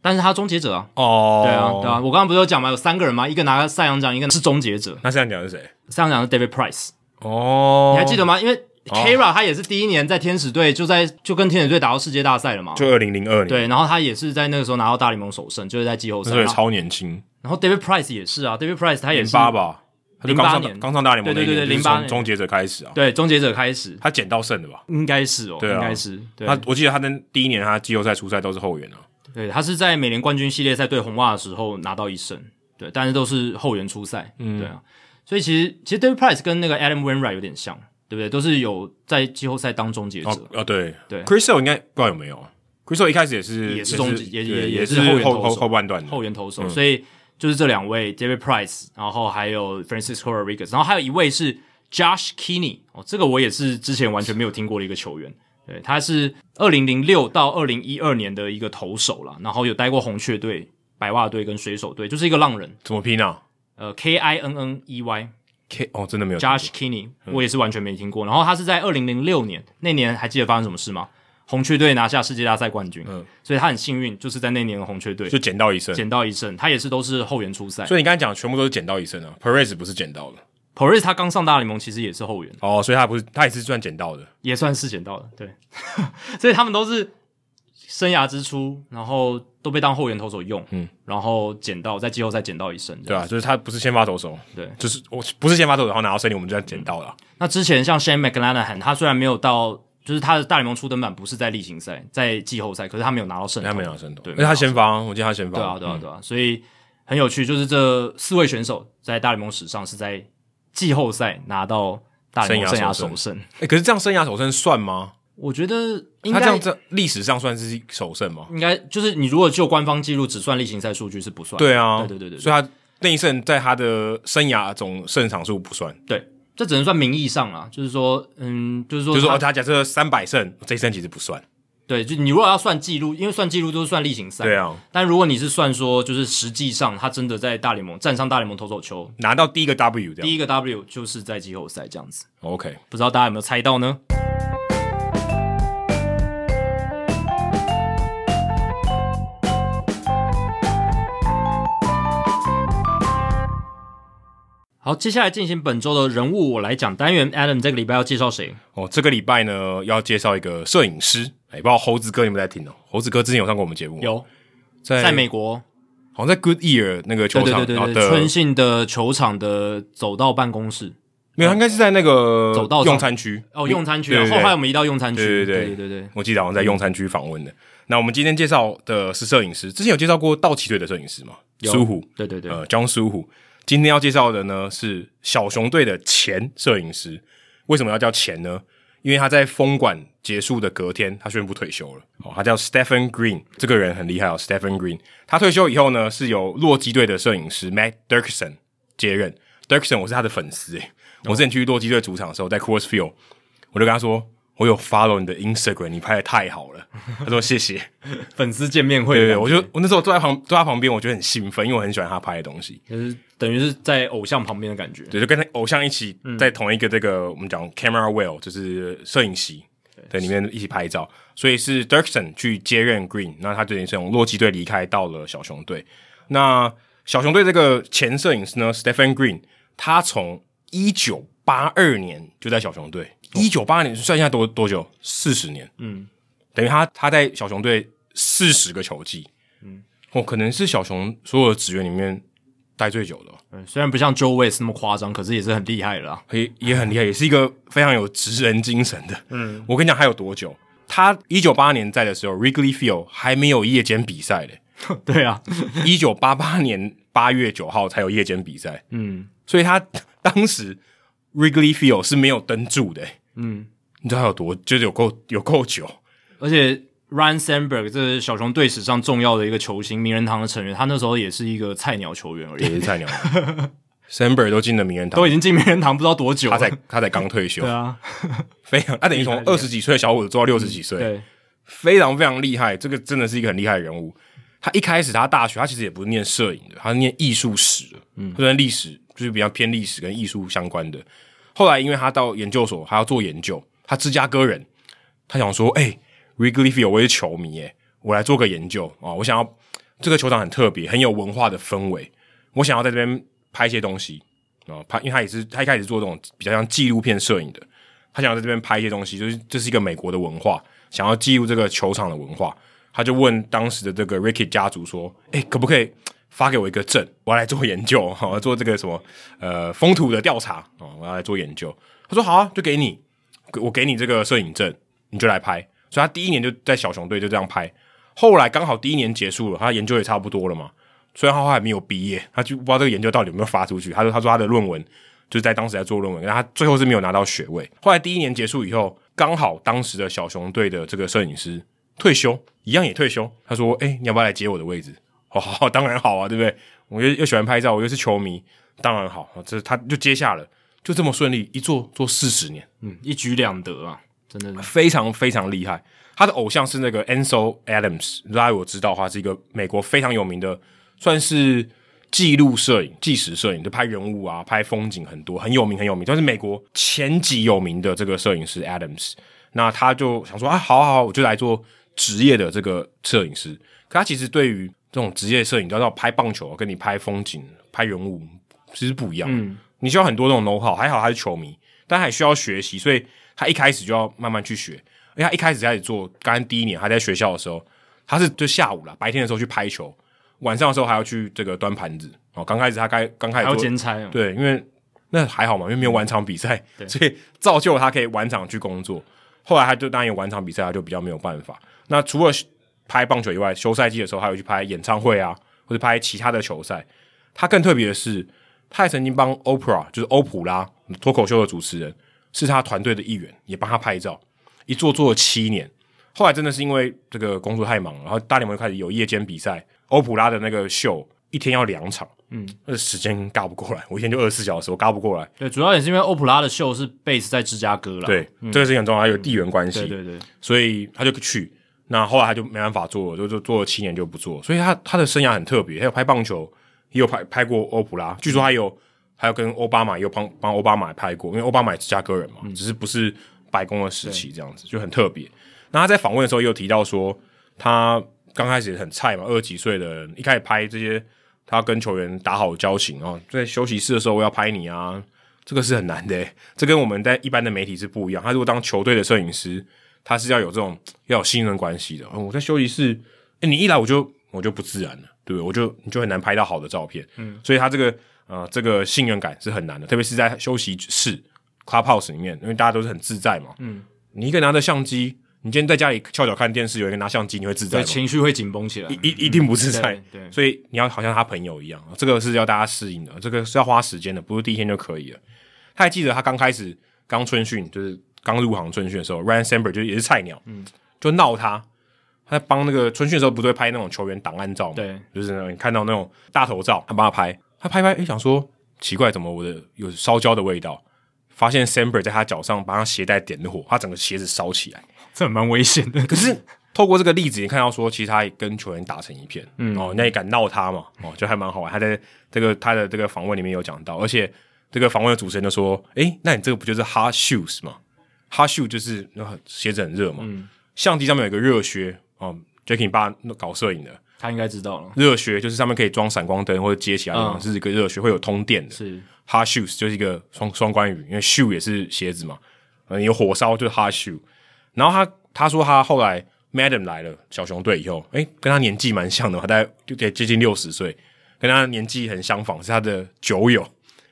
但是他终结者啊。哦对啊，对啊，我刚刚不是有讲嘛，有三个人嘛，一个拿赛扬奖，一个是终结者。那赛扬奖是谁？赛扬奖是 David Price，哦，你还记得吗？因为 Kira 他也是第一年在天使队，就在就跟天使队打到世界大赛了嘛。哦就二零零二年，，对，然后他也是在那个时候拿到大联盟首胜，就是在季后赛。所以然后超年轻，然后 David Price 也是啊，David Price 他也零是八，吧，他就刚08年上刚上大联盟那一对对对年，就是08从年终结者开始啊，对，终结者开始，他捡到胜的吧？应该是哦，对啊应该是，对他，我记得他的第一年他季后赛、初赛都是后援啊，对，他是在美联冠军系列赛对红袜的时候拿到一胜，对，但是都是后援出赛，嗯对啊，所以其实其实 David Price 跟那个 Adam Wainwright 有点像，对不对？都是有在季后赛当终结者，哦哦对对，Chris Sale 应该不知道有没有，Chris Sale 一开始也是也是中也也对也也是后援后投后手后半段的，后援投手，嗯所以就是这两位 David Price，然后还有 Francisco Rodriguez，然后还有一位是 Josh Kinney，哦，这个我也是之前完全没有听过的一个球员。对，他是二零零六到二零一二年的一个投手啦，然后有待过红雀队、白袜队跟水手队，就是一个浪人。怎么拼啊呃，K I N N E Y ？K 哦，真的没有 Josh Kinney，我嗯也是完全没听过。然后他是在二零零六年那年，还记得发生什么事吗？红雀队拿下世界大赛冠军，嗯所以他很幸运，就是在那年的红雀队就捡到一胜，捡到一胜，他也是都是后援出赛。所以你刚才讲的全部都是捡到一胜啊，Perez 不是捡到的 p o r i s 他刚上大联盟，其实也是后援，哦，所以他不是他也是算捡到的，也算是捡到的，对。 [laughs] 所以他们都是生涯之初，然后都被当后援投手用，嗯，然后捡到在季后赛捡到一胜，对啊，就是他不是先发投手，对嗯就是我不是先发投手，然后拿到胜利，我们就算捡到了啊。那之前像 Shane McClanahan，他虽然没有到，就是他的大联盟初登板不是在例行赛，在季后赛，可是他没有拿到胜他投没，拿胜投，对因为他先发，我记得他先发。对啊，对啊，对啊，所以很有趣，就是这四位选手在大联盟史上是在季后赛拿到大联盟生生涯涯首胜首胜，哎、可是这样生涯首胜算吗？我觉得应他该这样这历史上算是首胜吗？应该就是你如果就官方记录只算例行赛数据是不算的，对啊，对对对对所以他那一胜在他的生涯总胜场数不算，对，这只能算名义上啦，就是说，嗯，就是说他，就是说哦他假设三百胜，这一胜其实不算。对，就你如果要算记录，因为算记录都是算例行赛，对。啊，但如果你是算说，就是实际上他真的在大联盟站上大联盟投手球，拿到第一个 W 这第样哦一个 W 就是在季后赛这样子， ，OK，不知道大家有没有猜到呢？好，接下来进行本周的人物我来讲单元。Adam 这个礼拜要介绍谁？哦，这个礼拜呢要介绍一个摄影师，哎，不知道猴子哥你们在听哦？猴子哥之前有上过我们节目吗，哦有在在美国，好像在 Good Ear 那个球对对场啊对然后对对，的春信的球场的走到办公室没有，他应该是在那个嗯走道上用餐区哦，用餐区啊。对对后对来我们移嗯到用餐区，对对对对对对，我记得好像在用餐区访问的。那我们今天介绍的是摄影师，之前有介绍过道奇队的摄影师嘛？有苏虎，对对对，呃，John 苏虎。今天要介绍的呢是小熊队的前摄影师。为什么要叫前呢？因为他在封馆结束的隔天，他宣布退休了。哦，他叫 Stephen Green，这个人很厉害哦，Stephen Green。他退休以后呢，是由洛基队的摄影师 Matt Dirksen 接任。Dirksen 我是他的粉丝诶、欸我之前去洛基队主场的时候，在 Coors Field，我就跟他说。我有 follow 你的 Instagram，你拍的太好了。他说谢谢。粉丝见面会对的对对，感觉，我就我那时候坐在旁坐在旁边，我觉得很兴奋，因为我很喜欢他拍的东西。就是等于是在偶像旁边的感觉。对，就跟他偶像一起在同一个这个、我们讲 camera well，就是摄影席对里面一起拍照，所以是 Dirksen 去接任 Green，那他最近是从洛基队离开到了小熊队。那小熊队这个前摄影师呢，Stephen Green，他从一九八二年就在小熊队，一九八二年算一下多多久？四十年，哦嗯，等于他他在小熊队四十个球季，嗯，哦，可能是小熊所有的职员里面待最久的哦、嗯虽然不像 Joe West 那么夸张，可是也是很厉害了啊。也也很厉害，也是一个非常有职人精神的。嗯，我跟你讲，还有多久？他一九八年在的时候，Wrigley Field 还没有夜间比赛 [laughs] 嘞。 [laughs] 对啊，一九八八年八月九号才有夜间比赛，嗯，所以他 [laughs] 当时 Wrigley Field 是没有登注的。嗯，你知道他有多就是有够有够久。而且 Ryan Sandberg 这是小熊队史上重要的一个球星，名人堂的成员，他那时候也是一个菜鸟球员而也已，是菜鸟 [laughs] ，Samber 都进了名人堂都，已经进名人堂不知道多久他了。才他才刚退休 [laughs] 对，啊，非常他等于从二十几岁的小伙子做到六十几岁，对，非常非常厉害，这个真的是一个很厉害的人物。他一开始他大学他其实也不是念摄影的，他是念艺术史的，嗯，他是念历史就是比较偏历史跟艺术相关的。后来因为他到研究所，他要做研究，他芝加哥人，他想说，哎、w r i g l e y Field 我也是球迷、哎，我来做个研究啊、哦我想要这个球场很特别，很有文化的氛围，我想要在这边拍一些东西啊、哦拍，因为他也是他一开始做这种比较像纪录片摄影的，他想要在这边拍一些东西，就是这是一个美国的文化，想要记录这个球场的文化，他就问当时的这个 Ricky 家族说：“哎、可不可以发给我一个证，我要来做研究，哈，我要做这个什么呃风土的调查哦，我要来做研究。”他说：“好啊，就给你，给我给你这个摄影证，你就来拍。”所以他第一年就在小熊队就这样拍，后来刚好第一年结束了，他研究也差不多了嘛，虽然他后来还没有毕业，他就不知道这个研究到底有没有发出去。他说，他说他的论文就是在当时在做论文，但他最后是没有拿到学位。后来第一年结束以后，刚好当时的小熊队的这个摄影师退休，一样也退休。他说：“哎、你要不要来接我的位置？”哦， [laughs] 好好当然好啊，对不对？我又又喜欢拍照，我又是球迷，当然好。这他就接下了，就这么顺利，一做做四十年，嗯，一举两得啊，真的是非常非常厉害。他的偶像是那个 Ansel Adams，大家我知道的话是一个美国非常有名的，算是记录摄影、纪实摄影，就拍人物啊、拍风景很多，很有名很有名，算是美国前几有名的这个摄影师 Adams。那他就想说啊，好好好，我就来做职业的这个摄影师。可他其实对于这种职业摄影，你知道拍棒球啊跟你拍风景、拍人物其实不一样。嗯你需要很多这种 know how，还好他是球迷，但还需要学习，所以他一开始就要慢慢去学。而且他一开始开始做，刚刚第一年还在学校的时候，他是就下午啦，白天的时候去拍球，晚上的时候还要去这个端盘子。哦，刚开始他该刚开还始要做兼差哦。对，因为那还好嘛，因为没有晚场比赛， [laughs] 所以造就了他可以晚场去工作。后来他就当然有晚场比赛，他就比较没有办法。那除了拍棒球以外，休赛季的时候还有去拍演唱会啊，或者拍其他的球赛。他更特别的是，他还曾经帮 Oprah，就是欧普拉脱口秀的主持人，是他团队的一员，也帮他拍照。一做做了七年，后来真的是因为这个工作太忙了，然后大联盟就开始有夜间比赛，欧普拉的那个秀一天要两场，嗯，那时间尬不过来，我一天就二十四小时，我尬不过来。对，主要也是因为欧普拉的秀是 base 在芝加哥啦。对，这个事情很重要，还有地缘关系。嗯对对对，所以他就去。那后来他就没办法做了，就就做了七年就不做。所以他他的生涯很特别，他有拍棒球，也有拍拍过欧普嗯拉，据说他有还有跟奥巴马也有帮帮奥巴马拍过，因为奥巴马也是芝加哥人嘛，嗯只是不是白宫的时期这样子，就很特别。那他在访问的时候也有提到说，他刚开始很菜嘛，二十几岁的人一开始拍这些，他跟球员打好交情啊，在休息室的时候我要拍你啊，这个是很难的、欸，这跟我们在一般的媒体是不一样。他如果当球队的摄影师，他是要有这种要有信任关系的。嗯、我在休息室，哎，你一来我就我就不自然了，对不对？我就你就很难拍到好的照片。嗯，所以他这个呃这个信任感是很难的，特别是在休息室 clubhouse 里面，因为大家都是很自在嘛。嗯，你一个拿着相机，你今天在家里翘脚看电视，有一个拿相机，你会自在对，吗？情绪会紧绷起来。一一一定不是在，嗯对对所以你要好像他朋友一样，这个是要大家适应的，这个是要花时间的，不是第一天就可以了。他还记得他刚开始刚春训，就是刚入行春训的时候，Ryan Samber 就也是菜鸟，嗯，就闹他，他在帮那个春训的时候不是会拍那种球员档案照嘛，对，就是那种你看到那种大头照，他帮他拍，他拍拍，诶，想说奇怪，怎么我的有烧焦的味道？发现 Samber 在他脚上帮他鞋带点的火，他整个鞋子烧起来。这蛮危险的。可是透过这个例子，你看到说，其实他也跟球员打成一片，嗯，哦，那也敢闹他嘛，哦，就还蛮好玩。他在这个他的这个访问里面有讲到，而且这个访问的主持人就说，诶，那你这个不就是 hard shoes 吗？hard shoe 就是那很鞋子很热嘛，相机上面有一个热靴，哦 j a c k i 爸搞摄影的他应该知道了，热靴，就是上面可以装闪光灯或者接起来的嘛，是一个热靴，会有通电的，是 hard shoes 就是一个双双关语，因为 shoe 也是鞋子嘛，嗯，有火烧就是 hard shoe。然后他他说他后来 Madam 来了小熊队以后，诶，跟他年纪蛮像的嘛，他大概就得接近六十岁，跟他年纪很相仿，是他的酒友，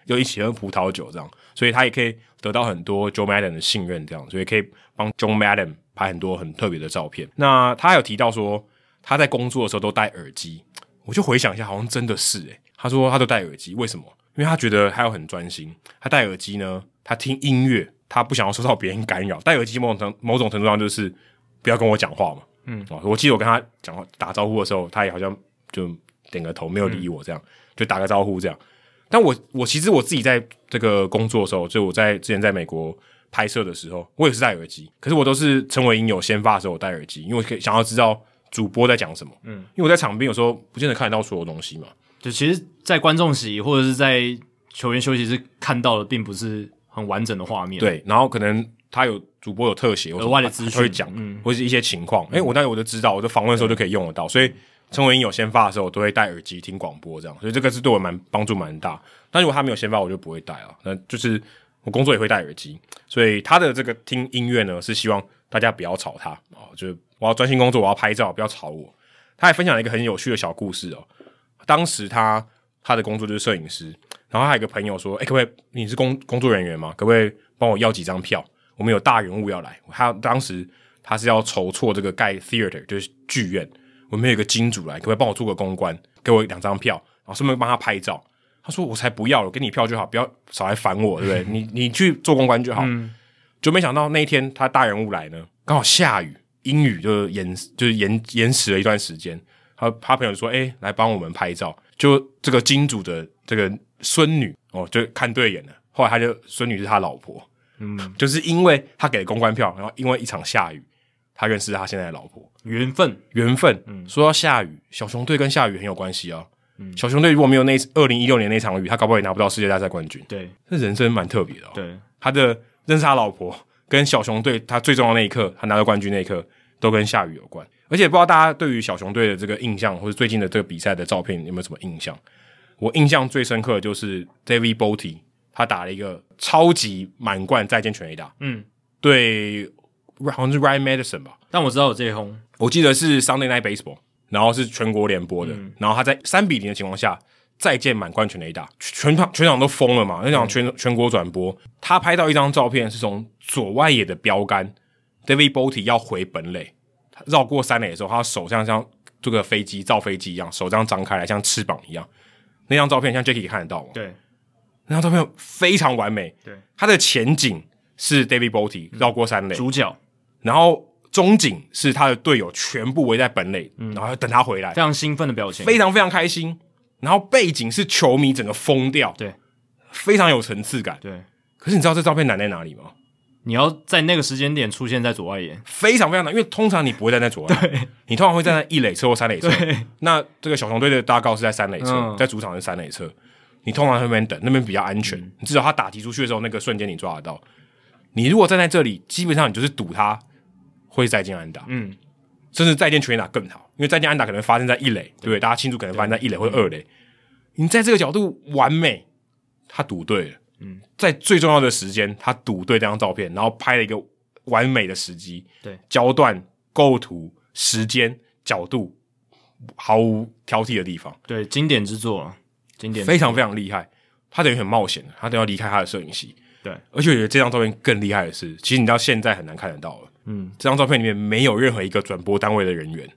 就一起喝葡萄酒这样，所以他也可以得到很多 Joe Madam 的信任，这样，所以可以帮 Joe Madam 拍很多很特别的照片。那他还有提到说他在工作的时候都戴耳机，我就回想一下，好像真的是诶、他说他都戴耳机，为什么？因为他觉得他要很专心。他戴耳机呢，他听音乐，他不想要受到别人干扰。戴耳机某种程某种程度上就是不要跟我讲话嘛。嗯、哦，我记得我跟他讲话打招呼的时候，他也好像就点个头，没有理我，这样、就打个招呼这样。但我我其实我自己在这个工作的时候，就我在之前在美国拍摄的时候，我也是戴耳机，可是我都是成为影友先发的时候我戴耳机，因为我可以想要知道主播在讲什么。嗯，因为我在场边有时候不见得看得到所有东西嘛。就其实，在观众席或者是在球员休息室看到的，并不是很完整的画面。，对，然后可能他有主播有特写，额外的资他讯嗯他会讲，或是一些情况，哎、我那我就知道，我在访问的时候就可以用得到，所以陈伟英有先发的时候，我都会戴耳机听广播这样，所以这个是对我蛮帮助蛮大。但如果他没有先发，我就不会戴啊，那就是我工作也会戴耳机，所以他的这个听音乐呢，是希望大家不要吵他哦，就是我要专心工作，我要拍照，不要吵我。他还分享了一个很有趣的小故事哦，当时他他的工作就是摄影师，然后还有一个朋友说：“哎、可不可以？你是工工作人员吗？可不可以帮我要几张票？我们有大人物要来。”他当时他是要筹措这个盖 theater，就是剧院。我们有一个金主来，可不可以帮我做个公关？给我两张票，然后顺便帮他拍照。他说：“我才不要了，给你票就好，不要少来烦我，对不对？你你去做公关就好。就没想到那一天他大人物来呢，刚好下雨，英语就延就是延延迟了一段时间。他他朋友就说：“哎、来帮我们拍照。”就这个金主的这个孙女哦，就看对眼了。后来他就孙女是他老婆，嗯，就是因为他给了公关票，然后因为一场下雨，他认识他现在的老婆。缘分缘分。说到下雨，小熊队跟下雨很有关系啊。小熊队如果没有那二零一六年那场雨，他搞不好也拿不到世界大赛冠军。对这人生蛮特别的、哦。对，他的认识他老婆跟小熊队他最重要的那一刻，他拿到冠军那一刻，都跟下雨有关。而且不知道大家对于小熊队的这个印象，或者最近的这个比赛的照片有没有什么印象？我印象最深刻的就是 David Boty，他打了一个超级满贯再见全垒打，嗯，对，好像是 Ryan Madison 吧，但我知道有这一轰，我记得是 Sunday Night Baseball，然后是全国联播的，然后他在三比零的情况下再见满贯全垒打，全全场全场都疯了嘛，那场全、全国转播，他拍到一张照片是从左外野的标杆，David Boty 要回本垒，他绕过三垒的时候，他手像像这个飞机造飞机一样，手这样张开来，像翅膀一样。那张照片像 Jacky 看得到吗？对，那张照片非常完美，对，嗯它的前景是 David Boty 绕过三垒，主角然后中景是他的队友全部围在本垒，嗯然后要等他回来非，常兴奋的表情，非常非常开心。然后背景是球迷整个疯掉，对，非常有层次感。对，可是你知道这照片难在哪里吗？你要在那个时间点出现在左外野，非常非常难，因为通常你不会站在左岸，你通常会站在一垒侧或三垒侧。那这个小熊队的搭告是在三垒侧，嗯在主场是三垒侧，你通常在那边等，那边比较安嗯全。你至少他打击出去的时候，那个瞬间你抓得到。你如果站在这里，基本上你就是赌他会再见安打，嗯，甚至再见全垒打更好，因为再见安打可能发生在一垒，对不对？大家庆祝可能发生在一垒或者二垒。你在这个角度完美，他赌对了。嗯，在最重要的时间，他赌对这张照片，然后拍了一个完美的时机。对，焦段、构图、时间、角度，毫无挑剔的地方，对，经典之作了，经典非常非常厉害。他等于很冒险，他等于要离开他的摄影系。对，而且我觉得这张照片更厉害的是，其实你到现在很难看得到了。嗯，这张照片里面没有任何一个转播单位的人员，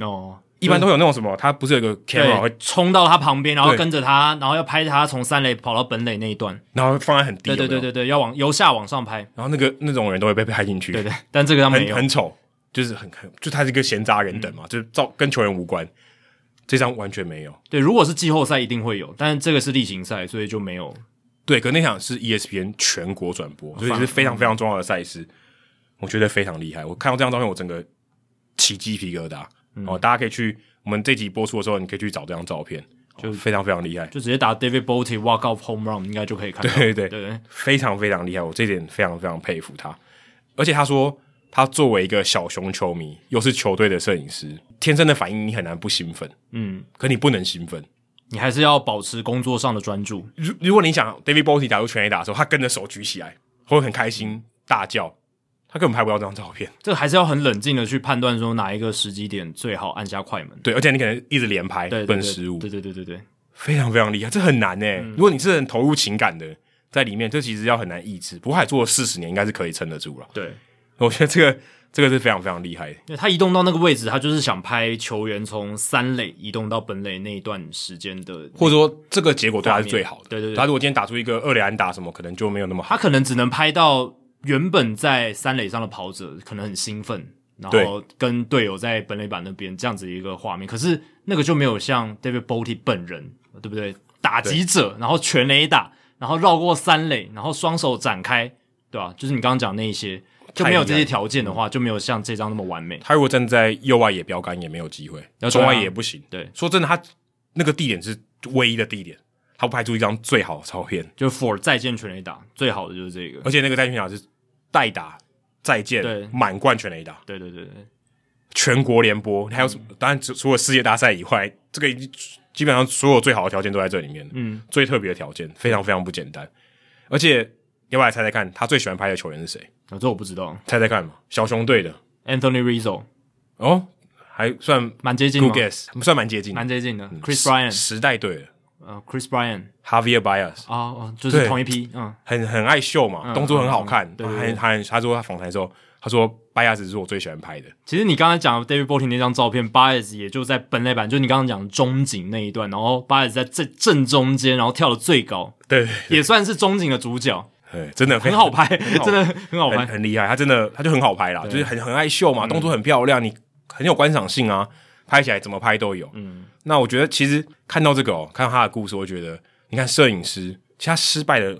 哦，一般都会有那种什么，他不是有个 camera 会对，，冲到他旁边，然后对跟着他，然后要拍他从三垒跑到本垒那一段，然后放在很对低，对有没有对，对对，要往由下往上拍，然后那个那种人都会被拍进去，对对，但这个他没很有，嗯很丑，就是很很，就他是一个闲杂人等嘛，就是照跟球员无关。这张完全没有，对，如果是季后赛一定会有，但是这个是例行赛，所以就没有，对，可那场是 E ESPN 全国转哦播，所以是嗯非常非常重要的赛事，我觉得非常厉害。我看到这张照片，我整个起鸡皮疙瘩。嗯哦，大家可以去我们这集播出的时候，你可以去找这张照片，就、非常非常厉害，就直接打 David Bolte walk off home run 应该就可以看到，对对对对，非常非常厉害。我这点非常非常佩服他。而且他说，他作为一个小熊球迷，又是球队的摄影师，天生的反应你很难不兴奋，嗯，可你不能兴奋。你还是要保持工作上的专注，如如果你想 David b o t y 打入全垒打的时候，他跟着手举起来，会很开心大叫，他根本拍不到这张照片。这个还是要很冷静的去判断说哪一个时机点最好按下快门，对，而且你可能一直连拍，对，对不能对失误，对嗯对对对对，非常非常厉害，这很难呢、如果你是很投入情感的在里面，这其实要很难抑制。不过海做了四十年，应该是可以撑得住了。对。我觉得这个这个是非常非常厉害的。因为他移动到那个位置，他就是想拍球员从三垒移动到本垒那一段时间的，或者说这个结果对他是最好的。对对对他如果今天打出一个二连安打什么，可能就没有那么好。他可能只能拍到原本在三垒上的跑者可能很兴奋，然后跟队友在本垒板那边这样子一个画面，可是那个就没有像 David Bolte 本人，对不对？打击者，然后全垒打，然后绕过三垒，然后双手展开，对吧、就是你刚刚讲那一些，就没有这些条件的话，就没有像这张那么完美。他如果站在右外野标杆也没有机会，啊中外野也不行。对，说真的，他那个地点是唯一的地点，他不拍出一张最好的照片，就 for 再见全垒打，最好的就是这个。而且那个再见打是代打再对见满贯全垒打。对对对对，全国联播，还有什么？嗯当然，除除了世界大赛以外，这个已经基本上所有最好的条件都在这里面。嗯，最特别的条件，非常非常不简单。而且，要不要来猜猜看，他最喜欢拍的球员是谁？啊这我不知道。猜猜看嘛，小熊队的 Anthony Rizzo 哦，还算蛮接近 good 吗？ guess，算蛮接近的。蛮接近的。Chris 时 Bryant，时代队的呃，Chris Bryant， Javier Bias 哦哦，就对是同一批，嗯，很很爱秀嘛，嗯动作很好看。嗯嗯对对他对他很他说他访谈的时候，他说 Bias 是我最喜欢拍的。其实你刚才讲 David Bolton 那张照片，Bias 也就在本垒板，就是你刚刚讲中景那一段，然后 Bias 在正正中间，然后跳的最高，对，对也算是中景的主角，对真的很 [laughs] 很好拍，好真的很好很拍。嗯很厉害，他真的他就很好拍啦，就是很很爱秀嘛，动作很漂亮，你很有观赏性啊，拍起来怎么拍都有。嗯，那我觉得其实看到这个哦，看到他的故事，我觉得你看摄影师，其实他失败的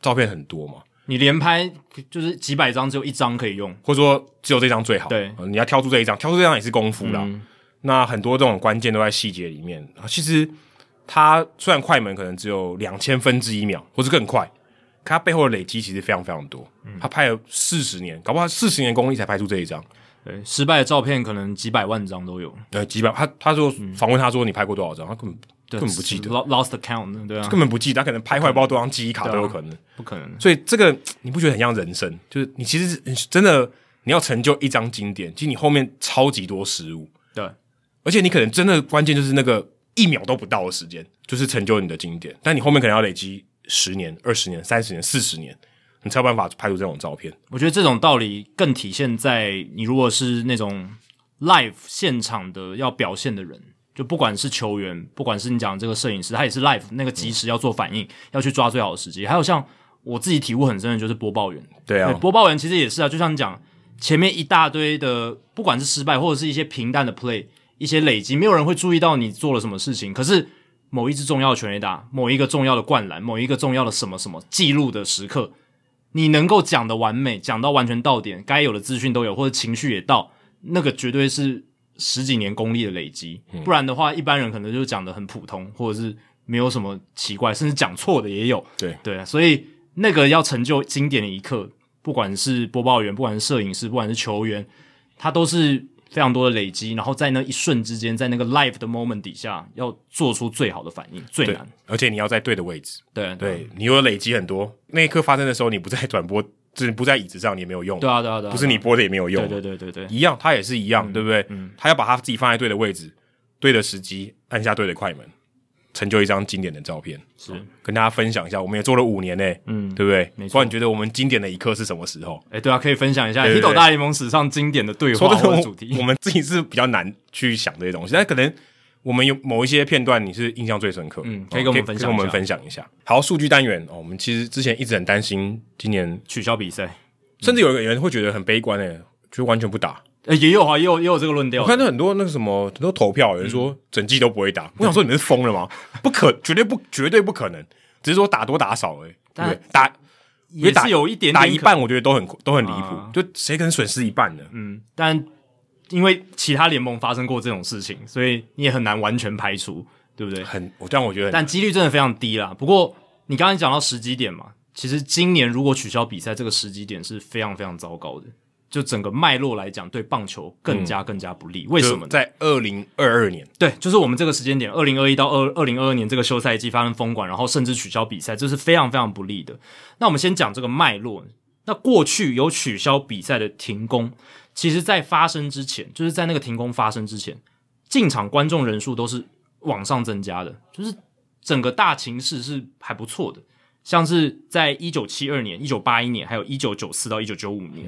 照片很多嘛，你连拍就是几百张，只有一张可以用，或者说只有这张最好，对嗯呃你要挑出这一张，挑出这张也是功夫啦。那很多这种关键都在细节里面，啊其实他虽然快门可能只有两千分之一秒，或是更快。可他背后的累积其实非常非常多，嗯他拍了四十年，搞不好四十年功力才拍出这一张。对，失败的照片可能几百万张都有，呃，几百，他他说访问他说你拍过多少张，他根本嗯对，根本不记得， lo-，lost count，对啊，根本不记得，他可能拍坏不知道多张记忆卡都有可能。不可能，所以这个你不觉得很像人生？就是你其实是真的你要成就一张经典，其实你后面超级多失误，对，而且你可能真的关键就是那个一秒都不到的时间，就是成就你的经典，但你后面可能要累积十年、二十年、三十年、四十年，你才有办法拍出这种照片。我觉得这种道理更体现在你如果是那种 live 现场的要表现的人，就不管是球员，不管是你讲这个摄影师，他也是 live 那个及时要做反应，要去抓最好的时机。还有像我自己体悟很深的就是播报员，对啊播报员其实也是啊，就像你讲，前面一大堆的，不管是失败或者是一些平淡的 play，一些累积，没有人会注意到你做了什么事情。可是某一支重要的全垒打，某一个重要的灌篮，某一个重要的什么什么记录的时刻，你能够讲的完美，讲到完全到点，该有的资讯都有，或者情绪也到，那个绝对是十几年功力的累积。嗯不然的话，一般人可能就讲的很普通，或者是没有什么奇怪，甚至讲错的也有。对对啊，所以那个要成就经典的一刻，不管是播报员，不管是摄影师，不管是球员，他都是非常多的累积，然后在那一瞬之间，在那个 live 的 moment 底下，要做出最好的反应，最对难。，而且你要在对的位置，对啊对你有累积很多。那一刻发生的时候，你不在转播，就是不在椅子上，你也没有用。对啊对啊对啊，不是你播的也没有用。对对对对对对一样，他也是一样，嗯对不对？他要把他自己放在对的位置、对的时机，按下对的快门，成就一张经典的照片。是跟大家分享一下，我们也做了五年呢、嗯，对不对？没错不然你觉得我们经典的一刻是什么 [laughs] 时候？哎对啊，可以分享一下《对 h i 对对 t 大联盟》史上经典的对话说真或的，者 [laughs] 主我题我。们自己是比较难去想这些东西，但可能我们有某一些片段你是印象最深刻，嗯哦可以跟我们分可享以一下跟我们分享一下。好，数据单元哦，我们其实之前一直很担心，今年取消比赛，甚至有人会觉得很悲观诶、就完全不打，呃，也有啊，也有也有这个论调。我看到很多那个什么很多投票，有人说整季都不会打，嗯我想说你们是疯了吗？ [laughs] 不可，绝对不，绝对不可能，只是说打多打少而已。但对不对打因为也打是有一点点打一可半，我觉得都很都很离谱啊，就谁可能损失一半呢？嗯，但因为其他联盟发生过这种事情，所以你也很难完全排除，对不对？很，我这样我觉得很但几率真的非常低啦。不过你刚才讲到时机点嘛，其实今年如果取消比赛，这个时机点是非常非常糟糕的。就整个脉络来讲，对棒球更嗯加更加不利。为什么就呢？在二零二二年，对，就是我们这个时间点，二零二一到二二零二二年这个休赛季发生封管，然后甚至取消比赛，这是非常非常不利的。那我们先讲这个脉络。那过去有取消比赛的停工，其实在发生之前，就是在那个停工发生之前，进场观众人数都是往上增加的，就是整个大情势是还不错的。像是在一九七二年、一九八一年，还有一九九四到一九九五年、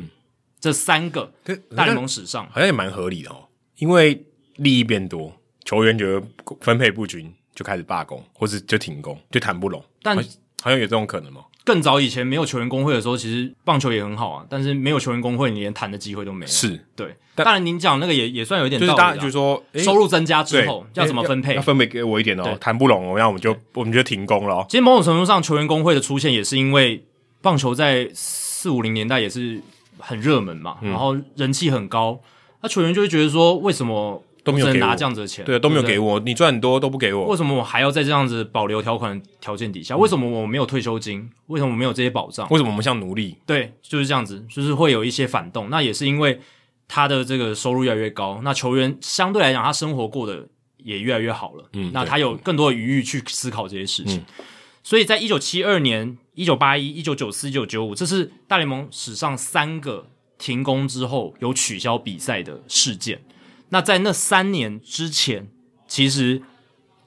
这三个嗯可大联盟史上，好像也蛮合理的哦，因为利益变多，球员觉得分配不均，就开始罢工，或是就停工，就谈不拢。但嗯好像好像有这种可能哦吗？更早以前没有球员工会的时候，其实棒球也很好啊，但是没有球员工会，你连谈的机会都没有。，是，对。但当然，您讲那个也也算有一点就是道理大啦，家就说诶收入增加之对，哎后要怎么分配要？分配给我一点哦对，谈不拢哦，那我们就我们就停工了哦。其实某种程度上，球员工会的出现也是因为棒球在四五零年代也是很热门嘛，嗯然后人气很高，那球员就会觉得说，为什么都没有我只给能拿我这样子的钱？对，都没有不给我，你赚很多都不给为我，什么我还要在这样子保留条款的条件底嗯下？为什么我没有退休金？为什么我没有这些保障？为什么我们像奴隶？对，就是这样子，就是会有一些反动。那也是因为他的这个收入越来越高，那球员相对来讲，他生活过得也越来越好了。嗯那对他有更多的余裕去思考这些事情。所以在一九七二年、一九八一、一九九四、一九九五，这是大联盟史上三个停工之后有取消比赛的事件。那在那三年之前，其实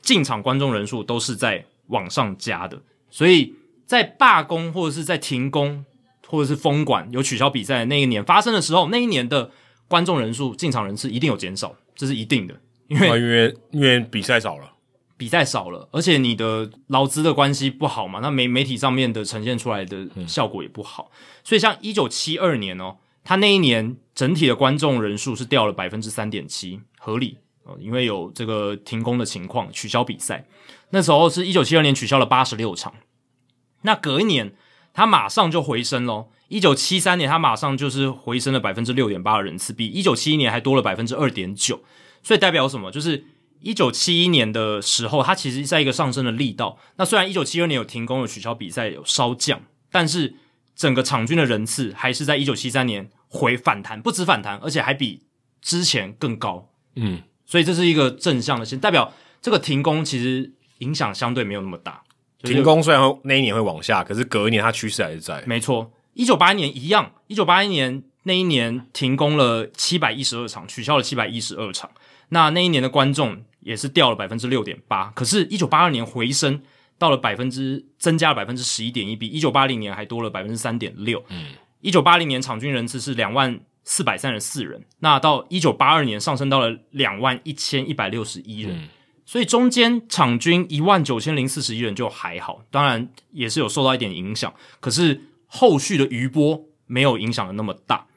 进场观众人数都是在往上加的，所以在罢工或者是在停工或者是封管有取消比赛的那一年发生的时候，那一年的观众人数、进场人次一定有减少，这是一定的，因为啊因为因为比赛少了，比赛少了，而且你的劳资的关系不好嘛，那媒媒体上面的呈现出来的效果也不好，所以像一九七二年哦，他那一年整体的观众人数是掉了百分之三点七，合理哦，因为有这个停工的情况，取消比赛。那时候是一九七二年取消了八十六场，那隔一年他马上就回升喽。一九七三年，他马上就是回升了百分之六点八的人次，比一九七一年还多了百分之二点九。所以代表什么？就是一九七一年的时候，它其实在一个上升的力道。那虽然一九七二年有停工、有取消比赛、有稍降，但是整个场均的人次还是在一九七三年回反弹，不止反弹，而且还比之前更高。嗯，所以这是一个正向的现，代表这个停工其实影响相对没有那么大。就是停工虽然会那一年会往下，可是隔一年它趋势还是在。没错，一九八一年一样，一九八一年那一年停工了七百一十二场，取消了七百一十二场。那那一年的观众也是掉了百分之六点八，可是，一九八二年回升到了百分之增加了百分之十一点一，比一九八零年还多了百分之三点六。嗯，一九八零年场均人次是两万四百三十四人，那到一九八二年上升到了两万一千一百六十一人。所以中间场均一万九千零四十一人就还好，当然也是有受到一点影响，可是后续的余波没有影响的那么大。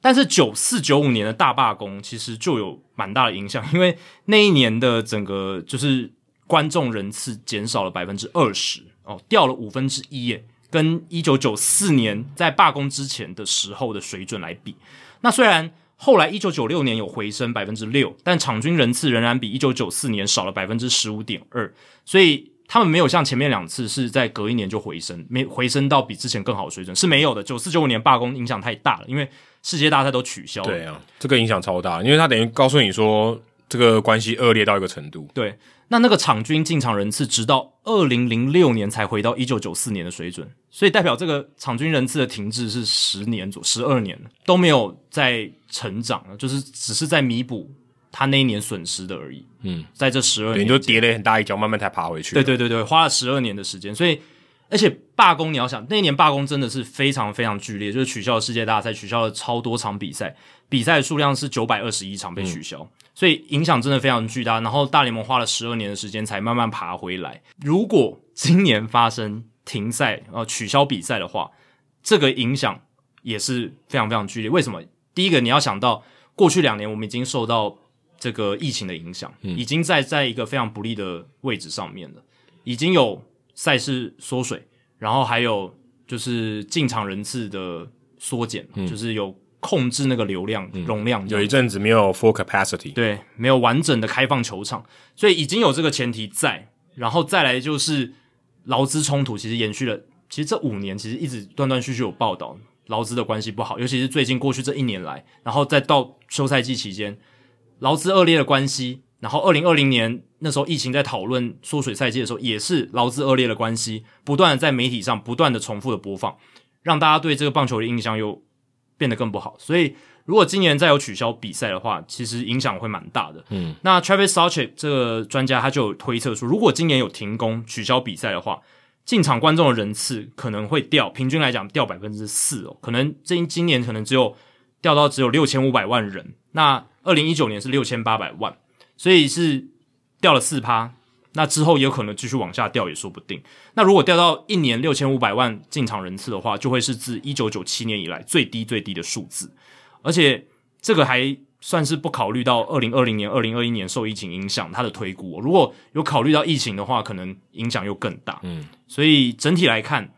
但是九四九五年的大罢工其实就有蛮大的影响，因为那一年的整个就是观众人次减少了百分之二十哦，掉了五分之一耶，跟一九九四年在罢工之前的时候的水准来比，那虽然。后来，一九九六年有回升百分之六，但场均人次仍然比一九九四年少了百分之十五点二，所以他们没有像前面两次是在隔一年就回升，没回升到比之前更好的水准是没有的。九四九五年罢工影响太大了，因为世界大赛都取消了。对啊，这个影响超大，因为他等于告诉你说这个关系恶劣到一个程度。对，那那个场均进场人次直到二零零六年才回到一九九四年的水准，所以代表这个场均人次的停滞是十年左十二年了都没有在成长了，就是只是在弥补他那一年损失的而已。嗯，在这十二对，年你就跌了很大一跤，慢慢才爬回去。对对对对，花了十二年的时间，所以而且罢工，你要想那一年罢工真的是非常非常剧烈，就是取消了世界大赛，取消了超多场比赛，比赛数量是九百二十一场被取消，所以影响真的非常巨大。然后大联盟花了十二年的时间才慢慢爬回来。如果今年发生停赛呃取消比赛的话，这个影响也是非常非常剧烈。为什么？第一个你要想到，过去两年我们已经受到这个疫情的影响，嗯已经在在一个非常不利的位置上面了，已经有赛事缩水，然后还有就是进场人次的缩减，就是有控制那个流量、容量这嗯有样一阵子没有 full capacity，对，没有完整的开放球场，所以已经有这个前提在，然后再来就是劳资冲突，其实延续了，其实这五年其实一直断断续续有报道，劳资的关系不好，尤其是最近过去这一年来，然后再到休赛季期间，劳资恶劣的关系，然后二零二零年那时候疫情在讨论缩水赛季的时候，也是劳资恶劣的关系，不断的在媒体上不断的重复的播放，让大家对这个棒球的印象又变得更不好。所以，如果今年再有取消比赛的话，其实影响会蛮大的。嗯，那 Travis s a c h e 这个专家他就有推测说，如果今年有停工取消比赛的话，进场观众的人次可能会掉，平均来讲掉百分之四哦，可能这今年可能只有掉到只有六千五百万人，那二零一九年是六千八百万，所以是掉了四趴。那之后也有可能继续往下掉，也说不定。那如果掉到一年六千五百万进场人次的话，就会是自一九九七年以来最低最低的数字，而且这个还算是不考虑到二零二零年、二零二一年受疫情影响它的推估哦、如果有考虑到疫情的话，可能影响又更大。嗯，所以整体来看，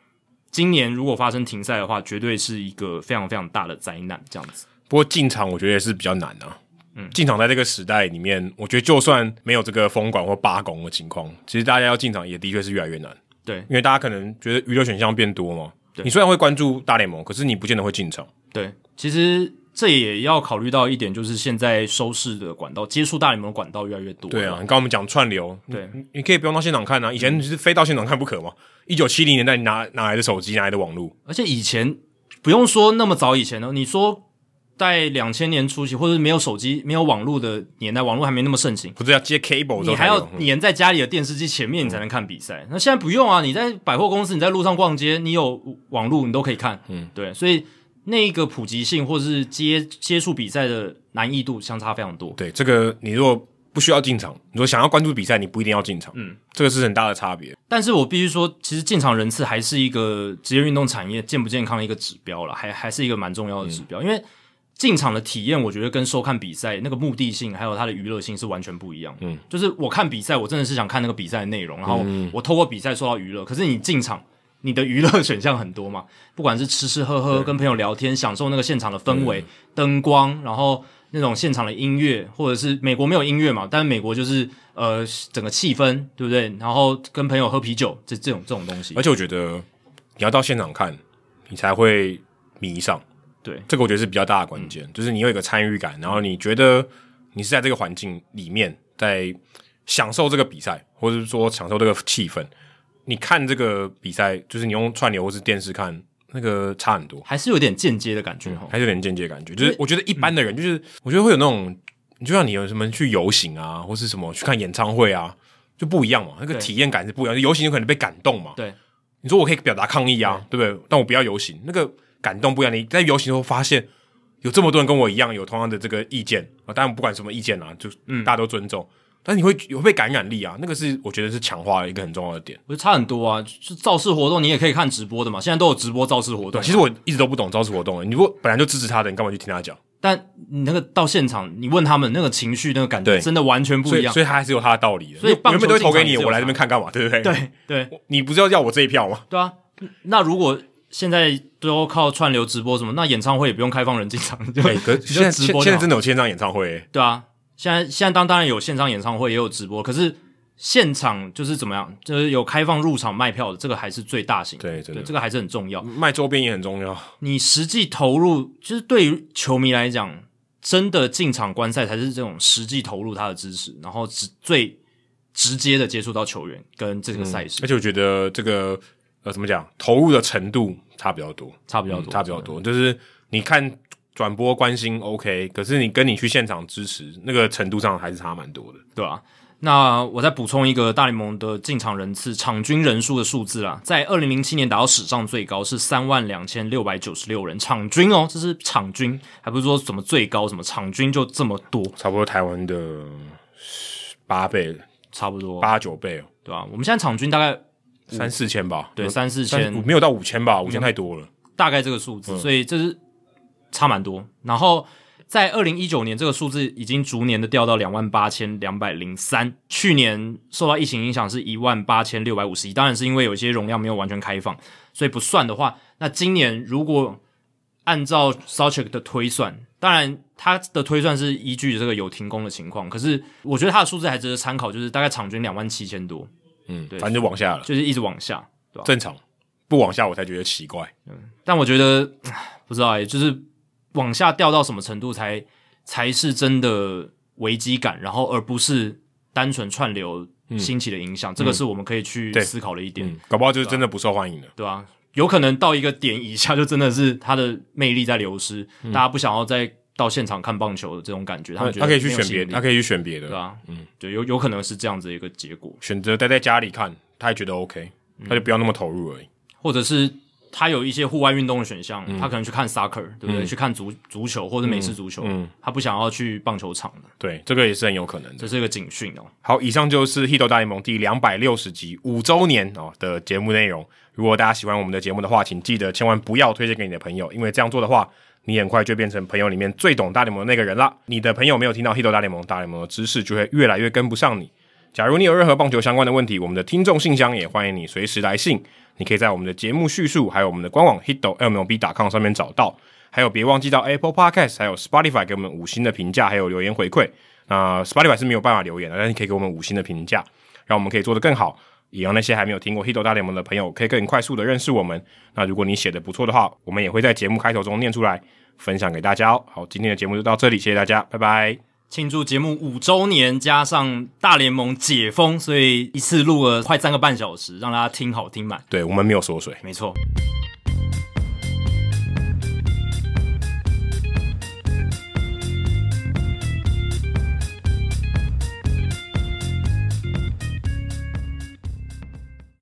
今年如果发生停赛的话，绝对是一个非常非常大的灾难。这样子，不过进场我觉得也是比较难啊。嗯，进场在这个时代里面，我觉得就算没有这个封管或罢工的情况，其实大家要进场也的确是越来越难，对因为大家可能觉得娱乐选项变多嘛。你虽然会关注大联盟，可是你不见得会进场。对，其实这也要考虑到一点，就是现在收视的管道、接触大联盟的管道越来越多。对啊，你刚刚我们讲串流，对你，你可以不用到现场看啊。以前你是非到现场看不可嘛。一九七零年代，你拿哪来的手机，哪来的网络？而且以前不用说那么早以前呢，哦你说在两千年初期，或者是没有手机、没有网络的年代，网络还没那么盛行，不是要接 cable 之你后还嗯才有要粘在家里的电视机前面，你才能看比赛。那现在不用啊，你在百货公司，你在路上逛街，你有网络，你都可以看。嗯，对，所以那个普及性或者是接接触比赛的难易度相差非常多。对，这个你如果不需要进场，你说想要关注比赛，你不一定要进场，嗯，这个是很大的差别。但是我必须说，其实进场人次还是一个职业运动产业健不健康的一个指标了，还还是一个蛮重要的指标，因为进场的体验，我觉得跟收看比赛那个目的性还有它的娱乐性是完全不一样。嗯，就是我看比赛，我真的是想看那个比赛的内容，然后嗯我透过比赛受到娱乐。可是你进场，你的娱乐选项很多嘛，不管是吃吃喝喝、跟朋友聊天、享受那个现场的氛嗯围、灯光，然后那种现场的音乐，或者是美国没有音乐嘛，但是美国就是呃整个气氛，对不对？然后跟朋友喝啤酒，这这种这种东西而，且我觉得你要到现场看，你才会迷上，对嗯这个我觉得是比较大的关键，就是你有一个参与感，然后你觉得你是在这个环境里面在享受这个比赛，或者是说享受这个气氛。你看这个比赛，就是你用串流或是电视看，那个差很多。还是有点间接的感觉哦哈。还是有点间接的感觉。嗯就是我觉得一般的人，就是、我觉得会有那种，就像你有什么去游行啊，或是什么去看演唱会啊，就不一样嘛，那个对体验感是不一样。游行有可能被感动嘛，对，你说我可以表达抗议啊，对不对？但我不要游行，那个感动不一样。你在游行的时候发现嗯有这么多人跟我一样有同样的这个意见啊，当然不管什么意见啦、就大家都尊重。但是你会有被感染力啊，那个是我觉得是强化的一个很重要的点。我觉得差很多啊。就造势活动你也可以看直播的嘛，现在都有直播造势活动对，啊。其实我一直都不懂招式活动，欸你如果本来就支持他的，你干嘛去听他讲？但你那个到现场，你问他们那个情绪、那个感觉，对真的完全不所一以样。所以他还是有他的道理的。所以因为我原本都会投给棒球你，进场也是有我来这边看干嘛？对不 [laughs] 对？，对对你不是要要我这一票 [laughs] 吗？对啊！那如果现在都靠串流直播什么，那演唱会也不用开放人进场，就哎对，可是 [laughs] 就 [laughs] 现在直播就现现在好真的有线上演唱会欸，对啊，现在现在当当然有线上演唱会，也有直播，可是现场就是怎么样，就是有开放入场卖票的，这个还是最大型的。对，真对，的这个还是很重要。卖周边也很重要。你实际投入，就是对于球迷来讲，真的进场观赛才是这种实际投入他的支持，然后直最直接的接触到球员跟这个赛事、而且我觉得这个呃，怎么讲，投入的程度差比较多，差比较多，嗯差比较多。就是你看转播关心 OK，可是你跟你去现场支持那个程度上还是差蛮多的。对啊。那我再补充一个大联盟的进场人次、场均人数的数字啦，在二零零七年达到史上最高是三万两千六百九十六人，场均哦，这是场均，还不是说什么最高什么，场均就这么多，差不多台湾的八倍、差不多，八九倍哦，对吧、我们现在场均大概三四千吧。对三四嗯三千，没有到五千吧，五千太多了。大概这个数字，所以这是差蛮多。然后在二零一九年，这个数字已经逐年的掉到两万八千两百零三，去年受到疫情影响是一万八千六百五十一，当然是因为有一些容量没有完全开放，所以不算的话，那今年如果按照 s o c h e k 的推算，当然他的推算是依据这个有停工的情况，可是我觉得他的数字还值得参考，就是大概场均两万七千多，嗯，对反正就往下了，就是一直往下。正常。不往下我才觉得奇怪。但我觉得不知道哎、就是往下掉到什么程度才才是真的危机感，然后而不是单纯串流兴起的影响，这个是我们可以去嗯对思考的一点，嗯，搞不好啊就是真的不受欢迎了。对吧、有可能到一个点以下，就真的是它的魅力在流失，大家不想要再到现场看棒球的这种感觉，他嗯他们觉得嗯他可以去没有选吸别，引力他可以去选别对的，啊，嗯，对，有有可能是这样子的一个结果。选择待在家里看，他也觉得 OK，他嗯就不要那么投入而已。或者是他有一些户外运动的选项，他可能去看 soccer，对不对？去看足足球或者美式足球，嗯嗯他不想要去棒球场的，对，这个也是很有可能的。这是一个警讯哦。好，以上就是《h i t 大联盟》第两百六十集五周年哦的节目内容。如果大家喜欢我们的节目的话，请记得千万不要推荐给你的朋友，因为这样做的话，你很快就变成朋友里面最懂大联盟的那个人啦。你的朋友没有听到《h i t 大联盟》，大联盟的知识就会越来越跟不上你。假如你有任何棒球相关的问题，我们的听众信箱也欢迎你随时来信。你可以在我们的节目叙述，还有我们的官网 hito mlb.com 上面找到。还有，别忘记到 Apple Podcast 还有 Spotify 给我们五星的评价，还有留言回馈。那 Spotify 是没有办法留言的，但是你可以给我们五星的评价，让我们可以做得更好，也让那些还没有听过 Hito 大联盟的朋友可以更快速的认识我们。那如果你写的不错的话，我们也会在节目开头中念出来，分享给大家哦。好，今天的节目就到这里，谢谢大家，拜拜。庆祝节目五周年，加上大联盟解封，所以一次录了快三个半小时，让大家听好听满。对我们没有缩水。没错。